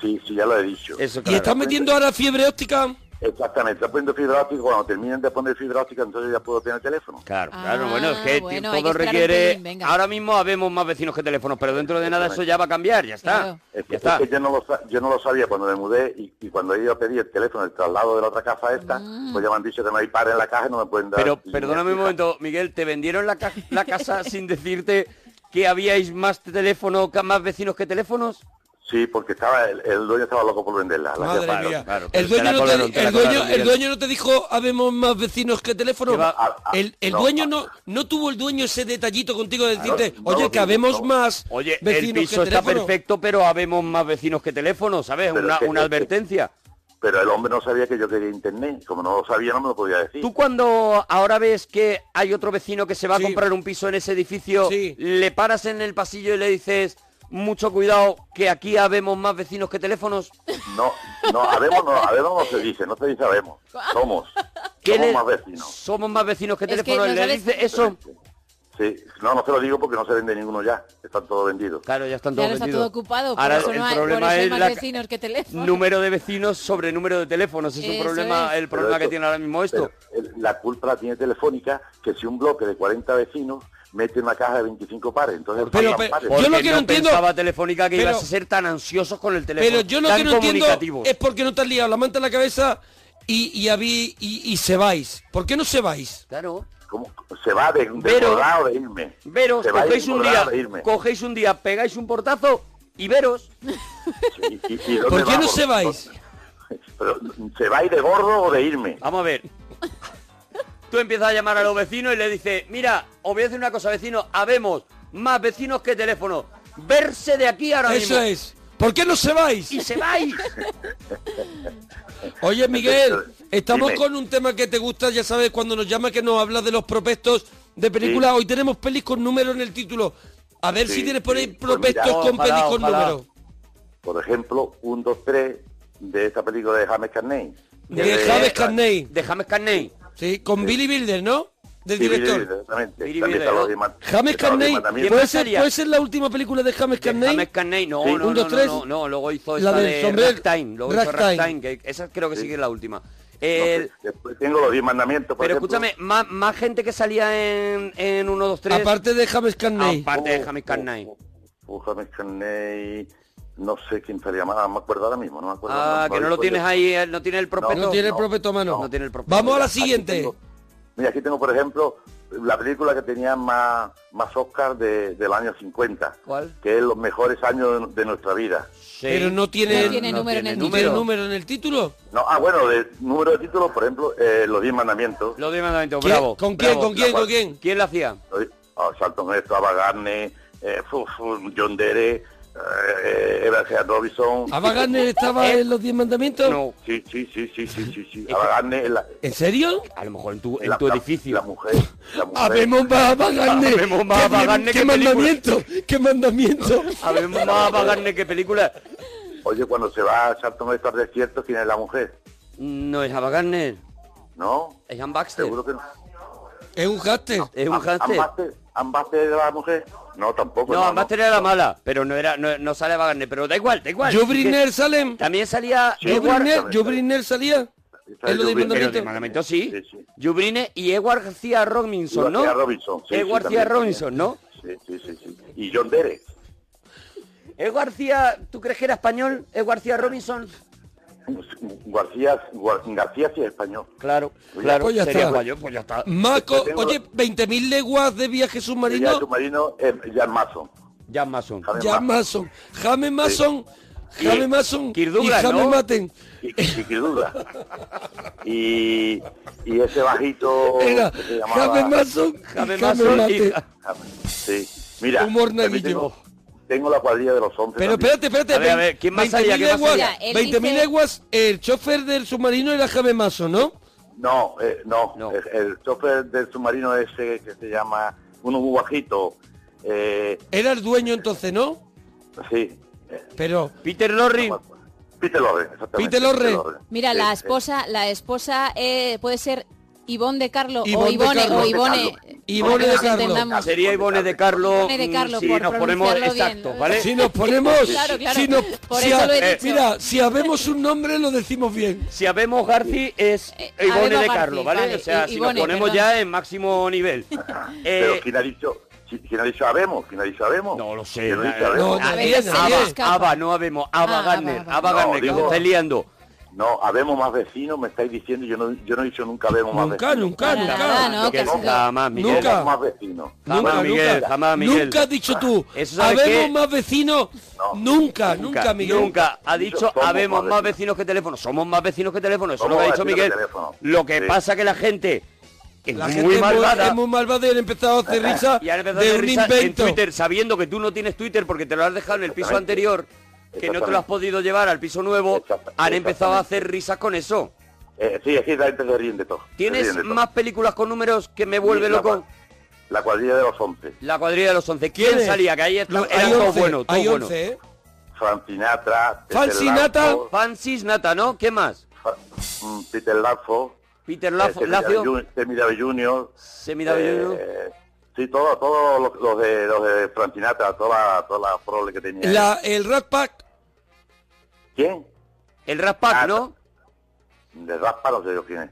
[SPEAKER 34] Sí, sí, ya lo he dicho.
[SPEAKER 1] ¿Y estás metiendo ahora fiebre óptica?
[SPEAKER 34] Exactamente, está poniendo fibra óptica. Cuando terminen de poner fibra óptica, entonces ya puedo tener teléfono.
[SPEAKER 6] Claro, Claro, bueno, es que
[SPEAKER 34] bueno, hay que
[SPEAKER 6] todo
[SPEAKER 34] esperar un
[SPEAKER 6] requiere...
[SPEAKER 34] pelín,
[SPEAKER 6] ahora mismo habemos más vecinos que teléfonos, pero dentro de nada eso ya va a cambiar, ya está.
[SPEAKER 34] Es que,
[SPEAKER 6] Ya está.
[SPEAKER 34] es que yo, no lo, sa- yo no lo sabía cuando me mudé y, y cuando he ido a pedir el teléfono, el traslado de la otra casa a esta, pues ya me han dicho que no hay par en la caja y no me pueden dar.
[SPEAKER 6] Pero
[SPEAKER 34] línea
[SPEAKER 6] perdóname un
[SPEAKER 34] fija.
[SPEAKER 6] momento, Miguel, te vendieron la, ca- la casa sin decirte que habíais más teléfono, ca- más vecinos que teléfonos.
[SPEAKER 34] Sí, porque estaba el, el dueño estaba loco por venderla. la
[SPEAKER 1] Madre
[SPEAKER 34] jefa.
[SPEAKER 1] mía. El dueño, no te, el, dueño, el dueño no te dijo habemos más vecinos que teléfonos.
[SPEAKER 6] ah,
[SPEAKER 1] El, el
[SPEAKER 34] no,
[SPEAKER 1] dueño no, no tuvo el dueño ese detallito contigo de decirte,
[SPEAKER 6] Claro, no
[SPEAKER 1] oye,
[SPEAKER 6] lo
[SPEAKER 1] que
[SPEAKER 6] vi,
[SPEAKER 1] habemos
[SPEAKER 6] no.
[SPEAKER 1] más
[SPEAKER 6] Oye, el
[SPEAKER 1] vecinos
[SPEAKER 6] piso
[SPEAKER 1] que
[SPEAKER 6] está
[SPEAKER 1] teléfonos.
[SPEAKER 6] perfecto, pero habemos más vecinos que teléfonos, ¿sabes?
[SPEAKER 34] Pero
[SPEAKER 6] Una,
[SPEAKER 34] es que-
[SPEAKER 6] una
[SPEAKER 34] es que-
[SPEAKER 6] advertencia.
[SPEAKER 34] Pero el hombre no sabía que yo quería internet. Como no lo sabía, no me lo podía decir.
[SPEAKER 6] Tú cuando ahora ves que hay otro vecino que se va a comprar un piso en ese edificio, le paras en el pasillo y le dices, mucho cuidado, que aquí habemos más vecinos que teléfonos.
[SPEAKER 34] No, no, habemos no, habemos no se dice, no se dice habemos. Somos. Somos
[SPEAKER 6] le-
[SPEAKER 34] más vecinos.
[SPEAKER 6] Somos más vecinos que
[SPEAKER 34] Es que
[SPEAKER 6] teléfonos.
[SPEAKER 34] no
[SPEAKER 6] le
[SPEAKER 34] sabes-
[SPEAKER 6] dice eso.
[SPEAKER 34] Sí, no, no se lo digo porque no se vende ninguno ya. Están todos vendidos.
[SPEAKER 6] Claro, ya están
[SPEAKER 2] Claro, está todo ocupado, por
[SPEAKER 6] Ahora,
[SPEAKER 2] eso
[SPEAKER 6] el
[SPEAKER 2] no hay, por
[SPEAKER 6] problema
[SPEAKER 2] eso hay
[SPEAKER 6] es
[SPEAKER 2] más
[SPEAKER 6] la-
[SPEAKER 2] vecinos que teléfonos.
[SPEAKER 6] Número de vecinos sobre número de teléfonos. Es un
[SPEAKER 2] Eso
[SPEAKER 6] problema,
[SPEAKER 2] es.
[SPEAKER 6] el problema que tiene ahora mismo esto.
[SPEAKER 34] La culpa la tiene Telefónica, que si un bloque de 40 vecinos mete una caja de 25 pares. Entonces, faltan pares.
[SPEAKER 6] Porque no pensaba Telefónica que
[SPEAKER 34] Pero-
[SPEAKER 6] ibas a ser tan ansiosos con el teléfono.
[SPEAKER 1] Pero yo lo
[SPEAKER 6] tan
[SPEAKER 1] que no entiendo
[SPEAKER 6] comunicativos.
[SPEAKER 1] es por qué no te has liado la manta en la cabeza y, y, habí- y, y se vais. ¿Por qué no se vais?
[SPEAKER 6] Claro.
[SPEAKER 34] ¿Cómo? Se va de, de
[SPEAKER 1] Pero-
[SPEAKER 34] colorado de irme.
[SPEAKER 6] Veros,
[SPEAKER 34] Se va
[SPEAKER 6] cogéis
[SPEAKER 34] de
[SPEAKER 6] un
[SPEAKER 34] colorado
[SPEAKER 6] día,
[SPEAKER 34] de irme.
[SPEAKER 6] cogéis un día, pegáis un portazo y veros.
[SPEAKER 34] ¿Y- y dónde
[SPEAKER 6] ¿Por qué no
[SPEAKER 34] vamos?
[SPEAKER 6] se vais?
[SPEAKER 34] Pero, ¿Se va de gordo o de irme?
[SPEAKER 6] Vamos a ver. Tú empiezas a llamar a los vecinos y le dices, mira, os voy a decir una cosa, vecinos, habemos más vecinos que teléfonos. Verse de aquí ahora mismo.
[SPEAKER 1] Eso es. ¿Por qué no se vais?
[SPEAKER 6] Y se vais.
[SPEAKER 1] Oye, Miguel, estamos
[SPEAKER 6] Dime.
[SPEAKER 1] con un tema que te gusta, ya sabes, cuando nos llama que nos hablas de los propestos de películas. Hoy tenemos pelis con número en el título. A ver si
[SPEAKER 34] Sí,
[SPEAKER 1] tienes por ahí
[SPEAKER 34] sí.
[SPEAKER 1] propestos
[SPEAKER 34] Pues mira,
[SPEAKER 1] con
[SPEAKER 34] ojalá,
[SPEAKER 1] pelis con
[SPEAKER 34] ojalá.
[SPEAKER 1] número.
[SPEAKER 34] Por ejemplo, un 2, 3 de esta película de James Carney.
[SPEAKER 1] De James Carney.
[SPEAKER 6] De James Carney.
[SPEAKER 1] Sí, con Billy Builder, ¿no? Del
[SPEAKER 34] Sí,
[SPEAKER 1] director.
[SPEAKER 34] Billy Bilder, exactamente.
[SPEAKER 6] Billy
[SPEAKER 34] También
[SPEAKER 6] Bilder,
[SPEAKER 34] está
[SPEAKER 6] ¿no?
[SPEAKER 34] Roddy Mart-
[SPEAKER 1] James
[SPEAKER 34] está Roddy
[SPEAKER 1] Carney.
[SPEAKER 34] Mart también.
[SPEAKER 1] ¿Puede ser, puede ser la última película de James Carney?
[SPEAKER 6] James Carney, no,
[SPEAKER 1] Sí.
[SPEAKER 6] no,
[SPEAKER 1] Un,
[SPEAKER 6] no,
[SPEAKER 1] dos,
[SPEAKER 6] no,
[SPEAKER 1] tres.
[SPEAKER 6] no, no, luego hizo
[SPEAKER 1] La
[SPEAKER 6] esta
[SPEAKER 1] del
[SPEAKER 6] de
[SPEAKER 1] sombrero,
[SPEAKER 6] Ragtime, luego hizo
[SPEAKER 1] Ragtime.
[SPEAKER 6] Ragtime, que esa creo que sí que es la última.
[SPEAKER 34] No,
[SPEAKER 6] El-
[SPEAKER 34] pues, después tengo los 10 mandamientos, por
[SPEAKER 6] pero
[SPEAKER 34] ejemplo.
[SPEAKER 6] escúchame, más, más gente que salía en, en 1, 2, 3.
[SPEAKER 1] Aparte de James Carney.
[SPEAKER 6] Ah,
[SPEAKER 1] Oh,
[SPEAKER 6] Aparte de James Carney.
[SPEAKER 34] Uh, James Carney, no sé quién sería más, no me acuerdo ahora mismo, no me acuerdo.
[SPEAKER 6] Ah, que no lo
[SPEAKER 34] recuerdo.
[SPEAKER 6] tienes ahí, eh, no tiene el prospecto.
[SPEAKER 34] No tiene el
[SPEAKER 1] prospecto mano.
[SPEAKER 6] No, tiene el prospecto.
[SPEAKER 1] Vamos a la
[SPEAKER 34] Aquí
[SPEAKER 1] siguiente.
[SPEAKER 34] tengo- Mira, aquí tengo, por ejemplo, la película que tenía más, más Oscar de- del año 50,
[SPEAKER 6] ¿Cuál?
[SPEAKER 34] que es los mejores años de, de nuestra vida.
[SPEAKER 1] Pero no tiene,
[SPEAKER 34] No tiene número en el
[SPEAKER 1] no tiene
[SPEAKER 34] título.
[SPEAKER 1] número en el título.
[SPEAKER 34] No, ah, bueno, de número de títulos, por ejemplo, eh, Los Diez Mandamientos.
[SPEAKER 6] Los Diez Mandamientos,
[SPEAKER 1] ¿Quién? bravo, ¿Con quién, bravo. con quién, con
[SPEAKER 6] quién? ¿Quién la hacía?
[SPEAKER 34] Salton ah, Heston, Ava Gardner, eh, fu- fu- John Dere, eh, eh, Evangeline Robinson.
[SPEAKER 1] ¿Ava Gardner estaba en los Diez Mandamientos?
[SPEAKER 34] Sí, sí, sí, sí, sí, sí, sí. Ava Gardner es la-
[SPEAKER 1] ¿En serio?
[SPEAKER 6] A lo mejor en tu,
[SPEAKER 34] en tu edificio. La, mujer. La mujer.
[SPEAKER 1] Habemos más Ava Gardner.
[SPEAKER 6] Habemos más
[SPEAKER 1] ¿Qué-
[SPEAKER 6] Ava Gardner
[SPEAKER 1] ¿Qué
[SPEAKER 6] que película.
[SPEAKER 1] mandamiento? ¿Qué mandamiento?
[SPEAKER 6] Habemos más Ava Gardner que película.
[SPEAKER 34] Oye, cuando se va a Salton Heston al desierto, ¿quién es la mujer?
[SPEAKER 6] No es Ava Gardner.
[SPEAKER 34] ¿No?
[SPEAKER 6] Es Ann Baxter.
[SPEAKER 34] Seguro que no.
[SPEAKER 1] Es un Ah, háster.
[SPEAKER 6] Es un
[SPEAKER 34] Am-
[SPEAKER 6] háster.
[SPEAKER 34] Ambaster- Ambaster de la mujer. No, tampoco.
[SPEAKER 1] Pues
[SPEAKER 6] No, Ambas era la mala, pero no era no, no sale Ava Gardner, pero da igual, da igual.
[SPEAKER 1] Joe Briner
[SPEAKER 6] salen. También salía
[SPEAKER 1] Joe Briner- Joe Briner salía.
[SPEAKER 6] En
[SPEAKER 1] lo de Mandamiento.
[SPEAKER 6] mandamiento sí. Joe Briner y Edward García Robinson,
[SPEAKER 34] Edward
[SPEAKER 6] ¿no?
[SPEAKER 34] García Robinson, sí,
[SPEAKER 6] Edward
[SPEAKER 34] sí,
[SPEAKER 6] García
[SPEAKER 34] también.
[SPEAKER 6] Robinson, ¿no?
[SPEAKER 34] Sí, sí, sí, sí. Y John Dere.
[SPEAKER 6] Edward García, ¿tú crees que era español? Edward García Robinson.
[SPEAKER 34] pues, García, Guar- García sí es español.
[SPEAKER 6] Claro,
[SPEAKER 1] claro, Pues ya sería está.
[SPEAKER 6] español, pues ya está.
[SPEAKER 1] Maco, oye, 20.000 leguas de viaje
[SPEAKER 34] Ya
[SPEAKER 1] submarino.
[SPEAKER 34] submarino es eh, Jan Mason.
[SPEAKER 6] Jan Mason.
[SPEAKER 1] Ya Mason. James Mason.
[SPEAKER 34] Sí.
[SPEAKER 1] James Mason.
[SPEAKER 34] Kirk
[SPEAKER 1] Y
[SPEAKER 34] Douglas,
[SPEAKER 1] James
[SPEAKER 34] ¿no?
[SPEAKER 1] Maten.
[SPEAKER 34] Y, y sin duda. Y, y ese bajito...
[SPEAKER 1] Era
[SPEAKER 34] que se llamaba-
[SPEAKER 1] James Mason. y
[SPEAKER 34] James
[SPEAKER 1] James
[SPEAKER 34] Mason y-
[SPEAKER 1] Maten.
[SPEAKER 34] Sí. Mira,
[SPEAKER 1] Humor
[SPEAKER 34] también
[SPEAKER 1] naguillo.
[SPEAKER 34] Tengo, tengo la cuadrilla de los 11.
[SPEAKER 1] Pero espérate, espérate.
[SPEAKER 34] A ver, a
[SPEAKER 1] vein-
[SPEAKER 34] ver, ¿quién más
[SPEAKER 1] 20.000
[SPEAKER 34] salía? ¿Qué más
[SPEAKER 1] leguas,
[SPEAKER 34] salía? Él
[SPEAKER 1] 20.000
[SPEAKER 34] dice-
[SPEAKER 1] leguas, el chofer del submarino era James Mason, ¿no?
[SPEAKER 34] No, eh, no. El, el chofer del submarino ese que se llama uno muy bajito. Eh,
[SPEAKER 1] Era el dueño entonces, ¿no?
[SPEAKER 34] sí,
[SPEAKER 1] Pero... Peter Lorre.
[SPEAKER 34] Peter Lorre, exactamente.
[SPEAKER 1] Peter Lorre.
[SPEAKER 2] Mira,
[SPEAKER 34] Sí,
[SPEAKER 6] Eh,
[SPEAKER 2] la
[SPEAKER 34] sí.
[SPEAKER 2] esposa, la esposa eh, puede ser Ivonne de Carlo o
[SPEAKER 6] Ivonne de
[SPEAKER 2] Ivone
[SPEAKER 6] Carlo.
[SPEAKER 2] o Ivone. eh,
[SPEAKER 6] Ivone
[SPEAKER 2] para que
[SPEAKER 6] de
[SPEAKER 2] nos
[SPEAKER 6] Carlos.
[SPEAKER 2] entendamos.
[SPEAKER 6] Sería Ivone de Carlos
[SPEAKER 2] Ivone de Carlo,
[SPEAKER 6] si
[SPEAKER 2] por
[SPEAKER 6] nos ponemos
[SPEAKER 2] pronunciarlo bien.
[SPEAKER 6] exactos, ¿vale?
[SPEAKER 1] Si nos ponemos...
[SPEAKER 2] Claro, claro.
[SPEAKER 1] Si nos-
[SPEAKER 2] Por
[SPEAKER 1] si
[SPEAKER 2] eso
[SPEAKER 1] ha-
[SPEAKER 2] lo he
[SPEAKER 1] eh,
[SPEAKER 2] dicho.
[SPEAKER 1] mira, si habemos un nombre lo decimos bien.
[SPEAKER 6] Si habemos Garci es
[SPEAKER 2] Eh,
[SPEAKER 6] Ivone
[SPEAKER 1] Abebo
[SPEAKER 6] de
[SPEAKER 1] Garci,
[SPEAKER 6] Carlos, ¿vale?
[SPEAKER 1] vale,
[SPEAKER 6] O sea,
[SPEAKER 1] I-
[SPEAKER 6] si
[SPEAKER 1] Ivone,
[SPEAKER 6] nos ponemos
[SPEAKER 1] perdón.
[SPEAKER 6] ya en máximo nivel. Eh,
[SPEAKER 34] Pero ¿quién ha dicho? si- ¿Quién ha dicho habemos? ¿Quién ha dicho habemos? No
[SPEAKER 6] lo sé.
[SPEAKER 34] No,
[SPEAKER 6] Aba, no habemos.
[SPEAKER 2] Ah,
[SPEAKER 6] Ava Gardner, Ava Gardner, que os estáis liando.
[SPEAKER 34] No, habemos más vecinos, me estáis diciendo, yo no, yo no he dicho nunca habemos más
[SPEAKER 1] Nunca,
[SPEAKER 34] vecinos.
[SPEAKER 1] nunca, Para nunca. nada, ¿no?
[SPEAKER 34] Porque
[SPEAKER 1] Casi
[SPEAKER 34] nunca,
[SPEAKER 1] nada. Jamás, Miguel. Nunca.
[SPEAKER 34] Habemos más vecinos.
[SPEAKER 1] Nunca,
[SPEAKER 34] Jamás,
[SPEAKER 1] nunca.
[SPEAKER 34] Miguel, jamás, Miguel.
[SPEAKER 1] Nunca has dicho tú.
[SPEAKER 34] Eso sabe
[SPEAKER 1] Habemos
[SPEAKER 34] qué.
[SPEAKER 1] más vecinos. Nunca, nunca, Miguel.
[SPEAKER 6] Nunca. Ha dicho,
[SPEAKER 1] Somos
[SPEAKER 6] habemos
[SPEAKER 1] más
[SPEAKER 6] más vecinos que teléfono. Somos más vecinos que teléfono. Eso es lo
[SPEAKER 1] Somos
[SPEAKER 6] que
[SPEAKER 1] más
[SPEAKER 6] ha dicho
[SPEAKER 1] vecinos
[SPEAKER 6] Miguel.
[SPEAKER 1] que teléfono.
[SPEAKER 6] Lo que
[SPEAKER 1] Sí.
[SPEAKER 6] pasa que la gente es
[SPEAKER 1] La
[SPEAKER 6] muy
[SPEAKER 1] gente es muy-
[SPEAKER 6] malvada.
[SPEAKER 1] es muy malvada y han empezado a hacer risa
[SPEAKER 6] Y han empezado
[SPEAKER 1] de
[SPEAKER 6] a hacer
[SPEAKER 1] un
[SPEAKER 6] risa
[SPEAKER 1] invento.
[SPEAKER 6] en Twitter, sabiendo que tú no tienes Twitter porque te lo has dejado en el piso
[SPEAKER 1] Exactamente.
[SPEAKER 6] anterior, que no te lo has
[SPEAKER 34] Exactamente.
[SPEAKER 6] podido llevar al piso nuevo, han empezado a hacer risas con eso.
[SPEAKER 34] Eh, sí, aquí la gente se ríe de todo. se ríen
[SPEAKER 6] ¿Tienes
[SPEAKER 34] de todo.
[SPEAKER 6] más películas con números que me vuelve
[SPEAKER 34] La
[SPEAKER 6] loco?
[SPEAKER 34] cua- La cuadrilla de los once.
[SPEAKER 6] La cuadrilla de los once. ¿Quién
[SPEAKER 34] ¿Quién es?
[SPEAKER 6] salía? Que ahí está,
[SPEAKER 34] Lo-
[SPEAKER 6] eran
[SPEAKER 34] hay
[SPEAKER 6] todos
[SPEAKER 34] once,
[SPEAKER 6] buenos, todos
[SPEAKER 34] hay
[SPEAKER 6] buenos.
[SPEAKER 1] ¿eh?
[SPEAKER 34] once, Francinatra.
[SPEAKER 6] Francis Nata, ¿no? ¿Qué más?
[SPEAKER 34] mm, Peter eh, Lazo.
[SPEAKER 6] Peter Lazo- Lacio.
[SPEAKER 34] Semidave Junior.
[SPEAKER 6] Semidave
[SPEAKER 34] Junior. Sí, todos todo los, los de, los de Francinatra, toda la, toda la prole que tenía.
[SPEAKER 1] La- el Rat Pack.
[SPEAKER 34] ¿Quién?
[SPEAKER 6] El Raspac, ¿no?
[SPEAKER 34] De Raspa no sé yo quién es.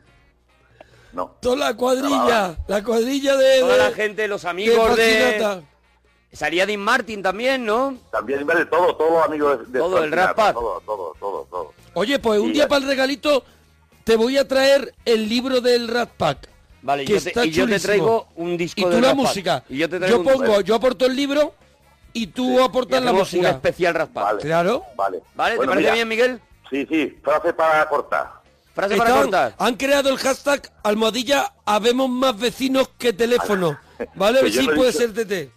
[SPEAKER 34] No.
[SPEAKER 1] Toda la cuadrilla. La cuadrilla de...
[SPEAKER 6] Toda
[SPEAKER 1] Eh, de-
[SPEAKER 6] la gente, los amigos de...
[SPEAKER 1] Fascinata.
[SPEAKER 6] Salía Dean Martin también, ¿no?
[SPEAKER 34] También, vale, todos, todos los amigos de, de
[SPEAKER 6] Todo, el
[SPEAKER 34] Francinatra,
[SPEAKER 6] Raspac.
[SPEAKER 34] Todo, todo, todo, todo.
[SPEAKER 1] Oye, pues un
[SPEAKER 34] Sí,
[SPEAKER 1] día
[SPEAKER 34] ya.
[SPEAKER 1] para el regalito te voy a traer el libro del Rat Pack.
[SPEAKER 6] Vale, y
[SPEAKER 1] que
[SPEAKER 6] yo te-
[SPEAKER 1] está
[SPEAKER 6] y yo te
[SPEAKER 1] chulísimo.
[SPEAKER 6] traigo un disco
[SPEAKER 1] Y tú
[SPEAKER 6] del
[SPEAKER 1] la
[SPEAKER 6] Rat Pack.
[SPEAKER 1] música.
[SPEAKER 6] Y yo te traigo
[SPEAKER 1] yo
[SPEAKER 6] un-
[SPEAKER 1] pongo, yo aporto el libro y tú aportas
[SPEAKER 6] Y
[SPEAKER 1] la
[SPEAKER 6] hacemos Un
[SPEAKER 1] música.
[SPEAKER 6] especial Raspac.
[SPEAKER 1] Claro.
[SPEAKER 34] Vale.
[SPEAKER 6] ¿Vale?
[SPEAKER 1] Bueno,
[SPEAKER 6] ¿Te parece
[SPEAKER 1] mira.
[SPEAKER 6] bien, Miguel?
[SPEAKER 34] Sí, sí. Frase para cortar.
[SPEAKER 6] Frase para
[SPEAKER 1] Están-
[SPEAKER 6] cortar.
[SPEAKER 1] Han creado el hashtag almohadilla habemos más vecinos que teléfono. ¿Vale? A ver
[SPEAKER 34] Yo
[SPEAKER 1] si
[SPEAKER 34] no he
[SPEAKER 1] puede
[SPEAKER 34] dicho-
[SPEAKER 1] ser TT.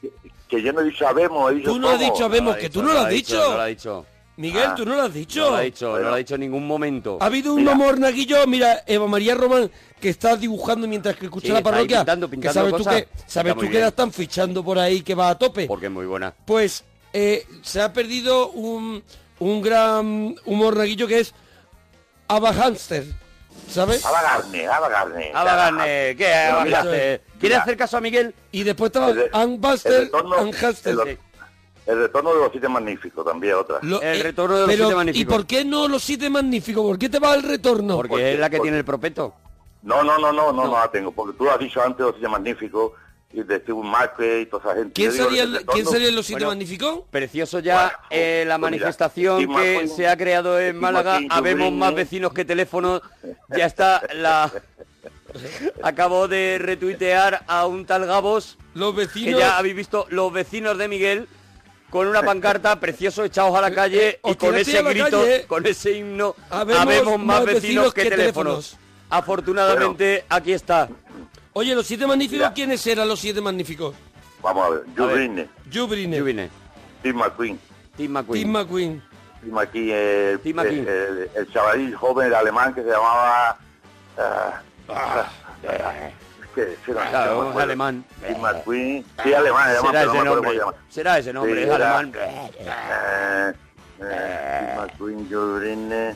[SPEAKER 34] Que yo no he dicho habemos, he dicho
[SPEAKER 1] Tú no has
[SPEAKER 34] somos.
[SPEAKER 1] dicho habemos, que tú no lo has dicho.
[SPEAKER 6] No lo ha dicho. Ah.
[SPEAKER 1] Miguel, tú no lo has dicho.
[SPEAKER 6] No lo ha dicho, no lo ha dicho en ningún momento.
[SPEAKER 34] Oh,
[SPEAKER 1] Ha habido un mornaguillo, mira, Eva María Román, que está dibujando mientras que escucha
[SPEAKER 6] Sí,
[SPEAKER 1] la
[SPEAKER 6] está ahí
[SPEAKER 1] parroquia.
[SPEAKER 6] pintando,
[SPEAKER 1] que
[SPEAKER 6] pintando
[SPEAKER 1] sabes tú
[SPEAKER 6] cosas.
[SPEAKER 1] que, sabes
[SPEAKER 6] Está muy
[SPEAKER 1] tú que
[SPEAKER 6] bien.
[SPEAKER 1] la están fichando por ahí, que va a tope.
[SPEAKER 6] Porque es muy buena.
[SPEAKER 1] Pues eh, se ha perdido un, un gran un mornaguillo que es Ava Hamster. ¿Sabes?
[SPEAKER 34] Ava Gardner, Ava Gardner.
[SPEAKER 6] Ava Gardner, ¿qué Este, Ava Gardner? ¿Quieres hacer caso a Miguel?
[SPEAKER 1] Y después estaba Ann Buster,
[SPEAKER 34] el retorno-
[SPEAKER 1] Ann Hamster.
[SPEAKER 34] el- El retorno de los siete magníficos también otra.
[SPEAKER 1] Lo- eh,
[SPEAKER 6] retorno de los
[SPEAKER 1] pero,
[SPEAKER 6] siete magníficos.
[SPEAKER 1] ¿Y por qué no los siete magníficos? ¿Por qué te va el retorno?
[SPEAKER 6] Porque es la que tiene el propeto.
[SPEAKER 34] No, no, no, no, no, no la tengo, porque tú lo has dicho antes los siete magníficos y de Steve Marque y toda esa gente.
[SPEAKER 1] ¿Quién
[SPEAKER 34] Yo digo,
[SPEAKER 1] sería
[SPEAKER 34] el
[SPEAKER 1] el-
[SPEAKER 34] retorno-
[SPEAKER 1] quién sería los siete
[SPEAKER 34] Bueno,
[SPEAKER 1] magníficos?
[SPEAKER 6] Precioso ya eh,
[SPEAKER 34] pues
[SPEAKER 6] la
[SPEAKER 34] mira,
[SPEAKER 6] manifestación
[SPEAKER 34] Steve
[SPEAKER 6] que
[SPEAKER 34] McQueen,
[SPEAKER 6] se ha creado en
[SPEAKER 34] Steve
[SPEAKER 6] Málaga.
[SPEAKER 34] McQueen,
[SPEAKER 6] Habemos
[SPEAKER 34] Dublín,
[SPEAKER 6] más
[SPEAKER 34] ¿eh?
[SPEAKER 6] vecinos que teléfono. Ya está la... Acabo de retuitear a un tal Gabos.
[SPEAKER 1] Los vecinos...
[SPEAKER 6] Que ya habéis visto los vecinos de Miguel con una pancarta precioso echados
[SPEAKER 1] Eh,
[SPEAKER 6] a la calle y
[SPEAKER 1] os
[SPEAKER 6] con
[SPEAKER 1] tirasteis
[SPEAKER 6] ese
[SPEAKER 1] a la
[SPEAKER 6] grito,
[SPEAKER 1] calle. eh.
[SPEAKER 6] con ese himno,
[SPEAKER 1] Habemos
[SPEAKER 6] habemos, más vecinos, que, teléfonos. Afortunadamente aquí está.
[SPEAKER 1] Oye, los siete magníficos, ¿quiénes eran los siete magníficos?
[SPEAKER 34] Vamos a ver,
[SPEAKER 1] A ver.
[SPEAKER 34] Jubrine,
[SPEAKER 1] Jubrine.
[SPEAKER 34] Steve McQueen.
[SPEAKER 6] Tim McQueen.
[SPEAKER 1] Tim McQueen.
[SPEAKER 34] Tim McQueen, eh,
[SPEAKER 6] Tim
[SPEAKER 34] El,
[SPEAKER 6] McQueen.
[SPEAKER 34] el- el chavalín joven alemán que se llamaba... ah, ah, que- sí, no,
[SPEAKER 6] Claro,
[SPEAKER 34] no me
[SPEAKER 6] es
[SPEAKER 34] acuerdo.
[SPEAKER 6] alemán.
[SPEAKER 1] Eh,
[SPEAKER 34] Tim McQueen. Sí, alemán, alemán,
[SPEAKER 6] Será
[SPEAKER 34] pero no
[SPEAKER 6] ese
[SPEAKER 34] me acuerdo cómo
[SPEAKER 6] nombre.
[SPEAKER 34] se llama.
[SPEAKER 6] Será ese nombre,
[SPEAKER 34] Sí,
[SPEAKER 6] es
[SPEAKER 34] era-
[SPEAKER 6] alemán.
[SPEAKER 34] Eh, eh, McQueen, Jubrine,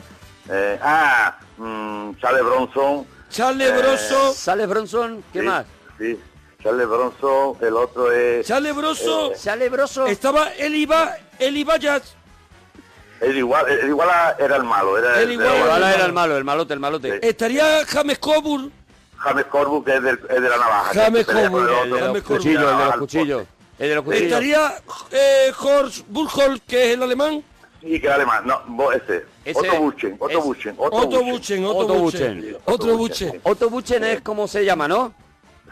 [SPEAKER 34] eh, ah, mm, Charles Bronson.
[SPEAKER 1] Charles
[SPEAKER 34] eh,
[SPEAKER 1] Bronson.
[SPEAKER 6] Sales Bronson, ¿qué
[SPEAKER 34] sí,
[SPEAKER 6] más?
[SPEAKER 34] Sí, Charles Bronson, el otro es...
[SPEAKER 1] Charles Bronson.
[SPEAKER 34] eh,
[SPEAKER 6] Sale Broso.
[SPEAKER 1] Estaba el Iba, el Ibayas.
[SPEAKER 34] el igual, el igual era el malo. Era
[SPEAKER 1] El Iguala era el
[SPEAKER 6] El malo, el malote, el
[SPEAKER 34] Eh.
[SPEAKER 6] malote.
[SPEAKER 1] Estaría James Coburn.
[SPEAKER 34] James Corbus, que es, del- es de la navaja. que
[SPEAKER 1] James
[SPEAKER 34] se pelea con
[SPEAKER 1] Corbus,
[SPEAKER 34] el
[SPEAKER 1] el
[SPEAKER 34] otro,
[SPEAKER 1] de los
[SPEAKER 34] que se
[SPEAKER 1] cuchillos,
[SPEAKER 34] llama
[SPEAKER 1] el de los
[SPEAKER 34] Alford.
[SPEAKER 6] Cuchillo. El de los cuchillos.
[SPEAKER 1] Estaría eh, Horst Burkholz, que es el alemán.
[SPEAKER 34] Sí, que era alemán. No, vos, ese.
[SPEAKER 6] Ese-
[SPEAKER 34] Otto Buchen, Otto
[SPEAKER 6] es-
[SPEAKER 34] Buchen,
[SPEAKER 1] Otto Buchen, Otto Buchen. Otto Buchen.
[SPEAKER 6] Otto Buchen es como se llama, ¿no?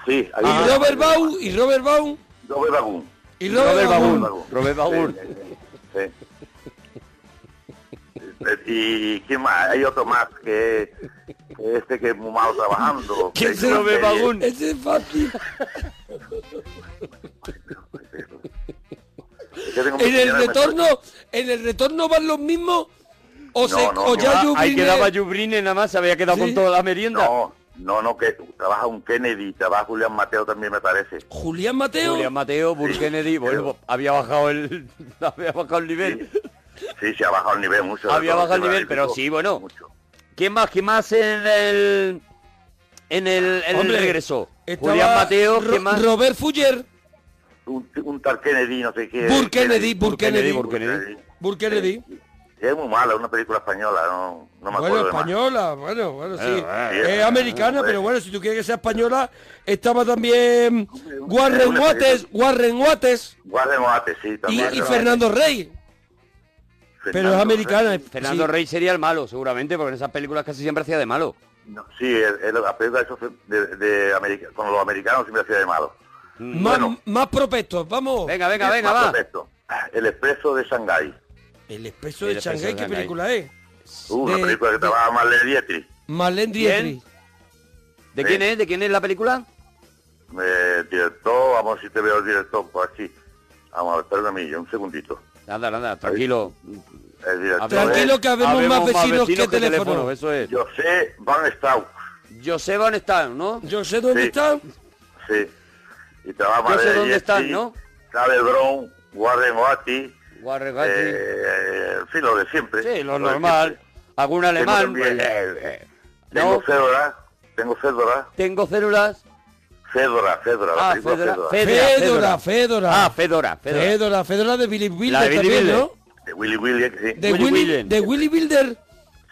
[SPEAKER 34] Sí.
[SPEAKER 1] Y Robert Baum, y Robert Baum.
[SPEAKER 34] Robert Bagun.
[SPEAKER 1] Y Robert Baum.
[SPEAKER 6] Robert Bagun.
[SPEAKER 34] Sí, sí, sí. Y quién más, hay otro más que es este que es muy malo trabajando. Este, que hizo una serie.
[SPEAKER 1] Ese es fácil.
[SPEAKER 34] Es que tengo mi
[SPEAKER 1] En el
[SPEAKER 34] señora me-
[SPEAKER 1] retorno, en el retorno van los mismos o, se, o ya
[SPEAKER 6] Ahí
[SPEAKER 1] Jubrine-
[SPEAKER 34] Ah,
[SPEAKER 6] quedaba Jubrine nada más, se había quedado con toda la merienda.
[SPEAKER 34] No, No, no, que trabaja un Kennedy, trabaja Julián Mateo también me parece.
[SPEAKER 1] Julián Mateo.
[SPEAKER 6] Julián Mateo, Bull Kennedy, bueno, había bajado el había bajado el nivel.
[SPEAKER 34] Sí, se ha bajado el nivel mucho.
[SPEAKER 6] había
[SPEAKER 34] Todo
[SPEAKER 6] bajado el
[SPEAKER 34] tema
[SPEAKER 6] nivel,
[SPEAKER 34] del
[SPEAKER 6] pero
[SPEAKER 34] grupo.
[SPEAKER 6] sí, bueno. ¿Quién más? ¿Quién más en el en el, en el
[SPEAKER 34] Hombre,
[SPEAKER 6] regreso?
[SPEAKER 34] estaba
[SPEAKER 6] Julián Mateo,
[SPEAKER 34] Ro-
[SPEAKER 6] ¿quién más?
[SPEAKER 1] Robert Fuller.
[SPEAKER 34] Un, un tal Kennedy, no sé qué.
[SPEAKER 1] Bull Kennedy, Bull Kennedy.
[SPEAKER 34] Bull
[SPEAKER 1] Bull Kennedy.
[SPEAKER 34] Es muy mala, una película española, no, no me acuerdo
[SPEAKER 1] Bueno,
[SPEAKER 34] de más.
[SPEAKER 1] española, bueno, bueno, sí.
[SPEAKER 34] Bueno, bueno,
[SPEAKER 1] es
[SPEAKER 34] bueno,
[SPEAKER 1] americana, pero bueno, si tú quieres que sea española, estaba también Warren Wates, Warren Wates
[SPEAKER 34] Warren Oates, sí,
[SPEAKER 1] y,
[SPEAKER 34] también.
[SPEAKER 1] y
[SPEAKER 34] ¿no?
[SPEAKER 1] Fernando Rey. Pero es americana. es-
[SPEAKER 6] Fernando
[SPEAKER 1] sí.
[SPEAKER 6] Rey sería el malo, seguramente, porque en esas películas casi siempre hacía de malo.
[SPEAKER 34] No, sí, el- el- la película eso fue de, de América- con los americanos siempre hacía de malo.
[SPEAKER 1] Más, más prospectos, vamos. Mm. Venga,
[SPEAKER 34] El más perfecto, El expreso de Shanghái.
[SPEAKER 1] El expreso de Shanghái, ¿qué película es?
[SPEAKER 34] Uh, una
[SPEAKER 1] De-
[SPEAKER 34] película que
[SPEAKER 1] de-
[SPEAKER 34] trabaja Marlene Dietrich.
[SPEAKER 1] Marlene
[SPEAKER 34] Bien.
[SPEAKER 1] Dietrich.
[SPEAKER 6] ¿De quién es? ¿De quién es la película?
[SPEAKER 34] Eh, director, vamos a ver si te veo el director por aquí. Vamos a ver, perdóname, un segundito.
[SPEAKER 6] Anda, anda, tranquilo.
[SPEAKER 34] El director
[SPEAKER 6] Tranquilo, que habemos Habemos más más vecinos vecinos que que teléfono. teléfono,
[SPEAKER 34] Eso es. José Van Stau.
[SPEAKER 6] José Van Stau, ¿no?
[SPEAKER 1] José,
[SPEAKER 34] Sí.
[SPEAKER 1] ¿dónde está?
[SPEAKER 34] Sí. Y trabaja
[SPEAKER 6] Yo sé
[SPEAKER 34] Marlene
[SPEAKER 6] dónde están,
[SPEAKER 34] Dietrich,
[SPEAKER 6] ¿no?
[SPEAKER 34] Cable Brown, Warren Oates.
[SPEAKER 6] Warren
[SPEAKER 34] Oates. en fin, lo de siempre.
[SPEAKER 6] Sí, lo
[SPEAKER 34] de
[SPEAKER 6] normal.
[SPEAKER 34] siempre.
[SPEAKER 6] Algún
[SPEAKER 34] Tengo
[SPEAKER 6] alemán.
[SPEAKER 34] también,
[SPEAKER 6] pues,
[SPEAKER 34] eh, eh, Tengo cédula, tengo cédula,
[SPEAKER 6] Tengo células.
[SPEAKER 34] cédula, cédula, la
[SPEAKER 6] Ah,
[SPEAKER 34] película
[SPEAKER 6] Fedora,
[SPEAKER 34] Fedora.
[SPEAKER 1] Fedora, Fedora.
[SPEAKER 6] Ah, Fedora, Fedora.
[SPEAKER 1] Fedora, Fedora de Billy Wilder
[SPEAKER 34] de Billy
[SPEAKER 1] también,
[SPEAKER 34] Wilder.
[SPEAKER 1] ¿no?
[SPEAKER 34] De Willy Williams, sí.
[SPEAKER 1] De Willy, de Willy Wilder.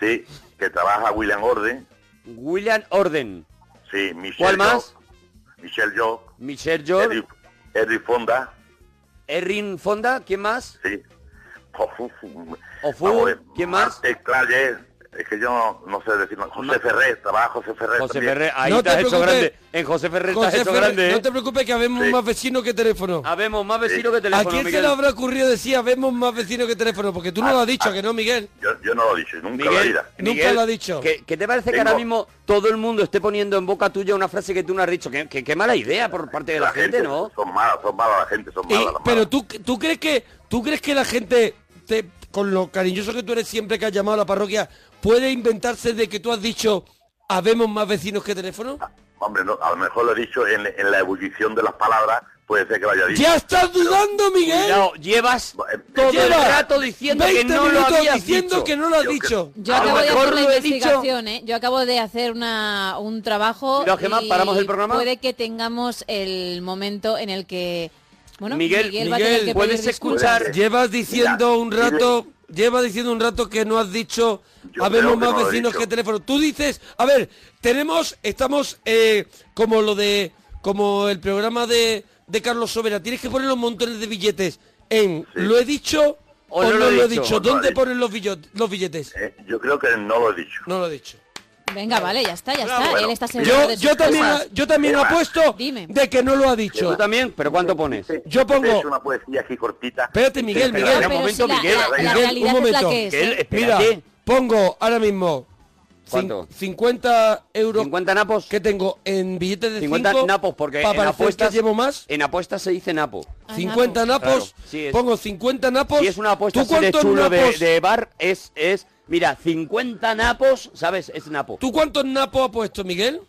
[SPEAKER 34] Sí, que trabaja William Orden.
[SPEAKER 6] William Orden.
[SPEAKER 34] Sí, Michelle
[SPEAKER 6] ¿Cuál más?
[SPEAKER 34] Yeoh, Michelle Yeoh,
[SPEAKER 6] Michelle George.
[SPEAKER 34] Henry Fonda.
[SPEAKER 6] Errin Fonda. ¿Quién más?
[SPEAKER 34] Sí. Ofu,
[SPEAKER 6] Ofu,
[SPEAKER 34] vamos a ver,
[SPEAKER 6] ¿quién más?
[SPEAKER 34] Marte Claye, es que yo no, no sé decir más. José Ferrer, trabaja José Ferrer
[SPEAKER 6] José
[SPEAKER 34] también.
[SPEAKER 6] Ferrer, ahí te has hecho grande. Eh, En José Ferrer te has
[SPEAKER 1] José
[SPEAKER 6] hecho
[SPEAKER 1] Ferrer,
[SPEAKER 6] grande. ¿eh?
[SPEAKER 1] no te preocupes que habemos más vecinos que teléfono.
[SPEAKER 6] Habemos más vecinos que teléfono,
[SPEAKER 1] ¿A quién se
[SPEAKER 6] Miguel?
[SPEAKER 1] le habrá ocurrido decir habemos más vecinos que teléfono? Porque tú no lo has dicho, ¿a que no, Miguel?
[SPEAKER 34] Yo, yo no lo he dicho, nunca lo he dicho.
[SPEAKER 1] Nunca lo ha dicho.
[SPEAKER 6] ¿Qué, qué te parece que
[SPEAKER 1] Tengo-
[SPEAKER 6] ahora mismo todo el mundo esté poniendo en boca tuya una frase que tú no has dicho? Qué, qué- qué mala idea por parte de la, gente, ¿no?
[SPEAKER 34] Son malas, son malas la gente, son malas. las
[SPEAKER 1] Pero tú, tú crees que tú crees que la gente te- con lo cariñoso que tú eres siempre que has llamado a la parroquia puede inventarse de que tú has dicho habemos más vecinos que teléfono?
[SPEAKER 34] Hombre, no, a lo mejor lo he dicho en, en la ebullición de las palabras, puede ser que lo haya dicho.
[SPEAKER 1] Ya estás dudando, Miguel.
[SPEAKER 6] llevas
[SPEAKER 34] eh,
[SPEAKER 1] todo el
[SPEAKER 6] rato diciendo que
[SPEAKER 1] 20
[SPEAKER 6] no lo
[SPEAKER 1] minutos
[SPEAKER 6] habías
[SPEAKER 1] diciendo
[SPEAKER 6] dicho.
[SPEAKER 1] que no lo has
[SPEAKER 6] Yo que-
[SPEAKER 1] dicho.
[SPEAKER 2] Yo
[SPEAKER 6] A lo
[SPEAKER 2] acabo de
[SPEAKER 6] mejor
[SPEAKER 2] hacer una
[SPEAKER 6] lo he dicho.
[SPEAKER 2] investigación, ¿eh? Yo acabo de hacer una, un trabajo
[SPEAKER 6] Mira, Gemma,
[SPEAKER 2] y
[SPEAKER 6] ¿paramos el programa?
[SPEAKER 2] puede que tengamos el momento en el que... Bueno,
[SPEAKER 6] Miguel,
[SPEAKER 2] va a tener que pedir disculpas.
[SPEAKER 1] Pues, Llevas diciendo un rato, llevas diciendo un rato que no has dicho habemos
[SPEAKER 34] creo que
[SPEAKER 1] más
[SPEAKER 34] no lo he
[SPEAKER 1] vecinos
[SPEAKER 34] dicho.
[SPEAKER 1] que teléfono. Tú dices, a ver, tenemos, estamos eh, como lo de, como el programa de, de Carlos Sobera. Tienes que poner los montones de billetes en lo he dicho o, no, lo he
[SPEAKER 34] O
[SPEAKER 1] dicho.
[SPEAKER 34] no lo he
[SPEAKER 1] ¿Dónde
[SPEAKER 34] dicho.
[SPEAKER 1] ponen los, billo- los billetes?
[SPEAKER 34] Yo creo que no lo he dicho.
[SPEAKER 1] No lo he dicho.
[SPEAKER 2] Venga, vale, ya está, ya
[SPEAKER 1] Bravo.
[SPEAKER 2] está.
[SPEAKER 1] Bueno,
[SPEAKER 2] Él está seguro
[SPEAKER 1] Yo,
[SPEAKER 2] de sus
[SPEAKER 1] yo también,
[SPEAKER 2] cosas.
[SPEAKER 1] yo también
[SPEAKER 34] Gemma.
[SPEAKER 1] apuesto
[SPEAKER 2] Dime.
[SPEAKER 1] de que no lo ha dicho.
[SPEAKER 6] ¿Tú también? ¿Pero cuánto pones?
[SPEAKER 1] Yo
[SPEAKER 34] Es
[SPEAKER 1] pongo.
[SPEAKER 34] una poesía aquí cortita.
[SPEAKER 1] Espérate, Este Miguel,
[SPEAKER 34] Pero,
[SPEAKER 12] Ah,
[SPEAKER 1] Miguel.
[SPEAKER 34] pero
[SPEAKER 6] un momento, si la- Miguel. la- la
[SPEAKER 1] Miguel,
[SPEAKER 6] realidad
[SPEAKER 1] un
[SPEAKER 6] es la
[SPEAKER 1] momento.
[SPEAKER 6] que es, ¿eh? Miguel,
[SPEAKER 1] Mira,
[SPEAKER 6] espérate.
[SPEAKER 1] pongo ahora mismo cin-
[SPEAKER 6] ¿Cuánto?
[SPEAKER 1] 50 euros.
[SPEAKER 6] 50 napos.
[SPEAKER 1] Que tengo en billetes de
[SPEAKER 6] 50
[SPEAKER 1] cinco
[SPEAKER 6] napos, porque
[SPEAKER 1] pa'
[SPEAKER 6] en
[SPEAKER 1] parecer
[SPEAKER 6] apuestas,
[SPEAKER 1] que llevo más.
[SPEAKER 6] en apuestas se dice napo.
[SPEAKER 2] Ah,
[SPEAKER 1] 50 napos.
[SPEAKER 6] Claro, sí, es-
[SPEAKER 1] Pongo 50 napos.
[SPEAKER 6] Si es una apuesta
[SPEAKER 1] Pues, ¿Tú
[SPEAKER 6] así de
[SPEAKER 1] cuántos
[SPEAKER 6] chulo de,
[SPEAKER 1] napos?
[SPEAKER 6] de bar, es, es... Mira, 50 napos, ¿sabes? Es napo.
[SPEAKER 1] ¿Tú cuántos napos has puesto, Miguel?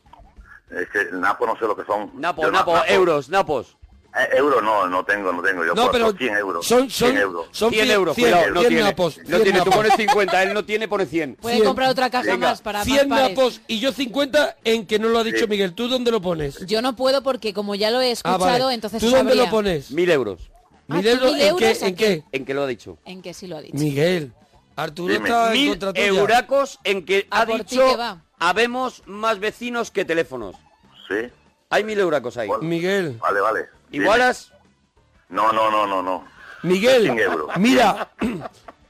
[SPEAKER 34] Es que el Napo no sé lo que son.
[SPEAKER 6] Napo,
[SPEAKER 34] Yo no-
[SPEAKER 6] napo, euros, napos.
[SPEAKER 34] Eh, euros no, no tengo, no tengo. Yo
[SPEAKER 6] No,
[SPEAKER 34] puedo
[SPEAKER 6] pero
[SPEAKER 34] hacer 100 euros.
[SPEAKER 6] son- son-
[SPEAKER 34] 100 euros.
[SPEAKER 6] son 100 euros, cuidado, no tiene. no tiene, tú pones 50, él no tiene, pone 100.
[SPEAKER 2] Puede comprar otra caja
[SPEAKER 6] Venga.
[SPEAKER 2] más para
[SPEAKER 1] 100
[SPEAKER 2] más pares.
[SPEAKER 1] napos y yo 50 en que no lo ha dicho Miguel. ¿Tú dónde lo pones?
[SPEAKER 2] Yo no puedo porque como ya lo he
[SPEAKER 1] Ah,
[SPEAKER 2] escuchado,
[SPEAKER 1] vale.
[SPEAKER 2] entonces
[SPEAKER 1] ¿Tú dónde
[SPEAKER 2] sabría.
[SPEAKER 1] lo pones?
[SPEAKER 6] Mil euros.
[SPEAKER 1] ¿Mil
[SPEAKER 2] ¿tú
[SPEAKER 1] euros
[SPEAKER 2] mil
[SPEAKER 1] en qué?
[SPEAKER 2] euros
[SPEAKER 1] ¿En
[SPEAKER 2] aquí?
[SPEAKER 1] qué?
[SPEAKER 6] En que lo ha dicho.
[SPEAKER 2] En que sí lo ha dicho.
[SPEAKER 1] Miguel. Arturo
[SPEAKER 6] Dime.
[SPEAKER 1] está en
[SPEAKER 6] Mil
[SPEAKER 1] contra tuya.
[SPEAKER 6] euracos en que
[SPEAKER 2] A
[SPEAKER 6] ha
[SPEAKER 2] por ti
[SPEAKER 6] dicho
[SPEAKER 2] que va.
[SPEAKER 6] habemos más vecinos que teléfonos.
[SPEAKER 34] Sí.
[SPEAKER 6] Hay mil euracos ahí.
[SPEAKER 1] Miguel.
[SPEAKER 34] Vale, vale.
[SPEAKER 6] ¿Igualas?
[SPEAKER 34] No, no, no, no, no.
[SPEAKER 1] Miguel,
[SPEAKER 34] 100 euros.
[SPEAKER 1] mira,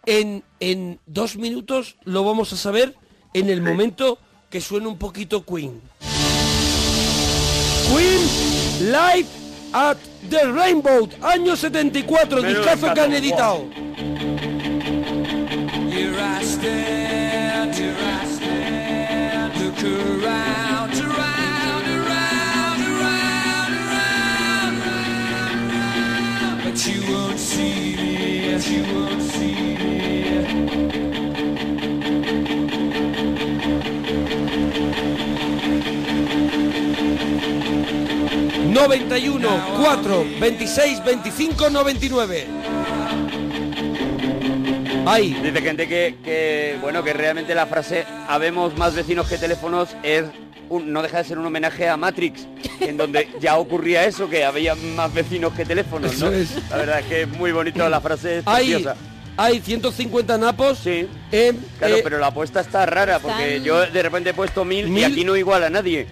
[SPEAKER 1] en, en dos minutos lo vamos a saber en el momento que suene un poquito Queen. Queen Live at the Rainbow, año 74,
[SPEAKER 5] Me lo
[SPEAKER 1] discazo que han
[SPEAKER 5] encantó.
[SPEAKER 1] editado.
[SPEAKER 5] Here I stand, here I stand, look around, around, around, around, around, but you won't see me, you won't see me.
[SPEAKER 1] 91 4 26 25 99.
[SPEAKER 6] Dice gente que, que, bueno, que realmente la frase habemos más vecinos que teléfonos es un- no deja de ser un homenaje a Matrix, en donde ya ocurría eso, que había más vecinos que teléfonos, ¿no?
[SPEAKER 1] Eso es.
[SPEAKER 6] La verdad es que es muy bonito la frase, es
[SPEAKER 1] Hay,
[SPEAKER 6] preciosa.
[SPEAKER 1] hay 150 napos. en,
[SPEAKER 6] Claro,
[SPEAKER 1] eh,
[SPEAKER 6] pero la apuesta está rara, porque
[SPEAKER 2] Están-
[SPEAKER 6] yo de repente he puesto mil, y aquí no igual a nadie.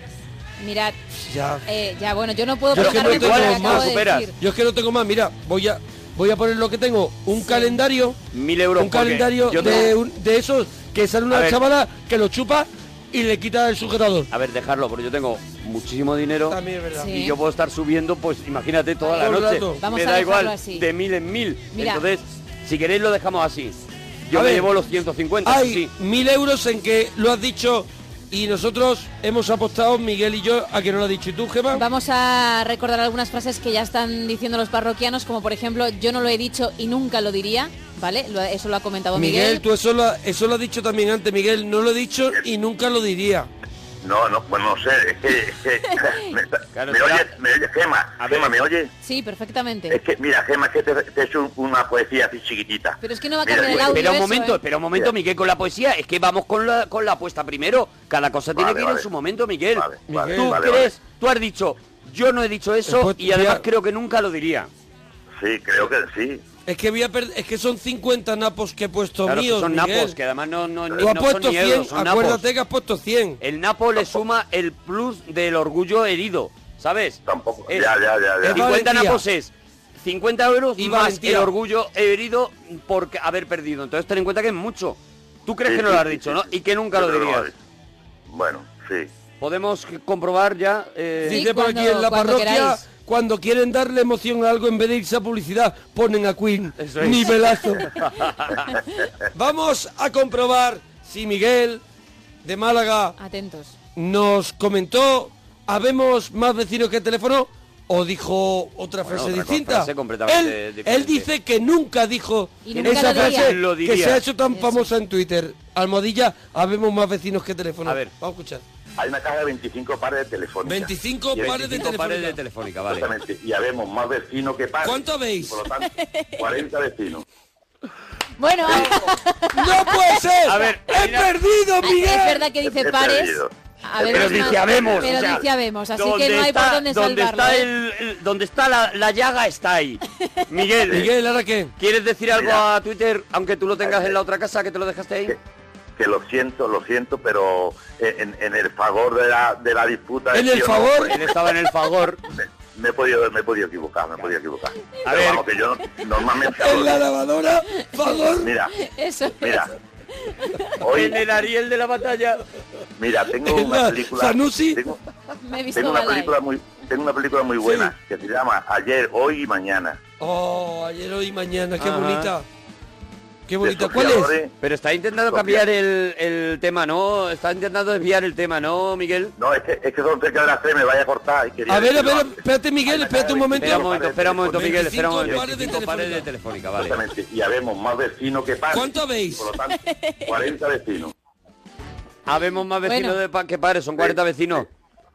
[SPEAKER 2] Mirad,
[SPEAKER 1] Ya.
[SPEAKER 2] eh, ya bueno, yo no puedo
[SPEAKER 1] Yo es que
[SPEAKER 2] pegarme
[SPEAKER 1] no
[SPEAKER 2] por lo que
[SPEAKER 1] tengo
[SPEAKER 2] acabo
[SPEAKER 1] más.
[SPEAKER 2] de decir.
[SPEAKER 1] Yo es que no tengo más. Mira, voy a voy a poner lo que tengo. Un calendario.
[SPEAKER 6] Mil euros.
[SPEAKER 1] Un
[SPEAKER 6] porque
[SPEAKER 1] calendario
[SPEAKER 6] yo
[SPEAKER 1] de,
[SPEAKER 6] tengo-
[SPEAKER 1] un- de esos que sale
[SPEAKER 6] A
[SPEAKER 1] una
[SPEAKER 6] ver.
[SPEAKER 1] chavala que lo chupa y le quita el sujetador.
[SPEAKER 6] A ver, dejarlo, porque yo tengo muchísimo dinero
[SPEAKER 1] También es verdad.
[SPEAKER 6] y
[SPEAKER 1] Sí.
[SPEAKER 6] yo puedo estar subiendo, pues imagínate, toda la
[SPEAKER 1] Todo el
[SPEAKER 6] noche.
[SPEAKER 1] rato. Vamos
[SPEAKER 6] Me
[SPEAKER 1] a
[SPEAKER 6] da
[SPEAKER 1] dejarlo
[SPEAKER 6] igual,
[SPEAKER 1] así.
[SPEAKER 6] de mil en mil.
[SPEAKER 1] Mira.
[SPEAKER 6] Entonces, si queréis lo dejamos así. Yo
[SPEAKER 1] A
[SPEAKER 6] me
[SPEAKER 1] ver.
[SPEAKER 6] llevo los 150,
[SPEAKER 1] Hay
[SPEAKER 6] sí.
[SPEAKER 1] mil euros en que lo has dicho y nosotros hemos apostado, Miguel y yo, a que no lo ha dicho. ¿Y tú, Gemma?
[SPEAKER 2] Vamos a recordar algunas frases que ya están diciendo los parroquianos, como por ejemplo, yo no lo he dicho y nunca lo diría, ¿vale? Lo- eso lo ha comentado
[SPEAKER 1] Miguel,
[SPEAKER 2] Miguel.
[SPEAKER 1] tú eso lo, ha- eso lo has dicho también antes, Miguel. No lo he dicho y nunca lo diría.
[SPEAKER 34] No, no, pues no sé, es que... es que- me, me oyes, me oyes, Gema, Gema, ¿me oyes?
[SPEAKER 2] Sí, perfectamente.
[SPEAKER 1] Eh.
[SPEAKER 34] Es que, mira, Gema, es que te, te he hecho una poesía así chiquitita.
[SPEAKER 2] Pero es que no va a
[SPEAKER 34] Mira,
[SPEAKER 2] cambiar el audio.
[SPEAKER 6] Espera un
[SPEAKER 2] eso,
[SPEAKER 6] momento,
[SPEAKER 2] ¿eh?
[SPEAKER 6] espera un momento, Miguel, con la poesía. Es que vamos con la, con la apuesta primero. Cada cosa tiene
[SPEAKER 34] Vale,
[SPEAKER 6] que ir
[SPEAKER 34] vale.
[SPEAKER 6] en su momento, Miguel.
[SPEAKER 34] vale,
[SPEAKER 6] ¿Tú
[SPEAKER 34] vale,
[SPEAKER 6] crees? Tú has dicho, yo no he dicho eso
[SPEAKER 1] Después
[SPEAKER 6] y además
[SPEAKER 1] ya-
[SPEAKER 6] creo que nunca lo diría.
[SPEAKER 34] Sí, creo que sí.
[SPEAKER 1] Es que voy a per- es que son 50 napos que he puesto
[SPEAKER 6] Claro, que
[SPEAKER 1] míos,
[SPEAKER 6] son
[SPEAKER 1] Miguel.
[SPEAKER 6] napos, que además no, no, ni-
[SPEAKER 1] Tú has
[SPEAKER 6] no
[SPEAKER 1] puesto
[SPEAKER 6] son ni
[SPEAKER 1] 100,
[SPEAKER 6] euros, son napos.
[SPEAKER 1] acuérdate que has puesto 100.
[SPEAKER 6] El Napo le suma el plus del orgullo herido, ¿sabes?
[SPEAKER 34] Tampoco.
[SPEAKER 6] Es
[SPEAKER 34] Ya, ya, ya, ya. Es
[SPEAKER 6] 50
[SPEAKER 34] valentía.
[SPEAKER 6] Napos es 50 euros
[SPEAKER 1] Y
[SPEAKER 6] más
[SPEAKER 1] valentía.
[SPEAKER 6] el orgullo herido por haber perdido. Entonces ten en cuenta que es mucho. Tú crees
[SPEAKER 34] Sí,
[SPEAKER 6] que no
[SPEAKER 34] sí,
[SPEAKER 6] lo has
[SPEAKER 34] sí,
[SPEAKER 6] dicho,
[SPEAKER 34] sí,
[SPEAKER 6] ¿no?
[SPEAKER 34] sí.
[SPEAKER 6] Y que nunca lo
[SPEAKER 34] Yo creo que
[SPEAKER 6] dirías.
[SPEAKER 34] lo Bueno, sí.
[SPEAKER 6] Podemos comprobar ya. eh,
[SPEAKER 1] Dice por aquí en la parroquia, cuando quieren darle emoción a algo en vez de irse a publicidad, ponen a Queen.
[SPEAKER 6] es.
[SPEAKER 1] Nivelazo. Vamos a comprobar si Miguel de Málaga
[SPEAKER 2] Atentos.
[SPEAKER 1] nos comentó, ¿habemos más vecinos que teléfono? ¿O dijo otra frase
[SPEAKER 6] otra co-
[SPEAKER 1] distinta?
[SPEAKER 6] frase completamente
[SPEAKER 1] él,
[SPEAKER 6] diferente.
[SPEAKER 1] él dice que nunca dijo
[SPEAKER 2] Y nunca
[SPEAKER 1] esa
[SPEAKER 2] lo diría.
[SPEAKER 1] frase
[SPEAKER 6] Lo
[SPEAKER 1] que se
[SPEAKER 6] diría.
[SPEAKER 1] ha hecho tan famosa en Twitter. Almohadilla, habemos más vecinos que teléfono. A ver, vamos a escuchar.
[SPEAKER 34] Hay una caja de 25 pares de telefónica.
[SPEAKER 1] 25
[SPEAKER 34] Y el-
[SPEAKER 1] pares de 25 pares telefónica. de telefónica, vale.
[SPEAKER 34] Exactamente. Y habemos más vecinos que pares.
[SPEAKER 1] ¿Cuánto habéis?
[SPEAKER 34] Por lo tanto, 40 vecinos.
[SPEAKER 2] Bueno,
[SPEAKER 1] ¡No puede ser!
[SPEAKER 2] A ver,
[SPEAKER 1] ¡He perdido,
[SPEAKER 2] Miguel! Es verdad que dice pares. A ver,
[SPEAKER 6] pero
[SPEAKER 2] es más-
[SPEAKER 6] dice habemos.
[SPEAKER 2] Pero
[SPEAKER 6] o sea,
[SPEAKER 2] dice habemos, así
[SPEAKER 6] donde
[SPEAKER 2] que no hay por
[SPEAKER 6] está-
[SPEAKER 2] dónde
[SPEAKER 6] donde
[SPEAKER 2] salvarlo.
[SPEAKER 6] Está
[SPEAKER 2] ¿eh?
[SPEAKER 6] el, el- donde está la, la llaga está ahí. Miguel.
[SPEAKER 1] Miguel, ¿ahora qué?
[SPEAKER 6] ¿Quieres decir algo
[SPEAKER 34] Mira. Eh,
[SPEAKER 6] a Twitter, aunque tú lo tengas en la otra casa que te lo dejaste ahí?
[SPEAKER 34] Que lo siento, lo siento, pero eh, en, en el favor de la, de la disputa... de
[SPEAKER 6] ¿En el
[SPEAKER 34] tío,
[SPEAKER 6] favor?
[SPEAKER 34] pues,
[SPEAKER 6] Él estaba en el favor.
[SPEAKER 34] Me, me he podido, me he podido equivocar, me he podido equivocar.
[SPEAKER 6] A
[SPEAKER 34] Pero
[SPEAKER 6] ver.
[SPEAKER 34] vamos, que yo normalmente...
[SPEAKER 1] En la lavadora, favor.
[SPEAKER 34] Mira,
[SPEAKER 2] Eso es.
[SPEAKER 34] mira. Hoy,
[SPEAKER 6] En el Ariel de la batalla.
[SPEAKER 34] mira, tengo una película... tengo-
[SPEAKER 2] Me he visto
[SPEAKER 34] tengo una
[SPEAKER 2] mal ahí.
[SPEAKER 34] película muy tengo una película muy buena que se llama ayer hoy y mañana
[SPEAKER 1] Oh, ayer, hoy, mañana, qué
[SPEAKER 6] Ajá.
[SPEAKER 1] bonita. Qué bonita.
[SPEAKER 34] Sofía
[SPEAKER 1] ¿Cuál es?
[SPEAKER 34] Loren.
[SPEAKER 6] Pero está intentando
[SPEAKER 34] Sofía.
[SPEAKER 6] cambiar el, el tema, ¿no? Está intentando desviar el tema, ¿no, Miguel?
[SPEAKER 34] no es que, es que son cerca de las tres me vaya a cortar y quería
[SPEAKER 1] A ver, a
[SPEAKER 34] decirlo
[SPEAKER 1] ver,
[SPEAKER 34] antes.
[SPEAKER 1] espérate, Miguel, espérate un momento.
[SPEAKER 6] Espera un momento, espera un momento, Miguel, espera un
[SPEAKER 1] 25
[SPEAKER 6] momento.
[SPEAKER 1] pares de
[SPEAKER 6] 25 pares de telefónica, vale.
[SPEAKER 34] Exactamente, y habemos más vecinos que pares
[SPEAKER 1] ¿Cuánto habéis?
[SPEAKER 34] por lo tanto 40 vecinos
[SPEAKER 6] Habemos más vecinos
[SPEAKER 34] Bueno.
[SPEAKER 6] de pa- que pares, son 40 vecinos.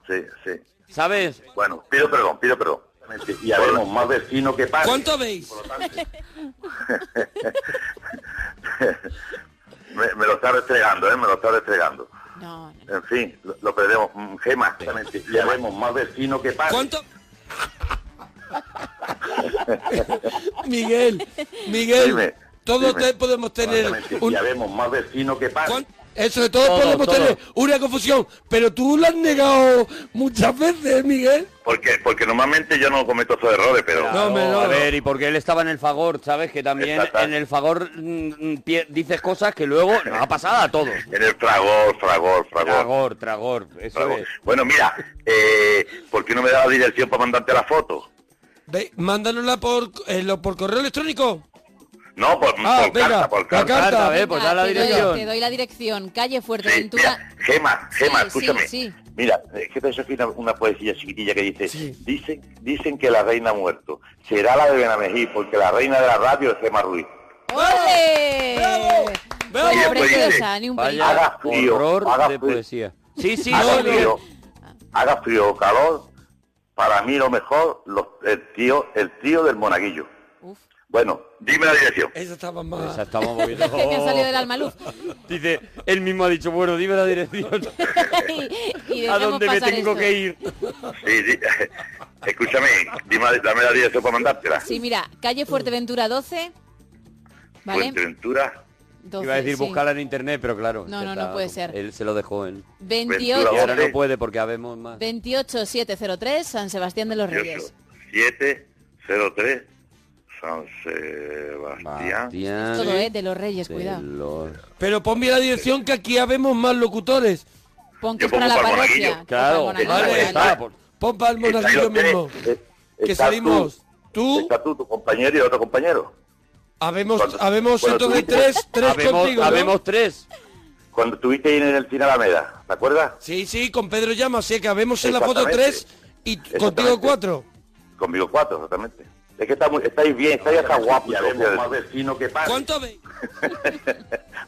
[SPEAKER 34] sí sí
[SPEAKER 6] ¿Sabes?
[SPEAKER 34] bueno pido perdón pido perdón Exactamente, y habemos más vecinos que pares
[SPEAKER 1] ¿Cuánto habéis?
[SPEAKER 34] me, me lo está restregando eh me lo está restregando
[SPEAKER 2] No,
[SPEAKER 34] en fin lo, lo perdemos Mm, Gema exactamente, y habemos más vecinos que pares
[SPEAKER 1] ¿Cuánto? Miguel, Miguel,
[SPEAKER 34] Dime,
[SPEAKER 1] todos
[SPEAKER 34] dime.
[SPEAKER 1] te- podemos tener
[SPEAKER 34] Exactamente,
[SPEAKER 1] un...
[SPEAKER 34] y habemos más vecinos que pares
[SPEAKER 1] ¿Cuán- Eso de todos
[SPEAKER 34] Todos,
[SPEAKER 1] podemos
[SPEAKER 34] todos.
[SPEAKER 1] tener una confusión, pero tú la has negado muchas veces, Miguel.
[SPEAKER 34] Porque, porque normalmente yo no cometo esos errores, pero...
[SPEAKER 1] No, hombre, no,
[SPEAKER 6] a
[SPEAKER 1] no.
[SPEAKER 6] ver, y porque él estaba en el favor, ¿sabes? Que también
[SPEAKER 34] Exacto.
[SPEAKER 6] en el favor mm, mm, pie- dices cosas que luego nos ha pasado a todos.
[SPEAKER 34] En el fragor, fragor, fragor.
[SPEAKER 6] Tragor, tragor, eso
[SPEAKER 34] fragor.
[SPEAKER 6] es.
[SPEAKER 34] Bueno, mira, eh, ¿por qué no me da la dirección para mandarte la foto?
[SPEAKER 1] Ve, mándanosla por, eh, lo- por correo electrónico.
[SPEAKER 34] No, por,
[SPEAKER 1] Ah,
[SPEAKER 34] por
[SPEAKER 1] venga,
[SPEAKER 34] carta, por
[SPEAKER 1] la
[SPEAKER 34] carta.
[SPEAKER 1] carta,
[SPEAKER 6] Carta, ve, pues da la
[SPEAKER 2] te, doy, te
[SPEAKER 6] dirección.
[SPEAKER 2] doy la dirección. Calle Fuerteventura.
[SPEAKER 34] Gema, Gema,
[SPEAKER 2] Sí,
[SPEAKER 34] escúchame.
[SPEAKER 2] sí, sí.
[SPEAKER 34] Mira, es que te una, una poesía chiquitilla que dice, dicen, dicen que la reina ha muerto. Será la de Benamejí, porque la reina de la radio es Gema Ruiz.
[SPEAKER 2] ¡Ole! Pues
[SPEAKER 34] Y después
[SPEAKER 2] preciosa,
[SPEAKER 34] dice,
[SPEAKER 2] ni un pelín.
[SPEAKER 34] haga frío,
[SPEAKER 6] horror
[SPEAKER 34] haga
[SPEAKER 6] de
[SPEAKER 34] frío,
[SPEAKER 6] poesía. Sí, sí,
[SPEAKER 34] haga
[SPEAKER 6] no, no.
[SPEAKER 34] frío, haga frío o calor, Para mí lo mejor, los- el tío, el tío del monaguillo. Bueno, dime la dirección.
[SPEAKER 1] Esa estaba más.
[SPEAKER 6] Esa estaba muy bien.
[SPEAKER 2] Que ha salido del alma luz.
[SPEAKER 6] Dice, él mismo ha dicho, bueno, dime la dirección.
[SPEAKER 2] y, y
[SPEAKER 6] ¿A
[SPEAKER 2] dejamos
[SPEAKER 6] dónde me
[SPEAKER 2] pasar
[SPEAKER 6] tengo
[SPEAKER 2] esto.
[SPEAKER 6] que ir?
[SPEAKER 34] Sí, sí. Escúchame, dime, dame la dirección para mandártela.
[SPEAKER 2] Sí, mira, calle Fuerteventura 12. ¿Vale?
[SPEAKER 34] Fuerteventura.
[SPEAKER 2] 12,
[SPEAKER 6] Iba a decir
[SPEAKER 2] sí.
[SPEAKER 6] buscarla en internet, pero claro.
[SPEAKER 2] No,
[SPEAKER 6] ya
[SPEAKER 2] no, no
[SPEAKER 6] está.
[SPEAKER 2] puede ser.
[SPEAKER 6] Él se lo dejó en...
[SPEAKER 2] 28.
[SPEAKER 6] Y ahora no puede porque habemos más.
[SPEAKER 2] 28703, San Sebastián de los Reyes.
[SPEAKER 34] 703 San Sebastián.
[SPEAKER 2] Todo es de los
[SPEAKER 1] eh,
[SPEAKER 2] Reyes, cuidado.
[SPEAKER 1] Pero ponme la dirección que aquí habemos más locutores.
[SPEAKER 2] Pon que es para la parroquia.
[SPEAKER 1] Claro,
[SPEAKER 2] Monaguillo.
[SPEAKER 1] vale.
[SPEAKER 34] está.
[SPEAKER 1] Pon para el monaguillo mismo. Que
[SPEAKER 34] Estás
[SPEAKER 1] salimos.
[SPEAKER 34] eh, Tú, Está tú, tu compañero y otro compañero.
[SPEAKER 1] Habemos,
[SPEAKER 34] Cuando-
[SPEAKER 1] habemos
[SPEAKER 34] cuando
[SPEAKER 1] entonces
[SPEAKER 34] tuviste-
[SPEAKER 1] tres, tres contigo. ¿eh? ¿no?
[SPEAKER 6] tres.
[SPEAKER 34] Cuando estuviste ahí en el cine Alameda, ¿te acuerdas?
[SPEAKER 1] Sí, sí, con Pedro Llama, o sea que habemos en la foto tres y t- contigo cuatro.
[SPEAKER 34] Conmigo cuatro, exactamente. Es que está muy- estáis bien, estáis hasta guapos. habemos más vecinos que pasa.
[SPEAKER 1] ¿Cuánto habéis?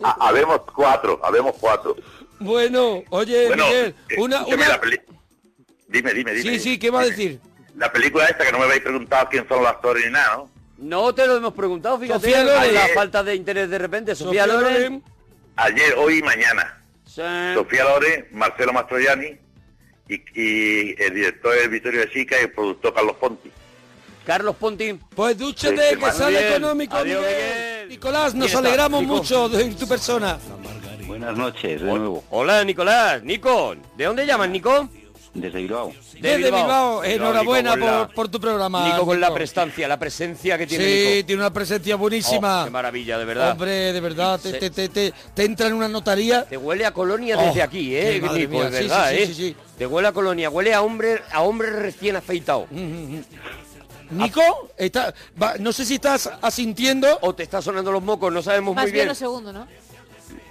[SPEAKER 34] habemos cuatro, habemos cuatro.
[SPEAKER 1] Bueno, oye,
[SPEAKER 34] Bueno,
[SPEAKER 1] Miguel,
[SPEAKER 34] eh,
[SPEAKER 1] una,
[SPEAKER 34] escúchame,
[SPEAKER 1] una-
[SPEAKER 34] la peli- Dime, dime, dime.
[SPEAKER 1] Sí, sí, ¿qué va a decir?
[SPEAKER 34] La película esta que no me habéis preguntado quién son los actores ni nada, ¿no?
[SPEAKER 6] No te lo hemos preguntado, fíjate.
[SPEAKER 34] Sofía
[SPEAKER 6] a
[SPEAKER 34] Loren.
[SPEAKER 6] La falta de interés de repente. Sofía,
[SPEAKER 34] Sofía
[SPEAKER 6] Loren.
[SPEAKER 34] Loren. Ayer, hoy y mañana. Sofía Lore, Marcelo Mastroianni y, y el director es Vittorio de Sica y el productor Carlos Ponti.
[SPEAKER 6] Carlos Ponti.
[SPEAKER 1] Pues dúchate, que sale económico, Miguel. Nicolás, nos
[SPEAKER 6] Aquí está,
[SPEAKER 1] alegramos
[SPEAKER 6] Nico.
[SPEAKER 1] mucho de tu persona.
[SPEAKER 6] Buenas noches, de nuevo. Hola, Nicolás. Nico, ¿de dónde llamas, Nico?
[SPEAKER 4] Desde Bilbao.
[SPEAKER 1] Desde Bilbao, enhorabuena
[SPEAKER 6] Nico, con la-
[SPEAKER 1] por, por tu programa.
[SPEAKER 6] Nico con la prestancia, la presencia que tiene
[SPEAKER 1] Sí,
[SPEAKER 6] Nico.
[SPEAKER 1] tiene una presencia buenísima.
[SPEAKER 6] Oh, qué maravilla, de verdad.
[SPEAKER 1] Hombre, de verdad, te,
[SPEAKER 6] Se-
[SPEAKER 1] te, te, te- te entra en una notaría.
[SPEAKER 6] Te huele a colonia
[SPEAKER 1] Oh,
[SPEAKER 6] desde aquí, ¿eh?
[SPEAKER 1] qué madre
[SPEAKER 6] Nico,
[SPEAKER 1] mía.
[SPEAKER 6] es
[SPEAKER 1] Sí, sí,
[SPEAKER 6] verdad,
[SPEAKER 1] sí,
[SPEAKER 6] ¿eh?
[SPEAKER 1] sí, sí.
[SPEAKER 6] Te huele a colonia, huele a hombre, a hombre recién afeitado.
[SPEAKER 1] Mm, Nico, está- va- no sé si estás asintiendo.
[SPEAKER 6] O te está sonando los mocos, Pues no sabemos
[SPEAKER 2] Más bien lo segundo, ¿no?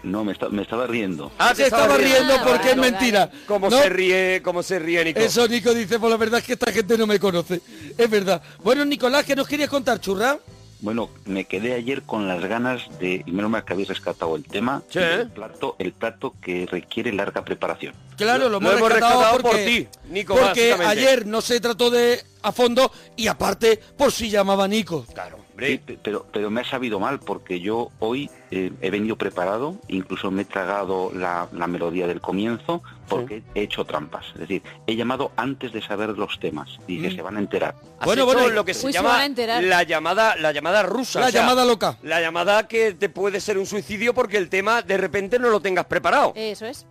[SPEAKER 4] No, me, esta- me estaba riendo.
[SPEAKER 6] Ah,
[SPEAKER 1] Se estaba riendo porque es
[SPEAKER 6] No,
[SPEAKER 1] mentira.
[SPEAKER 6] ¿Cómo
[SPEAKER 1] ¿No?
[SPEAKER 6] se ríe, cómo se ríe Nico?
[SPEAKER 1] Eso Nico dice, pues la verdad es que esta gente no me conoce. Es verdad. Bueno, Nicolás, ¿qué nos querías contar, churra?
[SPEAKER 4] Bueno, me quedé ayer con las ganas de, y menos mal que habéis rescatado el tema, el, plato, el plato que requiere larga preparación.
[SPEAKER 1] Claro, lo, hemos rescatado, porque, Porque ayer no se trató de a fondo y aparte por si llamaba Nico.
[SPEAKER 6] Claro.
[SPEAKER 4] Sí, pe- pero, pero me ha sabido mal porque yo hoy eh, he venido preparado, incluso me he tragado la, la melodía del comienzo porque he hecho trampas. Es decir, he llamado antes de saber los temas y
[SPEAKER 1] Mm.
[SPEAKER 4] que se van a enterar.
[SPEAKER 6] Has hecho lo que se
[SPEAKER 4] Pues
[SPEAKER 6] llama la llamada, la llamada rusa.
[SPEAKER 4] La llamada
[SPEAKER 1] loca.
[SPEAKER 6] La llamada que te puede ser un suicidio porque el tema de repente no lo tengas preparado.
[SPEAKER 2] Eso es.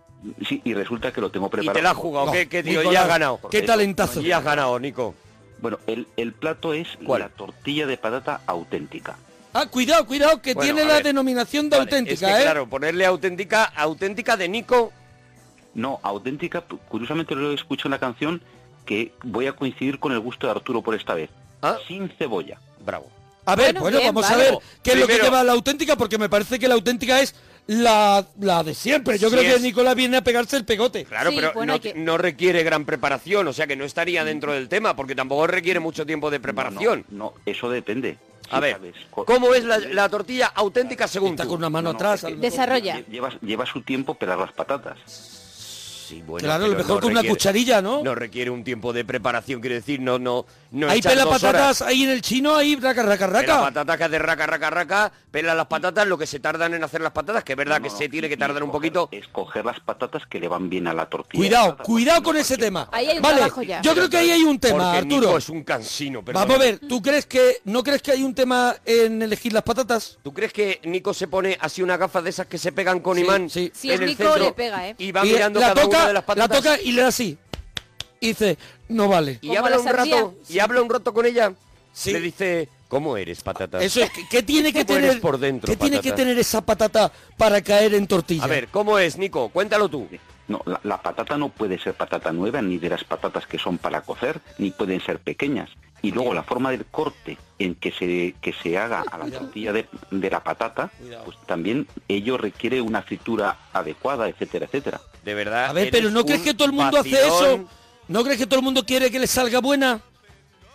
[SPEAKER 4] Sí, y resulta que lo tengo
[SPEAKER 6] Y
[SPEAKER 4] preparado.
[SPEAKER 6] te la has jugado, ¿qué, qué tío? Y
[SPEAKER 4] Nicolás,
[SPEAKER 6] has ganado.
[SPEAKER 4] qué talentazo.
[SPEAKER 6] Y has ganado, Nico.
[SPEAKER 4] Bueno, el, el plato es la tortilla de patata auténtica.
[SPEAKER 1] Ah, cuidado, cuidado, que
[SPEAKER 6] Bueno,
[SPEAKER 1] tiene
[SPEAKER 6] a
[SPEAKER 1] la
[SPEAKER 6] ver.
[SPEAKER 1] denominación de
[SPEAKER 6] Vale,
[SPEAKER 1] auténtica,
[SPEAKER 6] es que,
[SPEAKER 1] ¿eh?
[SPEAKER 6] Claro, ponerle auténtica, auténtica de Nico.
[SPEAKER 4] No, auténtica, curiosamente lo escucho en la canción que voy a coincidir con el gusto de Arturo por esta vez. Sin cebolla.
[SPEAKER 6] Ah. Bravo.
[SPEAKER 1] A ver, bueno, vamos a ver qué es lo que lleva la auténtica, porque me parece que la auténtica es la, la de siempre. Yo
[SPEAKER 6] Sí
[SPEAKER 1] creo que
[SPEAKER 6] es.
[SPEAKER 1] Nicolás viene a pegarse el pegote.
[SPEAKER 6] Claro, pero no, no requiere gran preparación, o sea que no estaría dentro del tema, porque tampoco requiere mucho tiempo de preparación.
[SPEAKER 4] No, eso depende.
[SPEAKER 6] A ver, ¿cómo es la,
[SPEAKER 4] eh,
[SPEAKER 6] la tortilla auténtica según Está con
[SPEAKER 1] una mano
[SPEAKER 6] atrás.
[SPEAKER 2] Desarrolla.
[SPEAKER 4] Lleva, lleva su tiempo pelar las patatas.
[SPEAKER 6] Sí, bueno,
[SPEAKER 1] claro, lo
[SPEAKER 6] pero
[SPEAKER 1] mejor
[SPEAKER 6] no
[SPEAKER 1] con una
[SPEAKER 6] requiere-
[SPEAKER 1] cucharilla, ¿no?
[SPEAKER 6] No requiere un tiempo de preparación, quiero decir, no, no, no.
[SPEAKER 1] ahí
[SPEAKER 6] echar
[SPEAKER 1] pela
[SPEAKER 6] dos
[SPEAKER 1] patatas,
[SPEAKER 6] horas.
[SPEAKER 1] ahí en el chino, ahí raca, raca,
[SPEAKER 6] Pela
[SPEAKER 1] raca.
[SPEAKER 6] patatas que hace raca, raca, raca, pela las patatas, lo que se tardan en hacer las patatas, que es verdad que se tiene que tardar un poquito.
[SPEAKER 4] Escoger las patatas que le van bien a la tortilla.
[SPEAKER 1] Cuidado, cuidado con ese tema.
[SPEAKER 2] Ahí hay un
[SPEAKER 1] vale,
[SPEAKER 2] trabajo ya.
[SPEAKER 1] yo creo que ahí hay un tema,
[SPEAKER 6] Porque
[SPEAKER 1] Arturo.
[SPEAKER 6] Nico es un cansino, perdón.
[SPEAKER 1] Vamos a ver, ¿tú crees que no crees que hay un tema en elegir las patatas?
[SPEAKER 6] ¿Tú crees que Nico se pone así una gafa de esas que se pegan con
[SPEAKER 1] Sí,
[SPEAKER 6] imán
[SPEAKER 1] sí.
[SPEAKER 2] Si es
[SPEAKER 6] en el
[SPEAKER 2] Nico,
[SPEAKER 6] centro?
[SPEAKER 2] le pega, ¿eh?
[SPEAKER 6] Y va
[SPEAKER 1] Y
[SPEAKER 6] mirando
[SPEAKER 1] la
[SPEAKER 6] cada
[SPEAKER 1] toca,
[SPEAKER 6] una de las patatas.
[SPEAKER 1] La toca y le da así. Y dice, no vale.
[SPEAKER 6] Y habla un rato, y habla un rato con ella. Le dice, ¿cómo eres, patata?
[SPEAKER 1] Eso es, ¿qué- ¿qué tiene que
[SPEAKER 6] ¿Cómo eres
[SPEAKER 1] tener?
[SPEAKER 6] por dentro,
[SPEAKER 1] ¿Qué tiene que
[SPEAKER 6] patata?
[SPEAKER 1] tener esa patata para caer en tortilla?
[SPEAKER 6] A ver, ¿cómo es, Nico? Cuéntalo tú.
[SPEAKER 4] No, la, la patata no puede ser patata nueva, ni de las patatas que son para cocer, ni pueden ser pequeñas. Y luego la forma del corte en que se, que se haga a la tortilla de, de la patata, pues también ello requiere una fritura adecuada, etcétera, etcétera.
[SPEAKER 6] De verdad.
[SPEAKER 1] A ver, pero ¿no crees que todo el mundo hace eso? ¿No crees que todo el mundo quiere que le salga buena?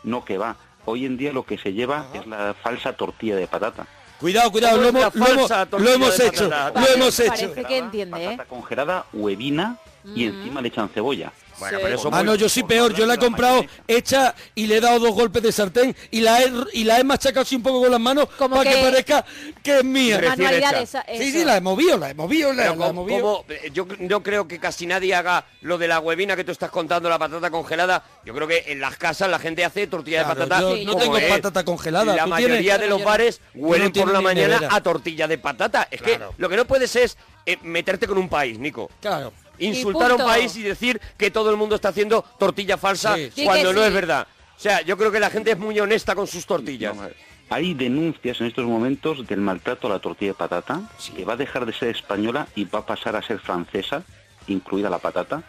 [SPEAKER 4] No, que va. Hoy en día lo que se lleva es la falsa tortilla de patata.
[SPEAKER 1] Cuidado, cuidado, lo
[SPEAKER 4] ¿Cómo
[SPEAKER 1] hemos,
[SPEAKER 4] es la
[SPEAKER 1] lo hemos-
[SPEAKER 4] falsa
[SPEAKER 1] lo
[SPEAKER 4] tortilla
[SPEAKER 1] hemos
[SPEAKER 4] de
[SPEAKER 1] hecho,
[SPEAKER 4] patata?
[SPEAKER 1] lo hemos hecho.
[SPEAKER 2] Parece que entiende, ¿eh?
[SPEAKER 1] Mm.
[SPEAKER 4] Congelada, huevina y encima le echan cebolla.
[SPEAKER 1] Bueno,
[SPEAKER 6] pero eso
[SPEAKER 1] ah,
[SPEAKER 6] muy-
[SPEAKER 1] no, yo sí peor, yo la he comprado hecha y le he dado dos golpes de sartén y la he, y la he machacado así un poco con las manos para que,
[SPEAKER 2] que-
[SPEAKER 1] parezca que es mía.
[SPEAKER 2] Recién Manualidades, hecha.
[SPEAKER 1] Sí,
[SPEAKER 2] eso.
[SPEAKER 1] sí, la he movido, la he movido, la,
[SPEAKER 6] Pero
[SPEAKER 1] la he
[SPEAKER 6] ¿cómo-
[SPEAKER 1] movido.
[SPEAKER 6] cómo? Eh, yo no creo que casi nadie haga lo de la huevina que tú estás contando, la patata congelada. Yo creo que en las casas la gente hace tortilla
[SPEAKER 1] Claro,
[SPEAKER 6] de patata.
[SPEAKER 1] yo no
[SPEAKER 6] como
[SPEAKER 1] tengo
[SPEAKER 6] es.
[SPEAKER 1] patata congelada,
[SPEAKER 6] La
[SPEAKER 1] ¿tú
[SPEAKER 6] mayoría
[SPEAKER 1] tienes?
[SPEAKER 6] de los bares huelen
[SPEAKER 1] No tiene
[SPEAKER 6] por la
[SPEAKER 1] ni
[SPEAKER 6] mañana
[SPEAKER 1] nevera.
[SPEAKER 6] a tortilla de patata. Es
[SPEAKER 1] Claro.
[SPEAKER 6] que lo que no puedes es eh, meterte con un país, Nico.
[SPEAKER 1] Claro.
[SPEAKER 6] Insultar a un
[SPEAKER 1] punto.
[SPEAKER 6] país y decir que todo el mundo está haciendo tortilla falsa
[SPEAKER 1] Sí.
[SPEAKER 4] Sí
[SPEAKER 6] cuando
[SPEAKER 4] que
[SPEAKER 6] no
[SPEAKER 4] sí.
[SPEAKER 6] es verdad. O sea, yo creo que la gente es muy honesta con sus tortillas.
[SPEAKER 1] eh.
[SPEAKER 4] Hay denuncias en estos momentos del maltrato a la tortilla de patata, que va a dejar de ser española y va a pasar a ser francesa, incluida la patata,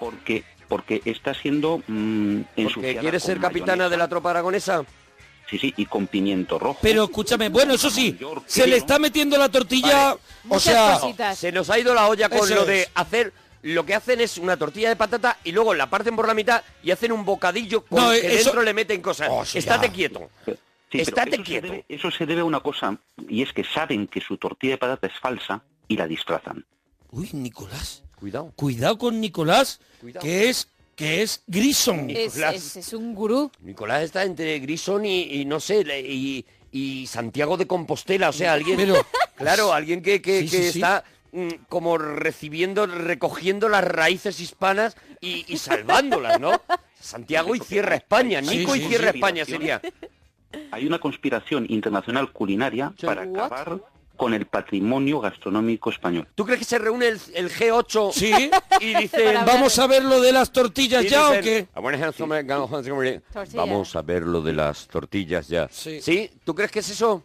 [SPEAKER 4] porque porque está siendo mm,
[SPEAKER 6] ¿Que
[SPEAKER 4] ensuciada
[SPEAKER 6] quieres
[SPEAKER 4] con
[SPEAKER 6] ser capitana de la tropa aragonesa?
[SPEAKER 4] mayonesa. Sí, sí, y con pimiento rojo.
[SPEAKER 1] Pero escúchame, bueno, eso sí, se le está metiendo la tortilla, o sea...
[SPEAKER 6] se nos ha ido la olla con
[SPEAKER 1] Eso
[SPEAKER 6] lo de
[SPEAKER 1] es.
[SPEAKER 6] hacer. Lo que hacen es una tortilla de patata y luego la parten por la mitad y hacen un bocadillo con
[SPEAKER 4] No,
[SPEAKER 6] que
[SPEAKER 4] eh, eso-
[SPEAKER 6] dentro le meten cosas.
[SPEAKER 1] Oh,
[SPEAKER 6] Estate
[SPEAKER 4] ya.
[SPEAKER 6] quieto.
[SPEAKER 4] pero
[SPEAKER 6] Estate
[SPEAKER 4] eso se
[SPEAKER 6] quieto.
[SPEAKER 4] debe- eso se debe a una cosa, y es que saben que su tortilla de patata es falsa y la disfrazan.
[SPEAKER 1] Uy, Nicolás.
[SPEAKER 6] Cuidado.
[SPEAKER 1] Cuidado con Nicolás,
[SPEAKER 6] Cuidado.
[SPEAKER 1] que es, que es Grison.
[SPEAKER 2] Es, es- es un gurú.
[SPEAKER 6] Nicolás está entre Grison y, y no sé, le- y, y Santiago de Compostela. O sea, alguien.
[SPEAKER 1] Pero- pues,
[SPEAKER 6] claro, alguien que, que-
[SPEAKER 1] Sí,
[SPEAKER 6] que
[SPEAKER 1] sí, sí.
[SPEAKER 6] está mm, como recibiendo, recogiendo las raíces hispanas y, y salvándolas, ¿no? Santiago y cierra España.
[SPEAKER 4] Sí,
[SPEAKER 6] Nico
[SPEAKER 4] sí,
[SPEAKER 6] y cierra
[SPEAKER 4] sí.
[SPEAKER 6] España sería.
[SPEAKER 4] Hay una conspiración internacional culinaria para
[SPEAKER 6] what?
[SPEAKER 4] acabar con el patrimonio gastronómico español.
[SPEAKER 6] ¿Tú crees que se reúne el, el G8
[SPEAKER 1] Sí.
[SPEAKER 6] y dicen...
[SPEAKER 1] Vamos a ver lo de las tortillas
[SPEAKER 6] Y
[SPEAKER 1] ya o
[SPEAKER 6] dicen,
[SPEAKER 1] qué?
[SPEAKER 6] "Ah, bueno, eso me-
[SPEAKER 1] Tortilla.
[SPEAKER 6] Vamos a ver lo de las tortillas ya. Sí. ¿Tú crees que es eso?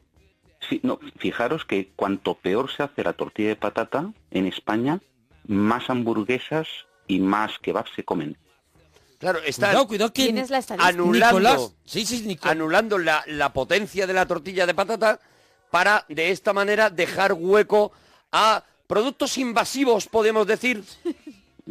[SPEAKER 4] Sí, no, fijaros que cuanto peor se hace la tortilla de patata en España, más hamburguesas y más kebabs se comen.
[SPEAKER 6] Claro, está
[SPEAKER 1] Cuidado, cuidado que ¿Quién es la estadística?
[SPEAKER 6] anulando,
[SPEAKER 1] Nicolás.
[SPEAKER 6] anulando la, la potencia de la tortilla de patata para de esta manera dejar hueco a productos invasivos, podemos decir.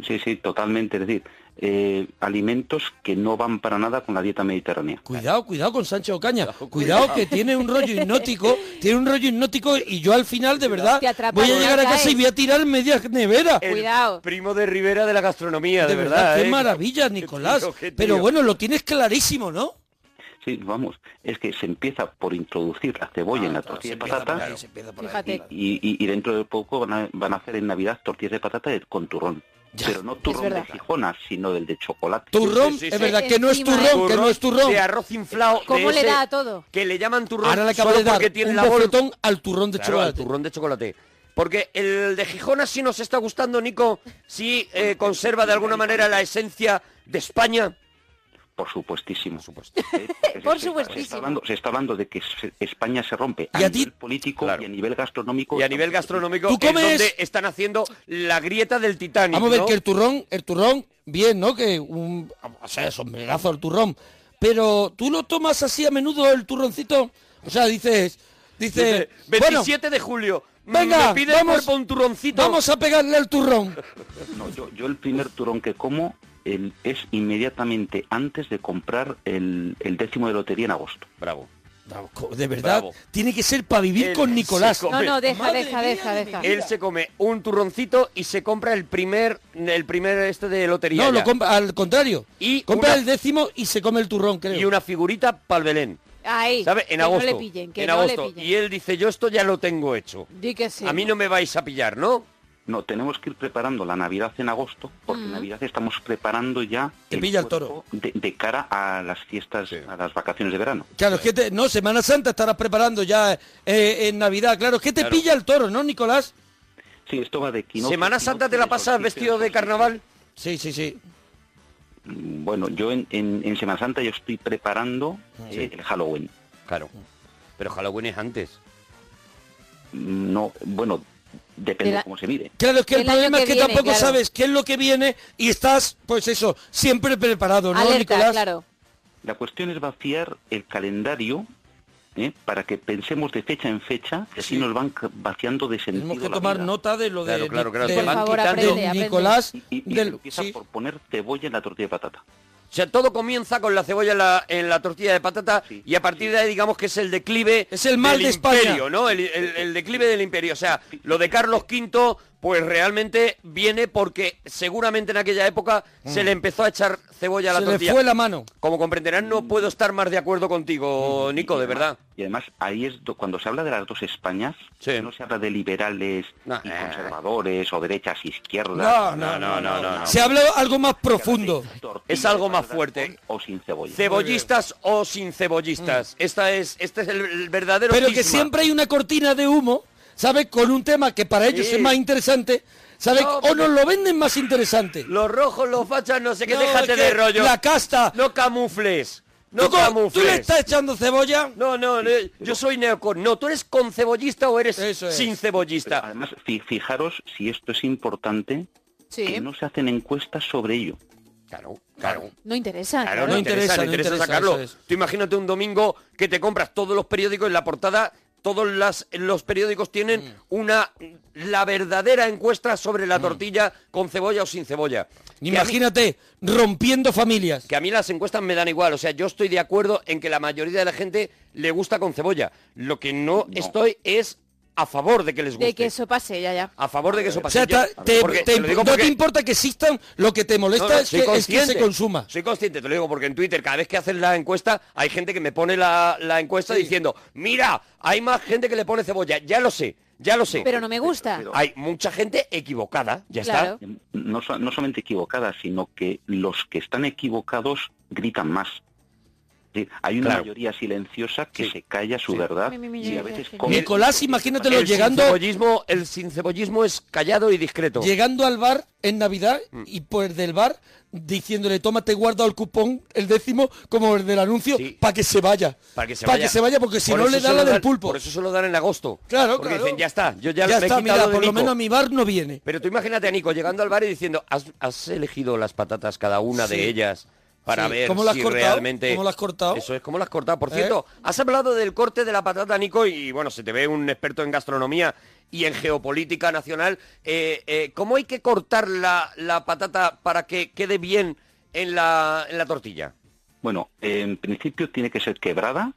[SPEAKER 4] Sí, sí, totalmente. Es decir, eh, alimentos que no van para nada con la dieta mediterránea.
[SPEAKER 1] Cuidado, cuidado con Sancho Ocaña. Cuidado que tiene un rollo hipnótico, tiene un rollo hipnótico y yo al final de verdad
[SPEAKER 2] Te atrapa ¿eh?
[SPEAKER 1] voy a
[SPEAKER 2] y
[SPEAKER 1] llegar a
[SPEAKER 2] caes.
[SPEAKER 1] casa y voy a tirar media nevera.
[SPEAKER 6] El Primo de Rivera de la gastronomía, de,
[SPEAKER 1] De verdad, qué
[SPEAKER 6] ¿eh?
[SPEAKER 1] maravilla, Nicolás.
[SPEAKER 6] tío, qué
[SPEAKER 1] Pero
[SPEAKER 6] tío.
[SPEAKER 1] bueno, lo tienes clarísimo, ¿no?
[SPEAKER 4] Sí, vamos, es que se empieza por introducir la cebolla
[SPEAKER 1] Ah,
[SPEAKER 4] en la tortilla de patata
[SPEAKER 2] Fíjate.
[SPEAKER 4] y, y- y dentro de poco van a, van a hacer en Navidad tortillas de patata con turrón. Pero no turrón de
[SPEAKER 2] verdad.
[SPEAKER 4] Gijona, sino del de chocolate.
[SPEAKER 1] Turrón, es verdad, que no es
[SPEAKER 2] Encima,
[SPEAKER 1] turrón, que no es turrón.
[SPEAKER 6] De arroz inflado. de
[SPEAKER 2] ¿Cómo le
[SPEAKER 6] ese
[SPEAKER 2] da a todo?
[SPEAKER 6] Que le llaman turrón
[SPEAKER 1] Ahora le acabo
[SPEAKER 6] solo
[SPEAKER 1] de dar
[SPEAKER 6] porque tiene
[SPEAKER 1] un
[SPEAKER 6] la bol-
[SPEAKER 1] bofetón al turrón de
[SPEAKER 6] Claro, al
[SPEAKER 1] chocolate.
[SPEAKER 6] turrón de chocolate. Porque el de Gijona sí nos está gustando, Nico. Sí eh, conserva de alguna manera la esencia de España.
[SPEAKER 4] Por supuestísimo.
[SPEAKER 6] Eh,
[SPEAKER 4] Se-
[SPEAKER 2] Por
[SPEAKER 4] se- Se está,
[SPEAKER 2] supuestísimo.
[SPEAKER 4] hablando, se está hablando de que se- España se rompe a, nivel político y a nivel gastronómico.
[SPEAKER 6] Y a nivel gastronómico
[SPEAKER 1] ¿Tú
[SPEAKER 6] es
[SPEAKER 1] comes?
[SPEAKER 6] donde están haciendo la grieta del Titanic.
[SPEAKER 1] Vamos a ver
[SPEAKER 6] ¿no?
[SPEAKER 1] que el turrón, el turrón, bien, ¿no? Que un, o sea, sombrerazo el turrón. Pero tú lo tomas así a menudo el turroncito. O sea, dices, dices,
[SPEAKER 6] Dice, 27 de julio. mm,
[SPEAKER 1] Venga,
[SPEAKER 6] me pide el
[SPEAKER 1] vamos-
[SPEAKER 6] cuerpo un turroncito.
[SPEAKER 1] vamos a pegarle al turrón.
[SPEAKER 4] No, yo, yo el primer turrón que como el- es inmediatamente antes de comprar el, el décimo de lotería en agosto.
[SPEAKER 6] Bravo.
[SPEAKER 1] De verdad, tiene que ser para vivir
[SPEAKER 6] El-
[SPEAKER 1] con Nicolás.
[SPEAKER 6] se
[SPEAKER 2] No,
[SPEAKER 6] come.
[SPEAKER 2] no, deja, deja, deja, deja.
[SPEAKER 6] Él se come un turroncito y se compra el primer, el primer este de lotería.
[SPEAKER 1] No, lo
[SPEAKER 6] ya.
[SPEAKER 1] compra, al contrario.
[SPEAKER 6] Y
[SPEAKER 1] compra
[SPEAKER 6] una-
[SPEAKER 1] el décimo y se come el turrón, creo.
[SPEAKER 6] y una figurita para el Belén.
[SPEAKER 2] Ahí.
[SPEAKER 6] ¿Sabes?
[SPEAKER 2] que
[SPEAKER 6] En agosto.
[SPEAKER 2] No le pillen, que
[SPEAKER 6] en
[SPEAKER 2] no
[SPEAKER 6] agosto.
[SPEAKER 2] le pillen.
[SPEAKER 6] Y él dice, yo esto ya lo tengo hecho.
[SPEAKER 2] Di que sí.
[SPEAKER 6] A mí no me vais a pillar, ¿no?
[SPEAKER 4] No, tenemos que ir preparando la Navidad en agosto, porque en
[SPEAKER 2] Mm.
[SPEAKER 4] Navidad estamos preparando ya
[SPEAKER 1] Te pilla el toro.
[SPEAKER 4] cuerpo de, de cara a las fiestas, a las vacaciones de verano.
[SPEAKER 1] Claro, es que te- no, Semana Santa estarás preparando ya eh, en Navidad. Claro, es que te
[SPEAKER 4] Claro.
[SPEAKER 1] pilla el toro, ¿no, Nicolás?
[SPEAKER 4] Sí, esto va de quinoa.
[SPEAKER 6] ¿Semana Santa te la pasas vestido de carnaval?
[SPEAKER 1] Sí, sí, sí.
[SPEAKER 4] Bueno, yo en, en- en Semana Santa yo estoy preparando
[SPEAKER 6] Ah, Sí.
[SPEAKER 4] eh, el Halloween.
[SPEAKER 6] Claro. Pero Halloween es antes.
[SPEAKER 4] Mm, No, bueno, depende
[SPEAKER 1] Era-
[SPEAKER 4] de cómo se mire.
[SPEAKER 1] Claro, es que el,
[SPEAKER 2] El año
[SPEAKER 1] problema
[SPEAKER 2] que
[SPEAKER 1] es que
[SPEAKER 2] viene,
[SPEAKER 1] tampoco
[SPEAKER 2] claro.
[SPEAKER 1] sabes qué es lo que viene y estás, pues eso, siempre preparado, ¿no,
[SPEAKER 2] Alerta,
[SPEAKER 1] Nicolás?
[SPEAKER 2] claro.
[SPEAKER 4] La cuestión es vaciar el calendario ¿eh? para que pensemos de fecha en fecha, que así nos van ca- vaciando de sentido.
[SPEAKER 1] Tenemos que
[SPEAKER 4] la
[SPEAKER 1] tomar
[SPEAKER 4] vida.
[SPEAKER 1] nota de lo de,
[SPEAKER 6] Claro, claro, claro,
[SPEAKER 1] de-
[SPEAKER 6] te van Por favor, quitando- aprende,
[SPEAKER 1] de
[SPEAKER 6] aprende.
[SPEAKER 1] Nicolás.
[SPEAKER 4] Y, y- y
[SPEAKER 1] del-
[SPEAKER 4] empieza
[SPEAKER 1] sí.
[SPEAKER 4] por poner cebolla en la tortilla de patata.
[SPEAKER 6] O sea, todo comienza con la cebolla en la, en la tortilla de patata y a partir de ahí digamos que es el declive
[SPEAKER 1] Es el mal
[SPEAKER 6] del
[SPEAKER 1] de España.
[SPEAKER 6] imperio, ¿no? El, el- el declive del imperio. O sea, lo de Carlos V, Pues realmente viene porque seguramente en aquella época se
[SPEAKER 1] Mm.
[SPEAKER 6] le empezó a echar cebolla a la
[SPEAKER 12] Se le
[SPEAKER 6] tortilla.
[SPEAKER 12] fue la mano.
[SPEAKER 6] Como comprenderás, no puedo estar más de acuerdo contigo, Nico, de verdad.
[SPEAKER 4] Y además ahí es do- cuando se habla de las dos Españas, no se habla de liberales y conservadores o derechas e izquierdas.
[SPEAKER 1] No, no,
[SPEAKER 6] eh. no, no, no, no.
[SPEAKER 1] Se habla algo más profundo.
[SPEAKER 6] Es algo más fuerte. ¿eh?
[SPEAKER 4] O sin cebolla.
[SPEAKER 6] Cebollistas o sin cebollistas. Esta es, este es el, el verdadero
[SPEAKER 1] Mm. Pero que
[SPEAKER 6] cisma.
[SPEAKER 1] siempre hay una cortina de humo, ¿sabes? Con un tema que para ellos
[SPEAKER 6] Sí.
[SPEAKER 1] es más interesante, ¿sabes?
[SPEAKER 6] No,
[SPEAKER 1] o
[SPEAKER 6] porque-
[SPEAKER 1] nos lo venden más interesante.
[SPEAKER 6] Los rojos, los fachas, no sé qué,
[SPEAKER 1] No,
[SPEAKER 6] déjate
[SPEAKER 1] es que
[SPEAKER 6] de rollo.
[SPEAKER 1] la casta.
[SPEAKER 6] No camufles. No
[SPEAKER 1] ¿Tú co-
[SPEAKER 6] camufles.
[SPEAKER 1] tú le estás echando cebolla?
[SPEAKER 6] No, no, no, yo soy neocon. No, tú eres con cebollista o eres sin cebollista.
[SPEAKER 4] Además, fi- fijaros si esto es importante,
[SPEAKER 2] Sí.
[SPEAKER 4] que no se hacen encuestas sobre ello.
[SPEAKER 6] Claro, claro.
[SPEAKER 2] No interesa.
[SPEAKER 6] Claro,
[SPEAKER 2] claro.
[SPEAKER 6] no interesa, no interesa sacarlo.
[SPEAKER 4] eso
[SPEAKER 6] Tú imagínate un domingo que te compras todos los periódicos en la portada, todos las, los periódicos tienen
[SPEAKER 1] Mm.
[SPEAKER 6] una la verdadera encuesta sobre la tortilla con cebolla o sin cebolla. Que a mí-
[SPEAKER 1] Imagínate, rompiendo familias.
[SPEAKER 6] que a mí las encuestas me dan igual, o sea, yo estoy de acuerdo en que la mayoría de la gente le gusta con cebolla. Lo que no, estoy es a favor de que les guste.
[SPEAKER 2] De que eso pase, ya, ya.
[SPEAKER 6] A favor de que eso
[SPEAKER 1] O
[SPEAKER 6] pase.
[SPEAKER 1] sea, ta-
[SPEAKER 6] Yo-
[SPEAKER 1] te-
[SPEAKER 6] porque-
[SPEAKER 1] te-
[SPEAKER 6] te lo digo
[SPEAKER 1] no te
[SPEAKER 6] porque-
[SPEAKER 1] importa que existan, lo que te molesta
[SPEAKER 6] No, no,
[SPEAKER 1] es,
[SPEAKER 6] soy
[SPEAKER 1] que, es que se
[SPEAKER 6] consciente.
[SPEAKER 1] consuma.
[SPEAKER 6] Soy consciente, te lo digo, porque en Twitter cada vez que hacen la encuesta hay gente que me pone la, la encuesta diciendo, mira, hay más gente que le pone cebolla, ya lo sé, ya lo sé.
[SPEAKER 2] Pero no me gusta.
[SPEAKER 6] Hay mucha gente equivocada, ya
[SPEAKER 2] Claro.
[SPEAKER 6] está.
[SPEAKER 4] No, so- no solamente equivocadas, sino que los que están equivocados gritan más. Sí, Hay una
[SPEAKER 1] Claro.
[SPEAKER 4] mayoría silenciosa que se calla su verdad
[SPEAKER 1] Mi, mi, mi,
[SPEAKER 4] y a
[SPEAKER 1] mi,
[SPEAKER 4] veces
[SPEAKER 1] mi.
[SPEAKER 4] come-
[SPEAKER 1] Nicolás, imagínatelo
[SPEAKER 6] El
[SPEAKER 1] llegando-
[SPEAKER 6] sincebollismo- el sincebollismo es callado y discreto. Mm.
[SPEAKER 1] Llegando al bar en Navidad y por el del bar diciéndole, toma, te he guardado el cupón, el décimo, como el del anuncio, para que se vaya.
[SPEAKER 6] Para que se
[SPEAKER 1] Pa'
[SPEAKER 6] vaya.
[SPEAKER 1] que se vaya, porque si
[SPEAKER 6] Por
[SPEAKER 1] no
[SPEAKER 6] eso
[SPEAKER 1] le da
[SPEAKER 6] se
[SPEAKER 1] la
[SPEAKER 6] lo
[SPEAKER 1] del
[SPEAKER 6] dan-
[SPEAKER 1] pulpo.
[SPEAKER 6] Por eso se lo dan en agosto.
[SPEAKER 1] Claro,
[SPEAKER 6] Porque
[SPEAKER 1] claro.
[SPEAKER 6] dicen, ya está, yo
[SPEAKER 1] Ya
[SPEAKER 6] ya, me he
[SPEAKER 1] está,
[SPEAKER 6] quitado
[SPEAKER 1] mira,
[SPEAKER 6] de
[SPEAKER 1] por lo
[SPEAKER 6] Nico".
[SPEAKER 1] menos a mi bar no viene.
[SPEAKER 6] Pero tú imagínate a Nico llegando al bar y diciendo, has, has elegido las patatas cada una
[SPEAKER 1] Sí.
[SPEAKER 6] de ellas para
[SPEAKER 1] Sí,
[SPEAKER 6] ver
[SPEAKER 1] ¿cómo las
[SPEAKER 6] si
[SPEAKER 1] has cortado?
[SPEAKER 6] realmente...
[SPEAKER 1] ¿Cómo las has cortado? ¿Eh?
[SPEAKER 6] Eso es, ¿cómo las has cortado? Por cierto, has hablado del corte de la patata, Nico, y bueno, se te ve un experto en gastronomía y en geopolítica nacional. Eh, eh, ¿Cómo hay que cortar la, la patata para que quede bien en la, en la tortilla?
[SPEAKER 4] Bueno, en principio tiene que ser quebrada.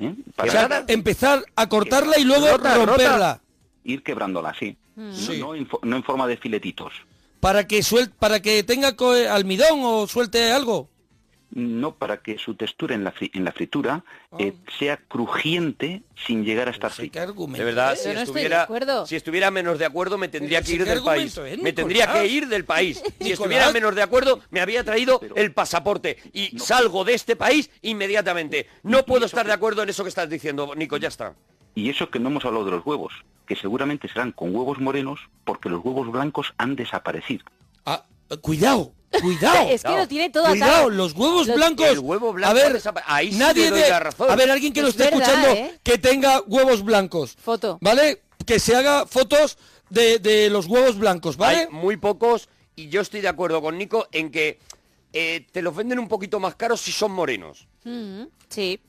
[SPEAKER 4] ¿eh?
[SPEAKER 1] O sea, empezar a cortarla y luego
[SPEAKER 4] Rota, rota.
[SPEAKER 1] romperla.
[SPEAKER 4] Ir quebrándola, sí.
[SPEAKER 1] Mm.
[SPEAKER 4] No-
[SPEAKER 1] Sí.
[SPEAKER 4] no en fo- no en forma de filetitos.
[SPEAKER 1] Para que suel- para que tenga co- almidón o suelte algo.
[SPEAKER 4] No, para que su textura en la, fri- en la fritura
[SPEAKER 1] Ah.
[SPEAKER 4] eh, sea crujiente sin llegar a estar frita.
[SPEAKER 6] De verdad,
[SPEAKER 4] ¿eh?
[SPEAKER 6] si
[SPEAKER 4] Yo no estoy de
[SPEAKER 6] estuviera,
[SPEAKER 4] acuerdo.
[SPEAKER 6] si estuviera menos de acuerdo me tendría
[SPEAKER 4] Pero
[SPEAKER 6] que
[SPEAKER 4] si
[SPEAKER 6] ir
[SPEAKER 4] qué
[SPEAKER 6] del país.
[SPEAKER 4] argumento, ¿eh,
[SPEAKER 6] me tendría
[SPEAKER 4] Nicolás?
[SPEAKER 6] que ir del país. Si
[SPEAKER 4] Nicolás.
[SPEAKER 6] estuviera menos de acuerdo me habría traído el pasaporte y salgo de este país inmediatamente. No puedo estar de acuerdo en eso que estás diciendo, Nico, ya está.
[SPEAKER 4] Y eso que no hemos hablado de los huevos, que seguramente serán con huevos morenos porque los huevos blancos han desaparecido.
[SPEAKER 1] Ah, Cuidado, cuidado.
[SPEAKER 2] Es que lo tiene todo atado.
[SPEAKER 1] Cuidado, los huevos
[SPEAKER 2] Los-
[SPEAKER 1] blancos.
[SPEAKER 2] El huevo blanco
[SPEAKER 1] a ver,
[SPEAKER 6] desapa- ahí sí
[SPEAKER 1] nadie
[SPEAKER 6] te doy
[SPEAKER 1] de-
[SPEAKER 6] la razón.
[SPEAKER 1] A ver, alguien que nos
[SPEAKER 2] Es
[SPEAKER 1] esté
[SPEAKER 2] verdad,
[SPEAKER 1] escuchando
[SPEAKER 2] ¿eh?
[SPEAKER 1] que tenga huevos blancos.
[SPEAKER 2] Foto.
[SPEAKER 1] ¿Vale? Que se haga fotos de, de los huevos blancos, ¿vale?
[SPEAKER 6] Hay muy pocos y yo estoy de acuerdo con Nico en que eh, te los venden un poquito más caros si son morenos.
[SPEAKER 2] Mm, sí.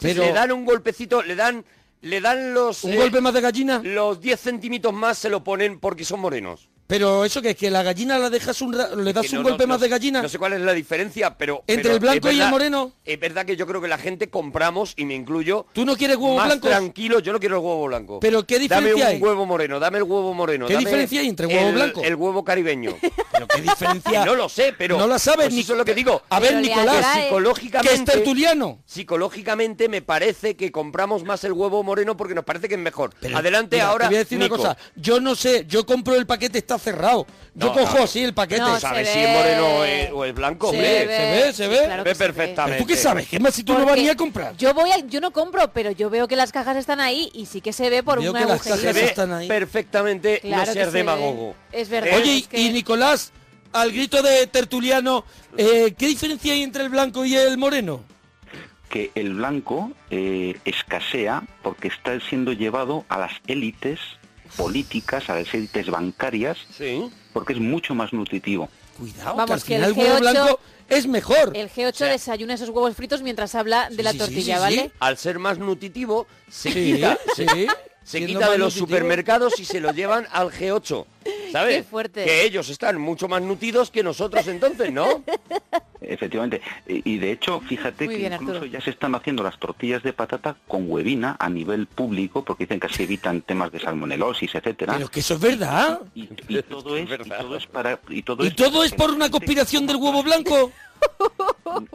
[SPEAKER 1] Pero-
[SPEAKER 6] Le dan un golpecito, le dan, le dan los... eh,
[SPEAKER 1] ¿Un golpe más de gallina?
[SPEAKER 6] Los 10 centímetros más se lo ponen porque son morenos.
[SPEAKER 1] Pero eso que es que la gallina la dejas un ra- le das
[SPEAKER 6] que
[SPEAKER 1] un
[SPEAKER 6] no-
[SPEAKER 1] golpe
[SPEAKER 6] no-
[SPEAKER 1] más
[SPEAKER 6] no
[SPEAKER 1] de
[SPEAKER 6] sé-
[SPEAKER 1] gallina.
[SPEAKER 6] No sé cuál es la diferencia, pero...
[SPEAKER 1] Entre
[SPEAKER 6] pero
[SPEAKER 1] el blanco
[SPEAKER 6] es
[SPEAKER 1] y el
[SPEAKER 6] verdad-
[SPEAKER 1] moreno.
[SPEAKER 6] Es verdad que yo creo que la gente compramos, y me incluyo...
[SPEAKER 1] ¿Tú no quieres huevo
[SPEAKER 6] más
[SPEAKER 1] blanco?
[SPEAKER 6] tranquilo, yo no quiero el huevo blanco.
[SPEAKER 1] Pero ¿qué
[SPEAKER 6] Dame
[SPEAKER 1] diferencia
[SPEAKER 6] un
[SPEAKER 1] hay?
[SPEAKER 6] huevo moreno, dame el huevo moreno.
[SPEAKER 1] ¿Qué
[SPEAKER 6] dame
[SPEAKER 1] diferencia hay entre huevo
[SPEAKER 6] el-
[SPEAKER 1] blanco?
[SPEAKER 6] El huevo caribeño.
[SPEAKER 1] ¿Qué diferencia?
[SPEAKER 6] No lo sé, pero...
[SPEAKER 1] No la sabes,
[SPEAKER 6] pues
[SPEAKER 1] ni-
[SPEAKER 6] Eso es lo que digo.
[SPEAKER 1] A ver, Pero le Nicolás, atrae.
[SPEAKER 6] psicológicamente...
[SPEAKER 1] que es tertuliano.
[SPEAKER 6] Psicológicamente me parece que compramos más el huevo moreno porque nos parece que es mejor. Adelante
[SPEAKER 1] Mira,
[SPEAKER 6] ahora,
[SPEAKER 1] Te voy a decir
[SPEAKER 6] Nico.
[SPEAKER 1] una cosa. Yo no sé, yo compro el paquete, está cerrado. Yo
[SPEAKER 6] No,
[SPEAKER 1] cojo
[SPEAKER 6] no.
[SPEAKER 1] así el paquete.
[SPEAKER 6] No, sabes si es moreno o
[SPEAKER 1] eh,
[SPEAKER 6] es, o es blanco,
[SPEAKER 1] Se
[SPEAKER 6] hombre.
[SPEAKER 1] ve, Se ve, se ve. claro que
[SPEAKER 6] Ve
[SPEAKER 1] se ve.
[SPEAKER 6] perfectamente.
[SPEAKER 1] ¿Tú qué sabes, Gemma, si tú no vas
[SPEAKER 2] Porque
[SPEAKER 1] ni a comprar?
[SPEAKER 2] Yo voy a- yo no compro, pero yo veo que las cajas están ahí y sí que se ve por
[SPEAKER 1] Veo
[SPEAKER 2] un
[SPEAKER 1] que las
[SPEAKER 2] agujerito.
[SPEAKER 1] cajas Se ve están ahí.
[SPEAKER 6] perfectamente,
[SPEAKER 2] Claro que
[SPEAKER 6] no seas
[SPEAKER 2] se ve.
[SPEAKER 6] demagogo.
[SPEAKER 2] Es verdad.
[SPEAKER 1] Oye,
[SPEAKER 2] es que-
[SPEAKER 1] y Nicolás, al grito de tertuliano, eh, ¿qué diferencia hay entre el blanco y el moreno?
[SPEAKER 4] Que el blanco eh, escasea porque está siendo llevado a las élites políticas, a las élites bancarias, porque es mucho más nutritivo.
[SPEAKER 1] Cuidado,
[SPEAKER 2] Vamos,
[SPEAKER 1] al
[SPEAKER 2] que el
[SPEAKER 1] final el huevo
[SPEAKER 2] G8
[SPEAKER 1] blanco es mejor.
[SPEAKER 2] El G8 desayuna esos huevos fritos mientras habla de la tortilla, ¿vale?
[SPEAKER 6] Al ser más nutritivo, se
[SPEAKER 1] Sí,
[SPEAKER 6] quita,
[SPEAKER 1] sí.
[SPEAKER 6] se, se
[SPEAKER 1] Siendo
[SPEAKER 6] quita de
[SPEAKER 1] más
[SPEAKER 6] los
[SPEAKER 1] nutritivo.
[SPEAKER 6] supermercados y se lo llevan al G8. ¿Sabes?
[SPEAKER 2] Qué fuerte.
[SPEAKER 6] Que ellos están mucho más nutridos que nosotros entonces, ¿no?
[SPEAKER 4] Efectivamente. Eh, Y y de hecho, fíjate
[SPEAKER 2] Muy
[SPEAKER 4] que
[SPEAKER 2] bien,
[SPEAKER 4] incluso
[SPEAKER 2] Arturo.
[SPEAKER 4] ya se están haciendo las tortillas de patata con huevina a nivel público, porque dicen que así evitan temas de salmonelosis,
[SPEAKER 2] Ah.
[SPEAKER 4] etcétera.
[SPEAKER 1] Pero que eso es verdad.
[SPEAKER 4] Y, y todo es, y todo es para y todo
[SPEAKER 1] ¿Y
[SPEAKER 4] es
[SPEAKER 1] todo es por una conspiración del huevo blanco?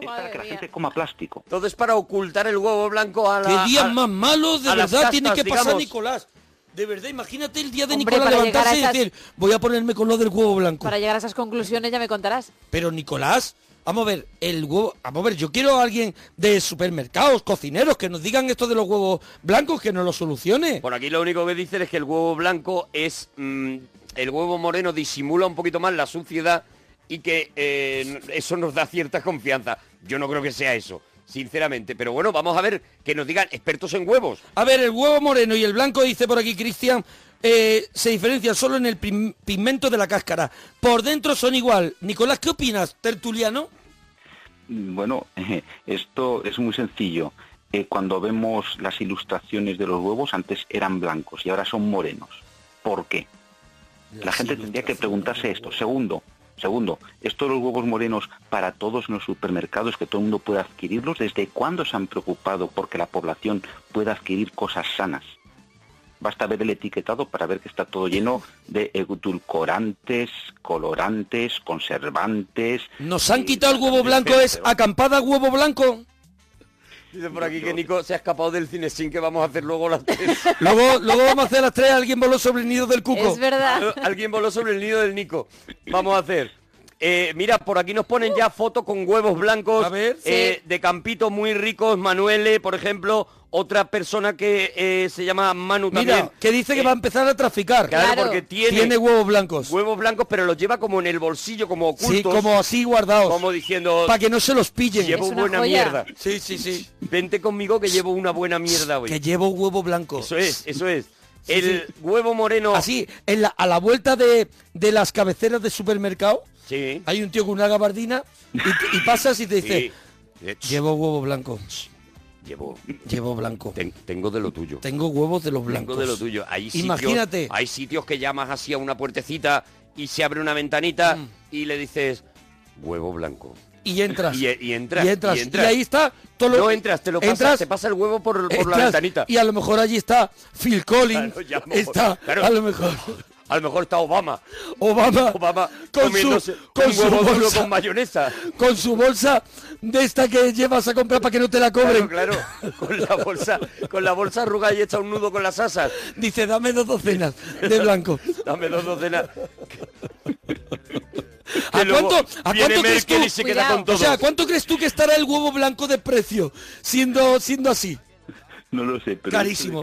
[SPEAKER 4] para que la gente coma plástico.
[SPEAKER 6] Todo es para ocultar el huevo blanco a la...
[SPEAKER 1] ¿Qué días
[SPEAKER 6] a-
[SPEAKER 1] más malos de
[SPEAKER 6] a las
[SPEAKER 1] verdad tiene
[SPEAKER 6] castas,
[SPEAKER 1] que pasar
[SPEAKER 6] digamos?
[SPEAKER 1] Nicolás? De verdad, imagínate el día de
[SPEAKER 2] Hombre,
[SPEAKER 1] Nicolás
[SPEAKER 2] para llegar a
[SPEAKER 1] levantarse y
[SPEAKER 2] esas-
[SPEAKER 1] decir, voy a ponerme con lo del huevo blanco.
[SPEAKER 2] Para llegar a esas conclusiones ya me contarás.
[SPEAKER 1] Pero Nicolás, vamos a ver, el huevo, vamos a ver, yo quiero a alguien de supermercados, cocineros, que nos digan esto de los huevos blancos, que nos lo solucione.
[SPEAKER 6] Por aquí lo único que dicen es que el huevo blanco es... mm, el huevo moreno disimula un poquito más la suciedad y que eh, eso nos da cierta confianza. Yo no creo que sea eso, sinceramente. Pero bueno, vamos a ver que nos digan expertos en huevos.
[SPEAKER 1] A ver, el huevo moreno y el blanco, dice por aquí Cristian, eh, se diferencian solo en el pim- pigmento de la cáscara. Por dentro son igual. Nicolás, ¿qué opinas, tertuliano?
[SPEAKER 4] Bueno, eh, esto es muy sencillo. Eh, cuando vemos las ilustraciones de los huevos, antes eran blancos y ahora son morenos. ¿Por qué? La gente tendría que preguntarse esto. Segundo, segundo, esto de los huevos morenos para todos los supermercados, que todo el mundo pueda adquirirlos, ¿desde cuándo se han preocupado porque la población pueda adquirir cosas sanas? Basta ver el etiquetado para ver que está todo lleno de edulcorantes, colorantes, conservantes.
[SPEAKER 1] ¿Nos han quitado el huevo blanco? ¿Es acampada huevo blanco?
[SPEAKER 6] Dice por aquí que Nico se ha escapado del cine sin que vamos a hacer luego las tres.
[SPEAKER 1] Luego, luego vamos a hacer a las tres, alguien voló sobre el nido del cuco.
[SPEAKER 6] Al- Alguien voló sobre el nido del Nico. Vamos a hacer. Eh, mira, por aquí nos ponen ya fotos con huevos blancos eh, de campitos muy ricos. Manuele, por ejemplo, otra persona que eh, se llama Manu también.
[SPEAKER 1] Mira, que dice que va a empezar a traficar.
[SPEAKER 6] Claro, porque tiene,
[SPEAKER 1] huevos blancos.
[SPEAKER 6] Huevos blancos, pero los lleva como en el bolsillo, como ocultos.
[SPEAKER 1] Sí, como así guardados.
[SPEAKER 6] Como diciendo...
[SPEAKER 1] Para que no se los pillen.
[SPEAKER 6] Llevo buena mierda.
[SPEAKER 1] Sí, sí, sí.
[SPEAKER 6] Vente conmigo que llevo una buena mierda hoy.
[SPEAKER 1] Que llevo huevo blanco.
[SPEAKER 6] Eso es, eso es. El huevo moreno.
[SPEAKER 1] Así, en la- a la vuelta de, de las cabeceras de supermercado, hay un tío con una gabardina y, y pasas y te dice, llevo huevo blanco.
[SPEAKER 6] Llevo,
[SPEAKER 1] llevo blanco.
[SPEAKER 6] tengo de lo tuyo.
[SPEAKER 1] Tengo huevos de los blancos.
[SPEAKER 6] Tengo de lo tuyo. Hay sitios,
[SPEAKER 1] Imagínate.
[SPEAKER 6] Hay sitios que llamas así a una puertecita y se abre una ventanita y le dices huevo blanco.
[SPEAKER 1] Mm. Y entras.
[SPEAKER 6] Y, y entras.
[SPEAKER 1] Y entras. Y ahí está todo lo-
[SPEAKER 6] No entras, te lo pasas,
[SPEAKER 1] entras,
[SPEAKER 6] te pasa el huevo por, por la
[SPEAKER 1] Entras,
[SPEAKER 6] ventanita.
[SPEAKER 1] Y a lo mejor allí está Phil Collins.
[SPEAKER 6] Claro, ya, a lo mejor,
[SPEAKER 1] está,
[SPEAKER 6] claro.
[SPEAKER 1] a lo mejor.
[SPEAKER 6] A lo mejor está Obama.
[SPEAKER 1] Obama.
[SPEAKER 6] Obama
[SPEAKER 1] con
[SPEAKER 6] comiéndose
[SPEAKER 1] su, con
[SPEAKER 6] un
[SPEAKER 1] su
[SPEAKER 6] huevo duro
[SPEAKER 1] bolsa.
[SPEAKER 6] con mayonesa.
[SPEAKER 1] Con su bolsa de esta que llevas a comprar para que no te la cobren.
[SPEAKER 6] Claro, claro. Con la bolsa, con la bolsa arrugada y hecha un nudo con las asas.
[SPEAKER 1] Dice, dame dos docenas de blanco.
[SPEAKER 6] Dame dos docenas.
[SPEAKER 1] ¿A
[SPEAKER 6] Que luego
[SPEAKER 1] cuánto, ¿a
[SPEAKER 6] viene
[SPEAKER 1] cuánto crees tú?
[SPEAKER 6] Merkel y se queda con todo.
[SPEAKER 1] O sea, ¿a ¿cuánto crees tú que estará el huevo blanco de precio siendo siendo así?
[SPEAKER 4] No lo sé, pero
[SPEAKER 1] Carísimo.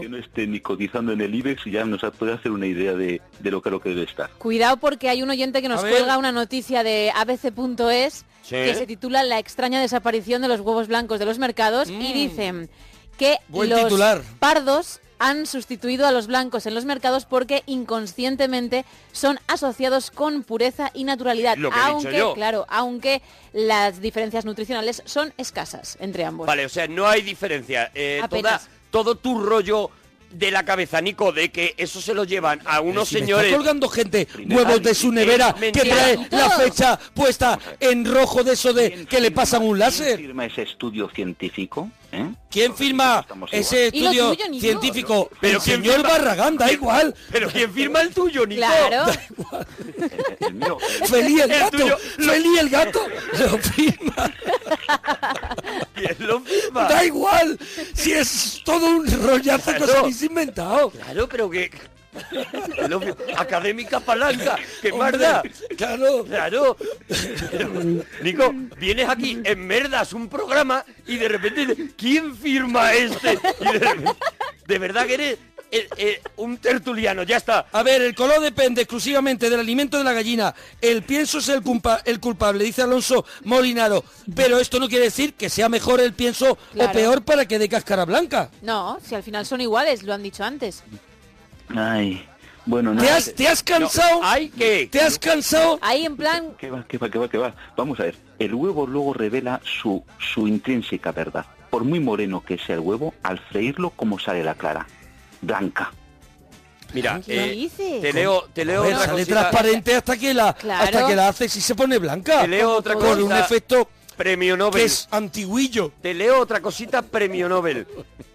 [SPEAKER 4] el hecho de que no esté ni cotizando en el IBEX ya nos ha- puede hacer una idea de, de lo caro que debe estar.
[SPEAKER 2] Cuidado porque hay un oyente que nos
[SPEAKER 4] A ver.
[SPEAKER 2] cuelga una noticia de abc.es
[SPEAKER 4] Sí.
[SPEAKER 2] que se titula La extraña desaparición de los huevos blancos de los mercados y dicen que
[SPEAKER 1] Buen
[SPEAKER 2] los
[SPEAKER 1] titular.
[SPEAKER 2] pardos han sustituido a los blancos en los mercados porque inconscientemente son asociados con pureza y naturalidad,
[SPEAKER 6] Lo que he dicho
[SPEAKER 2] aunque
[SPEAKER 6] yo.
[SPEAKER 2] claro, aunque las diferencias nutricionales son escasas entre ambos.
[SPEAKER 6] Vale, o sea, no hay diferencia. Eh, toda,
[SPEAKER 2] Pues Apenas.
[SPEAKER 6] todo tu rollo de la cabeza, Nico, de que eso se lo llevan a unos
[SPEAKER 1] Si me está
[SPEAKER 6] señores.
[SPEAKER 1] colgando gente huevos de su nevera que
[SPEAKER 6] mentira.
[SPEAKER 1] trae la
[SPEAKER 6] Todo.
[SPEAKER 1] fecha puesta en rojo de eso de que le pasan un láser.
[SPEAKER 4] ¿Quién firma ese estudio científico? eh?
[SPEAKER 1] ¿Quién firma ese
[SPEAKER 4] igual. Y lo
[SPEAKER 1] estudio
[SPEAKER 4] tuyo, Nico.
[SPEAKER 1] científico?
[SPEAKER 4] Pero
[SPEAKER 1] el
[SPEAKER 4] ¿quién
[SPEAKER 1] señor
[SPEAKER 4] firma?
[SPEAKER 1] Barragán, da igual.
[SPEAKER 6] Pero ¿quién firma el tuyo, Nico?
[SPEAKER 2] Claro.
[SPEAKER 1] Da igual. Feliz el
[SPEAKER 6] El
[SPEAKER 1] gato.
[SPEAKER 6] tuyo.
[SPEAKER 1] Feliz el gato. Lo firma.
[SPEAKER 6] ¿Quién lo firma?
[SPEAKER 1] Da igual. Si es todo un rollazo que os
[SPEAKER 6] Claro.
[SPEAKER 1] habéis inventado.
[SPEAKER 6] Claro, pero que... lo fi- Académica palanca, que
[SPEAKER 1] Hombre,
[SPEAKER 6] marda.
[SPEAKER 1] Claro.
[SPEAKER 6] Claro. Pero, Nico, vienes aquí en merdas un programa y de repente dices, ¿quién firma este? Y de, repente- de verdad que eres eh, eh, un tertuliano, ya está.
[SPEAKER 1] A ver, el color depende exclusivamente del alimento de la gallina. El pienso es el, culpa- el culpable, dice Alonso Molinaro. Pero esto no quiere decir que sea mejor el pienso
[SPEAKER 2] Claro.
[SPEAKER 1] o peor para que dé cáscara blanca.
[SPEAKER 2] No, si al final son iguales, lo han dicho antes.
[SPEAKER 4] Ay, bueno, no.
[SPEAKER 1] ¿Te has, te has cansado? ¿Te has cansado?
[SPEAKER 2] Ahí en plan
[SPEAKER 4] ¿Qué va, qué va, qué va, qué va? Vamos a ver, el huevo luego revela su, su intrínseca verdad. Por muy moreno que sea el huevo, al freírlo, ¿cómo sale la clara? Blanca.
[SPEAKER 6] Mira,
[SPEAKER 4] ¿Qué
[SPEAKER 6] eh,
[SPEAKER 4] dices?
[SPEAKER 6] te leo, te leo
[SPEAKER 1] A ver,
[SPEAKER 6] otra
[SPEAKER 1] sale
[SPEAKER 6] cosita.
[SPEAKER 1] transparente hasta que la
[SPEAKER 6] Claro.
[SPEAKER 1] hasta que la hace si se pone blanca.
[SPEAKER 6] Te leo otra
[SPEAKER 1] Con un
[SPEAKER 6] cosa.
[SPEAKER 1] efecto
[SPEAKER 6] Premio Nobel.
[SPEAKER 1] Que es antiguillo.
[SPEAKER 6] Te leo otra cosita, premio Nobel.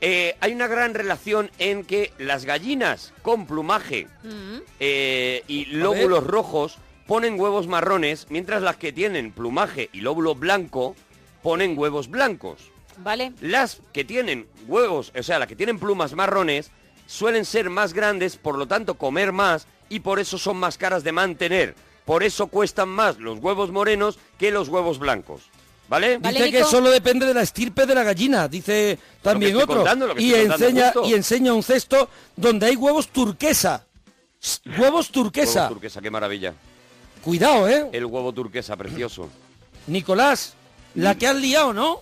[SPEAKER 6] Eh, hay una gran relación en que las gallinas con plumaje
[SPEAKER 2] Mm.
[SPEAKER 6] eh, y lóbulos rojos ponen huevos marrones, mientras las que tienen plumaje y lóbulo blanco ponen huevos blancos.
[SPEAKER 2] ¿Vale?
[SPEAKER 6] Las que tienen huevos, o sea, las que tienen plumas marrones, suelen ser más grandes, por lo tanto comer más y por eso son más caras de mantener. Por eso cuestan más los huevos morenos que los huevos blancos. ¿Vale?
[SPEAKER 1] Dice que solo depende de la estirpe de la gallina, dice también
[SPEAKER 6] estoy
[SPEAKER 1] otro.
[SPEAKER 6] contando, lo que
[SPEAKER 1] y,
[SPEAKER 6] estoy contando,
[SPEAKER 1] enseña,
[SPEAKER 6] justo.
[SPEAKER 1] y enseña un cesto donde hay huevos turquesa. Sst, Huevos turquesa.
[SPEAKER 6] Huevo turquesa, qué maravilla.
[SPEAKER 1] Cuidado, ¿eh?
[SPEAKER 6] El huevo turquesa, precioso.
[SPEAKER 1] Nicolás, la que has liado, ¿no?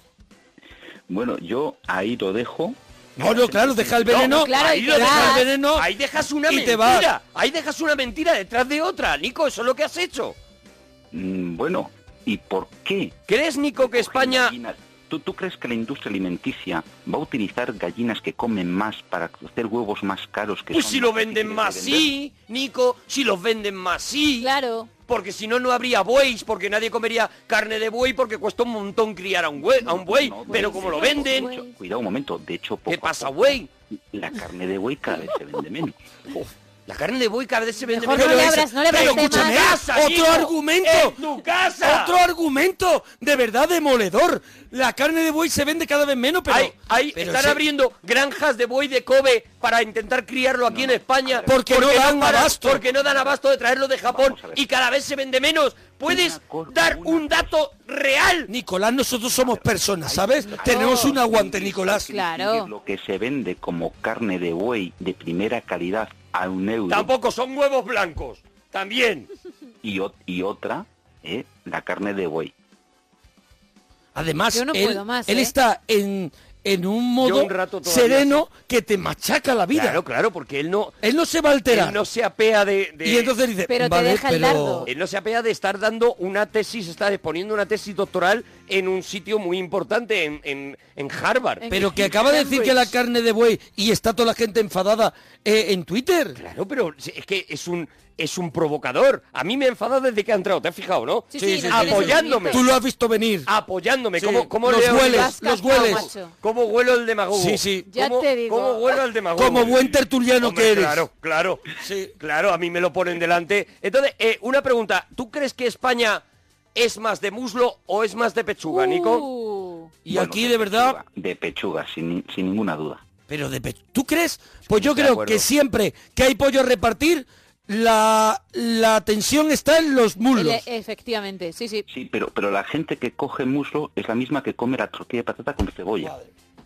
[SPEAKER 4] Bueno, yo ahí lo dejo.
[SPEAKER 1] No, no, claro, deja el veneno.
[SPEAKER 6] ahí, lo dejas,
[SPEAKER 1] deja el veneno.
[SPEAKER 6] ahí dejas una
[SPEAKER 1] y te
[SPEAKER 6] mentira.
[SPEAKER 1] vas.
[SPEAKER 6] Ahí dejas una mentira detrás de otra, Nico, eso es lo que has hecho.
[SPEAKER 4] Mm, Bueno, ¿y por qué?
[SPEAKER 6] ¿Crees, Nico, que
[SPEAKER 4] España... ¿Tú, ¿Tú crees que la industria alimenticia va a utilizar gallinas que comen más para hacer huevos más caros que
[SPEAKER 6] Pues
[SPEAKER 4] son
[SPEAKER 6] si lo venden más, sí, Nico, si los venden más, sí.
[SPEAKER 2] Claro.
[SPEAKER 6] Porque si no, no habría bueyes, porque nadie comería carne de buey, porque cuesta un montón criar a un buey, a un buey pero como lo venden...
[SPEAKER 4] Cuidado un momento, de hecho, poco
[SPEAKER 6] ¿Qué
[SPEAKER 4] a
[SPEAKER 6] pasa,
[SPEAKER 4] poco,
[SPEAKER 6] güey?
[SPEAKER 4] La carne de buey cada vez se vende menos.
[SPEAKER 6] La carne de buey cada vez se vende
[SPEAKER 1] Mejor
[SPEAKER 6] menos.
[SPEAKER 1] no le abras, no le abras
[SPEAKER 6] Pero
[SPEAKER 1] temas.
[SPEAKER 6] escúchame,
[SPEAKER 1] Casa,
[SPEAKER 6] otro
[SPEAKER 1] Nico,
[SPEAKER 6] argumento.
[SPEAKER 1] en
[SPEAKER 6] tu casa.
[SPEAKER 1] Otro argumento de verdad demoledor. La carne de buey se vende cada vez menos, pero.
[SPEAKER 6] Ahí, ahí
[SPEAKER 1] pero
[SPEAKER 6] están
[SPEAKER 1] sí.
[SPEAKER 6] abriendo granjas de buey de Kobe para intentar criarlo aquí en España.
[SPEAKER 1] Porque no dan
[SPEAKER 6] paran-
[SPEAKER 1] abasto.
[SPEAKER 6] Porque no dan abasto de traerlo de Japón y cada vez se vende menos. ¿Puedes dar un dato real?
[SPEAKER 1] Nicolás, nosotros somos personas, ¿sabes? Tenemos un aguante, Nicolás.
[SPEAKER 4] Claro. Lo que se vende como carne de buey de primera calidad a un euro
[SPEAKER 6] Tampoco son huevos blancos. También.
[SPEAKER 4] y, ot- y otra, ¿eh? la carne de buey.
[SPEAKER 1] Además,
[SPEAKER 4] Yo no
[SPEAKER 1] él,
[SPEAKER 4] puedo más,
[SPEAKER 1] él
[SPEAKER 4] ¿eh?
[SPEAKER 1] está en, en un modo
[SPEAKER 6] Yo un rato todavía
[SPEAKER 1] sereno que te machaca la vida.
[SPEAKER 6] Claro, claro, porque él no...
[SPEAKER 1] Él no se va a alterar.
[SPEAKER 6] Él no se apea de... de-
[SPEAKER 1] Y entonces dice, Pero te "Vale, deja el pero-" dardo.
[SPEAKER 6] Él no se apea de estar dando una tesis, está exponiendo una tesis doctoral en un sitio muy importante, en, en- en Harvard.
[SPEAKER 1] Pero que acaba de decir que la carne de buey y está toda la gente enfadada eh, en Twitter.
[SPEAKER 6] Claro, pero es que es un es un provocador. A mí me enfada desde que ha entrado, ¿te has fijado, no?
[SPEAKER 1] Sí, sí, sí, no tiene
[SPEAKER 6] apoyándome.
[SPEAKER 1] Tú lo has visto venir.
[SPEAKER 6] Apoyándome.
[SPEAKER 1] Sí,
[SPEAKER 6] ¿Cómo, cómo
[SPEAKER 1] los
[SPEAKER 6] leo-
[SPEAKER 1] hueles, Has los captado, hueles. macho.
[SPEAKER 6] ¿Cómo huelo el demagogo?
[SPEAKER 1] Sí, sí. Ya
[SPEAKER 6] ¿Cómo,
[SPEAKER 1] te digo.
[SPEAKER 6] ¿Cómo huelo el demagogo?
[SPEAKER 1] Como buen tertuliano
[SPEAKER 6] Hombre,
[SPEAKER 1] que eres.
[SPEAKER 6] Claro, claro. Claro, a mí me lo ponen delante. Entonces, eh, una pregunta. ¿Tú crees que España es más de muslo o es más de pechuga, Nico?
[SPEAKER 1] Uh. Y aquí de verdad,
[SPEAKER 4] De pechuga, sin, sin ninguna duda.
[SPEAKER 1] pero de pe- ¿tú crees? Pues yo
[SPEAKER 4] de
[SPEAKER 1] creo
[SPEAKER 4] acuerdo.
[SPEAKER 1] que siempre que hay pollo a repartir, la, la tensión está en los muslos.
[SPEAKER 2] Ele- efectivamente, sí, sí.
[SPEAKER 4] Sí, pero, pero la gente que coge muslo es la misma que come la tortilla de patata con cebolla.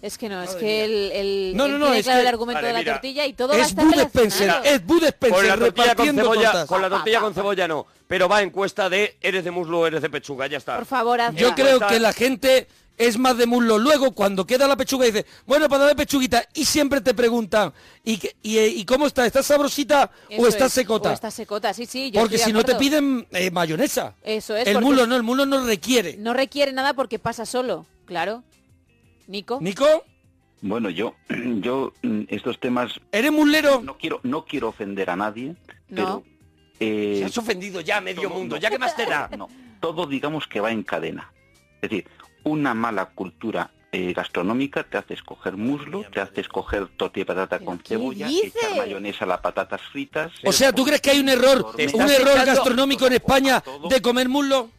[SPEAKER 2] Es que no, es que el, el,
[SPEAKER 1] No,
[SPEAKER 2] él
[SPEAKER 1] no, no,
[SPEAKER 2] tiene
[SPEAKER 1] es
[SPEAKER 2] claro
[SPEAKER 1] que-
[SPEAKER 2] el argumento
[SPEAKER 1] Vale,
[SPEAKER 2] de la
[SPEAKER 1] mira,
[SPEAKER 2] tortilla y todo va a
[SPEAKER 1] es
[SPEAKER 2] estar
[SPEAKER 1] Bud Spencer,
[SPEAKER 2] relacionado.
[SPEAKER 1] es Bud Spencer
[SPEAKER 6] Con la tortilla con
[SPEAKER 1] repartiendo
[SPEAKER 6] cebolla,
[SPEAKER 1] tortas.
[SPEAKER 6] con la tortilla con cebolla no. Pero va en cuesta de eres de muslo o eres de pechuga, ya está.
[SPEAKER 2] Por favor, hazla.
[SPEAKER 1] Yo creo
[SPEAKER 4] Pues, ah,
[SPEAKER 1] que la gente es más de muslo. Luego, cuando queda la pechuga, dice, bueno, para darle pechuguita. Y siempre te preguntan, ¿y, qué- y, eh, y cómo está? ¿Está sabrosita
[SPEAKER 2] Eso
[SPEAKER 1] o está
[SPEAKER 2] es,
[SPEAKER 1] secota?
[SPEAKER 2] O está secota, sí, sí. yo
[SPEAKER 1] porque
[SPEAKER 2] estoy
[SPEAKER 1] si
[SPEAKER 2] de
[SPEAKER 1] no te
[SPEAKER 2] acuerdo.
[SPEAKER 1] piden eh, mayonesa.
[SPEAKER 2] Eso es.
[SPEAKER 1] el
[SPEAKER 2] porque
[SPEAKER 1] muslo no, el muslo no requiere.
[SPEAKER 2] No requiere nada porque pasa solo, claro. Nico.
[SPEAKER 1] Nico,
[SPEAKER 4] Bueno, yo, yo mm, estos temas...
[SPEAKER 1] ¿Eres mulero?
[SPEAKER 4] No quiero, no quiero ofender a nadie.
[SPEAKER 2] No.
[SPEAKER 4] Eh,
[SPEAKER 6] Se has ofendido ya a medio mundo,
[SPEAKER 4] no.
[SPEAKER 6] ya que más te da.
[SPEAKER 4] todo digamos que va en cadena. Es decir, una mala cultura eh, gastronómica te hace escoger muslo, te hace escoger tortilla de patata con cebolla, echar mayonesa a las patatas fritas.
[SPEAKER 1] o sea, ¿tú crees que hay un error,
[SPEAKER 4] Te
[SPEAKER 1] un
[SPEAKER 4] estás
[SPEAKER 1] error
[SPEAKER 4] echando-
[SPEAKER 1] gastronómico en España de comer muslo?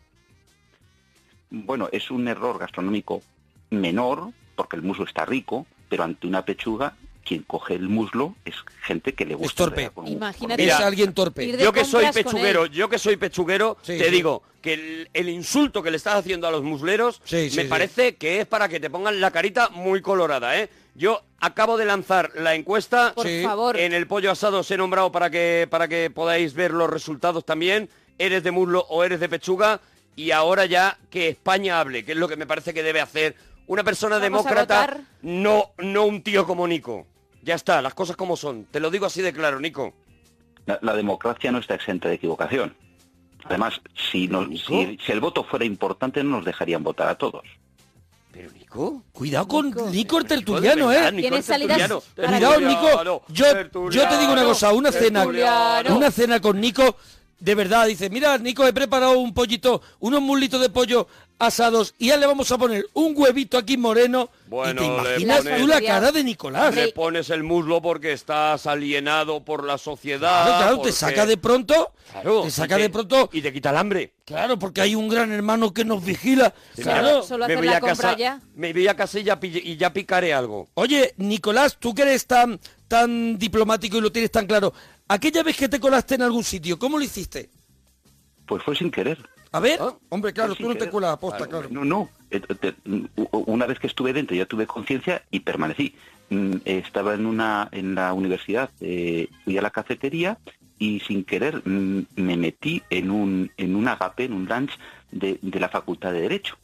[SPEAKER 4] Bueno, es un error gastronómico menor, porque el muslo está rico, pero ante una pechuga, quien coge el muslo es gente que le gusta.
[SPEAKER 1] torpe.
[SPEAKER 4] con-
[SPEAKER 2] Imagínate.
[SPEAKER 1] Es alguien torpe.
[SPEAKER 2] ir de
[SPEAKER 6] Yo que soy
[SPEAKER 2] compras con
[SPEAKER 6] pechuguero,
[SPEAKER 2] él.
[SPEAKER 6] yo que soy pechuguero, te
[SPEAKER 1] sí.
[SPEAKER 6] digo que el, el insulto que le estás haciendo a los musleros
[SPEAKER 1] Sí, sí,
[SPEAKER 6] me
[SPEAKER 1] sí.
[SPEAKER 6] parece que es para que te pongan la carita muy colorada, ¿eh? Yo acabo de lanzar la encuesta.
[SPEAKER 2] Por Sí. favor.
[SPEAKER 6] En el pollo asado os he nombrado para que para que podáis ver los resultados también. ¿Eres de muslo o eres de pechuga? Y ahora ya que España hable, que es lo que me parece que debe hacer una persona
[SPEAKER 2] Vamos a
[SPEAKER 6] demócrata,
[SPEAKER 2] votar.
[SPEAKER 6] no no un tío como Nico. Ya está, las cosas como son. Te lo digo así de claro, Nico.
[SPEAKER 4] La, la democracia no está exenta de equivocación. Además, si, nos- si, si el voto fuera importante, no nos dejarían votar a todos.
[SPEAKER 6] Pero Nico,
[SPEAKER 1] Cuidado con Nico el tertuliano,
[SPEAKER 6] verdad,
[SPEAKER 1] ¿eh?
[SPEAKER 6] Nico el Tiene salidas tertuliano. para-
[SPEAKER 1] Cuidado,
[SPEAKER 6] Tertuliano,
[SPEAKER 1] Nico. Yo, yo te digo una cosa, una cena,
[SPEAKER 6] tertuliano.
[SPEAKER 1] una cena con Nico de verdad, dice, mira, Nico, he preparado un pollito, unos muslitos de pollo asados y ya le vamos a poner un huevito aquí moreno. y te
[SPEAKER 6] le
[SPEAKER 1] imaginas
[SPEAKER 6] pones-
[SPEAKER 1] tú la cara de Nicolás.
[SPEAKER 6] Le pones el muslo porque estás alienado por la sociedad.
[SPEAKER 1] Claro, claro,
[SPEAKER 6] porque-
[SPEAKER 1] te saca de pronto,
[SPEAKER 6] Claro,
[SPEAKER 1] te saca
[SPEAKER 6] y te-
[SPEAKER 1] de pronto
[SPEAKER 6] y te quita el hambre.
[SPEAKER 1] Claro, porque hay un gran hermano que nos vigila.
[SPEAKER 6] Sí,
[SPEAKER 1] claro,
[SPEAKER 6] mira, me voy a casa- Me voy a casa y ya, pille- y ya picaré algo.
[SPEAKER 1] Oye, Nicolás, tú que eres tan tan diplomático y lo tienes tan claro, aquella vez que te colaste en algún sitio, ¿cómo lo hiciste?
[SPEAKER 4] Pues fue sin querer.
[SPEAKER 1] A ver,
[SPEAKER 6] Ah,
[SPEAKER 1] hombre, claro, tú no te cuelas aposta,
[SPEAKER 4] Claro,
[SPEAKER 1] claro.
[SPEAKER 4] No, no. Eh, te- u- u- Una vez que estuve dentro ya tuve conciencia y permanecí. Mm, eh, Estaba en una en la universidad, eh, fui a la cafetería y sin querer mm, me metí en un en un agape, en un lunch de, de la Facultad de Derecho.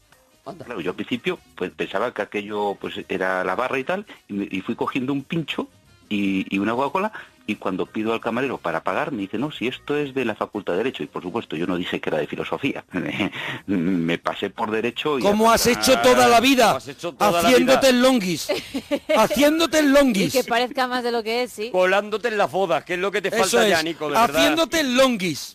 [SPEAKER 4] Claro, yo al principio pues pensaba que aquello pues era la barra y tal y, me- y fui cogiendo un pincho y, y una Coca-Cola y cuando pido al camarero para pagar me dice, no, si esto es de la Facultad de Derecho. Y por supuesto yo no dije que era de filosofía. me pasé por derecho y... Ah,
[SPEAKER 1] Como has hecho toda la vida, haciéndote el longuis, haciéndote el
[SPEAKER 2] Y que
[SPEAKER 1] longuis.
[SPEAKER 2] parezca más de lo que es, sí.
[SPEAKER 6] Colándote en las bodas, que es lo que te
[SPEAKER 1] Eso
[SPEAKER 6] falta
[SPEAKER 1] es,
[SPEAKER 6] ya, Nico, de verdad.
[SPEAKER 1] haciéndote el longuis.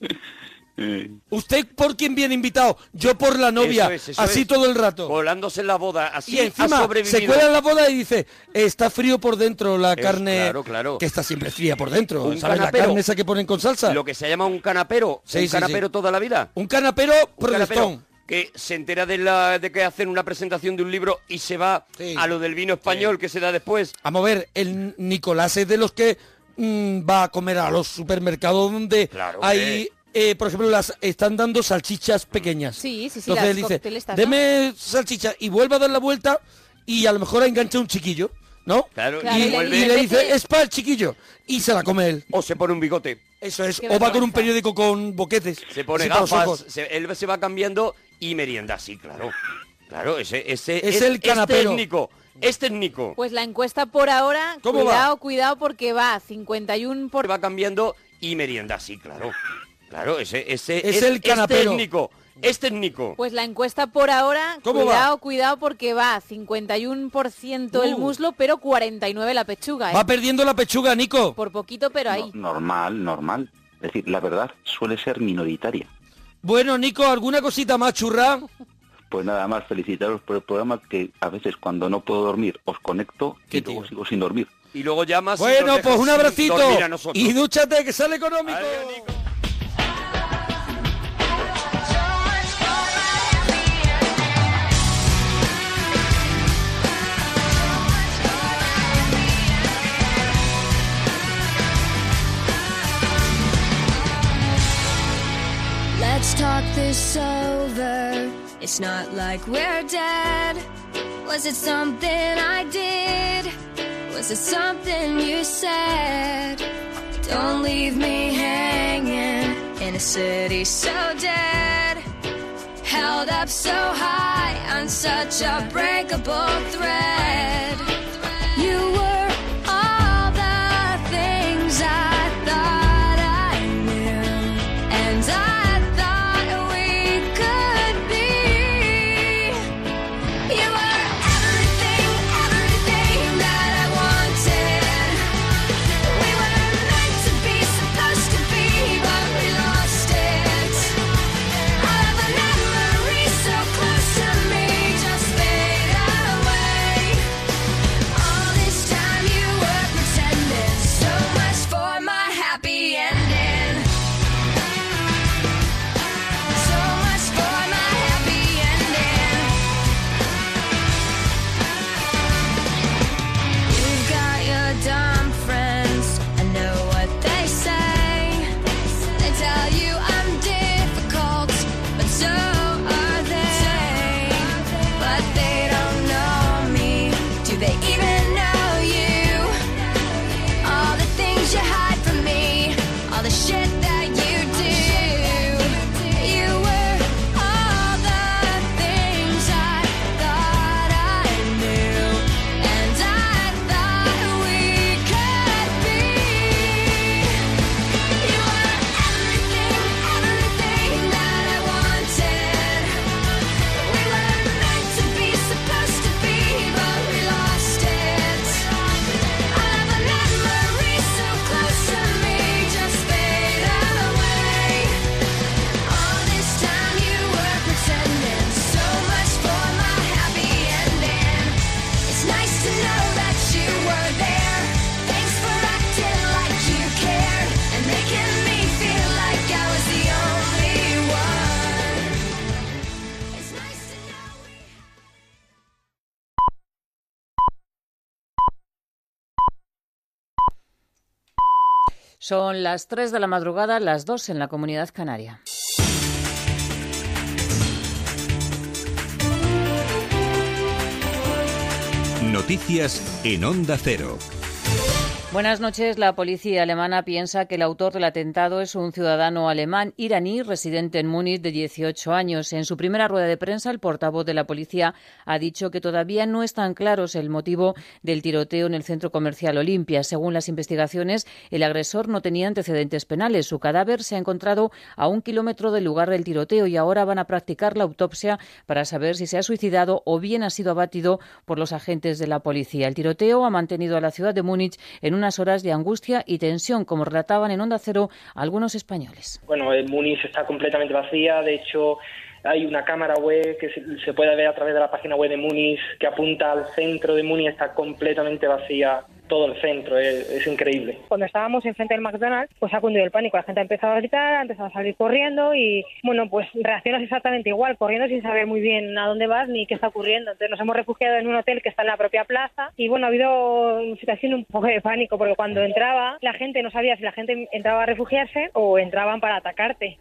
[SPEAKER 1] ¿Usted por quién viene invitado? Yo por la novia,
[SPEAKER 6] Eso es, eso
[SPEAKER 1] así
[SPEAKER 6] es.
[SPEAKER 1] todo el rato.
[SPEAKER 6] Colándose en la boda, así
[SPEAKER 1] y
[SPEAKER 6] ha
[SPEAKER 1] encima
[SPEAKER 6] sobrevivido.
[SPEAKER 1] se cuela en la boda y dice, está frío por dentro la
[SPEAKER 6] Es-
[SPEAKER 1] carne,
[SPEAKER 6] claro, claro.
[SPEAKER 1] que está siempre fría por dentro,
[SPEAKER 6] Un
[SPEAKER 1] ¿sabes? La
[SPEAKER 6] canapero.
[SPEAKER 1] carne esa que ponen con salsa.
[SPEAKER 6] Lo que se llama un canapero,
[SPEAKER 1] Sí,
[SPEAKER 6] un
[SPEAKER 1] sí, sí.
[SPEAKER 6] canapero toda la vida.
[SPEAKER 1] Un canapero protestón.
[SPEAKER 6] que se entera de, la, de que hacen una presentación de un libro y se va a lo del vino español que se da después.
[SPEAKER 1] Vamos a ver, el Nicolás es de los que mm, va a comer a los supermercados donde hay, eh, por ejemplo, las están dando salchichas pequeñas.
[SPEAKER 2] Sí, sí, sí,
[SPEAKER 1] Entonces
[SPEAKER 2] las
[SPEAKER 1] él dice,
[SPEAKER 2] coctelistas, ¿no?
[SPEAKER 1] deme salchicha y vuelve a dar la vuelta y a lo mejor engancha un chiquillo, ¿no?
[SPEAKER 6] Claro,
[SPEAKER 1] y,
[SPEAKER 6] Claro, y
[SPEAKER 1] y
[SPEAKER 6] vuelve-
[SPEAKER 1] le dice, es para el chiquillo. Y se la come él.
[SPEAKER 6] O se pone un bigote.
[SPEAKER 1] Eso es,
[SPEAKER 6] Qué
[SPEAKER 1] o va con un
[SPEAKER 6] vergüenza.
[SPEAKER 1] periódico con boquetes.
[SPEAKER 6] Se pone
[SPEAKER 1] así para los
[SPEAKER 6] gafas,
[SPEAKER 1] ojos.
[SPEAKER 6] se- él se va cambiando y merienda, sí, claro. Claro, ese, ese
[SPEAKER 1] Es el canapero.
[SPEAKER 6] Es técnico, es técnico.
[SPEAKER 2] Pues la encuesta por ahora,
[SPEAKER 6] ¿Cómo va?
[SPEAKER 2] cuidado, cuidado, porque va 51 por...
[SPEAKER 6] Va cambiando y merienda, sí, claro. Claro, ese, ese
[SPEAKER 1] Es el canapero.
[SPEAKER 6] técnico, es técnico.
[SPEAKER 2] Pues la encuesta por ahora,
[SPEAKER 6] ¿Cómo va?
[SPEAKER 2] cuidado, cuidado, porque va 51% el
[SPEAKER 1] Uh.
[SPEAKER 2] muslo, pero 49% la pechuga. ¿eh?
[SPEAKER 1] Va perdiendo la pechuga, Nico.
[SPEAKER 2] Por poquito, pero ahí.
[SPEAKER 4] Normal, normal. Es decir, la verdad suele ser minoritaria.
[SPEAKER 1] Bueno, Nico, ¿alguna cosita más churra?
[SPEAKER 4] Pues nada más, felicitaros por el programa que a veces cuando no puedo dormir os conecto y luego sigo sin dormir.
[SPEAKER 6] Y luego llamas y nos
[SPEAKER 1] Bueno,
[SPEAKER 6] dejas
[SPEAKER 1] pues un
[SPEAKER 6] sin
[SPEAKER 1] abracito.
[SPEAKER 6] dormir a nosotros.
[SPEAKER 1] Y dúchate, que sale económico.
[SPEAKER 3] Let's talk this over. It's not like we're dead. Was it something I did? Was it something you said? Don't leave me hanging in a city so dead. Held up so high on such a breakable thread. You were all the things I thought I knew. And I thought we could be. You were everything, everything that I wanted. We were meant to be, supposed to be, but we lost it. All of our memories so close to me just fade away.
[SPEAKER 20] Son las 3 de la madrugada, las 2 en la comunidad canaria.
[SPEAKER 21] Noticias en Onda Cero.
[SPEAKER 20] Buenas noches. La policía alemana piensa que el autor del atentado es un ciudadano alemán iraní residente en Múnich de 18 años. En su primera rueda de prensa, el portavoz de la policía ha dicho que todavía no están claros el motivo del tiroteo en el centro comercial Olimpia. Según las investigaciones, el agresor no tenía antecedentes penales. Su cadáver se ha encontrado a un kilómetro del lugar del tiroteo y ahora van a practicar la autopsia para saber si se ha suicidado o bien ha sido abatido por los agentes de la policía. El tiroteo ha mantenido a la ciudad de Múnich en unas horas de angustia y tensión, como relataban en Onda Cero algunos españoles.
[SPEAKER 35] Bueno, eh, Múnich está completamente vacía, de hecho hay una cámara web que se, se puede ver a través de la página web de Múnich que apunta al centro de Múnich, está completamente vacía todo el centro, es, es increíble.
[SPEAKER 24] Cuando estábamos enfrente del McDonald's, pues ha cundido el pánico. La gente ha empezado a gritar, ha empezado a salir corriendo y, bueno, pues reaccionas exactamente igual, corriendo sin saber muy bien a dónde vas ni qué está ocurriendo. Entonces nos hemos refugiado en un hotel que está en la propia plaza y, bueno, ha habido una situación un poco de pánico porque cuando entraba la gente no sabía si la gente entraba a refugiarse o entraban para atacarte.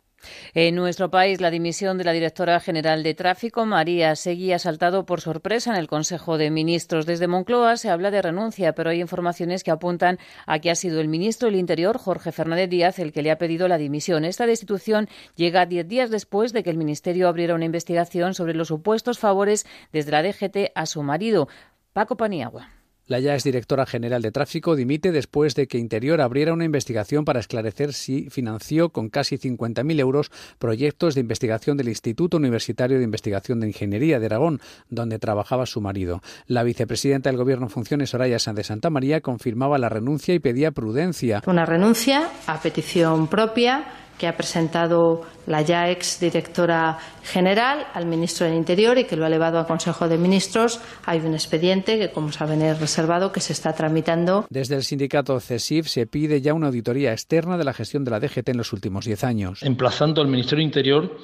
[SPEAKER 20] En nuestro país, la dimisión de la directora general de tráfico, María Seguí, ha saltado por sorpresa en el Consejo de Ministros. Desde Moncloa se habla de renuncia, pero hay informaciones que apuntan a que ha sido el ministro del Interior, Jorge Fernández Díaz, el que le ha pedido la dimisión. Esta destitución llega diez días después de que el ministerio abriera una investigación sobre los supuestos favores desde la DGT a su marido, Paco Paniagua.
[SPEAKER 36] La ya exdirectora general de tráfico dimite después de que Interior abriera una investigación para esclarecer si financió con casi 50.000 euros proyectos de investigación del Instituto Universitario de Investigación de Ingeniería de Aragón, donde trabajaba su marido. La vicepresidenta del Gobierno en funciones, Soraya Sánchez de Santa María, confirmaba la renuncia y pedía prudencia.
[SPEAKER 27] Una renuncia a petición propia que ha presentado la ya ex directora general al ministro del Interior y que lo ha elevado a Consejo de Ministros. Hay un expediente que, como saben, es reservado que se está tramitando.
[SPEAKER 36] Desde el sindicato CESIF se pide ya una auditoría externa de la gestión de la DGT en los últimos 10 años.
[SPEAKER 37] Emplazando al Ministerio del Interior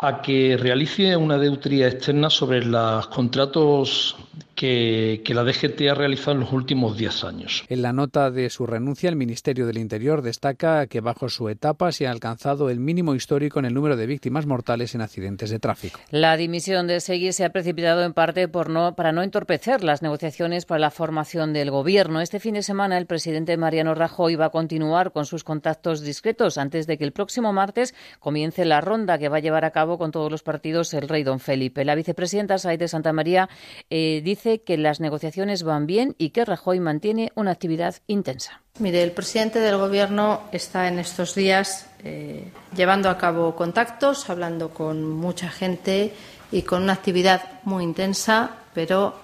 [SPEAKER 37] a que realice una auditoría externa sobre los contratos que, que, la DGT ha realizado en los últimos 10 años.
[SPEAKER 36] En la nota de su renuncia, el Ministerio del Interior destaca que bajo su etapa se ha alcanzado el mínimo histórico en el número de víctimas mortales en accidentes de tráfico.
[SPEAKER 20] La dimisión de Seguí se ha precipitado en parte por no, para no entorpecer las negociaciones para la formación del Gobierno. Este fin de semana, el presidente Mariano Rajoy va a continuar con sus contactos discretos antes de que el próximo martes comience la ronda que va a llevar a cabo con todos los partidos el rey don Felipe. La vicepresidenta Said de Santa María eh, dice que las negociaciones van bien y que Rajoy mantiene una actividad intensa.
[SPEAKER 27] Mire, el presidente del Gobierno está en estos días eh, llevando a cabo contactos, hablando con mucha gente y con una actividad muy intensa, pero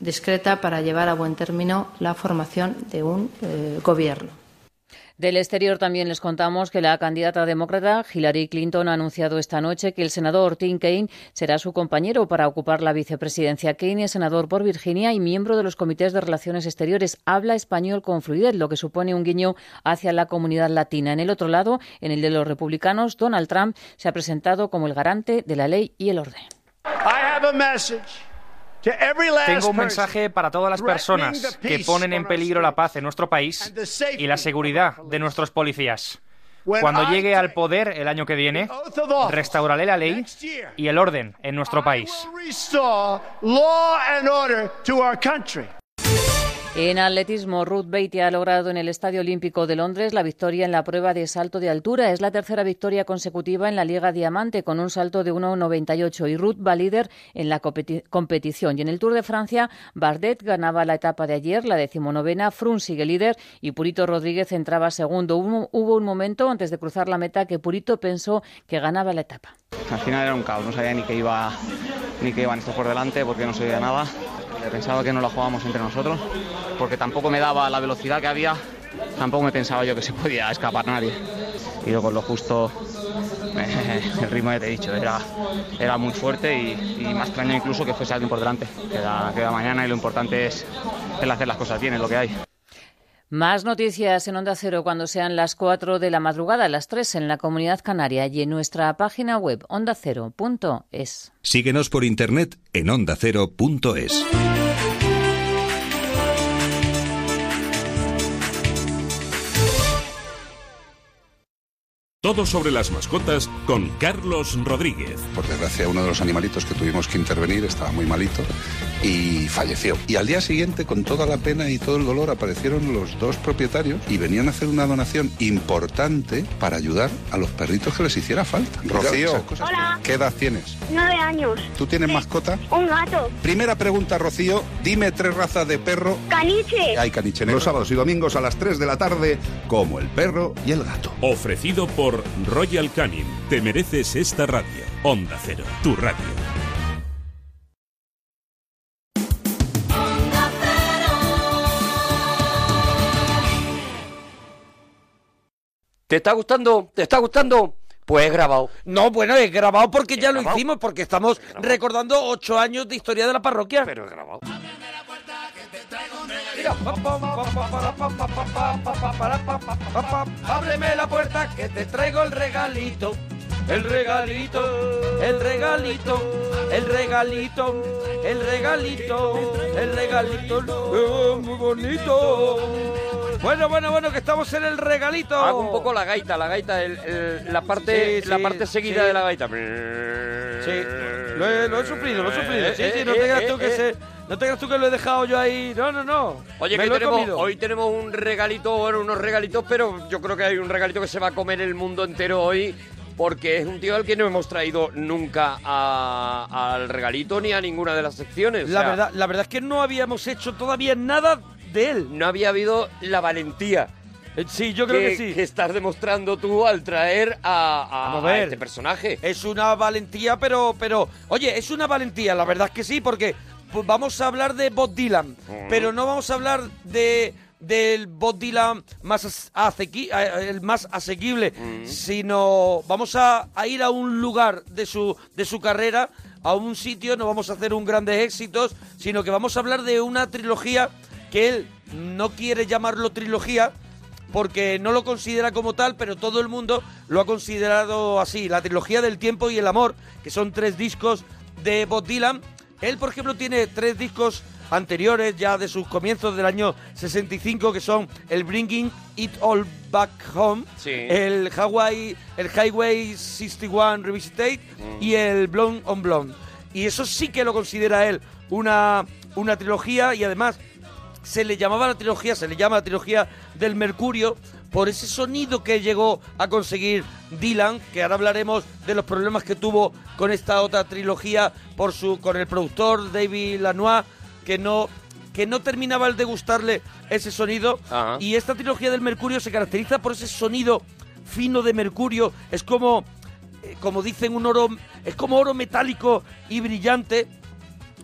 [SPEAKER 27] discreta para llevar a buen término la formación de un eh, Gobierno.
[SPEAKER 20] Del exterior también les contamos que la candidata demócrata Hillary Clinton ha anunciado esta noche que el senador Tim Kaine será su compañero para ocupar la vicepresidencia. Kaine es senador por Virginia y miembro de los comités de relaciones exteriores. Habla español con fluidez, lo que supone un guiño hacia la comunidad latina. En el otro lado, en el de los republicanos, Donald Trump se ha presentado como el garante de la ley y el orden.
[SPEAKER 11] Tengo un mensaje para todas las personas que ponen en peligro la paz en nuestro país y la seguridad de nuestros policías. Cuando llegue al poder el año que viene, restauraré la ley y el orden en nuestro país.
[SPEAKER 20] En atletismo, Ruth Beatty ha logrado en el Estadio Olímpico de Londres la victoria en la prueba de salto de altura. Es la tercera victoria consecutiva en la Liga Diamante con un salto de 1,98 y Ruth va líder en la competi competición. Y en el Tour de Francia, Bardet ganaba la etapa de ayer, la decimonovena, Frun sigue líder y Purito Rodríguez entraba segundo. Hubo, hubo un momento antes de cruzar la meta que Purito pensó que ganaba la etapa.
[SPEAKER 16] Al final era un caos, no sabía ni que iba ni que iban estos por delante porque no se veía nada. Pensaba que no la jugábamos entre nosotros porque tampoco me daba la velocidad que había, tampoco me pensaba yo que se podía escapar nadie. Y yo con lo justo, eh, el ritmo ya te he dicho, era, era muy fuerte y, y más extraño incluso que fuese alguien por delante. Queda, queda mañana y lo importante es el hacer las cosas bien, es lo que hay.
[SPEAKER 20] Más noticias en Onda Cero cuando sean las 4 de la madrugada, las 3 en la Comunidad Canaria y en nuestra página web ondacero.es.
[SPEAKER 21] Síguenos por internet en ondacero.es.
[SPEAKER 31] Todo sobre las mascotas con Carlos Rodríguez.
[SPEAKER 38] Por desgracia, uno de los animalitos que tuvimos que intervenir estaba muy malito y falleció. Y al día siguiente, con toda la pena y todo el dolor, aparecieron los dos propietarios y venían a hacer una donación importante para ayudar a los perritos que les hiciera falta. Rocío,
[SPEAKER 12] Hola,
[SPEAKER 38] ¿qué edad tienes?
[SPEAKER 12] nueve años.
[SPEAKER 38] ¿Tú tienes mascota?
[SPEAKER 12] Un gato.
[SPEAKER 38] Primera pregunta, Rocío, dime tres razas de perro.
[SPEAKER 12] Caniche.
[SPEAKER 38] Hay caniche negro. Los sábados y domingos a las 3 de la tarde, como el perro y el gato.
[SPEAKER 31] Ofrecido por Royal Canin. Te mereces esta radio. Onda Cero, tu radio.
[SPEAKER 6] ¿Te está gustando? ¿Te está gustando? Pues he grabado.
[SPEAKER 1] No, bueno, es grabado porque ya lo hicimos, porque estamos recordando ocho años de historia de la parroquia. Pero
[SPEAKER 6] he grabado.
[SPEAKER 39] Ábreme la puerta que te traigo el regalito. El regalito, el regalito, el regalito, el regalito, el regalito, oh, muy bonito. Bueno, bueno, bueno, que estamos en el regalito.
[SPEAKER 6] Hago un poco la gaita, la gaita, el- el- la parte,
[SPEAKER 1] Sí,
[SPEAKER 6] la
[SPEAKER 1] sí,
[SPEAKER 6] parte seguida
[SPEAKER 1] sí.
[SPEAKER 6] de la gaita.
[SPEAKER 1] Sí, lo he, lo he sufrido, lo he sufrido. Sí,
[SPEAKER 6] Eh,
[SPEAKER 1] sí, no te creas tú que se- no te creas tú que lo he dejado yo ahí. No, no, no.
[SPEAKER 6] Oye,
[SPEAKER 1] Me
[SPEAKER 6] que
[SPEAKER 1] lo he
[SPEAKER 6] tenemos-
[SPEAKER 1] comido.
[SPEAKER 6] hoy tenemos un regalito, bueno, unos regalitos, pero yo creo que hay un regalito que se va a comer el mundo entero hoy, porque es un tío al que no hemos traído nunca a- al regalito ni a ninguna de las secciones. o
[SPEAKER 1] La
[SPEAKER 6] sea,
[SPEAKER 1] verdad, la verdad es que no habíamos hecho todavía nada de él.
[SPEAKER 6] No había habido la valentía.
[SPEAKER 1] Eh, Sí, yo creo que, sí.
[SPEAKER 6] estás demostrando tú al traer a, a-
[SPEAKER 1] Vamos
[SPEAKER 6] a
[SPEAKER 1] ver.
[SPEAKER 6] este personaje.
[SPEAKER 1] Es una valentía, pero, pero. Oye, es una valentía, la verdad es que sí, porque pues, vamos a hablar de Bob Dylan, pero no vamos a hablar de del Bob Dylan más as- asequi- a- el más asequible, sino vamos a, a ir a un lugar de su de su carrera, a un sitio, no vamos a hacer un grandes éxitos, sino que vamos a hablar de una trilogía que él no quiere llamarlo trilogía, porque no lo considera como tal, pero todo el mundo lo ha considerado así. La trilogía del tiempo y el amor, que son tres discos de Bob Dylan. Él, por ejemplo, tiene tres discos anteriores, ya de sus comienzos del año 65, que son el Bringing It All Back Home, el, Hawaii, el Highway 61 Revisited y el Blonde on Blonde. Y eso sí que lo considera él una, una trilogía y además se le llamaba la trilogía, se le llama la trilogía del Mercurio por ese sonido que llegó a conseguir Dylan, que ahora hablaremos de los problemas que tuvo con esta otra trilogía por su con el productor David Lanois que no que no terminaba el de gustarle ese sonido
[SPEAKER 6] Ajá.
[SPEAKER 1] y esta trilogía del Mercurio se caracteriza por ese sonido fino de mercurio, es como eh, como dicen un oro es como oro metálico y brillante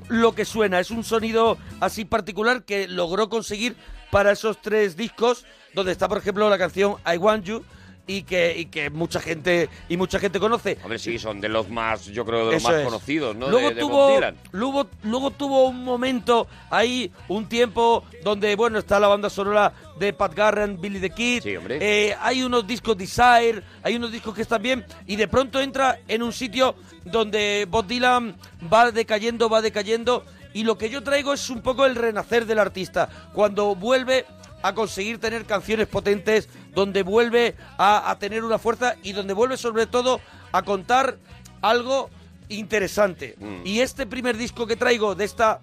[SPEAKER 1] lo que suena. Es un sonido así particular que logró conseguir para esos tres discos, donde está, por ejemplo, la canción I Want You y que, y que mucha gente y mucha gente conoce.
[SPEAKER 6] Hombre, sí, son de los más, yo creo, de los
[SPEAKER 1] Eso
[SPEAKER 6] más
[SPEAKER 1] es.
[SPEAKER 6] conocidos, ¿no?
[SPEAKER 1] Luego
[SPEAKER 6] de, de Bob
[SPEAKER 1] tuvo,
[SPEAKER 6] Dylan.
[SPEAKER 1] Luego, luego tuvo un momento ahí, un tiempo donde, bueno, está la banda sonora de Pat Garren, Billy the Kid. Eh, hay unos discos Desire, hay unos discos que están bien. Y de pronto entra en un sitio donde Bob Dylan va decayendo, va decayendo. Y lo que yo traigo es un poco el renacer del artista. Cuando vuelve a conseguir tener canciones potentes, donde vuelve a- a tener una fuerza y donde vuelve sobre todo a contar algo interesante. Y este primer disco que traigo de esta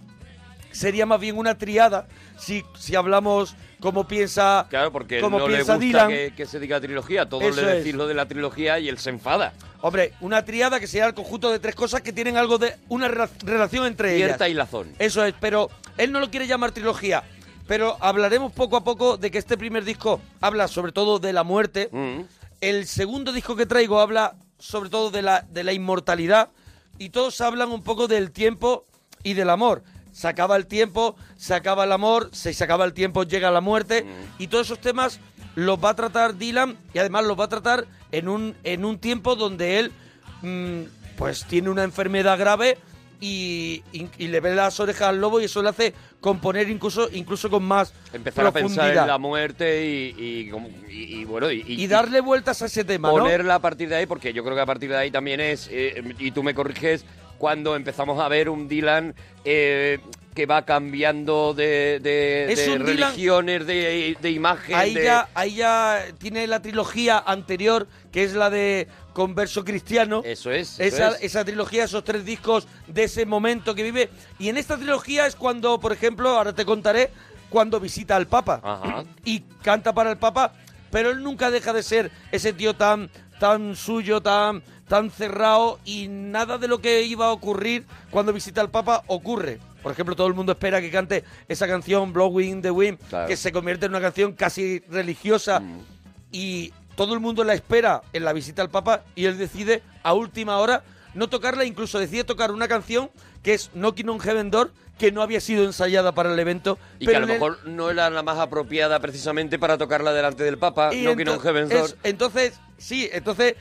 [SPEAKER 1] sería más bien una triada, si, si hablamos como piensa,
[SPEAKER 6] Claro, porque
[SPEAKER 1] como
[SPEAKER 6] no le
[SPEAKER 1] piensa
[SPEAKER 6] gusta
[SPEAKER 1] Dylan.
[SPEAKER 6] que, que se diga trilogía. Todos
[SPEAKER 1] Eso
[SPEAKER 6] le
[SPEAKER 1] es.
[SPEAKER 6] decís lo de la trilogía y él se enfada.
[SPEAKER 1] Hombre, una triada que sería el conjunto de tres cosas que tienen algo de una rela- relación entre
[SPEAKER 6] Cierta
[SPEAKER 1] ellas.
[SPEAKER 6] hilazón.
[SPEAKER 1] Eso es, pero él no lo quiere llamar trilogía. Pero hablaremos poco a poco de que este primer disco habla sobre todo de la muerte. El segundo disco que traigo habla sobre todo de la, de la inmortalidad. Y todos hablan un poco del tiempo y del amor. Se acaba el tiempo, se acaba el amor, se, se acaba el tiempo, llega la muerte. Y todos esos temas los va a tratar Dylan y además los va a tratar en un, en un tiempo donde él mm, pues tiene una enfermedad grave y, y- y le ve las orejas al lobo y eso le hace componer incluso, incluso con más
[SPEAKER 6] Empezar a pensar
[SPEAKER 1] profundidad.
[SPEAKER 6] en la muerte y, y como- y- y bueno, y,
[SPEAKER 1] y darle vueltas a ese tema, ¿no?
[SPEAKER 6] ponerla a partir de ahí, porque yo creo que a partir de ahí también es, eh, y tú me corriges, cuando empezamos a ver un Dylan eh,
[SPEAKER 12] que va cambiando de, de-
[SPEAKER 1] Es
[SPEAKER 12] de
[SPEAKER 1] un Dylan-
[SPEAKER 12] religiones, de, de imagen.
[SPEAKER 1] Ahí
[SPEAKER 12] de-
[SPEAKER 1] ya, ahí ya tiene la trilogía anterior, que es la de Converso Cristiano.
[SPEAKER 12] Eso es. eso
[SPEAKER 1] Esa,
[SPEAKER 12] es.
[SPEAKER 1] esa trilogía, esos tres discos de ese momento que vive. Y en esta trilogía es cuando, por ejemplo, ahora te contaré, cuando visita al Papa. Y canta para el Papa, pero él nunca deja de ser ese tío tan, tan suyo, tan, tan cerrado y nada de lo que iba a ocurrir cuando visita al Papa ocurre. Por ejemplo, todo el mundo espera que cante esa canción Blowing the Wind, que se convierte en una canción casi religiosa
[SPEAKER 12] Mm.
[SPEAKER 1] y todo el mundo la espera en la visita al Papa y él decide a última hora no tocarla, incluso decide tocar una canción que es Knocking on Heaven Door, que no había sido ensayada para el evento.
[SPEAKER 12] Y
[SPEAKER 1] pero
[SPEAKER 12] que a lo
[SPEAKER 1] en el-
[SPEAKER 12] mejor no era la más apropiada precisamente para tocarla delante del Papa,
[SPEAKER 1] y
[SPEAKER 12] no que no
[SPEAKER 1] ento-
[SPEAKER 12] Heaven's
[SPEAKER 1] es-
[SPEAKER 12] Door.
[SPEAKER 1] entonces, sí, entonces,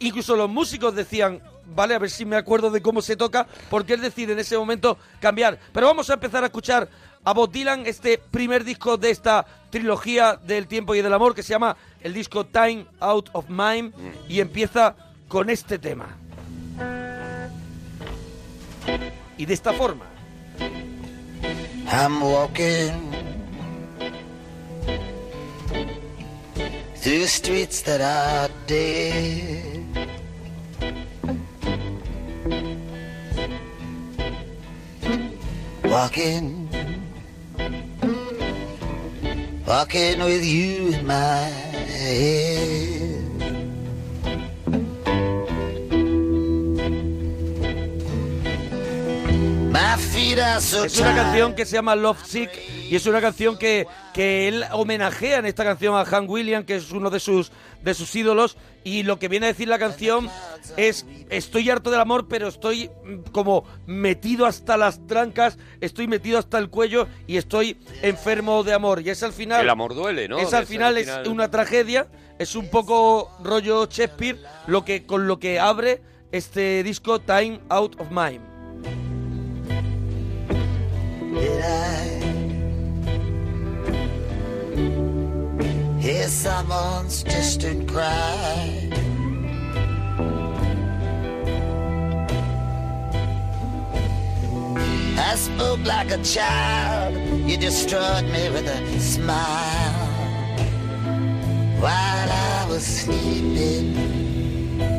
[SPEAKER 1] incluso los músicos decían, vale, a ver si me acuerdo de cómo se toca, porque él decide en ese momento cambiar. Pero vamos a empezar a escuchar a Bob Dylan, este primer disco de esta trilogía del tiempo y del amor, que se llama el disco Time Out of Mind, y empieza con este tema. Y de esta forma.
[SPEAKER 40] I'm walking through streets that are dead. Walking, walking with you in my head. My feet are so
[SPEAKER 1] Es una
[SPEAKER 40] tired.
[SPEAKER 1] canción que se llama Love Sick y es una canción que, que él homenajea en esta canción a Hank Williams, que es uno de sus, de sus ídolos. Y lo que viene a decir la canción es: Estoy harto del amor, pero estoy mm, como metido hasta las trancas, estoy metido hasta el cuello y estoy enfermo de amor. Y es al final.
[SPEAKER 12] El amor duele, ¿no?
[SPEAKER 1] Es al
[SPEAKER 12] Es
[SPEAKER 1] final,
[SPEAKER 12] al
[SPEAKER 1] es
[SPEAKER 12] final-
[SPEAKER 1] una tragedia, es un poco rollo Shakespeare lo que, con lo que abre este disco Time Out of Mind.
[SPEAKER 40] Did I hear someone's distant cry? I spoke like a child. You destroyed me with a smile while I was sleeping.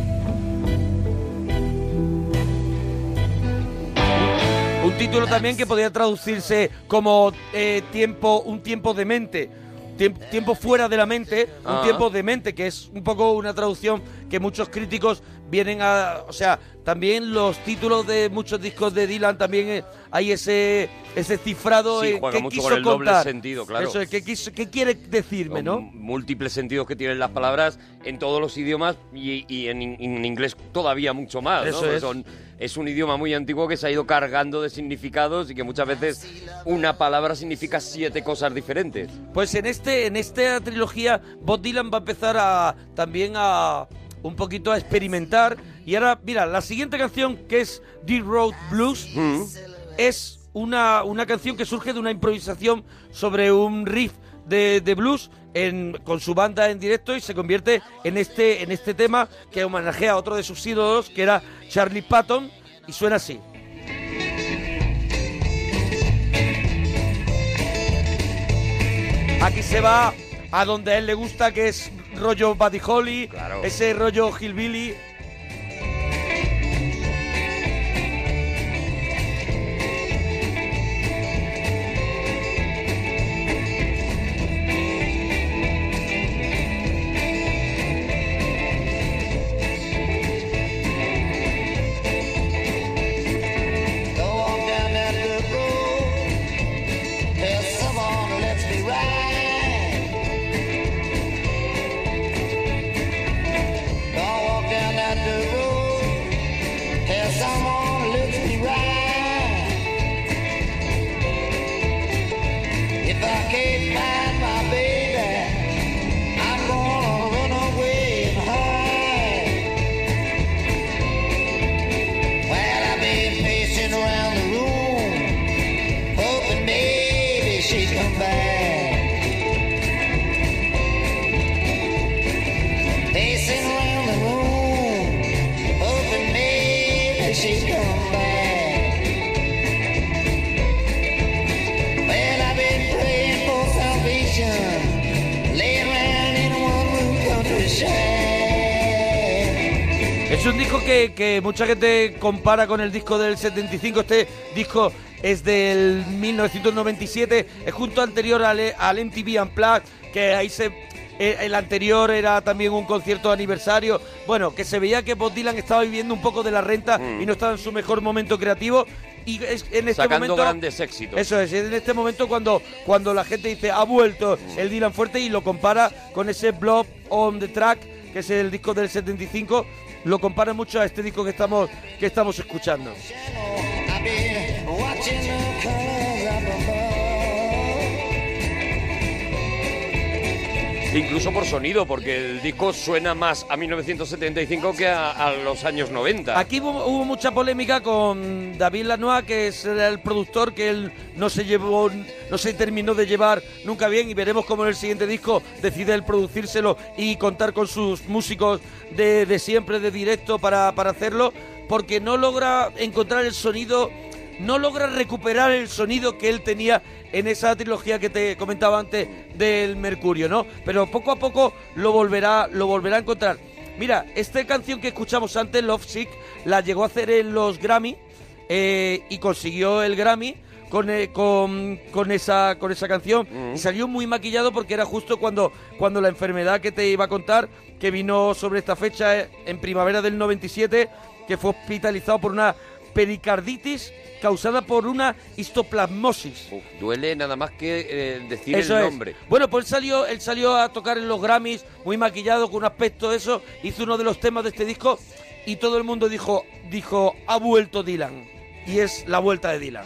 [SPEAKER 1] Un título también que podría traducirse como eh, tiempo, un tiempo de mente. Tiemp- tiempo fuera de la mente, un
[SPEAKER 12] Ah.
[SPEAKER 1] tiempo de mente, que es un poco una traducción que muchos críticos vienen a. O sea, también los títulos de muchos discos de Dylan también eh, hay ese ese cifrado
[SPEAKER 12] Sí,
[SPEAKER 1] en
[SPEAKER 12] juega
[SPEAKER 1] qué
[SPEAKER 12] mucho
[SPEAKER 1] quiso
[SPEAKER 12] con el doble
[SPEAKER 1] contar.
[SPEAKER 12] sentido, claro.
[SPEAKER 1] Eso es, ¿qué, quiso- qué quiere decirme,
[SPEAKER 12] Los
[SPEAKER 1] no?
[SPEAKER 12] múltiples sentidos que tienen las palabras en todos los idiomas y, y en, in- en inglés todavía mucho más. ¿no?
[SPEAKER 1] Eso
[SPEAKER 12] Porque
[SPEAKER 1] es.
[SPEAKER 12] es un idioma muy antiguo que se ha ido cargando de significados y que muchas veces una palabra significa siete cosas diferentes.
[SPEAKER 1] Pues en este en esta trilogía Bob Dylan va a empezar a también a un poquito a experimentar y ahora mira, la siguiente canción que es The Road Blues es una, una canción que surge de una improvisación sobre un riff de, de blues en- con su banda en directo y se convierte en este en este tema que homenajea a otro de sus ídolos que era Charlie Patton y suena así. Aquí se va a donde a él le gusta, que es rollo Buddy Holly, ese rollo Hillbilly.
[SPEAKER 40] walk down that little road. There's someone who lets me ride. I walk down that little road. There's someone who lets me ride. If I can't find my baby, I'm gonna run away and hide. Well, I've been pacing around the room, hoping maybe she'd come back. Pacing around the room, hoping maybe she'd come back.
[SPEAKER 1] Es un disco que, que mucha gente compara con el disco del 75. Este disco es del 1997. Es junto anterior al, al MTV Unplugged, que ahí se... eh, El anterior era también un concierto de aniversario. Bueno, que se veía que Bob Dylan estaba viviendo un poco de la renta
[SPEAKER 6] Mm.
[SPEAKER 1] y no estaba en su mejor momento creativo. Y es- en este
[SPEAKER 6] Sacando
[SPEAKER 1] momento...
[SPEAKER 6] grandes éxitos.
[SPEAKER 1] Eso es, en este momento cuando, cuando la gente dice ha vuelto el Dylan fuerte y lo compara con ese Blob on the Track, que es el disco del 75, lo compara mucho a este disco que estamos, que estamos escuchando.
[SPEAKER 40] I've been watching the colors up
[SPEAKER 6] Incluso por sonido, porque el disco suena más a 1975 que a, a los años 90.
[SPEAKER 1] Aquí hubo, hubo mucha polémica con David Lanois, que es el productor que él no se llevó, no se terminó de llevar nunca bien y veremos cómo en el siguiente disco decide él producírselo y contar con sus músicos de, de siempre, de directo para, para hacerlo, porque no logra encontrar el sonido, no logra recuperar el sonido que él tenía en esa trilogía que te comentaba antes del Mercurio, ¿no? Pero poco a poco lo volverá, lo volverá a encontrar. Mira, esta canción que escuchamos antes, Love Sick, la llegó a hacer en los Grammy eh, y consiguió el Grammy con, eh, con, con esa, con esa canción. Y salió muy maquillado porque era justo cuando, cuando la enfermedad que te iba a contar, que vino sobre esta fecha eh, en primavera del 97, que fue hospitalizado por una pericarditis causada por una histoplasmosis.
[SPEAKER 6] Duele nada más que eh, decir
[SPEAKER 1] Eso
[SPEAKER 6] el
[SPEAKER 1] es.
[SPEAKER 6] nombre.
[SPEAKER 1] Bueno, pues salió, él salió a tocar en los Grammys, muy maquillado, con un aspecto de eso, hizo uno de los temas de este disco y todo el mundo dijo, dijo, ha vuelto Dylan. Y es la vuelta de Dylan.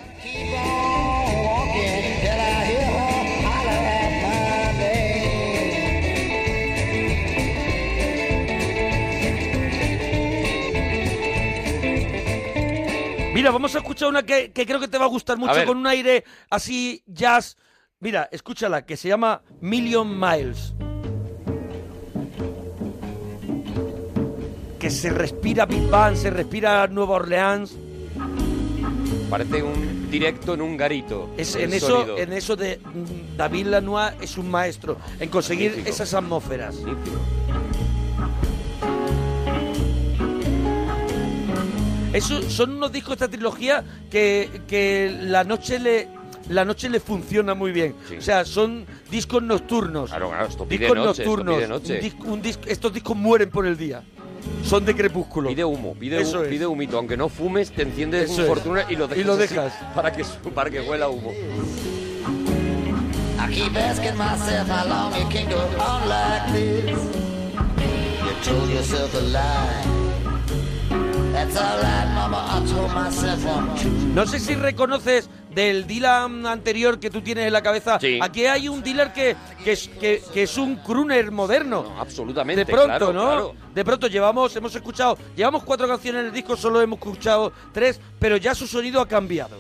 [SPEAKER 1] Mira, vamos a escuchar una que, que creo que te va a gustar mucho,
[SPEAKER 6] ver.
[SPEAKER 1] con un aire así jazz. Mira, escúchala, que se llama Million Miles. Que se respira Big Bang, se respira Nueva Orleans.
[SPEAKER 6] Parece un directo en un garito.
[SPEAKER 1] Es,
[SPEAKER 6] el
[SPEAKER 1] en, eso,
[SPEAKER 6] sonido.
[SPEAKER 1] en eso de mm, David Lanois es un maestro, en conseguir
[SPEAKER 6] Magnífico.
[SPEAKER 1] esas atmósferas. Eso, son unos discos, esta trilogía, que, que la noche le la noche le funciona muy bien. O sea, son discos nocturnos.
[SPEAKER 6] Claro, claro, esto pide
[SPEAKER 1] discos
[SPEAKER 6] noche, esto
[SPEAKER 1] nocturnos.
[SPEAKER 6] pide noche.
[SPEAKER 1] Un dis- un dis- estos discos mueren por el día. Son de crepúsculo.
[SPEAKER 6] Pide humo, pide,
[SPEAKER 1] Eso
[SPEAKER 6] hu-
[SPEAKER 1] es.
[SPEAKER 6] pide humito. Aunque no fumes, te enciendes
[SPEAKER 1] Eso
[SPEAKER 6] un
[SPEAKER 1] es.
[SPEAKER 6] fortuna y lo
[SPEAKER 1] Y
[SPEAKER 6] dejas.
[SPEAKER 1] lo
[SPEAKER 6] así
[SPEAKER 1] dejas.
[SPEAKER 6] para, que, su- para que huela humo.
[SPEAKER 40] I keep asking myself how long it can go on like this. You told yourself a lie. That's all right, mama. I told myself I'm too.
[SPEAKER 1] No sé si reconoces del Dylan anterior que tú tienes en la cabeza. Aquí hay un Dylan que, que, es, que- que es un crooner moderno.
[SPEAKER 6] absolutamente.
[SPEAKER 1] De pronto,
[SPEAKER 6] claro,
[SPEAKER 1] ¿no?
[SPEAKER 6] claro.
[SPEAKER 1] De pronto llevamos, hemos escuchado, llevamos cuatro canciones en el disco, solo hemos escuchado tres, pero ya su sonido ha cambiado.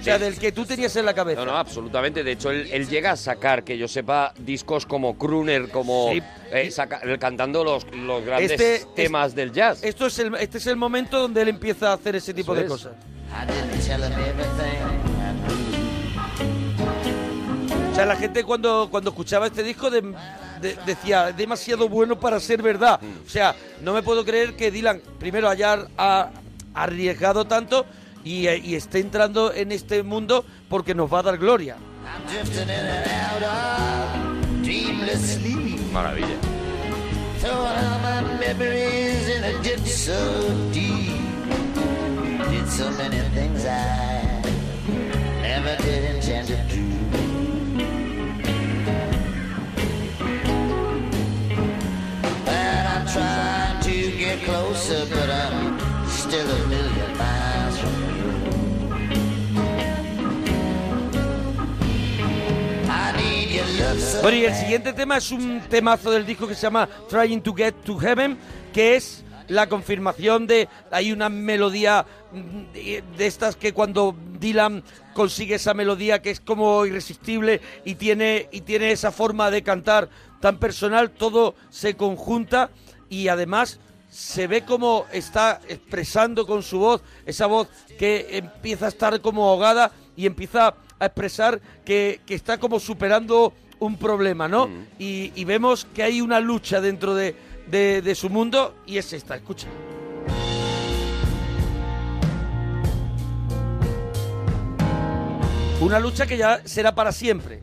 [SPEAKER 1] O sea,
[SPEAKER 6] Sí.
[SPEAKER 1] del que tú tenías en la cabeza.
[SPEAKER 6] No, no, absolutamente. De hecho, él, él llega a sacar, que yo sepa, discos como Crooner, como eh, saca- eh, cantando los, los grandes
[SPEAKER 1] Este-
[SPEAKER 6] temas del jazz.
[SPEAKER 1] Esto es el, este es el momento donde él empieza a hacer ese tipo
[SPEAKER 6] Eso
[SPEAKER 1] de
[SPEAKER 6] es.
[SPEAKER 1] cosas.
[SPEAKER 40] I didn't tell him everything. I
[SPEAKER 1] O sea, la gente cuando, cuando escuchaba este disco de- de- decía, es demasiado bueno para ser verdad. O sea, no me puedo creer que Dylan, primero, haya a- arriesgado tanto y, eh, y esté entrando en este mundo porque nos va a dar gloria.
[SPEAKER 40] I'm drifting in and out of dreamless sleep.
[SPEAKER 6] Maravilla.
[SPEAKER 40] Throwing all my memories in a ditch so deep. Did so many things I never did intend to do. And I'm trying to get closer, but I'm still a million miles from you. I need your love so
[SPEAKER 1] Bueno, y el
[SPEAKER 40] bad.
[SPEAKER 1] siguiente tema es un temazo del disco que se llama Trying to Get to Heaven, que es la confirmación de. Hay una melodía mm, de de estas que cuando Dylan consigue esa melodía que es como irresistible y tiene, y tiene esa forma de cantar tan personal, todo se conjunta y además se ve como está expresando con su voz, esa voz que empieza a estar como ahogada y empieza a expresar que, que está como superando un problema, ¿no? Y, y vemos que hay una lucha dentro de, de, de su mundo y es esta, escucha. Una lucha que ya será para siempre.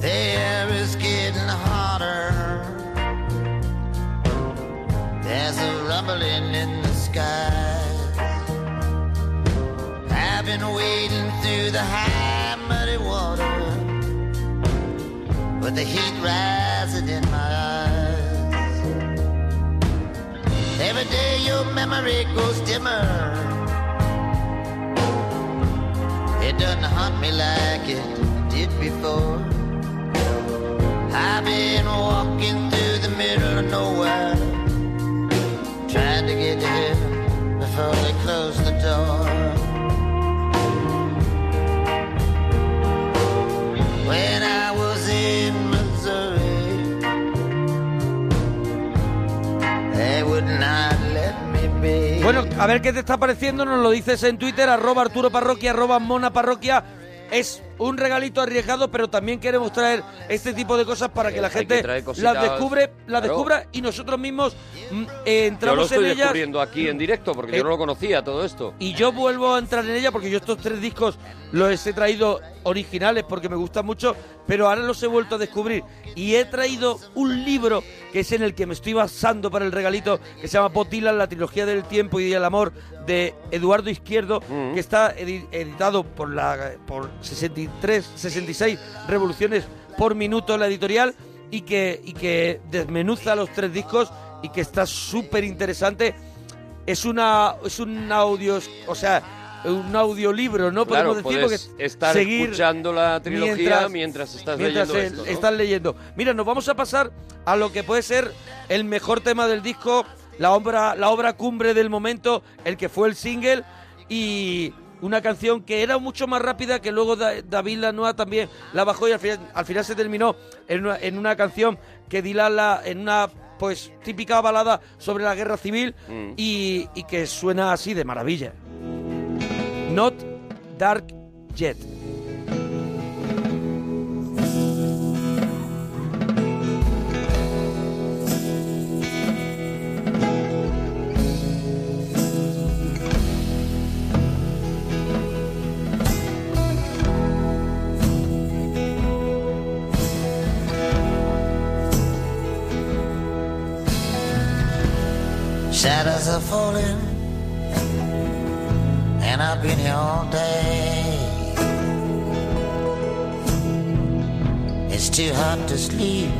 [SPEAKER 40] The air is getting hotter. There's a rumbling in the sky. I've been wading through the high muddy water, but the heat rising in my eyes. Every day your memory goes dimmer. It doesn't haunt me like it did before. I've been walking through the middle of nowhere, trying to get to heaven before they close the door. When I was in Missouri, they would not let me be.
[SPEAKER 1] Bueno, a ver qué te está pareciendo, nos lo dices en Twitter, arroba Arturo Parroquia, arroba Mona Parroquia. Es un regalito arriesgado, pero también queremos traer este tipo de cositas para que la
[SPEAKER 6] Eh, hay
[SPEAKER 1] gente
[SPEAKER 6] que traer cositas,
[SPEAKER 1] las descubre, las
[SPEAKER 6] claro.
[SPEAKER 1] descubra y nosotros mismos mm, eh,
[SPEAKER 6] Yo lo
[SPEAKER 1] entramos
[SPEAKER 6] estoy
[SPEAKER 1] en ellas.
[SPEAKER 6] descubriendo aquí en directo porque
[SPEAKER 1] Eh,
[SPEAKER 6] yo no lo conocía todo esto.
[SPEAKER 1] Y yo vuelvo a entrar en ella porque yo estos tres discos los he traído originales porque me gustan mucho, pero ahora los he vuelto a descubrir. Y he traído un libro que es en el que me estoy basando para el regalito, que se llama Potila, la trilogía del tiempo y el amor de Eduardo Izquierdo, que está edi- editado por, la, por 63, 66 revoluciones por minuto la editorial y que, y que desmenuza los tres discos y que está súper interesante es una es un audio o sea un audiolibro no
[SPEAKER 6] Claro,
[SPEAKER 1] podemos decir
[SPEAKER 6] puedes
[SPEAKER 1] porque
[SPEAKER 6] estar
[SPEAKER 1] seguir
[SPEAKER 6] escuchando la trilogía mientras, estás
[SPEAKER 1] mientras
[SPEAKER 6] leyendo
[SPEAKER 1] el-
[SPEAKER 6] esto, ¿no?
[SPEAKER 1] estás leyendo mira nos vamos a pasar a lo que puede ser el mejor tema del disco la obra la obra cumbre del momento el que fue el single y una canción que era mucho más rápida que luego Da- David Lanoa también la bajó y al final, al final se terminó en una, en una canción que dilala en una pues típica balada sobre la guerra civil
[SPEAKER 6] Mm.
[SPEAKER 1] y, y que suena así de maravilla. Not Dark Jet.
[SPEAKER 40] Shadows are falling, and I've been here all day. It's too hot to sleep,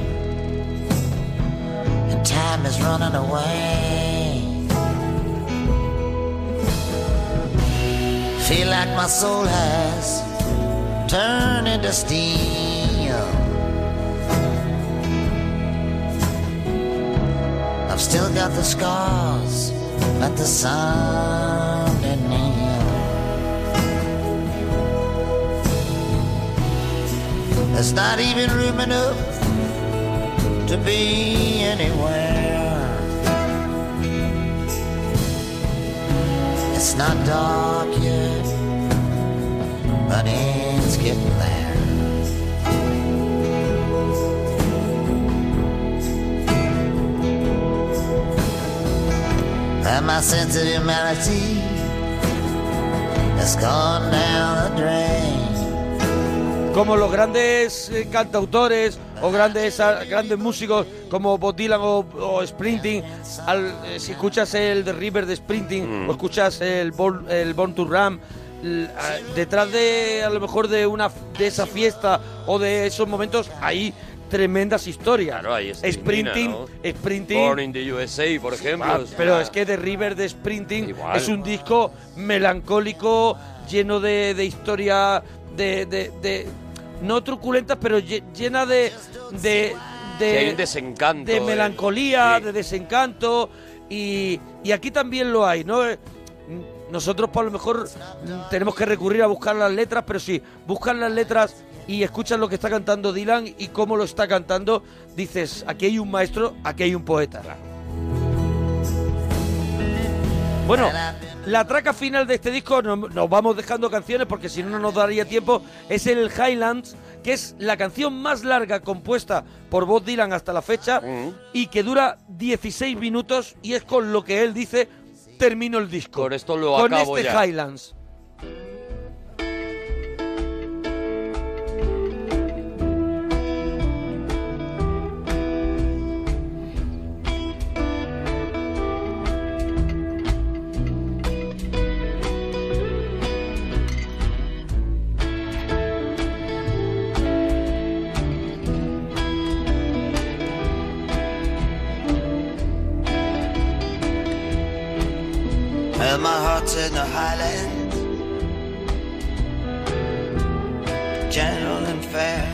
[SPEAKER 40] and time is running away. Feel like my soul has turned into steel. I've still got the scars that the sun didn't heal. There's not even room enough to be anywhere. It's not dark yet, but it's getting there. And my sense of humanity has gone down the drain.
[SPEAKER 1] Como los grandes eh, cantautores o grandes, ah, grandes músicos como Bob Dylan o, o Sprinting, al- eh, si escuchas el The River de
[SPEAKER 6] Mm.
[SPEAKER 1] Sprinting o escuchas el Born, el Born to Ram, l- ah, detrás de a lo mejor de una f- de esa fiesta o de esos momentos hay tremendas historias. Sprinting, Sprinting.
[SPEAKER 6] Born in the USA, por ejemplo.
[SPEAKER 1] Ah,
[SPEAKER 6] es
[SPEAKER 1] pero
[SPEAKER 6] una-
[SPEAKER 1] es que The River de Sprinting
[SPEAKER 6] Igual.
[SPEAKER 1] es un disco melancólico, lleno de, de historia, de, de- de- no truculentas, pero lle- llena de... de, de-
[SPEAKER 6] Que hay un desencanto,
[SPEAKER 1] De
[SPEAKER 6] eh.
[SPEAKER 1] melancolía, de desencanto. Y, y aquí también lo hay, ¿no? Eh, Nosotros por lo mejor mm, tenemos que recurrir a buscar las letras, pero si buscan las letras y escuchas lo que está cantando Dylan y cómo lo está cantando, dices, aquí hay un maestro, aquí hay un poeta. Bueno, La traca final de este disco, no- nos, vamos dejando canciones porque si no, no nos daría tiempo, es el Highlands, que es la canción más larga compuesta por Bob Dylan hasta la fecha y que dura 16 minutos y es con lo que él dice, termino el disco. Con esto
[SPEAKER 6] lo
[SPEAKER 1] Con
[SPEAKER 6] acabo
[SPEAKER 1] este
[SPEAKER 6] ya.
[SPEAKER 1] Highlands.
[SPEAKER 40] And my heart's in the highlands, gentle and fair.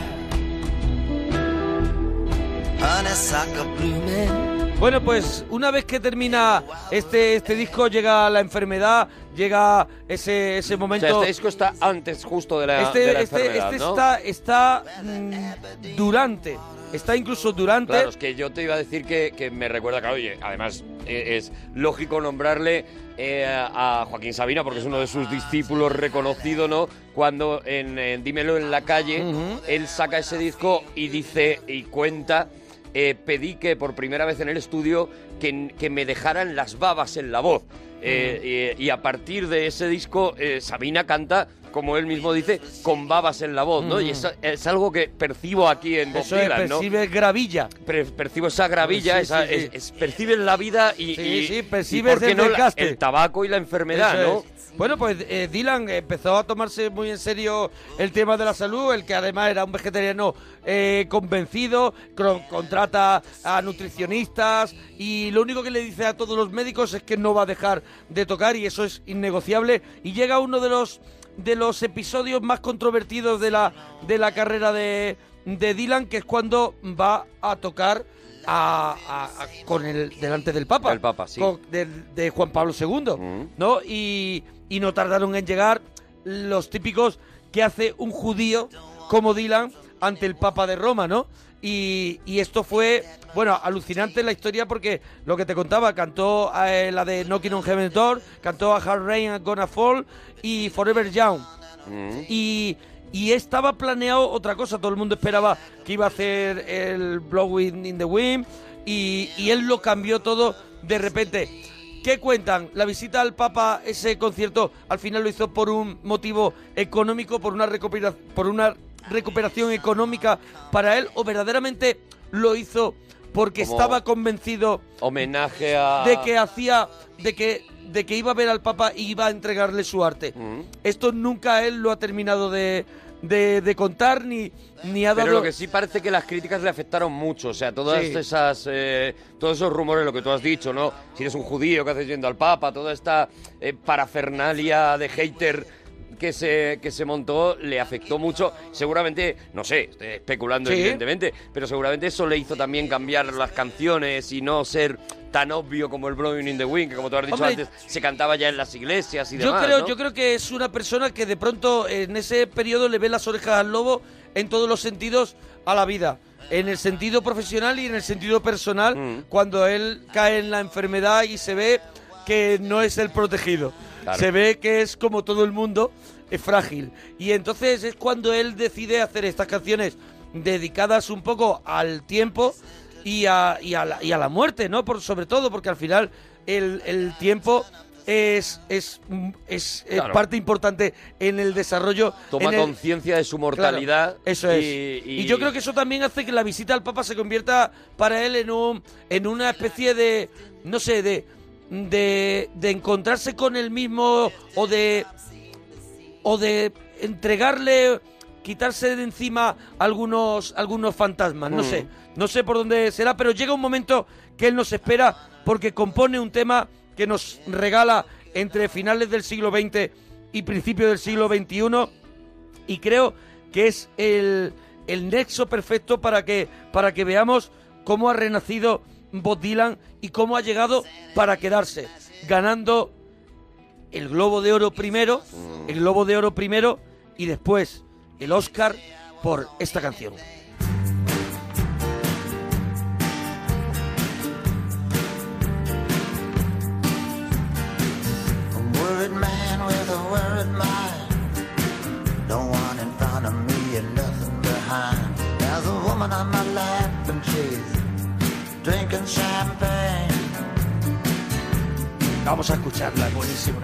[SPEAKER 40] Honeysuckle blooming.
[SPEAKER 1] Bueno, pues una vez que termina este, este disco, llega la enfermedad, llega ese, ese momento.
[SPEAKER 6] este disco está antes justo de la,
[SPEAKER 1] Este,
[SPEAKER 6] de la
[SPEAKER 1] este-
[SPEAKER 6] enfermedad,
[SPEAKER 1] este
[SPEAKER 6] ¿no?
[SPEAKER 1] está, está mm, durante, está incluso durante.
[SPEAKER 6] Claro, es que yo te iba a decir que, que me recuerda que, oye, además eh, es lógico nombrarle eh, a Joaquín Sabina porque es uno de sus discípulos reconocido, ¿no? Cuando en, en Dímelo en la calle, él saca ese disco y dice y cuenta, eh, pedí que por primera vez en el estudio que, que me dejaran las babas en la voz. Eh, y, y a partir de ese disco, eh, Sabina canta, como él mismo dice, con babas en la voz, ¿no? Y
[SPEAKER 1] Mm.
[SPEAKER 6] es, es algo que percibo aquí en Bob
[SPEAKER 1] Eso es,
[SPEAKER 6] Dylan, ¿no?
[SPEAKER 1] percibe gravilla.
[SPEAKER 6] Pre- percibo esa gravilla,
[SPEAKER 1] Sí, sí,
[SPEAKER 6] esa,
[SPEAKER 1] sí.
[SPEAKER 6] es- es- percibes la vida y,
[SPEAKER 1] Sí,
[SPEAKER 6] y-
[SPEAKER 1] sí,
[SPEAKER 6] y
[SPEAKER 1] percibes
[SPEAKER 6] por qué
[SPEAKER 1] el
[SPEAKER 6] no la-
[SPEAKER 1] desgaste.
[SPEAKER 6] el tabaco y la enfermedad,
[SPEAKER 1] Eso
[SPEAKER 6] ¿no?
[SPEAKER 1] es. Bueno, pues eh, Dylan empezó a tomarse muy en serio el tema de la salud, el que además era un vegetariano eh, convencido, cro- contrata a nutricionistas y lo único que le dice a todos los médicos es que no va a dejar de tocar y eso es innegociable. Y llega uno de los de los episodios más controvertidos de la de la carrera de, de Dylan, que es cuando va a tocar a- a- a- con el delante del Papa,
[SPEAKER 6] Del Papa, sí.
[SPEAKER 1] con- del- de, Juan Pablo II, ¿no? Y, y no tardaron en llegar los típicos que hace un judío como Dylan ante el Papa de Roma, ¿no? Y, y esto fue, bueno, alucinante la historia porque lo que te contaba, cantó eh, la de Knocking on Heaven's Door, cantó a Hard Rain and Gonna Fall y Forever Young. Y, y estaba planeado otra cosa. Todo el mundo esperaba que iba a hacer el Blowing in the Wind. Y, y él lo cambió todo de repente. ¿Qué cuentan? La visita al Papa, ese concierto, al final lo hizo por un motivo económico, por una, recupera- por una recuperación económica para él, o verdaderamente lo hizo porque
[SPEAKER 6] Como-
[SPEAKER 1] estaba convencido
[SPEAKER 6] Homenaje a...
[SPEAKER 1] de que hacía de que de que iba a ver al Papa y iba a entregarle su arte.
[SPEAKER 6] Mm.
[SPEAKER 1] Esto nunca él lo ha terminado de, de- de contar ni ni ha dado
[SPEAKER 6] Pero lo que sí parece que las críticas le afectaron mucho, o sea, todas
[SPEAKER 1] Sí.
[SPEAKER 6] esas, eh, todos esos rumores, lo que tú has dicho, ¿no? Si eres un judío, que haces yendo al Papa? Toda esta eh, parafernalia de hater que se, que se montó le afectó mucho. Seguramente, no sé, estoy especulando
[SPEAKER 1] Sí.
[SPEAKER 6] evidentemente, pero seguramente eso le hizo también cambiar las canciones y no ser tan obvio como el Blowing in the Wind, que como tú has dicho
[SPEAKER 1] Hombre,
[SPEAKER 6] antes, se cantaba ya en las iglesias y
[SPEAKER 1] yo
[SPEAKER 6] demás,
[SPEAKER 1] creo
[SPEAKER 6] ¿no?
[SPEAKER 1] yo creo que es una persona que de pronto en ese periodo le ve las orejas al lobo en todos los sentidos a la vida. En el sentido profesional y en el sentido personal, cuando él cae en la enfermedad y se ve que no es el protegido.
[SPEAKER 6] Claro.
[SPEAKER 1] Se ve que es como todo el mundo, es frágil. Y entonces es cuando él decide hacer estas canciones dedicadas un poco al tiempo y a, y a, la, y a la muerte, ¿no? Por, sobre todo, porque al final el, el tiempo es, es, es, es
[SPEAKER 6] Claro.
[SPEAKER 1] parte importante en el desarrollo.
[SPEAKER 6] Toma
[SPEAKER 1] en el-
[SPEAKER 6] conciencia de su
[SPEAKER 1] Claro,
[SPEAKER 6] mortalidad.
[SPEAKER 1] eso es.
[SPEAKER 6] y-
[SPEAKER 1] Y, yo creo que eso también hace que la visita al Papa se convierta para él en un en una especie de no sé de de, de encontrarse con él mismo o de o de entregarle quitarse de encima algunos algunos fantasmas no
[SPEAKER 6] Mm.
[SPEAKER 1] sé no sé por dónde será pero llega un momento que él nos espera porque compone un tema que nos regala entre finales del siglo XX y principios del siglo XXI y creo que es el, el nexo perfecto para que, para que veamos cómo ha renacido Bob Dylan y cómo ha llegado para quedarse, ganando el Globo de Oro primero, el Globo de Oro primero y después el Oscar por esta canción.
[SPEAKER 40] We're drinking champagne.
[SPEAKER 1] Vamos a escucharla, es buenísima.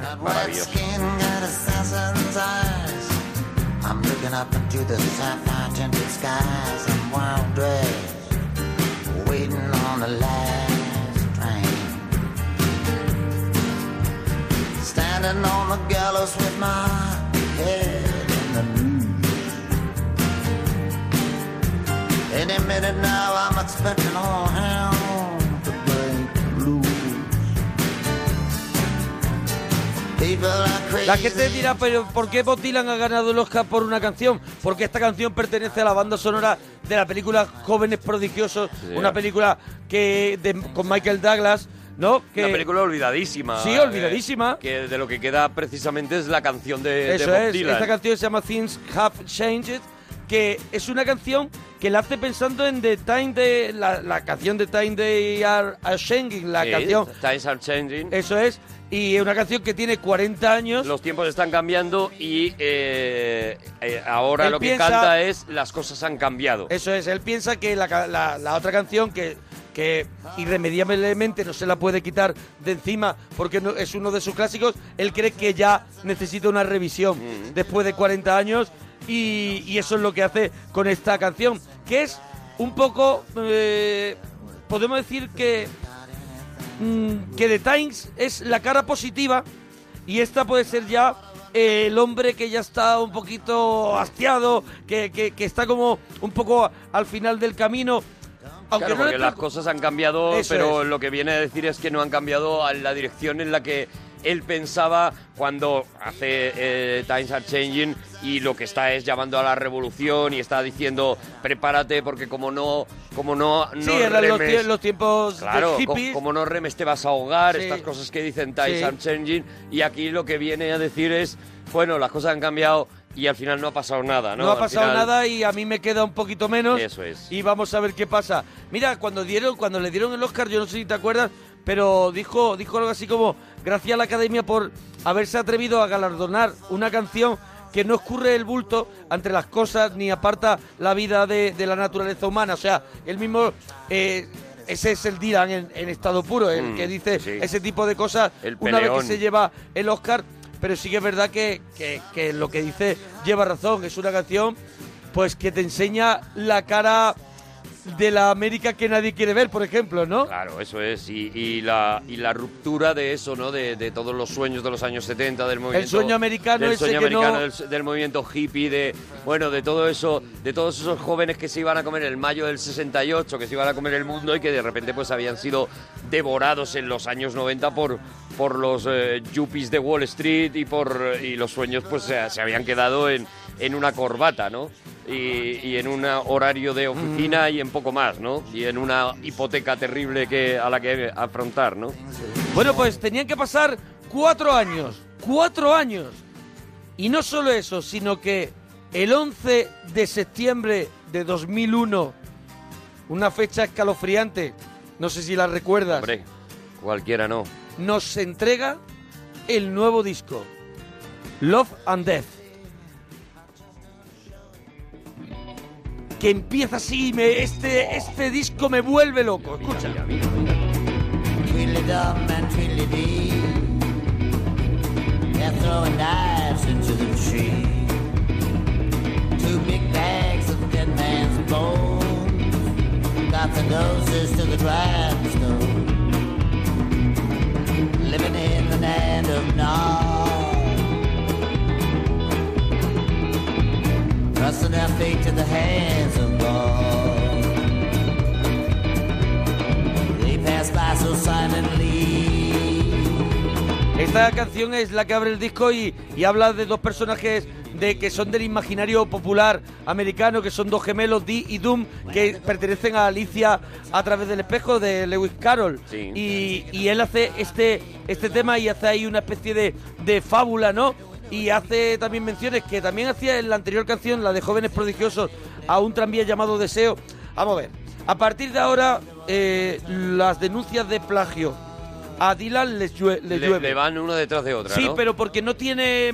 [SPEAKER 40] Red skin got assassin's eyes. I'm looking up into the sapphire tinted skies. I'm wild dressed, waiting on the last train. Standing on the gallows with my head in the news. Any minute now, I'm expecting all hell to break loose. People are crazy.
[SPEAKER 1] La gente dirá, pero ¿por qué Bob Dylan ha ganado el Oscar por una canción? Porque esta canción pertenece a la banda sonora de la película Jóvenes Prodigiosos,
[SPEAKER 6] Sí.
[SPEAKER 1] una película que de- con Michael Douglas, ¿no? Que,
[SPEAKER 6] Una película olvidadísima.
[SPEAKER 1] Sí,
[SPEAKER 6] eh,
[SPEAKER 1] olvidadísima.
[SPEAKER 6] que de lo que queda precisamente es la canción de, de
[SPEAKER 1] Eso
[SPEAKER 6] Bob
[SPEAKER 1] es,
[SPEAKER 6] Dylan.
[SPEAKER 1] esta canción se llama Things Have Changed, que es una canción que la hace pensando en The Time de la, la canción de Time They Are a Changing, la
[SPEAKER 6] Sí,
[SPEAKER 1] canción.
[SPEAKER 6] Times are changing.
[SPEAKER 1] Eso es, y es una canción que tiene 40 años.
[SPEAKER 6] Los tiempos están cambiando y eh, eh, ahora
[SPEAKER 1] Él
[SPEAKER 6] lo que
[SPEAKER 1] piensa-
[SPEAKER 6] canta es las cosas han cambiado.
[SPEAKER 1] Eso es, él piensa que la, ca- la- la otra canción que, que irremediablemente no se la puede quitar de encima porque no- es uno de sus clásicos, él cree que ya necesita una revisión después de 40 años y, y eso es lo que hace con esta canción, que es un poco, eh, podemos decir que, mm, que The Times es la cara positiva y esta puede ser ya eh, el hombre que ya está un poquito hastiado, que, que- que está como un poco a- al final del camino. Aunque
[SPEAKER 6] Claro,
[SPEAKER 1] no le
[SPEAKER 6] porque las
[SPEAKER 1] preocu-
[SPEAKER 6] cosas han cambiado,
[SPEAKER 1] Eso
[SPEAKER 6] pero
[SPEAKER 1] es.
[SPEAKER 6] lo que viene a decir es que no han cambiado a la dirección en la que él pensaba cuando hace eh, Times Are Changing y lo que está es llamando a la revolución y está diciendo prepárate porque como no como no, no
[SPEAKER 1] sí, eran los,
[SPEAKER 6] remes-
[SPEAKER 1] tie- los tiempos
[SPEAKER 6] Claro,
[SPEAKER 1] de
[SPEAKER 6] co-
[SPEAKER 1] hippies.
[SPEAKER 6] como no remes te vas a ahogar,
[SPEAKER 1] Sí.
[SPEAKER 6] estas cosas que dicen Times
[SPEAKER 1] Sí.
[SPEAKER 6] are changing, y aquí lo que viene a decir es, bueno, las cosas han cambiado y al final no ha pasado nada, ¿no?
[SPEAKER 1] No, ha
[SPEAKER 6] Al
[SPEAKER 1] pasado
[SPEAKER 6] final-
[SPEAKER 1] nada y a mí me queda un poquito menos.
[SPEAKER 6] Eso es.
[SPEAKER 1] Y vamos a ver qué pasa. Mira, cuando dieron, cuando le dieron el Oscar, yo no sé si te acuerdas, pero dijo, dijo algo así como gracias a la Academia por haberse atrevido a galardonar una canción que no escurre el bulto entre las cosas ni aparta la vida de, de la naturaleza humana. O sea, él mismo eh, ese es el Dylan en, en estado puro, el
[SPEAKER 6] Mm,
[SPEAKER 1] que dice ese tipo de cosas
[SPEAKER 6] El
[SPEAKER 1] una vez que
[SPEAKER 6] peleón.
[SPEAKER 1] se lleva el Oscar, pero sí que es verdad que, que- que lo que dice lleva razón. Es una canción pues que te enseña la cara de la América que nadie quiere ver, por ejemplo, ¿no?
[SPEAKER 6] Claro, eso es, y, y la, y la ruptura de eso, ¿no? De, de todos los sueños de los años 70, del movimiento...
[SPEAKER 1] sueño americano
[SPEAKER 6] del
[SPEAKER 1] ese
[SPEAKER 6] sueño
[SPEAKER 1] que no-
[SPEAKER 6] americano, del, del movimiento hippie, de, bueno, de todo eso, de todos esos jóvenes que se iban a comer el mayo del 68, que se iban a comer el mundo y que de repente pues habían sido devorados en los años 90 por, por los eh, yuppies de Wall Street y por y los sueños pues se, se habían quedado en, en una corbata, ¿no? Y, y en un horario de oficina
[SPEAKER 1] Mm.
[SPEAKER 6] y en poco más, ¿no? Y en una hipoteca terrible que, a la que afrontar, ¿no?
[SPEAKER 1] Bueno, pues tenían que pasar cuatro años, cuatro años. Y no solo eso, sino que el 11 de septiembre de 2001, una fecha escalofriante, no sé si la recuerdas,
[SPEAKER 6] Hombre, cualquiera no.
[SPEAKER 1] nos entrega el nuevo disco, Love and Death. Que empieza así, me, este, este disco me vuelve loco, escucha.
[SPEAKER 40] Twiddly dum and twiddly dee. They're throwing knives into the tree. Two big bags of dead man's bones. Got the noses to the grindstone. Living in the land of Nod. Trusting their fate to the hands of God. They pass by so silently.
[SPEAKER 1] Esta canción es la que abre el disco y, y habla de dos personajes de que son del imaginario popular americano, que son dos gemelos, Dee y Doom, que pertenecen a Alicia a través del espejo de Lewis Carroll. Y, y él hace este, este tema y hace ahí una especie de, de fábula, ¿no? Y hace también menciones que también hacía en la anterior canción, la de Jóvenes Prodigiosos, a un tranvía llamado Deseo. Vamos a ver, a partir de ahora, eh, las denuncias de plagio a Dylan les, llue- le
[SPEAKER 6] Le,
[SPEAKER 1] llueve.
[SPEAKER 6] le van uno detrás de otra,
[SPEAKER 1] Sí,
[SPEAKER 6] ¿no?
[SPEAKER 1] pero porque no tiene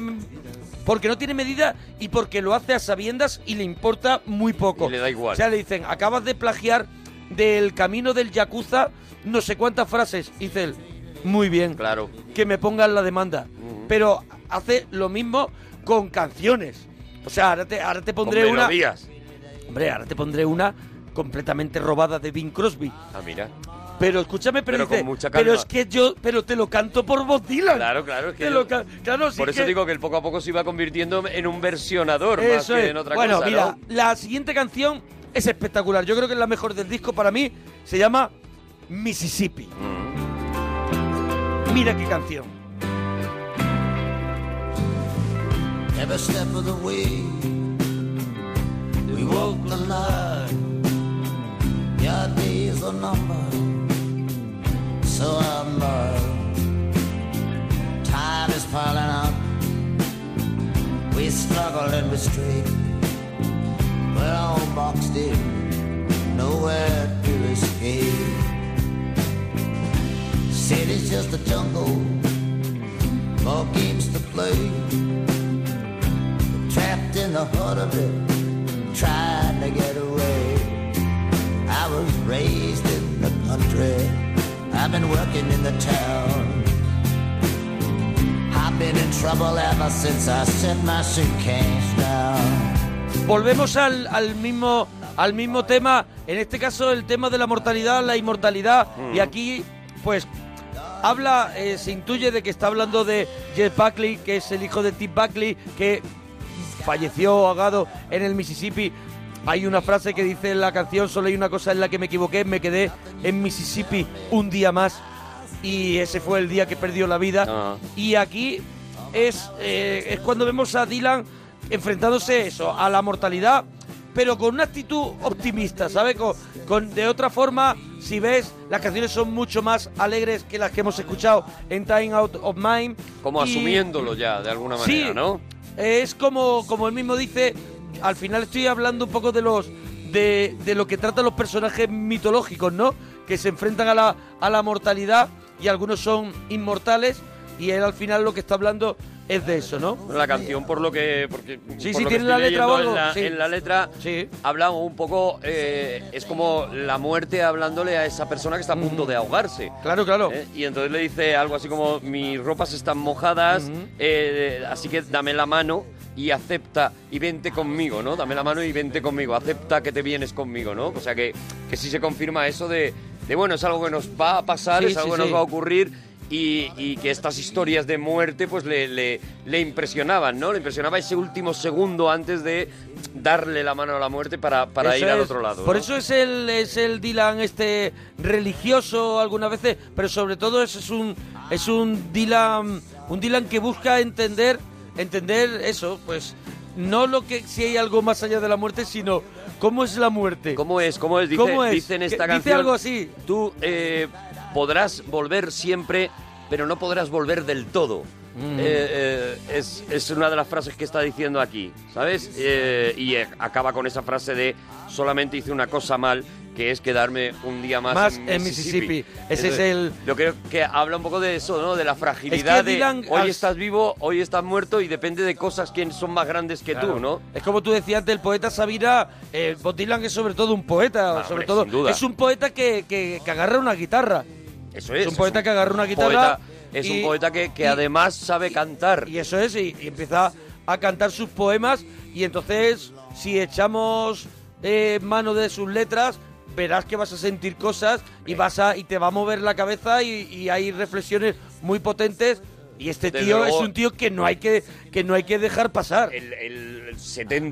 [SPEAKER 1] porque no tiene medida y porque lo hace a sabiendas y le importa muy poco. le da igual. O sea, le dicen, acabas de plagiar del camino del Yakuza, no sé cuántas frases. Y dice él, muy bien, Mm.
[SPEAKER 6] claro.
[SPEAKER 1] que me pongan la demanda. Pero hace lo mismo con canciones. O sea, ahora te, ahora te pondré
[SPEAKER 6] Con
[SPEAKER 1] una...
[SPEAKER 6] melodías.
[SPEAKER 1] Hombre, ahora te pondré una completamente robada de Bing Crosby.
[SPEAKER 6] Ah, mira.
[SPEAKER 1] Pero escúchame, pero,
[SPEAKER 6] Pero con
[SPEAKER 1] dice,
[SPEAKER 6] mucha
[SPEAKER 1] pero
[SPEAKER 6] calma".
[SPEAKER 1] es que yo, pero te lo canto por Bob Dylan.
[SPEAKER 6] Claro, claro, es que
[SPEAKER 1] Te
[SPEAKER 6] yo-
[SPEAKER 1] lo ca- claro, sí
[SPEAKER 6] Por eso
[SPEAKER 1] que-
[SPEAKER 6] digo que el poco a poco se iba convirtiendo en un versionador más
[SPEAKER 1] Eso
[SPEAKER 6] que
[SPEAKER 1] es.
[SPEAKER 6] en otra
[SPEAKER 1] bueno,
[SPEAKER 6] cosa.
[SPEAKER 1] mira,
[SPEAKER 6] ¿no?
[SPEAKER 1] la siguiente canción es espectacular. Yo creo que es la mejor del disco para mí. Se llama Mississippi.
[SPEAKER 6] Mm.
[SPEAKER 1] Mira qué canción.
[SPEAKER 40] Every step of the way, we walk the line. Your days are numbered, so are mine. Time is piling up. We struggle and we struggle. We're all boxed in, nowhere to escape. City's just a jungle, more games to play trapped in the heart of it, trying to get away. I was raised in the country, I've been working in the town. I've been in trouble ever since I set my suitcase down.
[SPEAKER 1] Volvemos al, al mismo al mismo tema, en este caso el tema de la mortalidad, la inmortalidad,
[SPEAKER 6] Mm.
[SPEAKER 1] y aquí pues habla, eh, se intuye de que está hablando de Jeff Buckley, que es el hijo de Tim Buckley, que falleció ahogado en el Mississippi. Hay una frase que dice en la canción, solo hay una cosa en la que me equivoqué, me quedé en Mississippi un día más y ese fue el día que perdió la vida.
[SPEAKER 6] Ah.
[SPEAKER 1] Y aquí es, eh, es cuando vemos a Dylan enfrentándose eso, a la mortalidad, pero con una actitud optimista, ¿sabes? Con, con- de otra forma, si ves, las canciones son mucho más alegres que las que hemos escuchado en Time Out of Mind.
[SPEAKER 6] Como
[SPEAKER 1] Y-
[SPEAKER 6] asumiéndolo ya, de alguna
[SPEAKER 1] Sí,
[SPEAKER 6] manera, ¿no?
[SPEAKER 1] es como, como él mismo dice, al final estoy hablando un poco de los de, de lo que tratan los personajes mitológicos, ¿no? Que se enfrentan a la, a la mortalidad y algunos son inmortales y él al final lo que está hablando es de eso, ¿no?
[SPEAKER 6] La canción, por lo que. Porque,
[SPEAKER 1] Sí,
[SPEAKER 6] por
[SPEAKER 1] sí,
[SPEAKER 6] lo que
[SPEAKER 1] tiene la
[SPEAKER 6] estoy
[SPEAKER 1] letra
[SPEAKER 6] leyendo
[SPEAKER 1] o algo,
[SPEAKER 6] En la,
[SPEAKER 1] sí.
[SPEAKER 6] en la letra habla un poco. eh, es como la muerte hablándole a esa persona que está a punto de ahogarse.
[SPEAKER 1] Claro, claro.
[SPEAKER 6] ¿eh? Y entonces le dice algo así como: Mis ropas están mojadas, eh, así que dame la mano y acepta y vente conmigo, ¿no? Dame la mano y vente conmigo, acepta que te vienes conmigo, ¿no? O sea que, que sí se confirma eso de, de, bueno, es algo que nos va a pasar,
[SPEAKER 1] Sí,
[SPEAKER 6] es
[SPEAKER 1] sí,
[SPEAKER 6] algo que nos
[SPEAKER 1] sí.
[SPEAKER 6] va a ocurrir y, y que estas historias de muerte pues le, le- le impresionaban, ¿no? Le impresionaba ese último segundo antes de darle la mano a la muerte para, para
[SPEAKER 1] Eso
[SPEAKER 6] ir al
[SPEAKER 1] es.
[SPEAKER 6] otro lado.
[SPEAKER 1] Por
[SPEAKER 6] ¿no?
[SPEAKER 1] eso es el, es el Dylan este religioso algunas veces, pero sobre todo es, es un es un Dylan un Dylan que busca entender entender eso, pues no lo que si hay algo más allá de la muerte, sino cómo es la muerte.
[SPEAKER 6] ¿Cómo es? ¿Cómo es? Dice,
[SPEAKER 1] ¿Cómo es?
[SPEAKER 6] dice en
[SPEAKER 1] Que-
[SPEAKER 6] esta
[SPEAKER 1] dice
[SPEAKER 6] canción.
[SPEAKER 1] algo así.
[SPEAKER 6] Tú eh, podrás volver siempre, pero no podrás volver del todo.
[SPEAKER 1] Mm.
[SPEAKER 6] Eh, eh, es, es una de las frases que está diciendo aquí, ¿sabes? Eh, y eh, acaba con esa frase de solamente hice una cosa mal, que es quedarme un día más,
[SPEAKER 1] Más en Mississippi. Ese es el-
[SPEAKER 6] Yo creo que habla un poco de eso, ¿no? De la fragilidad de
[SPEAKER 1] Dylan
[SPEAKER 6] hoy
[SPEAKER 1] has-
[SPEAKER 6] estás vivo, hoy estás muerto y depende de cosas que son más grandes que
[SPEAKER 1] Claro.
[SPEAKER 6] tú, ¿no?
[SPEAKER 1] Es como tú decías del poeta Sabina, eh, Bob Dylan es sobre todo un poeta,
[SPEAKER 6] Ah,
[SPEAKER 1] sobre
[SPEAKER 6] hombre,
[SPEAKER 1] todo
[SPEAKER 6] sin duda.
[SPEAKER 1] es un poeta que, que- que agarra una guitarra.
[SPEAKER 6] Eso es.
[SPEAKER 1] Es un poeta que agarra una
[SPEAKER 6] poeta-
[SPEAKER 1] guitarra.
[SPEAKER 6] es
[SPEAKER 1] y-
[SPEAKER 6] un poeta que, que
[SPEAKER 1] y-
[SPEAKER 6] además sabe cantar.
[SPEAKER 1] Y eso es, y, y empieza a cantar sus poemas y entonces si echamos eh, mano de sus letras, verás que vas a sentir cosas y vas a y te va a mover la cabeza y, y hay reflexiones muy potentes y este
[SPEAKER 6] Desde
[SPEAKER 1] tío
[SPEAKER 6] luego-
[SPEAKER 1] es un tío que no hay que que no hay que dejar pasar.
[SPEAKER 6] El, el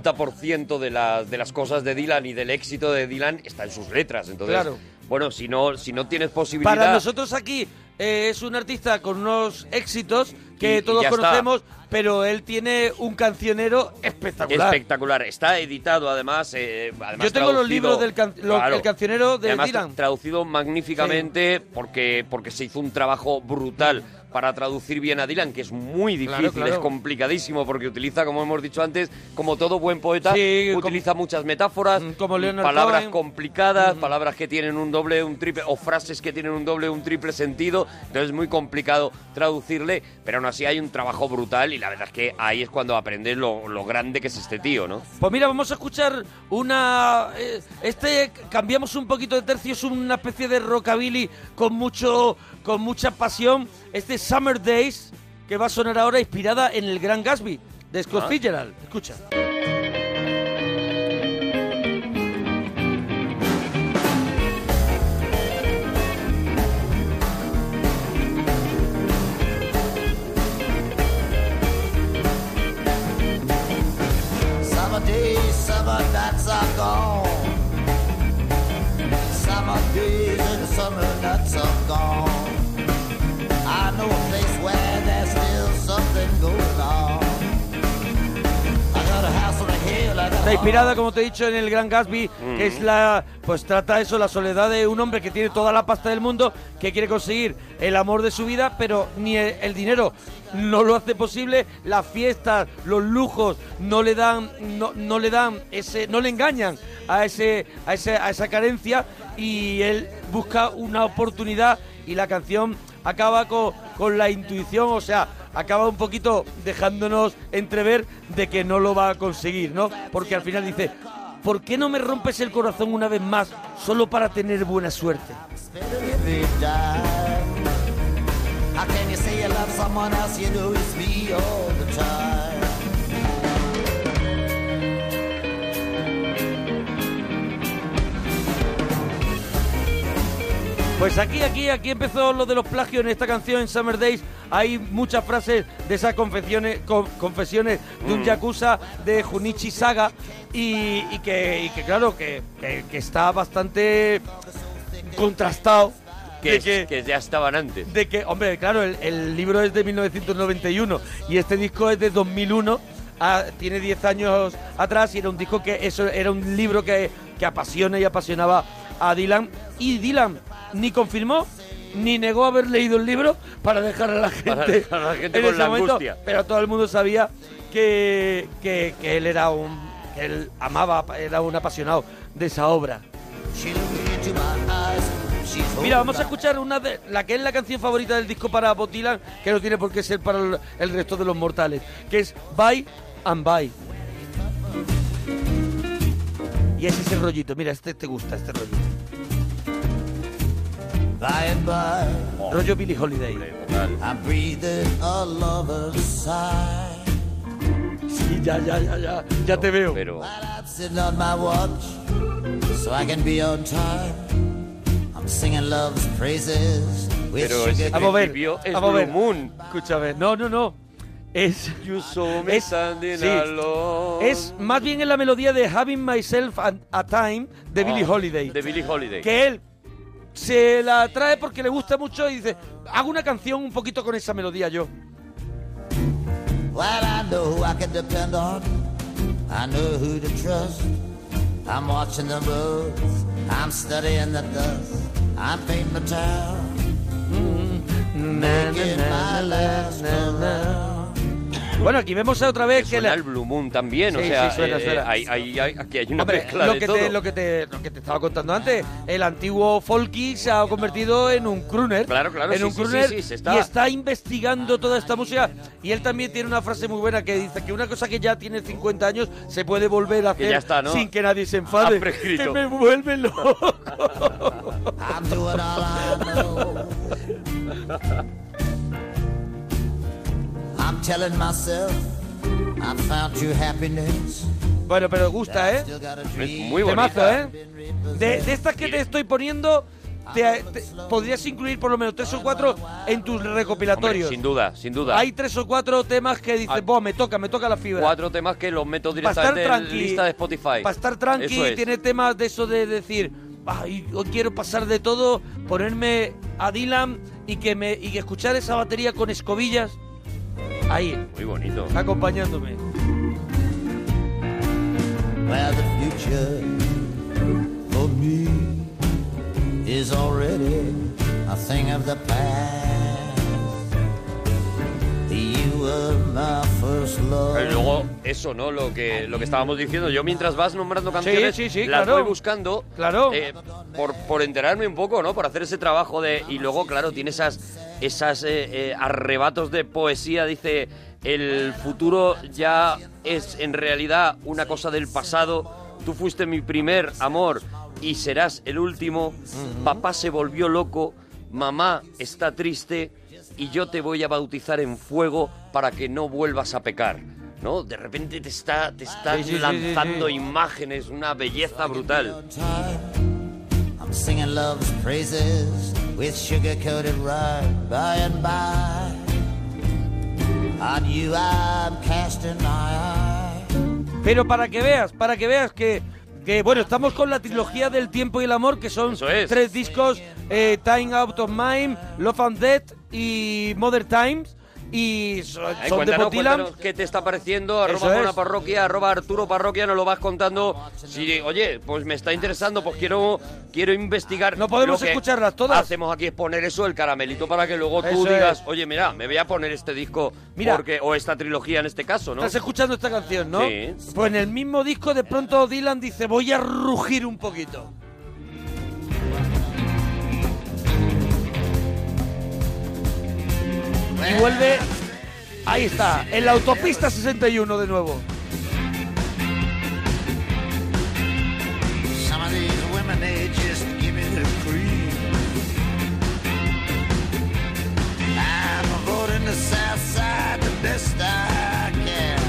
[SPEAKER 6] 70% de, las de las cosas de Dylan y del éxito de Dylan está en sus letras. Entonces,
[SPEAKER 1] Claro.
[SPEAKER 6] bueno, si no, si no tienes posibilidad.
[SPEAKER 1] Para nosotros aquí eh, es un artista con unos éxitos que
[SPEAKER 6] Y- y
[SPEAKER 1] todos
[SPEAKER 6] ya está.
[SPEAKER 1] conocemos, pero él tiene un cancionero espectacular.
[SPEAKER 6] Espectacular. Está editado, además. eh, además
[SPEAKER 1] Yo tengo los
[SPEAKER 6] traducido.
[SPEAKER 1] libros del can- lo-
[SPEAKER 6] Claro.
[SPEAKER 1] el cancionero de
[SPEAKER 6] Además,
[SPEAKER 1] Dylan.
[SPEAKER 6] traducido magníficamente porque, porque se hizo un trabajo brutal para traducir bien a Dylan, que es muy difícil,
[SPEAKER 1] Claro, claro.
[SPEAKER 6] es complicadísimo, porque utiliza, como hemos dicho antes, como todo buen poeta, utiliza muchas metáforas,
[SPEAKER 1] Mm, Leonard
[SPEAKER 6] palabras
[SPEAKER 1] Cohen.
[SPEAKER 6] complicadas, palabras que tienen un doble, un triple, o frases que tienen un doble, un triple sentido, entonces es muy complicado traducirle, pero aún así hay un trabajo brutal y la verdad es que ahí es cuando aprendes lo, lo grande que es este tío, ¿no?
[SPEAKER 1] Pues mira, vamos a escuchar una... eh, Este, cambiamos un poquito de tercio, es una especie de rockabilly con, mucho, con mucha pasión. Este Summer Days, que va a sonar ahora inspirada en el Gran Gatsby, de Scott
[SPEAKER 6] Ah.
[SPEAKER 1] Fitzgerald. Escucha.
[SPEAKER 40] Summer days, summer nights are gone. Summer days and summer nights are gone. I know a place where there's still something going on. I got a house on a hill, I got
[SPEAKER 1] Está
[SPEAKER 40] a home.
[SPEAKER 1] inspirada, como te he dicho, en el Gran Gatsby, que es la. Pues trata eso, la soledad de un hombre que tiene toda la pasta del mundo, que quiere conseguir el amor de su vida, pero ni el, el dinero no lo hace posible. Las fiestas, los lujos, no le dan. No, no le dan ese. No le engañan a ese. a ese, a esa carencia. Y él busca una oportunidad. Y la canción acaba co- con la intuición, o sea, acaba un poquito dejándonos entrever de que no lo va a conseguir, ¿no? Porque al final dice, ¿por qué no me rompes el corazón una vez más solo para tener buena suerte?
[SPEAKER 40] How can you say you love someone else? You know it's me all the time.
[SPEAKER 1] Pues aquí, aquí, aquí empezó lo de los plagios en esta canción, en Summer Days. Hay muchas frases de esas confesiones, con- confesiones de un
[SPEAKER 6] Mm.
[SPEAKER 1] yakuza de Junichi Saga y, y que, y que, claro, que, que- que está bastante contrastado.
[SPEAKER 6] Que,
[SPEAKER 1] de
[SPEAKER 6] es- que ya estaban antes.
[SPEAKER 1] de que, hombre, claro, el, el libro es de 1991 y este disco es de 2001, ah, tiene 10 años atrás y era un disco que eso era un libro que, que apasiona y apasionaba a Dylan y Dylan ni confirmó ni negó haber leído el libro para dejar a la
[SPEAKER 6] Para
[SPEAKER 1] gente,
[SPEAKER 6] dejar a la gente
[SPEAKER 1] en
[SPEAKER 6] con
[SPEAKER 1] ese
[SPEAKER 6] la
[SPEAKER 1] momento,
[SPEAKER 6] angustia.
[SPEAKER 1] pero todo el mundo sabía que, que, que él era un que él amaba, era un apasionado de esa obra. Mira, vamos a escuchar una de la que es la canción favorita del disco para Bob Dylan, que no tiene por qué ser para el, el resto de los mortales, que es Bye and Bye. Y ese es el rollito, mira, este te gusta, este rollito.
[SPEAKER 40] By and by,
[SPEAKER 1] Rollo Billy Holiday.
[SPEAKER 40] I'm breathing a lover's sigh.
[SPEAKER 1] Sí, ya, ya, ya, ya, ya te veo.
[SPEAKER 40] I'm sitting on my watch so I can be on time. I'm singing love's praises with
[SPEAKER 6] Pero
[SPEAKER 40] sugar.
[SPEAKER 6] ese
[SPEAKER 1] Vamos a ver,
[SPEAKER 6] principio es
[SPEAKER 1] vamos a ver.
[SPEAKER 6] Blue Moon.
[SPEAKER 1] Escúchame, no, no, no. Es.
[SPEAKER 6] me
[SPEAKER 1] es,
[SPEAKER 6] standing
[SPEAKER 1] sí.
[SPEAKER 6] alone.
[SPEAKER 1] Es más bien en la melodía de Having Myself an- a Time de Billie
[SPEAKER 6] Ah,
[SPEAKER 1] Holiday.
[SPEAKER 6] De Billy Holiday.
[SPEAKER 1] Que él se la trae porque le gusta mucho y dice: Hago una canción un poquito con esa melodía yo.
[SPEAKER 40] Well, I know who I can depend on. I know who to trust. I'm watching the roads. I'm studying the dust. I'm painting the town. Making my last
[SPEAKER 1] Bueno, aquí vemos otra vez
[SPEAKER 6] que, la... el Blue Moon también, o
[SPEAKER 1] Sí,
[SPEAKER 6] sea,
[SPEAKER 1] sí, suena,
[SPEAKER 6] eh,
[SPEAKER 1] suena.
[SPEAKER 6] hay- hay- hay- aquí hay una
[SPEAKER 1] Hombre,
[SPEAKER 6] mezcla
[SPEAKER 1] lo
[SPEAKER 6] de
[SPEAKER 1] que
[SPEAKER 6] todo.
[SPEAKER 1] Te, lo, que te, lo que te estaba contando antes, el antiguo folky se ha convertido en un crooner.
[SPEAKER 6] Claro, claro,
[SPEAKER 1] En
[SPEAKER 6] sí,
[SPEAKER 1] un
[SPEAKER 6] sí,
[SPEAKER 1] crooner
[SPEAKER 6] sí, sí, se está-
[SPEAKER 1] y está investigando toda esta música. Y él también tiene una frase muy buena que dice que una cosa que ya tiene 50 años se puede volver a
[SPEAKER 6] Que
[SPEAKER 1] hacer
[SPEAKER 6] ya está, ¿no?
[SPEAKER 1] sin que nadie se enfade.
[SPEAKER 6] Ha prescrito.
[SPEAKER 1] Que me vuelve loco.
[SPEAKER 40] I'm doing all I know. I'm telling myself I found true happiness.
[SPEAKER 1] Bueno, pero gusta, ¿eh?
[SPEAKER 40] muy
[SPEAKER 1] Temazo,
[SPEAKER 40] bonita.
[SPEAKER 1] ¿eh? De, de estas que te estoy poniendo, te- te- podrías incluir por lo menos tres o cuatro en tus recopilatorios.
[SPEAKER 6] Hombre, sin duda, sin duda. Ah.
[SPEAKER 1] Hay tres o cuatro temas que dices, "Buah, me toca, me toca la fibra.
[SPEAKER 6] cuatro temas que los meto
[SPEAKER 1] Pa' estar
[SPEAKER 6] directamente en la
[SPEAKER 1] tranqui.
[SPEAKER 6] lista de Spotify.
[SPEAKER 1] Para estar tranqui,
[SPEAKER 6] Eso es.
[SPEAKER 1] tiene temas de eso de decir, "Ay, hoy quiero pasar de todo, ponerme a Dylan y que me y que escuchar esa batería con escobillas ahí
[SPEAKER 6] Muy bonito.
[SPEAKER 1] acompañándome.
[SPEAKER 40] Where the future for me is already a thing of the past.
[SPEAKER 6] Pero luego, eso, ¿no? Lo que, lo que estábamos diciendo. Yo mientras vas nombrando canciones,
[SPEAKER 1] sí, sí,
[SPEAKER 6] las
[SPEAKER 1] claro.
[SPEAKER 6] voy buscando. Claro. Eh, por, por enterarme un poco, ¿no? Por hacer ese trabajo de. Y luego, claro, tiene esas, esas eh, eh, arrebatos de poesía. Dice: el futuro ya es en realidad una cosa del pasado. Tú fuiste mi primer amor y serás el último. Papá se volvió loco. Mamá está triste y yo te voy a bautizar en fuego para que no vuelvas a pecar. ¿No? De repente te está, te está
[SPEAKER 41] Sí, sí, sí, sí,
[SPEAKER 6] lanzando
[SPEAKER 41] sí.
[SPEAKER 6] imágenes, una belleza brutal.
[SPEAKER 40] I'm singing love's praises with sugar coated rhyme by and by. On you I'm casting my eye.
[SPEAKER 1] Pero para que veas, para que veas que, que, bueno, estamos con la trilogía del tiempo y el amor, que son tres discos, eh, Time Out of Mind, Love and Death y Mother Times, y son,
[SPEAKER 6] Ay,
[SPEAKER 1] son de
[SPEAKER 6] cuéntanos,
[SPEAKER 1] Bob Dylan.
[SPEAKER 6] cuéntanos qué te está pareciendo, arroba
[SPEAKER 1] Eso es.
[SPEAKER 6] Mona parroquia, arroba Arturo parroquia, nos lo vas contando. Si, oye, pues me está interesando, pues quiero, quiero investigar. No
[SPEAKER 1] podemos escucharlas todas.
[SPEAKER 6] Hacemos aquí es poner eso, el caramelito, para que luego tú
[SPEAKER 1] Eso
[SPEAKER 6] digas,
[SPEAKER 1] es.
[SPEAKER 6] oye, mira, me voy a poner este disco,
[SPEAKER 1] Mira.
[SPEAKER 6] porque, o esta trilogía en este caso, ¿no?
[SPEAKER 1] Estás escuchando esta canción, ¿no?
[SPEAKER 6] Sí.
[SPEAKER 1] Pues en el mismo disco de pronto Dylan dice, voy a rugir un poquito. Y vuelve, ahí está, en la autopista 61 de nuevo.
[SPEAKER 40] Some of these women, they just give me the cream. I'm voting the South Side the best I can.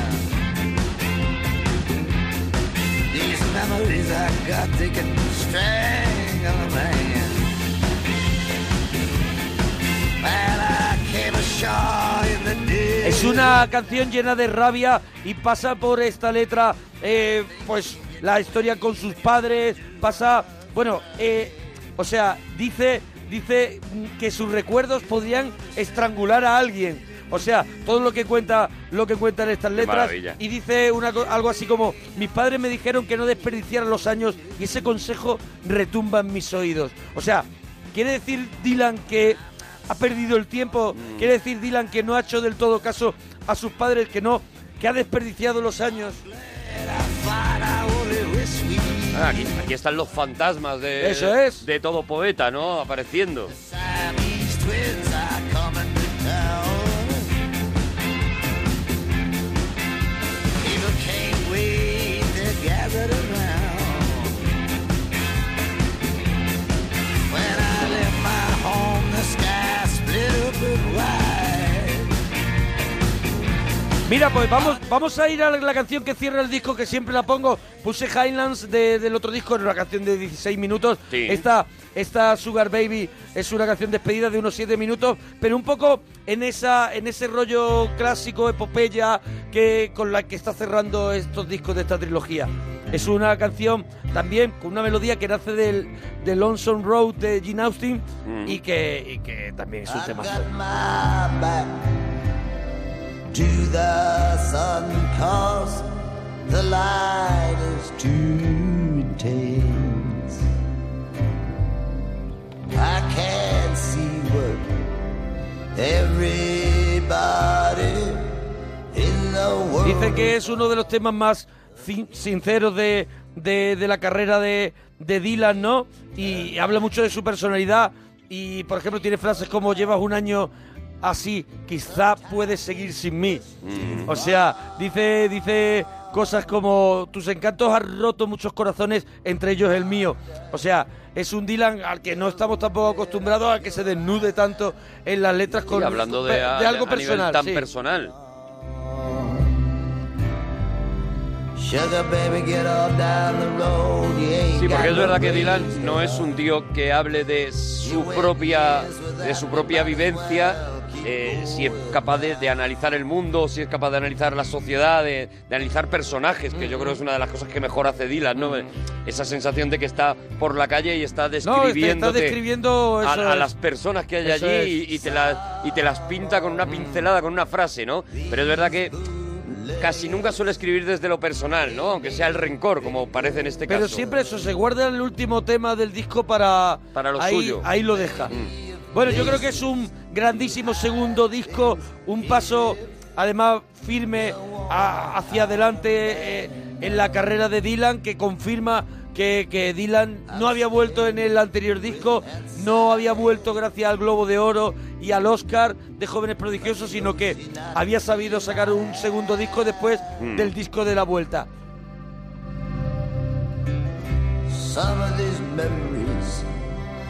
[SPEAKER 40] These memories I got, they can strangle a man. Man, I came ashore in the day.
[SPEAKER 1] Es una canción llena de rabia y pasa por esta letra, eh, pues la historia con sus padres, pasa, bueno, eh, o sea, dice, dice mm, que sus recuerdos podrían estrangular a alguien. O sea, todo lo que cuenta, lo que cuentan estas letras
[SPEAKER 6] maravilla.
[SPEAKER 1] y dice una co- algo así como mis padres me dijeron que no desperdiciara los años y ese consejo retumba en mis oídos. O sea, quiere decir Dylan que ha perdido el tiempo, quiere decir Dylan que no ha hecho del todo caso a sus padres, que no, que ha desperdiciado los años.
[SPEAKER 6] Ah, aquí, aquí están los fantasmas de,
[SPEAKER 1] Eso es.
[SPEAKER 6] de todo poeta, ¿no? Apareciendo.
[SPEAKER 40] These twins are coming to town. People can't wait, they're gathered around. When I left my home, the sky split open wide.
[SPEAKER 1] Mira, pues vamos, vamos a ir a la canción que cierra el disco, que siempre la pongo. Puse Highlands de- del otro disco, era una canción de 16 minutos. Esta, esta Sugar Baby es una canción despedida de unos 7 minutos, pero un poco en esa, en ese rollo clásico, epopeya, que, con la que está cerrando estos discos de esta trilogía. Es una canción también con una melodía que nace del, del Lonesome Road de Gene Austin y, que, y que también es un tema.
[SPEAKER 40] My back to the sun, cause the light is too intense. I can't see what everybody in the world.
[SPEAKER 1] Dice que es uno de los temas más cin- sinceros de, de- de la carrera de, de Dylan, ¿no? Y habla mucho de su personalidad y, por ejemplo, tiene frases como llevas un año así, quizá puedes seguir sin mí.
[SPEAKER 6] Mm.
[SPEAKER 1] O sea, dice, dice cosas como tus encantos han roto muchos corazones, entre ellos el mío. O sea, es un Dylan al que no estamos tampoco acostumbrados a que se desnude tanto en las letras con
[SPEAKER 6] Y hablando de,
[SPEAKER 1] pe-
[SPEAKER 6] a-
[SPEAKER 1] algo
[SPEAKER 6] a nivel
[SPEAKER 1] personal.
[SPEAKER 6] tan
[SPEAKER 1] sí.
[SPEAKER 6] personal.
[SPEAKER 40] Sugar baby, get up down the road. You ain't
[SPEAKER 6] Sí,
[SPEAKER 40] got
[SPEAKER 6] porque es
[SPEAKER 40] no
[SPEAKER 6] verdad que
[SPEAKER 40] reason.
[SPEAKER 6] Dylan no es un tío que hable de su propia, de su propia vivencia, eh, si es capaz de, de analizar el mundo, si es capaz de analizar la sociedad, de, de analizar personajes, que yo creo es una de las cosas que mejor hace Dylan, ¿no? Esa sensación de que está por la calle y está
[SPEAKER 1] No, está-
[SPEAKER 6] describiendo
[SPEAKER 1] está describiendo
[SPEAKER 6] a,
[SPEAKER 1] eso
[SPEAKER 6] a
[SPEAKER 1] es.
[SPEAKER 6] las personas que hay
[SPEAKER 1] Eso Mm.
[SPEAKER 6] allí y, y te las, y te las pinta con una pincelada, con una frase, ¿no? Pero es verdad que casi nunca suele escribir desde lo personal, ¿no? Aunque sea el rencor, como parece en este
[SPEAKER 1] Pero
[SPEAKER 6] caso.
[SPEAKER 1] siempre eso, se guarda el último tema del disco para...
[SPEAKER 6] Para lo
[SPEAKER 1] ahí,
[SPEAKER 6] suyo. Mm.
[SPEAKER 1] Ahí lo deja. Bueno, yo creo que es un grandísimo segundo disco, un paso además firme a- hacia adelante eh, en la carrera de Dylan, que confirma que, que Dylan no había vuelto en el anterior disco, no había vuelto gracias al Globo de Oro y al Oscar de Jóvenes Prodigiosos, sino que había sabido sacar un segundo disco después
[SPEAKER 42] Mm.
[SPEAKER 1] del disco de la vuelta.
[SPEAKER 40] Some of these memories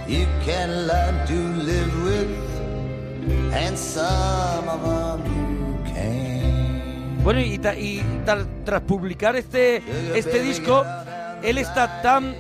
[SPEAKER 40] you can learn to live with, and some of them.
[SPEAKER 1] Bueno, y, ta- y tal- tras publicar este, este disco, él está tan,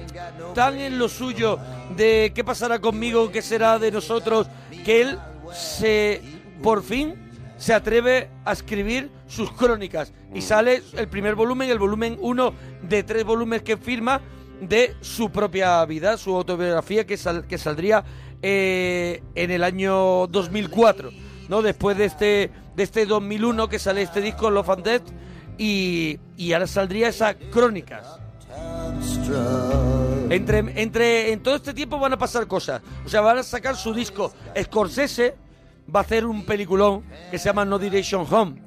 [SPEAKER 1] tan en lo suyo de qué pasará conmigo, qué será de nosotros, que él se, por fin, se atreve a escribir sus crónicas. Y sale el primer volumen, el volumen uno de tres volúmenes que firma de su propia vida, su autobiografía que, sal- que saldría eh, en el año 2004. ¿no? Después de este, de este 2001 que sale este disco Love and Death y, y ahora saldría esa Crónicas. Entre, entre, en todo este tiempo van a pasar cosas. O sea, van a sacar su disco. Scorsese va a hacer un peliculón que se llama No Direction Home.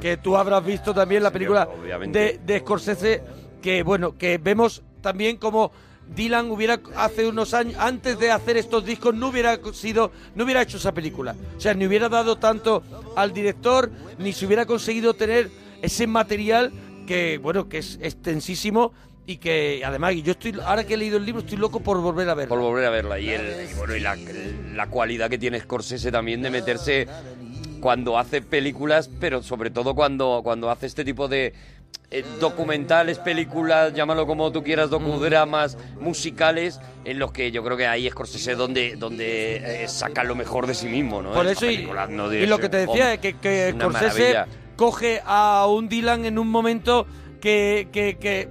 [SPEAKER 1] Que tú habrás visto también la película de,
[SPEAKER 43] obviamente.
[SPEAKER 1] de Scorsese. Que bueno, que vemos también como Dylan hubiera hace unos años, antes de hacer estos discos, no hubiera sido, no hubiera hecho esa película. O sea, ni hubiera dado tanto al director, ni se hubiera conseguido tener ese material que, bueno, que es extensísimo y que además, y yo estoy, ahora que he leído el libro, estoy loco por volver a verlo.
[SPEAKER 6] Por volver a verla. Y, el, y bueno, y la, la cualidad que tiene Scorsese también de meterse cuando hace películas, pero sobre todo cuando, cuando hace este tipo de eh, documentales, películas, llámalo como tú
[SPEAKER 1] Mm.
[SPEAKER 6] quieras, docudramas, musicales, en los que yo creo que ahí Scorsese donde, donde eh, saca lo mejor de sí mismo, ¿no?
[SPEAKER 1] Por
[SPEAKER 6] Esta
[SPEAKER 1] eso y-
[SPEAKER 6] película, No
[SPEAKER 1] Y lo que te
[SPEAKER 6] Direction
[SPEAKER 1] decía
[SPEAKER 6] Home,
[SPEAKER 1] es que, que
[SPEAKER 6] una
[SPEAKER 1] Scorsese
[SPEAKER 6] maravilla.
[SPEAKER 1] coge a un Dylan en un momento que, que, que,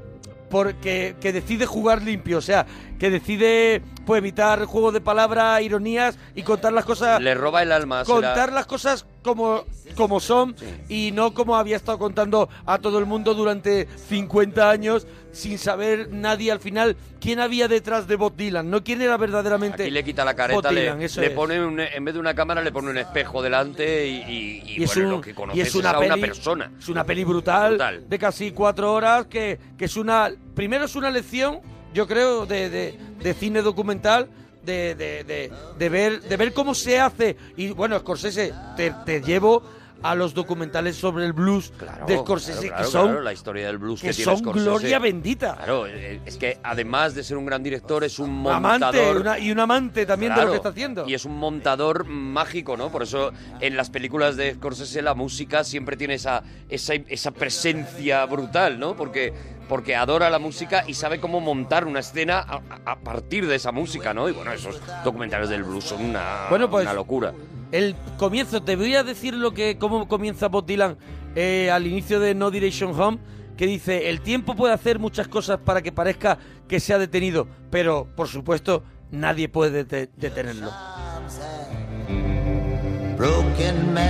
[SPEAKER 1] porque, que decide jugar limpio, o sea, que decide pues, evitar juegos de palabras, ironías y contar las cosas.
[SPEAKER 6] Le roba el alma. se la-
[SPEAKER 1] Contar las cosas como, como son y no como había estado contando a todo el mundo durante 50 años sin saber nadie al final quién había detrás de Bob Dylan, no quién era verdaderamente
[SPEAKER 6] Aquí le quita la careta,
[SPEAKER 1] Bob
[SPEAKER 6] le,
[SPEAKER 1] Dylan, eso
[SPEAKER 6] le
[SPEAKER 1] es.
[SPEAKER 6] pone un- en vez de una cámara le pone un espejo delante y, y- y,
[SPEAKER 1] Y es
[SPEAKER 6] bueno,
[SPEAKER 1] un-
[SPEAKER 6] lo que
[SPEAKER 1] y
[SPEAKER 6] conoces
[SPEAKER 1] es una
[SPEAKER 6] a una
[SPEAKER 1] peli-
[SPEAKER 6] persona.
[SPEAKER 1] Es una peli brutal, de casi cuatro horas, que, que es una... Primero es una lección, yo creo, de, de- de cine documental, de, de- de- de ver, de ver cómo se hace. Y bueno, Scorsese, te, te llevo a los documentales sobre el blues de
[SPEAKER 6] Claro,
[SPEAKER 1] Scorsese,
[SPEAKER 6] claro, claro,
[SPEAKER 1] que son...
[SPEAKER 6] claro, la historia del blues que,
[SPEAKER 1] que
[SPEAKER 6] tiene
[SPEAKER 1] son
[SPEAKER 6] Scorsese.
[SPEAKER 1] gloria bendita.
[SPEAKER 6] Claro, eh, es que además de ser un gran director es un
[SPEAKER 1] Amante
[SPEAKER 6] montador.
[SPEAKER 1] una- y un amante también de lo
[SPEAKER 6] Claro,
[SPEAKER 1] que está haciendo.
[SPEAKER 6] Y es un montador mágico, ¿no? Por eso en las películas de Scorsese la música siempre tiene esa, esa, esa presencia brutal, ¿no? Porque, porque adora la música y sabe cómo montar una escena a, a partir de esa música, ¿no? Y bueno, esos documentales del blues son una,
[SPEAKER 1] Bueno, pues,
[SPEAKER 6] una locura.
[SPEAKER 1] El comienzo, te voy a decir lo que cómo comienza Bob Dylan eh, al inicio de No Direction Home, que dice, el tiempo puede hacer muchas cosas para que parezca que se ha detenido, pero por supuesto nadie puede dete- detenerlo.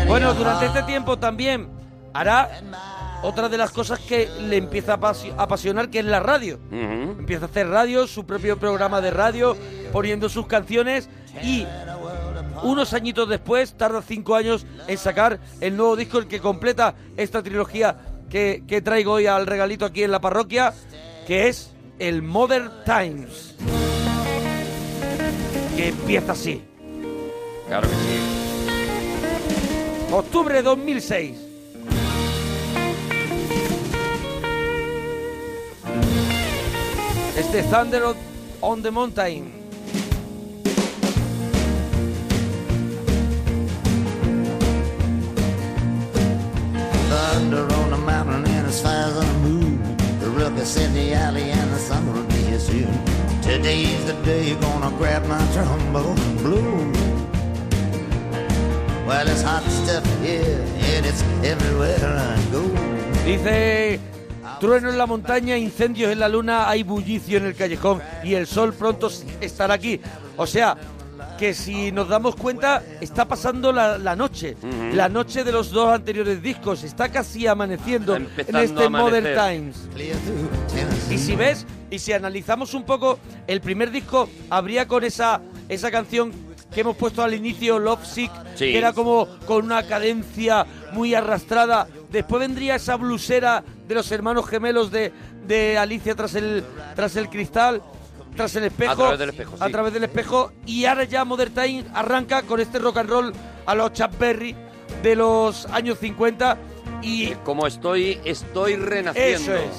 [SPEAKER 1] Bueno, durante este tiempo también hará otra de las cosas que le empieza a apasi- a apasionar, que es la radio. Empieza a hacer radio, su propio programa de radio, poniendo sus canciones y unos añitos después, tarda cinco años en sacar el nuevo disco, el que completa esta trilogía que, que traigo hoy al regalito aquí en la parroquia, que es el Modern Times. Que empieza así.
[SPEAKER 6] Claro que sí.
[SPEAKER 1] Octubre 2006. Este Thunder on- on the Mountain.
[SPEAKER 40] Thunder on the mountain and as far as the moon. The ruckus in the alley and the sun will be here soon. Today's the day you're gonna grab my trombone and blow. Well, it's hot stuff here and it's everywhere I go.
[SPEAKER 1] Dice, trueno en la montaña, incendios en la luna, hay bullicio en el callejón y el sol pronto s- estará aquí. O sea, que si nos damos cuenta, está pasando la, la noche. La noche de los dos anteriores discos. Está casi amaneciendo en
[SPEAKER 6] empezando a
[SPEAKER 1] este
[SPEAKER 6] amanecer.
[SPEAKER 1] Modern Times. Y si ves, y si analizamos un poco, el primer disco habría con esa, esa canción que hemos puesto al inicio, Love Sick, que era como con una cadencia muy arrastrada. Después vendría esa blusera de los hermanos gemelos de, de Alicia tras el, tras el cristal, tras el espejo.
[SPEAKER 6] A través del espejo,
[SPEAKER 1] a
[SPEAKER 6] sí.
[SPEAKER 1] través del espejo. Y ahora ya Modern Time arranca con este rock and roll a los Chuck Berry de los años 50. Y
[SPEAKER 6] como estoy, estoy
[SPEAKER 1] Eso
[SPEAKER 6] renaciendo.
[SPEAKER 1] es.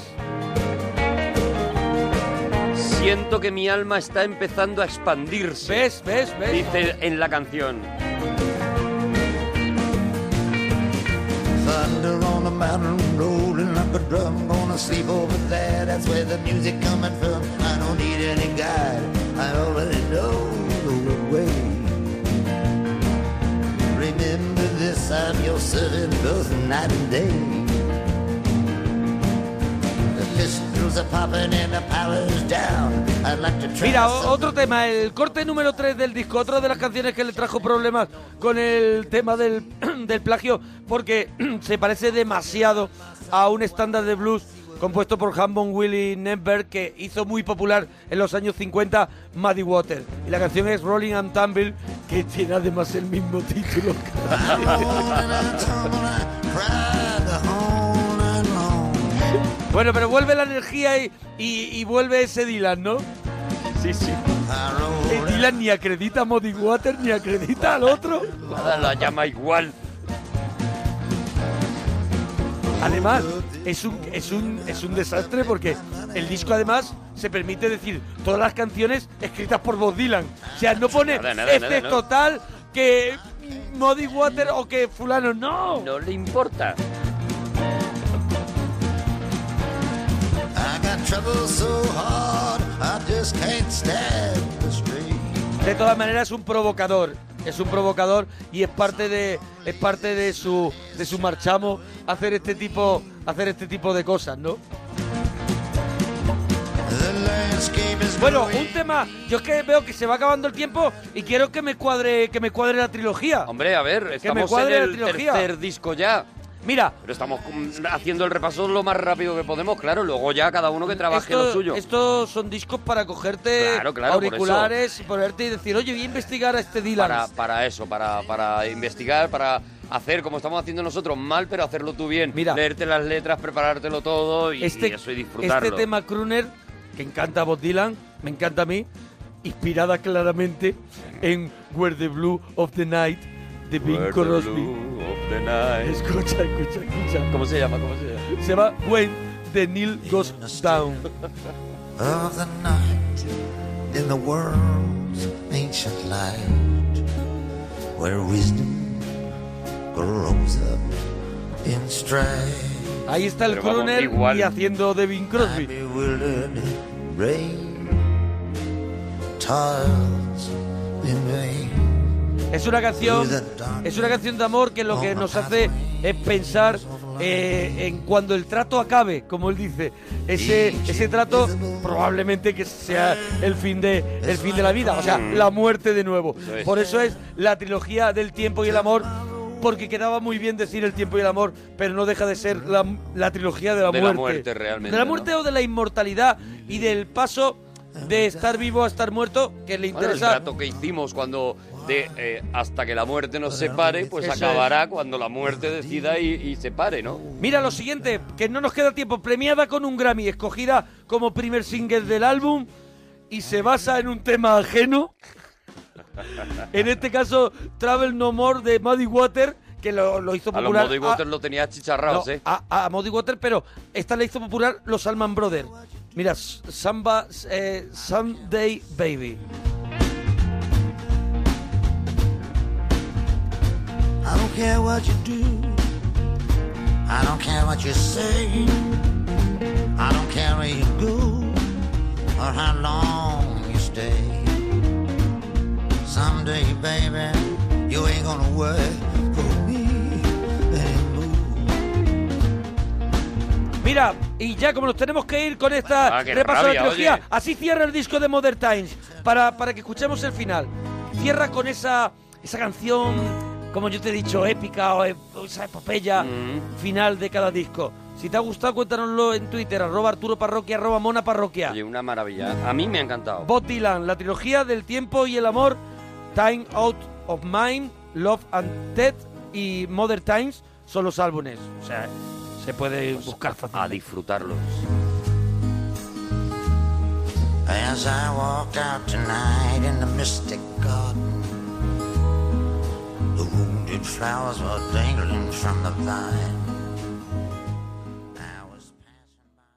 [SPEAKER 6] Siento que mi alma está empezando a expandirse.
[SPEAKER 1] ¿Ves? ¿Ves? ¿Ves?
[SPEAKER 6] Dice en la canción.
[SPEAKER 40] Thunder on the mountain rolling like a drum. Gonna sleep over there. That's where the music coming from. I don't need any guide. I already know the way. Remember this, I'm your servant both night and day. The pistols are popping and the power's down. I'd like to try
[SPEAKER 1] Mira, o-
[SPEAKER 40] something.
[SPEAKER 1] otro tema, el corte número 3 del disco, otra de las canciones que le trajo problemas con el tema del, del plagio, porque se parece demasiado a un estándar de blues compuesto por Hammond Willie Nemberg que hizo muy popular en los años 50 Muddy Water. Y la canción es Rolling and Tumble, que tiene además el mismo título. bueno, pero vuelve la energía y, y- y vuelve ese Dylan, ¿no?
[SPEAKER 6] Sí, sí.
[SPEAKER 1] Que Dylan ni acredita a Muddy Water ni acredita al otro.
[SPEAKER 6] Nada la llama igual.
[SPEAKER 1] Además, es un, es un, es un desastre porque el disco además se permite decir todas las canciones escritas por Bob Dylan. O sea, no pone
[SPEAKER 6] Nada, nada,
[SPEAKER 1] este
[SPEAKER 6] nada, no.
[SPEAKER 1] total que Muddy Water o que fulano, no.
[SPEAKER 6] No le importa.
[SPEAKER 40] I got trouble so hard, I just can't stand the street.
[SPEAKER 1] De todas maneras es un provocador, es un provocador y es parte de es parte de su de su marchamo hacer este tipo hacer este tipo de cosas, ¿no? Bueno, un tema, yo es que veo que se va acabando el tiempo y quiero que me cuadre que me cuadre la trilogía.
[SPEAKER 6] Hombre, a ver,
[SPEAKER 1] que me
[SPEAKER 6] estamos en
[SPEAKER 1] cuadre
[SPEAKER 6] el
[SPEAKER 1] la trilogía.
[SPEAKER 6] tercer disco ya.
[SPEAKER 1] Mira.
[SPEAKER 6] Pero estamos mm, haciendo el repaso lo más rápido que podemos, claro. Luego ya cada uno que trabaje
[SPEAKER 1] Esto-
[SPEAKER 6] lo suyo.
[SPEAKER 1] Estos son discos para cogerte
[SPEAKER 6] Claro, claro, por eso.
[SPEAKER 1] auriculares y ponerte y decir, oye, voy a investigar a este Dylan.
[SPEAKER 6] Para, para eso, para, para investigar, para hacer como estamos haciendo nosotros, mal, pero hacerlo tú bien. Leerte las letras, preparártelo todo y, y eso y disfrutarlo.
[SPEAKER 1] Este tema crooner, que encanta a Bob Dylan, me encanta a mí, inspirada claramente en Where the Blue of the Night de Bing
[SPEAKER 6] Where the
[SPEAKER 1] Crosby.
[SPEAKER 6] blue of the night.
[SPEAKER 1] Escucha, escucha, escucha.
[SPEAKER 6] ¿Cómo se llama? ¿Cómo se llama?
[SPEAKER 1] Se llama When the Neil Goes Down.
[SPEAKER 40] of the night in the world's ancient light where wisdom grows up in strife.
[SPEAKER 1] Ahí está el
[SPEAKER 40] Pero vamos,
[SPEAKER 1] crooner
[SPEAKER 40] igual.
[SPEAKER 1] y haciendo de Bing Crosby.
[SPEAKER 40] Rain toils in vain.
[SPEAKER 1] Es una canción, es una canción de amor que lo que nos hace es pensar eh, en cuando el trato acabe, como él dice. Ese, ese trato probablemente que sea el fin de, el fin de la vida, o sea,
[SPEAKER 6] Mm.
[SPEAKER 1] la muerte de nuevo.
[SPEAKER 6] es.
[SPEAKER 1] Por eso es la trilogía del tiempo y el amor. Porque quedaba muy bien decir el tiempo y el amor, pero no deja de ser la, la trilogía de la
[SPEAKER 6] De la
[SPEAKER 1] muerte.
[SPEAKER 6] muerte, realmente,
[SPEAKER 1] De la
[SPEAKER 6] ¿no?
[SPEAKER 1] muerte o de la inmortalidad y del paso de estar vivo a estar muerto, que le
[SPEAKER 6] Bueno, el
[SPEAKER 1] interesa
[SPEAKER 6] trato que hicimos cuando de eh, hasta que la muerte nos separe, pues
[SPEAKER 1] Eso
[SPEAKER 6] acabará
[SPEAKER 1] es.
[SPEAKER 6] cuando la muerte decida y, y separe, ¿no?
[SPEAKER 1] Mira lo siguiente, que no nos queda tiempo. Premiada con un Grammy, escogida como primer single del álbum y se basa en un tema ajeno. En este caso, Travel No More de Muddy Water, que lo, lo hizo
[SPEAKER 6] A los
[SPEAKER 1] popular. ah,
[SPEAKER 6] Muddy Waters lo tenía chicharrados,
[SPEAKER 1] no,
[SPEAKER 6] ¿eh?
[SPEAKER 1] a- a Muddy Water, pero esta la hizo popular los Alman Brothers. Mira, S- Samba, eh, Someday Baby.
[SPEAKER 40] I don't care what you do. I don't care what you say. I don't care where you go or how long you stay. Someday, baby, you ain't gonna work for me anymore.
[SPEAKER 1] Mira, y ya como nos tenemos que ir con esta
[SPEAKER 6] Ah, qué
[SPEAKER 1] repaso de la
[SPEAKER 6] rabia,
[SPEAKER 1] trilogía,
[SPEAKER 6] oye.
[SPEAKER 1] así cierra el disco de Modern Times para, para que escuchemos el final. Cierra con esa, esa canción, como yo te he dicho, épica o e- o esa epopeya
[SPEAKER 6] Mm.
[SPEAKER 1] final de cada disco. Si te ha gustado, cuéntanoslo en Twitter, arroba Arturo Parroquia, arroba Mona Parroquia.
[SPEAKER 6] Oye, una maravilla. A mí me ha encantado.
[SPEAKER 1] Bob Dylan, la trilogía del tiempo y el amor Time Out of Mind, Love and Death y Mother Times son los álbumes. O sea, se puede buscar
[SPEAKER 44] Pues A disfrutarlos.
[SPEAKER 40] As I walked out tonight in the mystic garden, the wounded flowers were dangling from the vine.